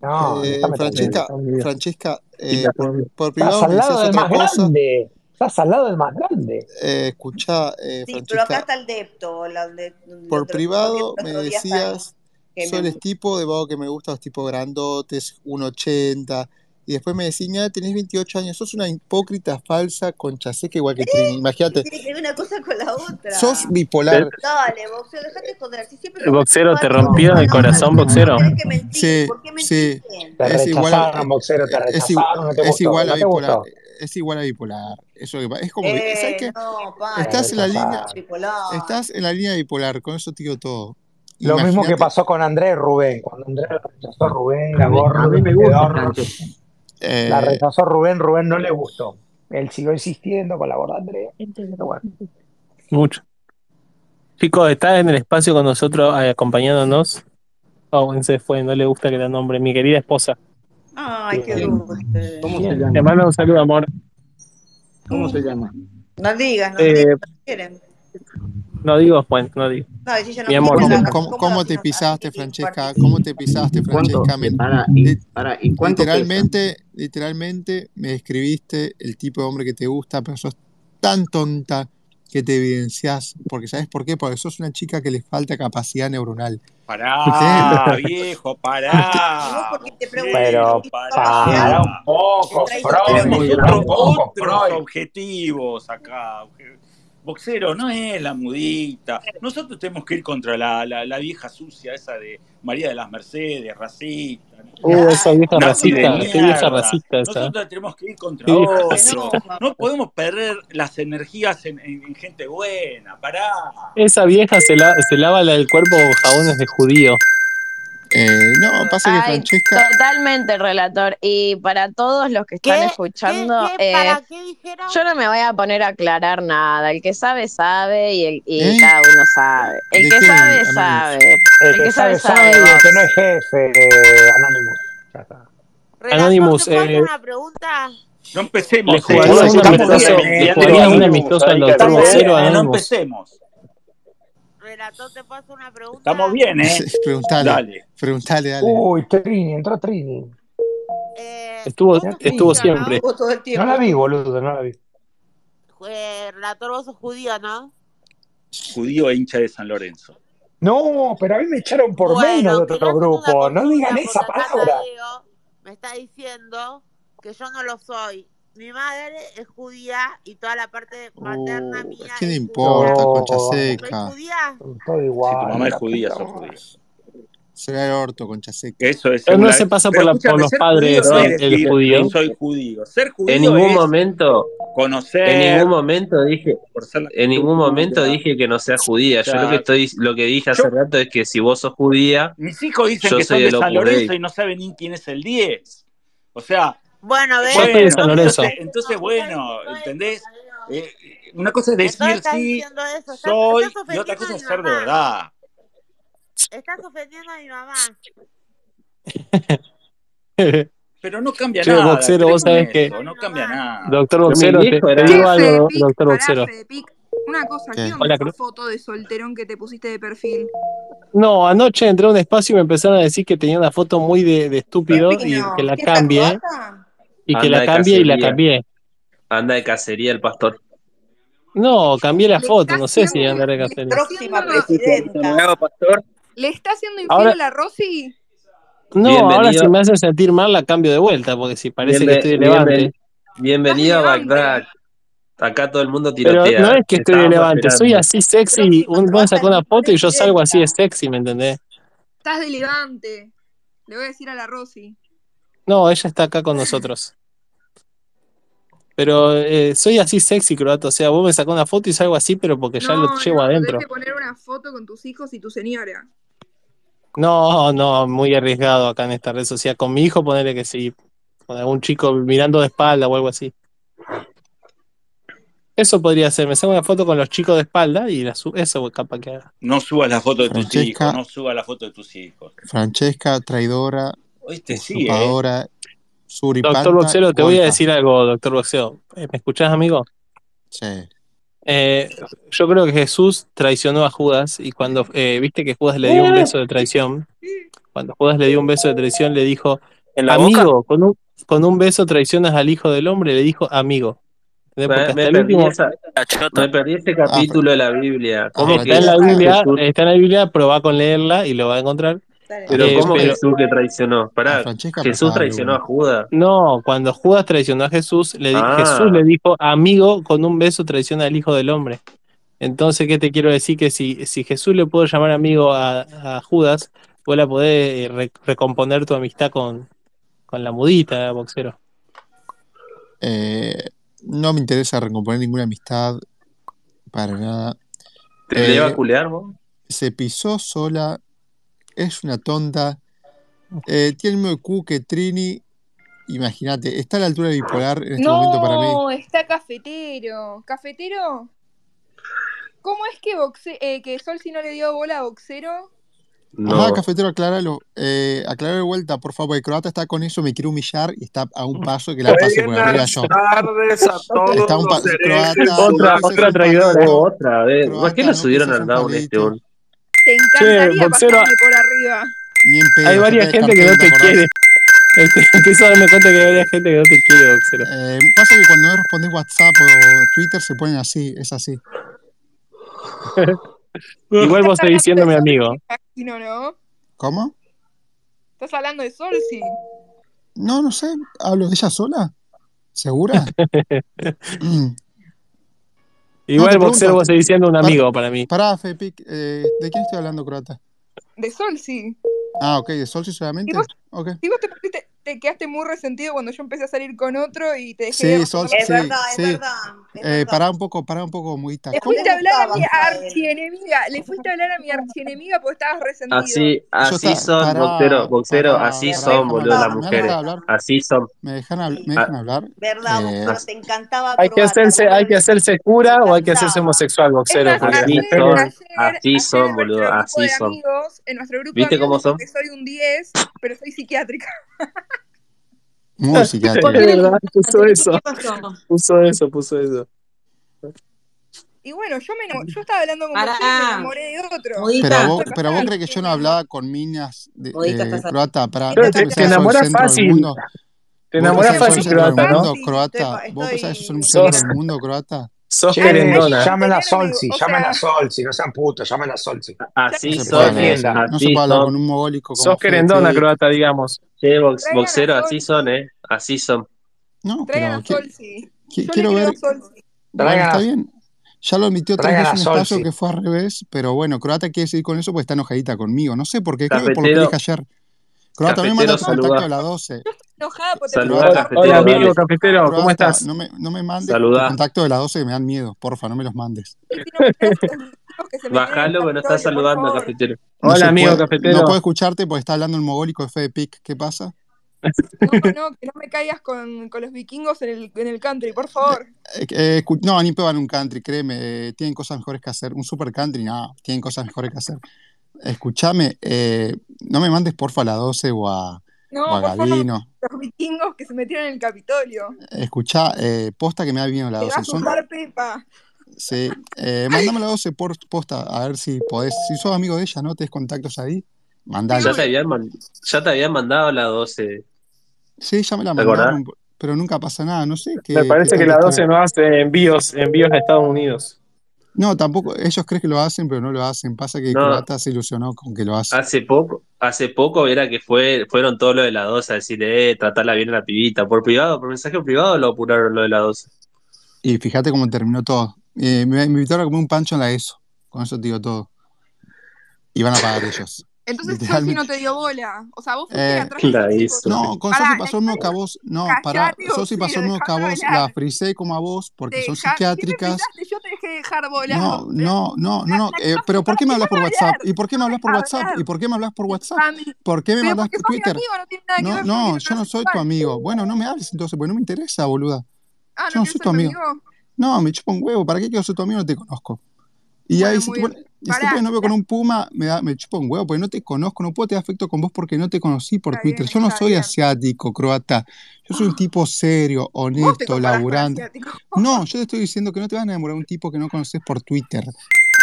Speaker 8: No,
Speaker 3: Eh,
Speaker 8: déjame tranquilo.
Speaker 3: Francesca,
Speaker 8: déjame vivir.
Speaker 3: Francesca, eh, por, por
Speaker 8: Estás
Speaker 3: privado me
Speaker 8: al lado
Speaker 3: decías
Speaker 8: del
Speaker 3: otra
Speaker 8: más
Speaker 3: cosa.
Speaker 8: grande. Estás al lado del más grande.
Speaker 3: Eh, escuchá, eh,
Speaker 1: Sí, pero acá
Speaker 3: Francesca,
Speaker 1: está el depto, la de, donde
Speaker 3: por
Speaker 1: otro- donde
Speaker 3: privado
Speaker 1: el
Speaker 3: me
Speaker 1: otro día está.
Speaker 3: decías,
Speaker 1: Que
Speaker 3: yo
Speaker 1: me-
Speaker 3: el tipo de vago que me gusta, los tipos grandotes, 1,80. Y después me decís, "Ña, tenés 28 años, sos una hipócrita falsa concha seca igual que Trini.
Speaker 1: ¿Qué
Speaker 3: Imagínate,
Speaker 1: tiene que ver una cosa con la otra?
Speaker 3: sos bipolar.
Speaker 1: Dale, boxeo, dejate de joder. Si siempre
Speaker 15: El
Speaker 1: sos
Speaker 15: boxero te
Speaker 1: falso,
Speaker 15: rompieron el
Speaker 1: buena onda,
Speaker 15: corazón,
Speaker 1: siempre
Speaker 15: boxero.
Speaker 1: tenés que mentir.
Speaker 3: Sí,
Speaker 1: ¿Por qué
Speaker 3: sí.
Speaker 1: mentir?
Speaker 8: Te
Speaker 3: Es igual a,
Speaker 8: rechazaron, boxero, te
Speaker 3: es, igu-
Speaker 8: rechazaron, no te
Speaker 3: es
Speaker 8: gustó,
Speaker 3: igual a
Speaker 8: no te
Speaker 3: bipolar.
Speaker 8: gustó.
Speaker 3: Es igual a bipolar. Eso que pa- es como que, ¿sabes
Speaker 1: Eh,
Speaker 3: qué?
Speaker 1: no, pa,
Speaker 8: Te
Speaker 3: Estás en la línea,
Speaker 8: rechazaron.
Speaker 1: bipolar.
Speaker 3: estás en la línea bipolar, con eso te digo todo.
Speaker 8: Lo mismo que
Speaker 3: Imagínate.
Speaker 8: pasó con Andrés Rubén. Cuando Andrés lo rechazó a Rubén, la
Speaker 10: A mí, a
Speaker 8: gorda,
Speaker 10: mí
Speaker 8: el
Speaker 10: me gusta
Speaker 8: pedorro,
Speaker 10: Francesca.
Speaker 8: la
Speaker 3: eh,
Speaker 8: rechazó Rubén, Rubén no le gustó. Él siguió insistiendo con la gorda Andrea. Pero bueno,
Speaker 15: Mucho. Chicos, está en el espacio con nosotros eh, acompañándonos. Owen se fue, no le gusta que la nombre. Mi querida esposa.
Speaker 1: Ay, qué
Speaker 10: ¿Quién?
Speaker 1: dulce.
Speaker 10: ¿Cómo se
Speaker 15: Te
Speaker 10: llama?
Speaker 15: mando un saludo, amor.
Speaker 10: ¿Cómo se llama?
Speaker 1: No digas, no digas,
Speaker 15: Eh,
Speaker 1: no quieren.
Speaker 15: no digo, bueno, no digo.
Speaker 1: No, si ya
Speaker 15: Mi
Speaker 1: nos
Speaker 15: amor,
Speaker 1: tienen
Speaker 3: ¿Cómo,
Speaker 1: acá
Speaker 3: cómo,
Speaker 1: cómodos
Speaker 3: cómo
Speaker 1: así,
Speaker 3: te
Speaker 1: nos- así
Speaker 3: pisaste,
Speaker 1: que
Speaker 3: Francesca?
Speaker 1: participen.
Speaker 3: ¿Cómo te pisaste,
Speaker 10: ¿Y cuánto,
Speaker 3: Francesca? Me-
Speaker 10: para, y,
Speaker 3: li-
Speaker 10: para, ¿y cuánto pesa?
Speaker 3: literalmente, literalmente me describiste el tipo de hombre que te gusta, pero sos tan tonta que te evidencias. Porque ¿sabes por qué? Porque sos una chica que le falta capacidad neuronal. Tenés-
Speaker 9: Pará, viejo,
Speaker 1: No,
Speaker 9: pará,
Speaker 1: porque te pregunto,
Speaker 9: boxero,
Speaker 8: pero para un
Speaker 9: pará.
Speaker 8: poco,
Speaker 1: traición
Speaker 8: Freud,
Speaker 9: Tenemos
Speaker 10: muy
Speaker 8: para un
Speaker 9: otro,
Speaker 10: grande.
Speaker 8: poco,
Speaker 9: otros
Speaker 8: Freud.
Speaker 9: objetivos acá. Boxero, no es la mudita. Nosotros tenemos que ir contra la, la, la vieja sucia esa de María de las Mercedes, racista.
Speaker 15: Uh, esa vieja
Speaker 9: Nazi de
Speaker 15: racista. Qué vieja
Speaker 9: mierda.
Speaker 15: racista esa.
Speaker 9: Nosotros tenemos que ir
Speaker 15: Qué
Speaker 9: contra
Speaker 15: vieja
Speaker 9: otros.
Speaker 15: racista.
Speaker 9: No podemos perder las energías en, en- en gente buena. Pará.
Speaker 15: Esa vieja se, la- se lava la del cuerpo con jabones de judío.
Speaker 3: eh, no, pasa que
Speaker 14: Ay,
Speaker 3: Francesca.
Speaker 14: totalmente, relator. Y para todos los que están
Speaker 11: ¿Qué?
Speaker 14: escuchando,
Speaker 11: ¿Qué?
Speaker 14: eh,
Speaker 11: ¿Para qué dijeron?
Speaker 14: yo no me voy a poner a aclarar nada. El que sabe, sabe y, el, y
Speaker 3: ¿Eh?
Speaker 14: cada uno sabe. El
Speaker 3: ¿De
Speaker 14: que
Speaker 3: qué,
Speaker 14: sabe,
Speaker 3: Anonymous?
Speaker 14: sabe.
Speaker 8: El
Speaker 14: El
Speaker 8: que
Speaker 14: que sabe,
Speaker 8: sabe,
Speaker 14: sabe,
Speaker 8: sabe y el que no
Speaker 14: Vox.
Speaker 8: es jefe, eh, Anonymous. Ya está.
Speaker 11: Relator,
Speaker 15: Anonymous,
Speaker 11: ¿te puedo hacer
Speaker 15: eh,
Speaker 11: una pregunta?
Speaker 9: No
Speaker 15: ¿le
Speaker 9: empecemos, eh.
Speaker 15: jugarías
Speaker 9: No,
Speaker 15: un
Speaker 9: estamos
Speaker 15: amistoso,
Speaker 9: bien,
Speaker 15: ¿le
Speaker 9: eh.
Speaker 15: jugarías un
Speaker 7: Anonymous,
Speaker 15: amistoso al
Speaker 7: ahí que
Speaker 15: doctor
Speaker 9: Estamos
Speaker 7: hacer.
Speaker 15: Boxero,
Speaker 9: bien, eh. No
Speaker 15: Anonymous?
Speaker 9: empecemos.
Speaker 11: Relator, ¿te puedo hacer una pregunta?
Speaker 9: Estamos bien, eh.
Speaker 3: Preguntale,
Speaker 9: Dale.
Speaker 3: preguntale, dale.
Speaker 15: Uh,
Speaker 8: Uy, Trini, entró Trini.
Speaker 11: Eh,
Speaker 15: Estuvo,
Speaker 11: ¿Vos sos
Speaker 15: estuvo
Speaker 11: judío,
Speaker 15: siempre.
Speaker 11: no?
Speaker 1: Vos todo el
Speaker 8: No
Speaker 1: tiempo.
Speaker 8: la vi, boludo, no la vi.
Speaker 11: Eh, relator, vos sos judío, ¿no?
Speaker 9: Judío e hincha de San Lorenzo.
Speaker 8: No, pero a mí me echaron por menos
Speaker 11: Bueno,
Speaker 8: de
Speaker 11: quería
Speaker 8: otro
Speaker 11: hacer una
Speaker 8: grupo. No digan
Speaker 11: consulta
Speaker 8: esa
Speaker 11: porque acá
Speaker 8: palabra.
Speaker 11: Tadeo me está diciendo que yo no lo soy. Mi madre es judía y toda la parte materna
Speaker 3: Uh, ¿a
Speaker 11: mía
Speaker 3: quién le
Speaker 11: es judía.
Speaker 3: importa, concha
Speaker 8: No,
Speaker 11: ¿Soy
Speaker 3: seca?
Speaker 11: judía?
Speaker 8: todo
Speaker 9: Si tu
Speaker 8: igual,
Speaker 9: mamá es
Speaker 8: la
Speaker 9: judía,
Speaker 8: puta
Speaker 9: sos
Speaker 8: madre.
Speaker 9: judía.
Speaker 17: Se ve el orto, concha seca.
Speaker 9: Eso es.
Speaker 15: Pero no se pasa por, la- por
Speaker 9: escúchame,
Speaker 15: los
Speaker 9: ser
Speaker 15: padres
Speaker 9: judío
Speaker 15: el,
Speaker 9: es
Speaker 15: el
Speaker 9: decir,
Speaker 15: judío.
Speaker 9: que soy judío. Ser judío
Speaker 5: En ningún
Speaker 9: es
Speaker 5: momento,
Speaker 9: conocer.
Speaker 5: en ningún momento dije, en ningún
Speaker 9: cultura.
Speaker 5: momento dije que no sea judía. Yo lo
Speaker 9: Claro.
Speaker 5: que estoy, lo que dije hace
Speaker 9: Yo-
Speaker 5: rato es que si vos sos judía,
Speaker 9: Mis hijos dicen
Speaker 5: yo
Speaker 9: que
Speaker 5: soy
Speaker 9: son de
Speaker 5: del
Speaker 9: San
Speaker 5: Opus Dei.
Speaker 9: Lorenzo y no saben ni quién es el 10. O sea,
Speaker 12: Bueno,
Speaker 5: Yo soy de San Lorenzo.
Speaker 9: Entonces, entonces, bueno, ¿entendés? Eh, una cosa es decir
Speaker 12: Entonces estás
Speaker 9: sí,
Speaker 12: diciendo eso. Estás,
Speaker 9: soy,
Speaker 12: estás
Speaker 9: y otra
Speaker 12: ofendiendo
Speaker 9: cosa
Speaker 12: a mi
Speaker 9: es ser de
Speaker 12: mamá.
Speaker 9: verdad.
Speaker 12: Estás ofendiendo a mi mamá.
Speaker 9: Pero no cambia
Speaker 15: Che,
Speaker 9: nada.
Speaker 15: boxero,
Speaker 9: ¿crees
Speaker 15: vos
Speaker 9: con
Speaker 15: sabés que-
Speaker 9: eso? No cambia nada.
Speaker 15: Doctor
Speaker 5: Yo, mi
Speaker 15: Boxero, te,
Speaker 5: viejo
Speaker 15: te
Speaker 5: era-
Speaker 15: digo
Speaker 18: Che,
Speaker 15: algo,
Speaker 18: Fede,
Speaker 15: doctor
Speaker 18: pará,
Speaker 15: Boxero.
Speaker 18: Fede, Pic. Una cosa,
Speaker 15: ¿Qué?
Speaker 18: ¿qué onda
Speaker 15: Hola,
Speaker 18: esa
Speaker 15: Cru-
Speaker 18: foto de solterón que te pusiste de perfil?
Speaker 15: No, anoche entré a un espacio y me empezaron a decir que tenía una foto muy de, de estúpido y
Speaker 19: Pepino,
Speaker 15: que la
Speaker 19: ¿qué es la
Speaker 15: cambie,
Speaker 19: croata?
Speaker 15: y que
Speaker 5: Anda
Speaker 15: la
Speaker 5: de
Speaker 15: cambie y la
Speaker 5: cacería.
Speaker 15: cambié.
Speaker 5: Anda de cacería el pastor.
Speaker 15: No, cambié la
Speaker 18: Le
Speaker 15: foto,
Speaker 18: está
Speaker 15: no sé si
Speaker 18: haciendo,
Speaker 15: andar de
Speaker 18: le está
Speaker 15: cacería.
Speaker 18: haciendo,
Speaker 5: Nuevo pastor.
Speaker 18: le está haciendo infiel
Speaker 15: Ahora-
Speaker 18: a la Rosy.
Speaker 15: No, ahora si
Speaker 5: Bienvenido.
Speaker 15: me hace sentir mal la cambio de vuelta, porque si parece que
Speaker 5: Bienve-
Speaker 15: estoy de
Speaker 5: bienven-
Speaker 15: levante.
Speaker 5: bienvenido a Bagdad. Acá todo el mundo
Speaker 15: Pero no
Speaker 5: tirotea.
Speaker 15: es que
Speaker 5: Te
Speaker 15: estoy de
Speaker 5: estábamos
Speaker 15: levante, soy
Speaker 5: esperando.
Speaker 15: así sexy, un, vos me sacás una foto y yo salgo así de sexy, ¿me entendés?
Speaker 18: Estás delirante. Le voy a decir a la Rosy.
Speaker 15: No, ella está acá con nosotros. Pero eh, soy así sexy, croato. O sea, vos me sacás una foto y salgo así, pero porque ya lo
Speaker 18: No,
Speaker 15: llevo
Speaker 18: no, tenés
Speaker 15: adentro.
Speaker 18: que poner una foto con tus hijos y tu señora.
Speaker 15: No, no, muy arriesgado acá en esta red social. Con mi hijo, ponerle que sí. Con algún chico mirando de espalda o algo así. Eso podría ser. Me saco una foto con los chicos de espalda y la subo. Eso capaz que haga.
Speaker 9: No subas la foto de tus
Speaker 17: Francesca.
Speaker 9: hijos, no subas la foto de tus hijos.
Speaker 17: Francesca, traidora,
Speaker 9: Oíste, sí, ¿eh?
Speaker 17: usurpadora,
Speaker 15: Doctor
Speaker 17: suripanta,
Speaker 15: Boxero, te voy a
Speaker 17: golfa.
Speaker 15: decir algo, doctor Boxeo. Eh, ¿Me escuchás, amigo?
Speaker 17: Sí.
Speaker 15: Eh, yo creo que Jesús traicionó a Judas y cuando eh, viste que Judas le dio un beso de traición, cuando Judas le dio un beso de traición, le dijo,
Speaker 5: ¿En la boca?
Speaker 15: amigo, con un, con un beso traicionas al Hijo del Hombre, le dijo, amigo. ¿Entendés? Porque
Speaker 5: Me,
Speaker 15: hasta
Speaker 5: me
Speaker 15: el
Speaker 5: perdí
Speaker 15: último, Ah,
Speaker 5: esa, me perdí ese capítulo de la Biblia. ¿Cómo
Speaker 15: está
Speaker 5: que
Speaker 15: en la Biblia, eh,
Speaker 5: Jesús?
Speaker 15: está en la Biblia, probá con leerla y lo va a encontrar.
Speaker 5: Pero
Speaker 15: Eh,
Speaker 5: ¿cómo
Speaker 15: pero
Speaker 5: Jesús que traicionó?
Speaker 17: A
Speaker 5: Pará,
Speaker 17: Francesca
Speaker 5: Jesús
Speaker 17: pasaba algo.
Speaker 5: traicionó a Judas.
Speaker 15: no, cuando Judas traicionó a Jesús, le di- Jesús
Speaker 5: Ah,
Speaker 15: le dijo, amigo, con un beso traiciona al Hijo del Hombre. Entonces, ¿qué te quiero decir? Que si, si Jesús le pudo llamar amigo a, a Judas, vos la podés eh, re- recomponer tu amistad con, con la mudita, boxero.
Speaker 17: Eh, no me interesa recomponer ninguna amistad para nada.
Speaker 5: ¿te le iba a
Speaker 17: Eh,
Speaker 5: culear vos?
Speaker 17: se pisó sola, es una tonta, eh, tiene el mismo IQ que Trini. Imagínate, está a la altura de bipolar en este momento para mí.
Speaker 18: No, está cafetero. ¿Cafetero? ¿Cómo es que, boxe eh, que Sol si no le dio bola a boxero?
Speaker 17: Ajá,
Speaker 5: No.
Speaker 17: cafetero, acláralo. Eh, acláralo de vuelta, por favor. El croata está con eso, me quiere humillar y está a un paso que la pase por arriba
Speaker 8: Buenas
Speaker 17: yo.
Speaker 8: tardes a
Speaker 17: Está a
Speaker 8: todos
Speaker 17: un
Speaker 8: los
Speaker 17: paso.
Speaker 8: herejes
Speaker 17: Croata,
Speaker 8: por
Speaker 15: Otra,
Speaker 8: la
Speaker 17: no pises
Speaker 15: otra
Speaker 17: un
Speaker 15: traidora.
Speaker 17: palito.
Speaker 5: Otra vez. ¿Por qué
Speaker 17: Croata,
Speaker 5: lo
Speaker 17: no
Speaker 5: subieron
Speaker 17: pises
Speaker 5: al
Speaker 17: un
Speaker 5: down este
Speaker 17: palito.
Speaker 5: bol?
Speaker 18: Te
Speaker 15: Che,
Speaker 18: encantaría
Speaker 15: boxero,
Speaker 18: pasarme por arriba.
Speaker 17: Ni en
Speaker 15: hay
Speaker 17: pedo, ya te
Speaker 15: varias gente que no
Speaker 17: descarté, ¿no te
Speaker 15: te
Speaker 17: acordás?
Speaker 15: quiere. Este, empiezo a darme cuenta que hay varias gente que no te quiere, boxero.
Speaker 17: Eh, pasa que cuando no respondés WhatsApp o Twitter se ponen así, es así.
Speaker 15: Igual
Speaker 18: Estás
Speaker 15: vos seguís
Speaker 18: hablando
Speaker 15: siendo
Speaker 18: de
Speaker 15: mi
Speaker 18: Sol,
Speaker 15: amigo.
Speaker 18: me imagino, ¿no?
Speaker 17: ¿Cómo?
Speaker 18: Estás hablando de Sol, sí.
Speaker 17: No, no sé. ¿Hablo de ella sola? ¿Segura? Mm. No, te
Speaker 15: Igual, boxero,
Speaker 17: pregunto.
Speaker 15: vos seguís siendo un
Speaker 17: Par-
Speaker 15: amigo para mí.
Speaker 17: pará, Fepic. eh, ¿De quién estoy hablando, croata?
Speaker 18: De Sol, sí.
Speaker 17: Ah, ok, ¿de Solsi
Speaker 18: Y
Speaker 17: solamente?
Speaker 18: vos,
Speaker 17: Ok.
Speaker 18: y vos te, pusiste- te quedaste muy resentido cuando yo empecé a salir con otro y te dejé de
Speaker 17: Sí, Sol,
Speaker 18: mandar la
Speaker 17: sí, sí.
Speaker 19: es
Speaker 17: Eh, pará un poco, pará un poco, Mudita.
Speaker 18: Le
Speaker 17: ¿Cómo?
Speaker 18: fuiste a hablar a mi
Speaker 19: gustabas a él?
Speaker 18: archienemiga. Le fuiste a hablar a mi archienemiga porque estabas resentido.
Speaker 5: Así,
Speaker 17: Yo
Speaker 5: así
Speaker 17: está,
Speaker 5: son, boxero,
Speaker 17: pará,
Speaker 5: boxero,
Speaker 17: Ah, pará,
Speaker 5: así
Speaker 17: pará,
Speaker 5: son,
Speaker 17: déjame
Speaker 5: boludo,
Speaker 17: hablar.
Speaker 5: las
Speaker 17: ¿Me van a dejar
Speaker 5: mujeres.
Speaker 17: hablar?
Speaker 5: Así son.
Speaker 17: ¿Me dejan, habl- me
Speaker 5: Ah,
Speaker 17: dejan hablar?
Speaker 19: ¿Verdad,
Speaker 17: Eh,
Speaker 19: boxero? Te encantaba
Speaker 15: Hay que
Speaker 19: croata, vos
Speaker 15: hacerse,
Speaker 19: no
Speaker 15: hay
Speaker 19: lo
Speaker 15: que hacerse cura o hay que hacerse
Speaker 19: encantaba.
Speaker 15: homosexual,
Speaker 18: Es
Speaker 15: boxero,
Speaker 18: más,
Speaker 15: porque
Speaker 5: así
Speaker 18: ayer,
Speaker 5: son,
Speaker 18: ayer,
Speaker 5: así
Speaker 18: ayer
Speaker 5: son,
Speaker 18: en
Speaker 5: boludo,
Speaker 18: nuestro grupo
Speaker 5: así
Speaker 18: de
Speaker 5: son.
Speaker 18: amigos, en nuestro grupo de
Speaker 5: ¿Viste
Speaker 18: amigos
Speaker 5: cómo
Speaker 18: dijo
Speaker 5: son?
Speaker 18: que soy un 10, pero soy psiquiátrica.
Speaker 17: muy
Speaker 15: Es
Speaker 17: psiquiátrica.
Speaker 15: verdad, puso
Speaker 18: ¿Qué,
Speaker 15: eso,
Speaker 18: pasó?
Speaker 15: puso eso, puso eso.
Speaker 18: Y bueno, yo me enamoré, yo estaba hablando con
Speaker 10: Pará.
Speaker 18: boxeo y me enamoré de otro.
Speaker 17: Pero
Speaker 10: Mudita,
Speaker 17: vos,
Speaker 18: Puede
Speaker 17: pero vos
Speaker 18: pasar.
Speaker 17: crees que yo no hablaba con minas de,
Speaker 10: Mudita,
Speaker 17: eh,
Speaker 10: estás ahí.
Speaker 17: croata, pará,
Speaker 15: Pero
Speaker 17: ¿vos te
Speaker 15: te,
Speaker 17: pensás
Speaker 15: te
Speaker 17: que soy el
Speaker 15: enamorás
Speaker 17: centro del
Speaker 15: fácil,
Speaker 17: mundo?
Speaker 15: te
Speaker 17: ¿Vos
Speaker 15: enamorás
Speaker 17: pensás que soy el
Speaker 15: fácil,
Speaker 17: centro del
Speaker 15: croata, ¿no?
Speaker 17: mundo,
Speaker 18: Fácil.
Speaker 19: Estoy,
Speaker 17: croata?
Speaker 19: pa-
Speaker 17: ¿Vos pensás que soy el
Speaker 19: estoy,
Speaker 17: centro
Speaker 15: Sos,
Speaker 17: del mundo, croata?
Speaker 15: sos
Speaker 8: Che,
Speaker 15: querendona.
Speaker 8: llamen a
Speaker 18: Mantenerme,
Speaker 8: Solsi,
Speaker 18: o
Speaker 8: llamen a
Speaker 18: sea,
Speaker 8: Solsi, no sean putos, llamen a Solsi.
Speaker 17: No
Speaker 5: Así
Speaker 17: se
Speaker 8: No
Speaker 17: puede
Speaker 5: son,
Speaker 17: hablar,
Speaker 8: defiendan.
Speaker 17: no
Speaker 5: así
Speaker 17: se puede hablar
Speaker 5: son.
Speaker 17: con un mogólico como
Speaker 15: Sos querendona,
Speaker 17: Fepic.
Speaker 15: croata, digamos.
Speaker 5: Che, box,
Speaker 18: traigan a
Speaker 5: boxero, así son,
Speaker 18: Solsi,
Speaker 5: eh. Así son.
Speaker 17: No,
Speaker 18: traigan
Speaker 17: pero
Speaker 18: a
Speaker 17: qui-
Speaker 18: Solsi.
Speaker 17: qui-
Speaker 18: Yo le creo
Speaker 17: quiero
Speaker 18: a
Speaker 17: ver,
Speaker 18: Solsi.
Speaker 17: bueno,
Speaker 8: Traigan
Speaker 17: está
Speaker 8: a
Speaker 17: bien. Ya lo admitió tres
Speaker 8: Traigan
Speaker 17: veces
Speaker 8: a
Speaker 17: en espacio
Speaker 8: Solsi.
Speaker 17: que fue al revés, pero bueno, Croata quiere seguir con eso porque está enojadita conmigo. No sé por qué, creo que por lo que
Speaker 5: Cafetero.
Speaker 17: dije ayer. Croata, me manda tu
Speaker 5: Cafetero,
Speaker 17: contacto
Speaker 5: saluda.
Speaker 17: a las 12.
Speaker 18: Enojada porque
Speaker 5: Saludá,
Speaker 17: Croata,
Speaker 5: cafetero, Hola, amigo dale. cafetero, ¿cómo
Speaker 17: Croata,
Speaker 5: estás?
Speaker 17: No me, no me mandes
Speaker 5: Saludá.
Speaker 17: tu contacto de las 12 que me dan miedo, porfa, no me los mandes.
Speaker 18: que se metieron en el
Speaker 5: Bajalo, pero estás
Speaker 18: Capitolio, por
Speaker 5: saludando,
Speaker 18: favor.
Speaker 5: cafetero.
Speaker 17: No se
Speaker 5: Hola, amigo
Speaker 17: puede-
Speaker 5: cafetero.
Speaker 17: No puedo escucharte porque está hablando el mogólico de Fede Pic. ¿Qué pasa?
Speaker 18: No, no, que no me caigas con, con los vikingos en el, en el country, por favor.
Speaker 17: Eh, eh, escu- no, ni pegan un country, créeme. eh, tienen cosas mejores que hacer. Un super country, no, tienen cosas mejores que hacer. Escúchame, eh, no me mandes porfa a las 12 o a, o
Speaker 18: No,
Speaker 17: a
Speaker 18: por favor, no,
Speaker 17: Gavino.
Speaker 18: los vikingos que se metieron en el Capitolio.
Speaker 17: Escuchá, eh, posta que me da bien a las
Speaker 18: Te va
Speaker 17: 12.
Speaker 18: a
Speaker 17: Son,
Speaker 18: zumbar Pepa.
Speaker 17: sí, eh, mandame a las 12 por posta, a ver si podés. Si sos amigo de ella, ¿no? Tenés contactos ahí, mandale.
Speaker 5: Ya te habían, man- ya te habían mandado la 12.
Speaker 17: Sí, ya me la
Speaker 5: ¿Te acordás?
Speaker 17: mandaron, pero nunca pasa nada. No sé qué,
Speaker 15: Me parece
Speaker 17: qué
Speaker 15: que la
Speaker 17: tanto
Speaker 15: 12
Speaker 17: estará.
Speaker 15: no hace envíos, envíos a Estados Unidos.
Speaker 17: No, tampoco. Ellos creen que lo hacen, pero no lo hacen. Pasa que
Speaker 5: No.
Speaker 17: Croata se ilusionó con que lo hace.
Speaker 5: Hace poco, hace poco era que fue, fueron todos los de la 12 a decirle, eh, tratala bien a la pibita. Por privado, por mensaje privado lo apuraron lo de la 12.
Speaker 17: Y fíjate cómo terminó todo. Eh, me, me invitaron a comer un pancho en la ESO. Con eso te digo todo. Y van a pagar ellos.
Speaker 18: Entonces Solsi no
Speaker 17: Literalmente.
Speaker 18: te dio bola. O sea, vos fuiste
Speaker 17: Eh,
Speaker 18: atrás de esos chicos.
Speaker 17: no, con Sosi
Speaker 18: Pará,
Speaker 17: pasó lo mismo que a vos. No, pará.
Speaker 18: callate,
Speaker 17: Sosi pasó
Speaker 18: Boxero,
Speaker 17: lo mismo que a
Speaker 18: déjame
Speaker 17: vos. La
Speaker 18: hablar.
Speaker 17: frisé como a vos porque son
Speaker 18: Deja... ¿Qué me
Speaker 17: psiquiátricas.
Speaker 18: frisaste? Yo te dejé dejar bola,
Speaker 17: No,
Speaker 18: Boxero.
Speaker 17: no, no, no, no. Eh, pero ¿por qué me hablas por WhatsApp? ¿Y por qué me hablas por WhatsApp? ¿Y por qué me hablas por WhatsApp?
Speaker 18: Mami.
Speaker 17: ¿Por qué me
Speaker 18: Pero
Speaker 17: mandas
Speaker 18: porque sos mi
Speaker 17: Twitter?
Speaker 18: amigo, no tiene nada que
Speaker 17: No,
Speaker 18: ver, yo no
Speaker 17: no,
Speaker 18: quiero
Speaker 17: yo
Speaker 18: nada
Speaker 17: no soy tu
Speaker 18: sexual.
Speaker 17: amigo. Bueno, no me hables entonces, porque no me interesa, boluda.
Speaker 18: Ah,
Speaker 17: Yo
Speaker 18: ¿no
Speaker 17: no
Speaker 18: quieres
Speaker 17: soy
Speaker 18: ser
Speaker 17: tu
Speaker 18: mi
Speaker 17: amigo.
Speaker 18: amigo?
Speaker 17: No, me chupa un huevo. ¿Para qué quiero ser tu amigo? No te conozco. Y ahí,
Speaker 18: Bueno,
Speaker 17: si
Speaker 18: muy
Speaker 17: te
Speaker 18: bien.
Speaker 17: pones, y si te
Speaker 18: Pará,
Speaker 17: pones novio con
Speaker 18: ya,
Speaker 17: un puma, me, da, me chupa un huevo, porque no te conozco, no puedo tener afecto con vos porque no te conocí por
Speaker 18: está bien,
Speaker 17: Twitter. Yo no
Speaker 18: está
Speaker 17: soy
Speaker 18: bien. Ah.
Speaker 17: asiático, croata. Yo soy un tipo serio,
Speaker 18: Vos te
Speaker 17: honesto,
Speaker 18: comparás con
Speaker 17: laburante.
Speaker 18: asiático.
Speaker 17: No, yo te estoy diciendo que no te vas a enamorar de un tipo que no conoces por Twitter.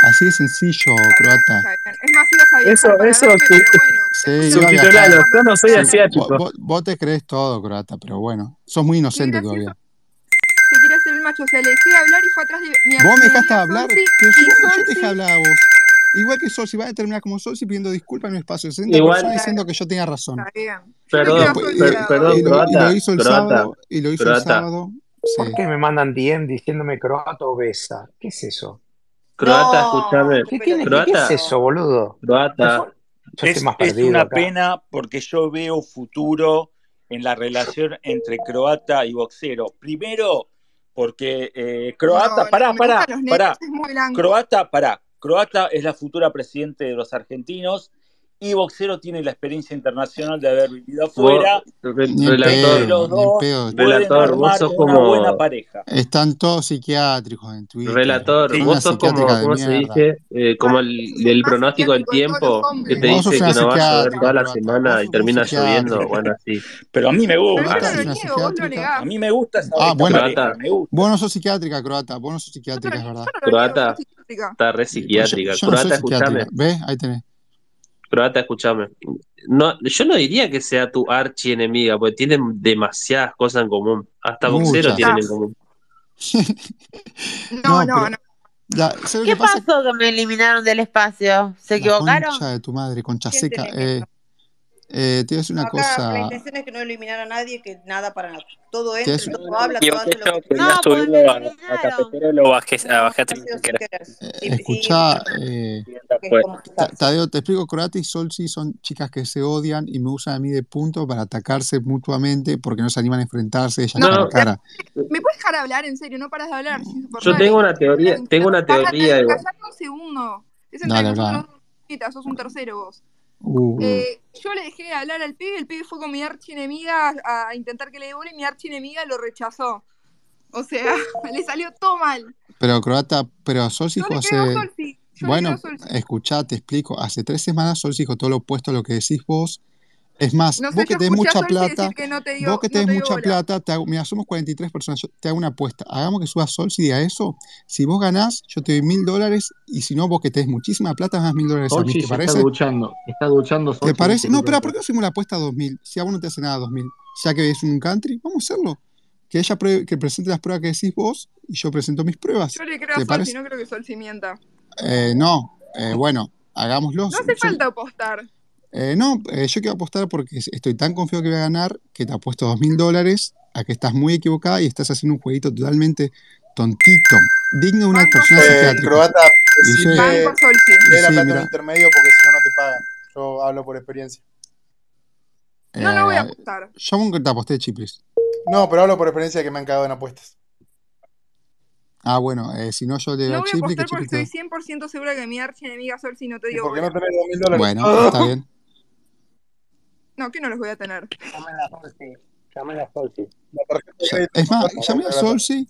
Speaker 17: Así de sencillo, croata.
Speaker 18: Está bien. Es más, ibas a
Speaker 15: Eso,
Speaker 18: viajar para
Speaker 15: eso,
Speaker 18: verme,
Speaker 15: sí.
Speaker 18: pero bueno,
Speaker 17: Sí,
Speaker 18: después te
Speaker 17: iba a viajar.
Speaker 15: Subtitulalo, yo no soy
Speaker 18: Claro.
Speaker 17: Vos,
Speaker 15: asiático.
Speaker 17: vos- vos te crees todo, croata, pero bueno, sos muy
Speaker 18: Qué
Speaker 17: inocente
Speaker 18: gracioso
Speaker 17: todavía.
Speaker 18: se quiere hacer el macho. O sea, le dejé de hablar y fue atrás de mi,
Speaker 17: Vos me
Speaker 18: mi
Speaker 17: dejaste
Speaker 18: amiga
Speaker 17: hablar,
Speaker 18: Solsi
Speaker 17: pero si
Speaker 18: y
Speaker 17: vos- yo te dejé
Speaker 18: Solsi.
Speaker 17: hablar a vos. Igual que Solsi, vas a terminar como Solsi pidiendo disculpas en un espacio de 60
Speaker 5: Igual,
Speaker 17: personas
Speaker 18: Claro,
Speaker 17: diciendo que yo tenía razón.
Speaker 18: está bien. Yo
Speaker 17: Y,
Speaker 18: le creo
Speaker 5: perdón,
Speaker 18: a
Speaker 17: después,
Speaker 5: per-
Speaker 18: Solsi, la
Speaker 17: y,
Speaker 18: verdad.
Speaker 5: perdón,
Speaker 17: y lo, y lo
Speaker 5: croata,
Speaker 17: hizo el
Speaker 5: croata,
Speaker 17: sábado, y lo hizo el
Speaker 5: croata,
Speaker 17: sábado,
Speaker 8: ¿Por
Speaker 17: sí.
Speaker 8: qué me mandan DM diciéndome croata obesa? ¿Qué es eso?
Speaker 5: croata,
Speaker 1: No,
Speaker 5: escúchame,
Speaker 1: qué
Speaker 8: ¿Qué, tiene, qué, qué es
Speaker 5: croata,
Speaker 8: eso,
Speaker 1: pelotudo.
Speaker 8: boludo? Me
Speaker 5: croata,
Speaker 8: fue- Yo estoy
Speaker 9: Es,
Speaker 8: más
Speaker 9: es
Speaker 8: perdido
Speaker 9: una
Speaker 8: acá.
Speaker 9: pena porque yo veo futuro en la relación entre croata y boxero. Primero, porque eh, croata,
Speaker 18: No, no,
Speaker 9: pará,
Speaker 18: me gustan
Speaker 9: pará,
Speaker 18: los negros,
Speaker 9: pará,
Speaker 18: es muy blanco.
Speaker 9: croata, pará, croata es la futura presidente de los argentinos y boxero tiene la experiencia internacional de haber vivido
Speaker 5: vos,
Speaker 9: afuera
Speaker 5: re-
Speaker 17: Ni en
Speaker 9: y que
Speaker 5: relator,
Speaker 17: pedo,
Speaker 9: los
Speaker 17: ni en
Speaker 9: dos
Speaker 17: pedo.
Speaker 9: pueden
Speaker 5: relator, vos
Speaker 9: armar
Speaker 5: sos
Speaker 9: una buena
Speaker 5: como,
Speaker 9: pareja.
Speaker 17: Están todos psiquiátricos en Twitter.
Speaker 5: Relator,
Speaker 17: Son
Speaker 9: Sí,
Speaker 5: vos
Speaker 17: unas
Speaker 5: sos como,
Speaker 17: psiquiátricas de
Speaker 5: ¿cómo se
Speaker 17: mierda.
Speaker 5: dice? Eh, como
Speaker 18: Para
Speaker 5: el,
Speaker 18: mí es el
Speaker 5: el
Speaker 18: más
Speaker 5: pronóstico del
Speaker 18: Ah, psiquiátrico de todos los
Speaker 5: tiempo que te
Speaker 18: hombres.
Speaker 17: Vos sos
Speaker 5: dice
Speaker 17: una
Speaker 5: que no va a llover
Speaker 17: psiquiátrica,
Speaker 5: toda la
Speaker 17: croata. Vos
Speaker 5: semana y
Speaker 17: sos muy
Speaker 5: termina lloviendo.
Speaker 17: psiquiátrica.
Speaker 5: Bueno, así.
Speaker 9: Pero a mí me
Speaker 18: Pero yo
Speaker 9: gusta,
Speaker 18: no
Speaker 17: Vos
Speaker 18: lo
Speaker 17: sos una
Speaker 9: sí.
Speaker 18: niego, vos lo
Speaker 17: psiquiátrica.
Speaker 9: A
Speaker 18: negás.
Speaker 9: mí me gusta esa,
Speaker 17: Ah,
Speaker 9: esta
Speaker 17: bueno,
Speaker 9: pareja,
Speaker 5: Croata,
Speaker 9: me
Speaker 17: vos
Speaker 9: gusta.
Speaker 17: no sos psiquiátrica, croata. Vos no sos
Speaker 18: Yo no,
Speaker 17: psiquiátrica,
Speaker 18: lo-
Speaker 17: es
Speaker 18: yo no
Speaker 17: verdad.
Speaker 18: lo niego, soy
Speaker 5: croata,
Speaker 18: psiquiátrica.
Speaker 5: está re
Speaker 17: Sí, pero Pues yo,
Speaker 5: psiquiátrica.
Speaker 17: yo no soy
Speaker 5: Croata, escúchame.
Speaker 17: psiquiátrica. ¿Ves? Ahí tenés.
Speaker 5: Croata, escúchame. No, yo no diría que sea tu archienemiga, porque tienen demasiadas cosas en común. Hasta boxero
Speaker 17: Muchas.
Speaker 5: tienen en
Speaker 18: Estás.
Speaker 5: común.
Speaker 18: No,
Speaker 17: No,
Speaker 18: no,
Speaker 17: pero.
Speaker 18: no.
Speaker 17: la- ¿Sabes lo
Speaker 12: ¿Qué
Speaker 17: que pasa?
Speaker 12: pasó que me eliminaron del espacio? ¿Se
Speaker 17: La
Speaker 12: equivocaron?
Speaker 17: concha de tu madre, concha
Speaker 1: ¿Quién te
Speaker 17: seca.
Speaker 1: eliminó?
Speaker 17: Eh, eh, te voy a decir una
Speaker 1: Acá la
Speaker 17: cosa.
Speaker 1: intención es que no eliminar a nadie, que nada para nada. Todo
Speaker 17: Te voy a
Speaker 1: entra,
Speaker 17: decir-
Speaker 1: todo habla, todo hace lo
Speaker 16: yo
Speaker 1: que
Speaker 16: quería
Speaker 1: quiera.
Speaker 12: No, porque me
Speaker 16: subirlo a, a
Speaker 12: eliminaron.
Speaker 16: cafetero lo bajé, a
Speaker 1: No,
Speaker 16: bajé a
Speaker 1: ha sido
Speaker 16: sin
Speaker 1: sin
Speaker 16: querer.
Speaker 1: querer. Sí,
Speaker 17: eh,
Speaker 1: sí,
Speaker 17: escuchá. eh,
Speaker 1: que es
Speaker 16: Fue.
Speaker 1: como
Speaker 17: Ta-
Speaker 1: fijarse.
Speaker 17: Tadeo, te explico, Croata y Solsi son chicas que se odian y me usan a mí de punto para atacarse mutuamente porque no se animan a enfrentarse, ellas
Speaker 18: No,
Speaker 5: No,
Speaker 17: cara a
Speaker 5: no,
Speaker 18: pero
Speaker 17: cara.
Speaker 18: ¿me puedes dejar hablar? En serio, no paras de hablar, es
Speaker 5: yo tengo
Speaker 18: insoportable.
Speaker 5: una teoría, tengo una teoría
Speaker 18: Cállate,
Speaker 5: igual.
Speaker 18: cállate un segundo. Es entre
Speaker 17: Dale,
Speaker 18: nosotros
Speaker 17: habla.
Speaker 18: dos, puñetas, sos un tercero vos.
Speaker 17: Uh,
Speaker 5: Mm.
Speaker 18: Eh, yo le dejé de hablar al pibe, el pibe fue con mi archienemiga a, a intentar que le dé bola y mi archienemiga lo rechazó. O sea, le salió todo mal.
Speaker 17: pero Croata, pero Solsi
Speaker 18: Yo
Speaker 17: dijo
Speaker 18: le creo a
Speaker 17: hace.
Speaker 18: Solsi, yo le creo a
Speaker 17: Bueno,
Speaker 18: Solsi.
Speaker 17: escuchá, te explico. Hace tres semanas Solsi dijo todo lo opuesto a lo que decís vos. Es más,
Speaker 18: No sé,
Speaker 17: vos que
Speaker 18: yo
Speaker 17: tenés
Speaker 18: escuché a
Speaker 17: mucha
Speaker 18: Solsi decir
Speaker 17: plata,
Speaker 18: que no te
Speaker 17: vos
Speaker 18: dio,
Speaker 17: que
Speaker 18: no
Speaker 17: tenés
Speaker 18: te dio
Speaker 17: mucha
Speaker 18: bola.
Speaker 17: plata, te hago, mirá, somos 43 personas, yo te hago una apuesta. Hagamos que suba Solsi y diga eso. Si vos ganás, yo te doy mil dólares y si no, vos que tenés muchísima plata, me das mil dólares a mí,
Speaker 10: Solsi
Speaker 17: ¿te
Speaker 10: se está
Speaker 17: parece?
Speaker 10: duchando. Está duchando
Speaker 17: ¿Te
Speaker 10: Solsi
Speaker 17: parece?
Speaker 10: dice que
Speaker 17: No,
Speaker 10: tiene
Speaker 17: pero ¿por qué
Speaker 10: plata.
Speaker 17: no hacemos la apuesta a 2000? Si a vos no te hace nada a 2000, ya que es un country, vamos a hacerlo. Que ella prue- que presente las pruebas que decís vos y yo presento mis pruebas.
Speaker 18: Yo le creo a
Speaker 17: ¿Te
Speaker 18: Solsi,
Speaker 17: parece?
Speaker 18: no creo que Solsi mienta.
Speaker 17: Eh, no, Eh, bueno, hagámoslo.
Speaker 18: No hace
Speaker 17: Yo-
Speaker 18: falta apostar.
Speaker 17: eh, no, eh, yo quiero apostar porque estoy tan confiado que voy a ganar que te apuesto 2000 dólares a que estás muy equivocada y estás haciendo un jueguito totalmente tontito.
Speaker 3: digno de una actuación
Speaker 17: Eh,
Speaker 3: psiquiátrica.
Speaker 17: croata,
Speaker 3: Dice-
Speaker 17: decime, lee la
Speaker 3: Sí,
Speaker 17: plata
Speaker 3: mira.
Speaker 17: en intermedio porque si no, no te pagan. Yo hablo por experiencia.
Speaker 18: No, no voy a
Speaker 3: Eh,
Speaker 18: apostar.
Speaker 3: Yo nunca te aposté, Chiplis.
Speaker 17: No, pero hablo por experiencia que me han cagado en apuestas.
Speaker 3: Ah, bueno, eh, si no, yo le doy
Speaker 18: No
Speaker 3: a
Speaker 18: voy a
Speaker 3: Chiplis que
Speaker 18: apostar porque
Speaker 3: Chiplis te
Speaker 18: estoy 100% segura que mi archienemiga Sol si no te digo
Speaker 17: Porque
Speaker 18: bola.
Speaker 17: no tenés 2.000
Speaker 3: da-
Speaker 17: dólares.
Speaker 3: Bueno, está bien.
Speaker 18: No, que no los voy a tener.
Speaker 17: Llamé a Solsi. La tarjeta de
Speaker 3: Ya-
Speaker 17: crédito.
Speaker 3: Es más,
Speaker 17: No,
Speaker 3: llamé
Speaker 17: no,
Speaker 3: a
Speaker 17: no, no.
Speaker 3: Solsi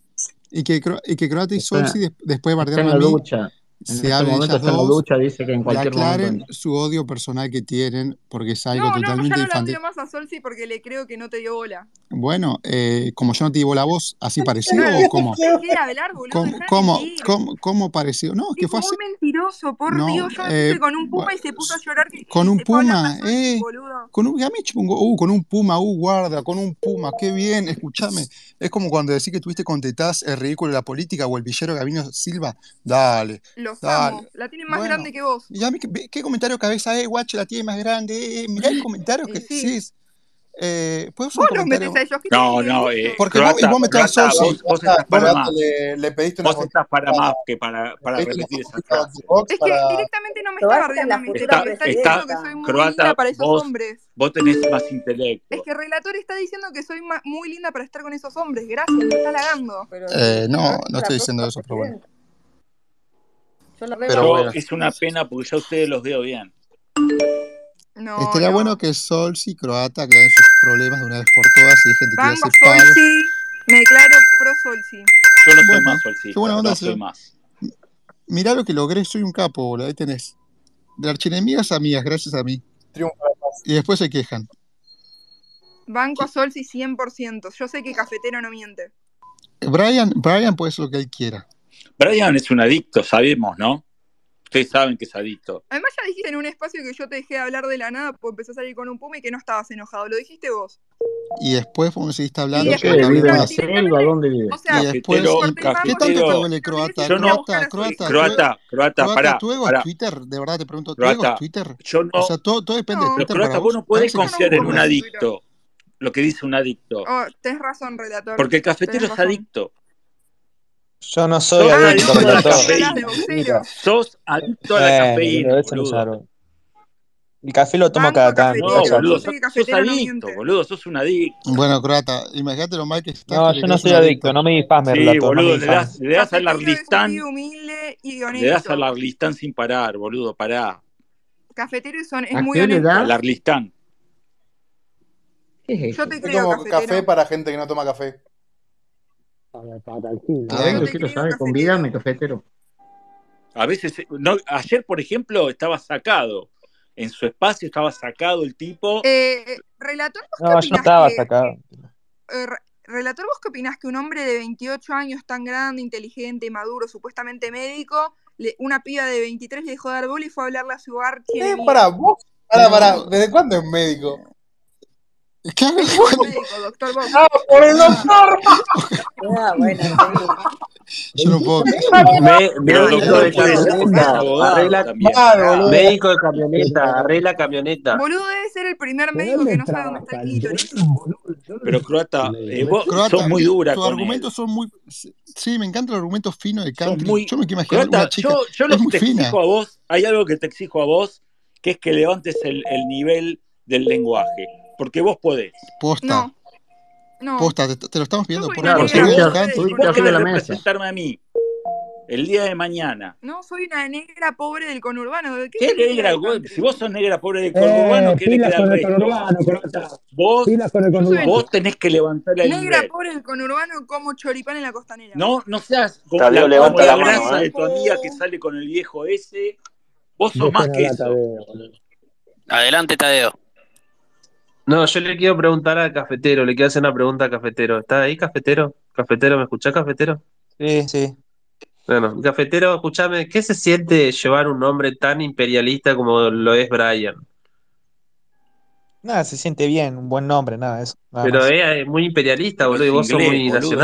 Speaker 3: y que, Cro- y que Croata y
Speaker 10: Está-
Speaker 3: Solsi des- después de
Speaker 10: Está en
Speaker 3: bardearme
Speaker 10: la
Speaker 3: a mí,
Speaker 10: ducha. En
Speaker 3: se
Speaker 10: este
Speaker 3: hablen
Speaker 10: momento
Speaker 3: ellas
Speaker 10: está en la
Speaker 3: dos
Speaker 10: ducha, dice que en
Speaker 3: y
Speaker 10: cualquier momento.
Speaker 3: aclaren su odio personal que tienen porque es algo
Speaker 18: No, no, ya
Speaker 3: totalmente
Speaker 18: no la
Speaker 3: infantil.
Speaker 18: odio más a Solsi porque le creo que no te dio bola.
Speaker 3: Bueno, eh, como yo no te digo la voz, ¿así pareció o cómo?
Speaker 18: Dejé de hablar, boludo,
Speaker 3: ¿Cómo,
Speaker 18: dejá de
Speaker 3: cómo,
Speaker 18: mentir.
Speaker 3: cómo, cómo pareció? No, que
Speaker 18: Tipo
Speaker 3: fue
Speaker 18: muy
Speaker 3: así.
Speaker 18: mentiroso, por
Speaker 3: No,
Speaker 18: Dios. Yo me
Speaker 3: eh,
Speaker 18: puse con un puma
Speaker 3: bueno,
Speaker 18: y se puso a llorar que-
Speaker 3: con
Speaker 18: y
Speaker 3: un
Speaker 18: se fue a hablarme a
Speaker 3: puma,
Speaker 18: Solsi,
Speaker 3: eh,
Speaker 18: boludo.
Speaker 3: con un, a mí chupongo, uh, con un puma, uh, guarda, con un puma, qué bien, escúchame. Es como cuando decís que tuviste con Tetaz el ridículo de la política o el villero Gabino Silva. Dale,
Speaker 18: Los amo.
Speaker 3: dale.
Speaker 18: La tienen más
Speaker 3: Bueno,
Speaker 18: grande que vos.
Speaker 3: y a mí, ¿qué, qué comentario cabeza es, guacho? La tiene más grande. Eh, eh, mirá el comentario
Speaker 18: Y
Speaker 3: que
Speaker 18: sí.
Speaker 3: decís. Eh, pues un
Speaker 18: Vos los metés
Speaker 3: comentario.
Speaker 18: a ellos. ¿Qué tienen
Speaker 9: No,
Speaker 18: de
Speaker 9: no,
Speaker 18: ellos?
Speaker 9: eh,
Speaker 3: Porque vos, y
Speaker 9: Croata,
Speaker 3: vos metés a
Speaker 9: Croata,
Speaker 3: Solsi.
Speaker 9: vos, vos estás para
Speaker 17: Croata,
Speaker 9: más.
Speaker 17: le, le pediste una
Speaker 9: Vos
Speaker 17: fotito
Speaker 9: estás para
Speaker 17: a-
Speaker 9: más que para,
Speaker 17: le
Speaker 9: para
Speaker 17: pediste una
Speaker 9: repetir esa
Speaker 17: fotito a
Speaker 9: frase.
Speaker 17: Box
Speaker 18: Es que
Speaker 17: para.
Speaker 18: directamente no me está
Speaker 1: Croata es
Speaker 18: bardeando
Speaker 1: la
Speaker 18: a mí,
Speaker 1: futura
Speaker 18: Sol.
Speaker 9: Está,
Speaker 18: Me está
Speaker 1: presidenta.
Speaker 18: diciendo
Speaker 9: está,
Speaker 18: que soy muy linda
Speaker 9: Croata,
Speaker 18: para esos
Speaker 9: vos,
Speaker 18: hombres.
Speaker 9: vos tenés más
Speaker 18: Es
Speaker 9: intelecto.
Speaker 18: que el relator está diciendo que soy ma- muy linda para estar con esos hombres. Gracias, me está halagando.
Speaker 1: Pero
Speaker 3: Eh, no,
Speaker 1: Croata es
Speaker 3: no
Speaker 1: la
Speaker 3: estoy diciendo
Speaker 1: próxima
Speaker 3: eso, pero bueno.
Speaker 1: presidenta. Yo la veo
Speaker 3: Pero
Speaker 1: más-
Speaker 9: Yo,
Speaker 3: bueno.
Speaker 9: es una pena porque ya ustedes los veo bien.
Speaker 18: No,
Speaker 3: Estaría bueno
Speaker 18: no.
Speaker 3: que Solsi y Croata aclaren sus problemas de una vez por todas y dejen de
Speaker 18: Banco
Speaker 3: tirarse
Speaker 18: a
Speaker 3: palos.
Speaker 18: Solsi. Me declaro pro Solsi.
Speaker 9: Yo no soy más
Speaker 3: Bueno, qué buena
Speaker 9: solcista,
Speaker 3: onda,
Speaker 9: no soy
Speaker 3: señor.
Speaker 9: más.
Speaker 3: Mirá lo que logré, soy un capo, boludo. Ahí tenés. De archienemigas amigas, gracias a mí.
Speaker 17: Triunfo de la paz.
Speaker 3: Y después se quejan.
Speaker 18: Banco a Solsi 100%. Yo sé que cafetero no miente.
Speaker 3: Brian, Brian puede ser lo que él quiera.
Speaker 9: Brian es un adicto, sabemos, ¿no? Ustedes saben que es adicto.
Speaker 18: Además ya dijiste en un espacio que yo te dejé de hablar de la nada porque empezó a salir con un puma y que no estabas enojado. Lo dijiste vos.
Speaker 3: Y después vos me seguiste
Speaker 18: Y
Speaker 3: hablando
Speaker 10: ¿Pero
Speaker 3: para
Speaker 10: qué?
Speaker 3: que
Speaker 18: después
Speaker 3: hable
Speaker 10: ¿Vive en la
Speaker 3: más.
Speaker 10: selva?
Speaker 18: directamente,
Speaker 10: ¿Dónde vive?
Speaker 18: o
Speaker 3: Y
Speaker 18: sea,
Speaker 3: después,
Speaker 9: Cafetero,
Speaker 3: y-
Speaker 18: cortemos,
Speaker 3: ¿qué
Speaker 18: vamos
Speaker 3: tanto te
Speaker 9: cafetero.
Speaker 3: duele
Speaker 18: no
Speaker 3: Croata?
Speaker 18: necesito
Speaker 9: Yo
Speaker 18: ir a
Speaker 9: no.
Speaker 18: buscar
Speaker 3: Croata,
Speaker 18: a Solsi.
Speaker 3: Croata, tu,
Speaker 9: Croata, Croata,
Speaker 3: Croata,
Speaker 9: pará,
Speaker 3: ¿tu ego es
Speaker 9: pará.
Speaker 3: Twitter? De verdad te pregunto, ¿tu ego es
Speaker 9: Croata,
Speaker 3: Twitter?
Speaker 9: yo
Speaker 3: O
Speaker 9: no.
Speaker 3: sea, todo, todo depende de
Speaker 18: No,
Speaker 9: Los
Speaker 3: Twitter para
Speaker 9: croatas, vos
Speaker 3: vos.
Speaker 9: no
Speaker 3: A
Speaker 9: podés
Speaker 3: veces
Speaker 18: yo no
Speaker 9: confiar en
Speaker 18: busco
Speaker 9: un
Speaker 18: nada
Speaker 3: boludeces.
Speaker 18: en Twitter.
Speaker 9: adicto, lo que dice un adicto.
Speaker 18: Oh, tenés razón, relator.
Speaker 9: Porque el cafetero
Speaker 18: Tenés
Speaker 9: es
Speaker 18: razón.
Speaker 9: adicto.
Speaker 20: Yo no soy
Speaker 9: Sos
Speaker 18: Ah, de
Speaker 20: adicto,
Speaker 9: adicto
Speaker 18: vos
Speaker 9: a la
Speaker 18: pensé que
Speaker 20: relator.
Speaker 18: hablabas de
Speaker 9: cafeína.
Speaker 20: Mira,
Speaker 18: boxero.
Speaker 9: Sos adicto a la
Speaker 20: bueno, pero
Speaker 9: cafeína,
Speaker 20: eso no
Speaker 9: boludo.
Speaker 20: salvo. El café lo tomo
Speaker 18: Banco
Speaker 20: cada
Speaker 18: a
Speaker 20: tanto,
Speaker 9: No,
Speaker 18: cafetero.
Speaker 20: Sol.
Speaker 18: Yo
Speaker 9: boludo,
Speaker 18: sé
Speaker 9: sos,
Speaker 18: que
Speaker 9: sos
Speaker 18: cafetero no
Speaker 9: adicto,
Speaker 18: miente.
Speaker 9: boludo, sos un adicto.
Speaker 3: Bueno, Croata, imagínate lo mal que estás
Speaker 20: No,
Speaker 3: porque
Speaker 20: yo no
Speaker 3: crees un
Speaker 20: soy adicto,
Speaker 3: adicto.
Speaker 20: no me difame,
Speaker 9: Sí,
Speaker 20: relator, no me
Speaker 9: boludo, le das,
Speaker 20: difame.
Speaker 9: le das al
Speaker 18: Cafetero es un pibe
Speaker 9: Arlistán,
Speaker 18: humilde y
Speaker 9: le das al
Speaker 18: honesto.
Speaker 9: Arlistán sin parar, boludo, pará.
Speaker 18: Cafetero es, hon- es
Speaker 10: ¿A
Speaker 18: muy
Speaker 10: qué le
Speaker 9: Al
Speaker 10: das?
Speaker 18: honesto.
Speaker 9: Arlistán.
Speaker 10: ¿Qué es
Speaker 18: Yo
Speaker 10: eso?
Speaker 18: te
Speaker 17: Es
Speaker 18: creo,
Speaker 17: como café
Speaker 18: cafetero.
Speaker 17: para gente que no toma café.
Speaker 10: A
Speaker 3: Ah,
Speaker 10: ver,
Speaker 18: Yo
Speaker 10: yo
Speaker 18: te
Speaker 10: quiero
Speaker 18: creo,
Speaker 10: saber, convídame,
Speaker 18: cafetero.
Speaker 10: cafetero.
Speaker 9: A veces, eh, no, ayer, por ejemplo, estaba sacado. En su espacio estaba sacado el tipo.
Speaker 18: Eh, eh, relator, ¿vos qué
Speaker 20: No, yo
Speaker 18: opinás
Speaker 20: estaba
Speaker 18: que
Speaker 20: sacado.
Speaker 18: Eh, re- Relator, ¿vos qué opinás que un hombre de 28 años tan grande, inteligente, maduro, supuestamente médico, le- una piba de 23 le dejó de dar bola y fue a hablarle a su
Speaker 17: Eh, para
Speaker 18: archienemiga?
Speaker 17: vos. Para, para.
Speaker 3: Pero,
Speaker 17: ¿Desde cuándo es médico?
Speaker 3: claro,
Speaker 18: Es un médico, doctor Vox.
Speaker 17: ¡Ah, por el doctor!
Speaker 1: Ah, bueno, sí.
Speaker 3: yo no puedo creer.
Speaker 5: Me-
Speaker 9: Pero
Speaker 5: médico
Speaker 9: doctor
Speaker 5: de
Speaker 9: Vox es
Speaker 5: camioneta,
Speaker 9: abogado
Speaker 5: arregla,
Speaker 9: también,
Speaker 17: Claro,
Speaker 9: pará.
Speaker 17: boludo.
Speaker 5: médico de camioneta, arregla camioneta.
Speaker 18: Boludo debe ser el primer médico
Speaker 20: dónde
Speaker 18: que no sabe dónde está el clítoris.
Speaker 9: Pero Croata, eh, vos sos
Speaker 3: Croata,
Speaker 9: muy dura
Speaker 3: tus
Speaker 9: con él.
Speaker 3: argumentos son muy. Sí, me encanta el argumento fino de
Speaker 9: Sos
Speaker 3: country.
Speaker 9: muy.
Speaker 3: Yo me quiero imaginar una
Speaker 9: Croata,
Speaker 3: chica.
Speaker 9: yo, yo
Speaker 3: Es
Speaker 9: lo que
Speaker 3: muy
Speaker 9: te
Speaker 3: fina.
Speaker 9: exijo a vos, hay algo que te exijo a vos, que es que levantes el, el nivel del lenguaje. Porque vos podés.
Speaker 3: Posta,
Speaker 18: No, no.
Speaker 3: posta, te, te lo estamos
Speaker 18: Yo
Speaker 3: pidiendo
Speaker 18: soy
Speaker 3: por
Speaker 18: una
Speaker 5: Claro,
Speaker 3: favor.
Speaker 18: negra
Speaker 3: Soy
Speaker 5: subiste, a-
Speaker 18: como
Speaker 3: de
Speaker 18: ustedes,
Speaker 3: country.
Speaker 5: subiste
Speaker 9: Vos
Speaker 18: boludo.
Speaker 5: arriba de
Speaker 9: querés
Speaker 5: la mesa.
Speaker 9: representarme a mí el día de mañana.
Speaker 18: No, soy una negra pobre del conurbano. ¿De qué
Speaker 9: ¿Qué
Speaker 18: te negra
Speaker 9: negra?
Speaker 18: del
Speaker 9: Vos- Si
Speaker 18: country?
Speaker 9: vos sos negra pobre de conurbano,
Speaker 20: Eh,
Speaker 9: ¿qué le
Speaker 20: pilas
Speaker 9: queda al
Speaker 20: con el
Speaker 9: resto?
Speaker 20: conurbano, Croata.
Speaker 9: Vos,
Speaker 20: Pilas con el
Speaker 18: Yo soy
Speaker 20: conurbano.
Speaker 9: vos tenés que levantar el
Speaker 18: negra
Speaker 9: nivel.
Speaker 18: pobre del conurbano como choripán en la costanera.
Speaker 9: No, no seas co-
Speaker 7: Tadeo
Speaker 9: la- como
Speaker 7: levanta
Speaker 9: la
Speaker 7: la
Speaker 18: Pobre
Speaker 7: mano,
Speaker 9: grasa
Speaker 7: ¿eh?
Speaker 9: de tu amiga que
Speaker 18: blanco.
Speaker 9: sale con el viejo ese. Vos sos más
Speaker 20: Dejen
Speaker 9: que
Speaker 20: hablar,
Speaker 9: eso.
Speaker 20: Tadeo, boludo.
Speaker 16: Adelante, Tadeo.
Speaker 5: No, yo le quiero preguntar al cafetero, le quiero hacer una pregunta al cafetero. ¿Está ahí, cafetero? ¿Cafetero, me escuchás, cafetero?
Speaker 20: Sí, sí.
Speaker 5: Bueno, cafetero, escúchame, ¿qué se siente llevar un hombre tan imperialista como lo es Brian?
Speaker 20: Nada, se siente bien, un buen nombre, nada, eso, nada
Speaker 5: Pero
Speaker 20: más.
Speaker 8: Ah,
Speaker 5: ella es eh, muy imperialista,
Speaker 9: Pero
Speaker 5: boludo, y
Speaker 9: es
Speaker 5: vos sos
Speaker 9: inglés,
Speaker 5: muy
Speaker 9: boludo.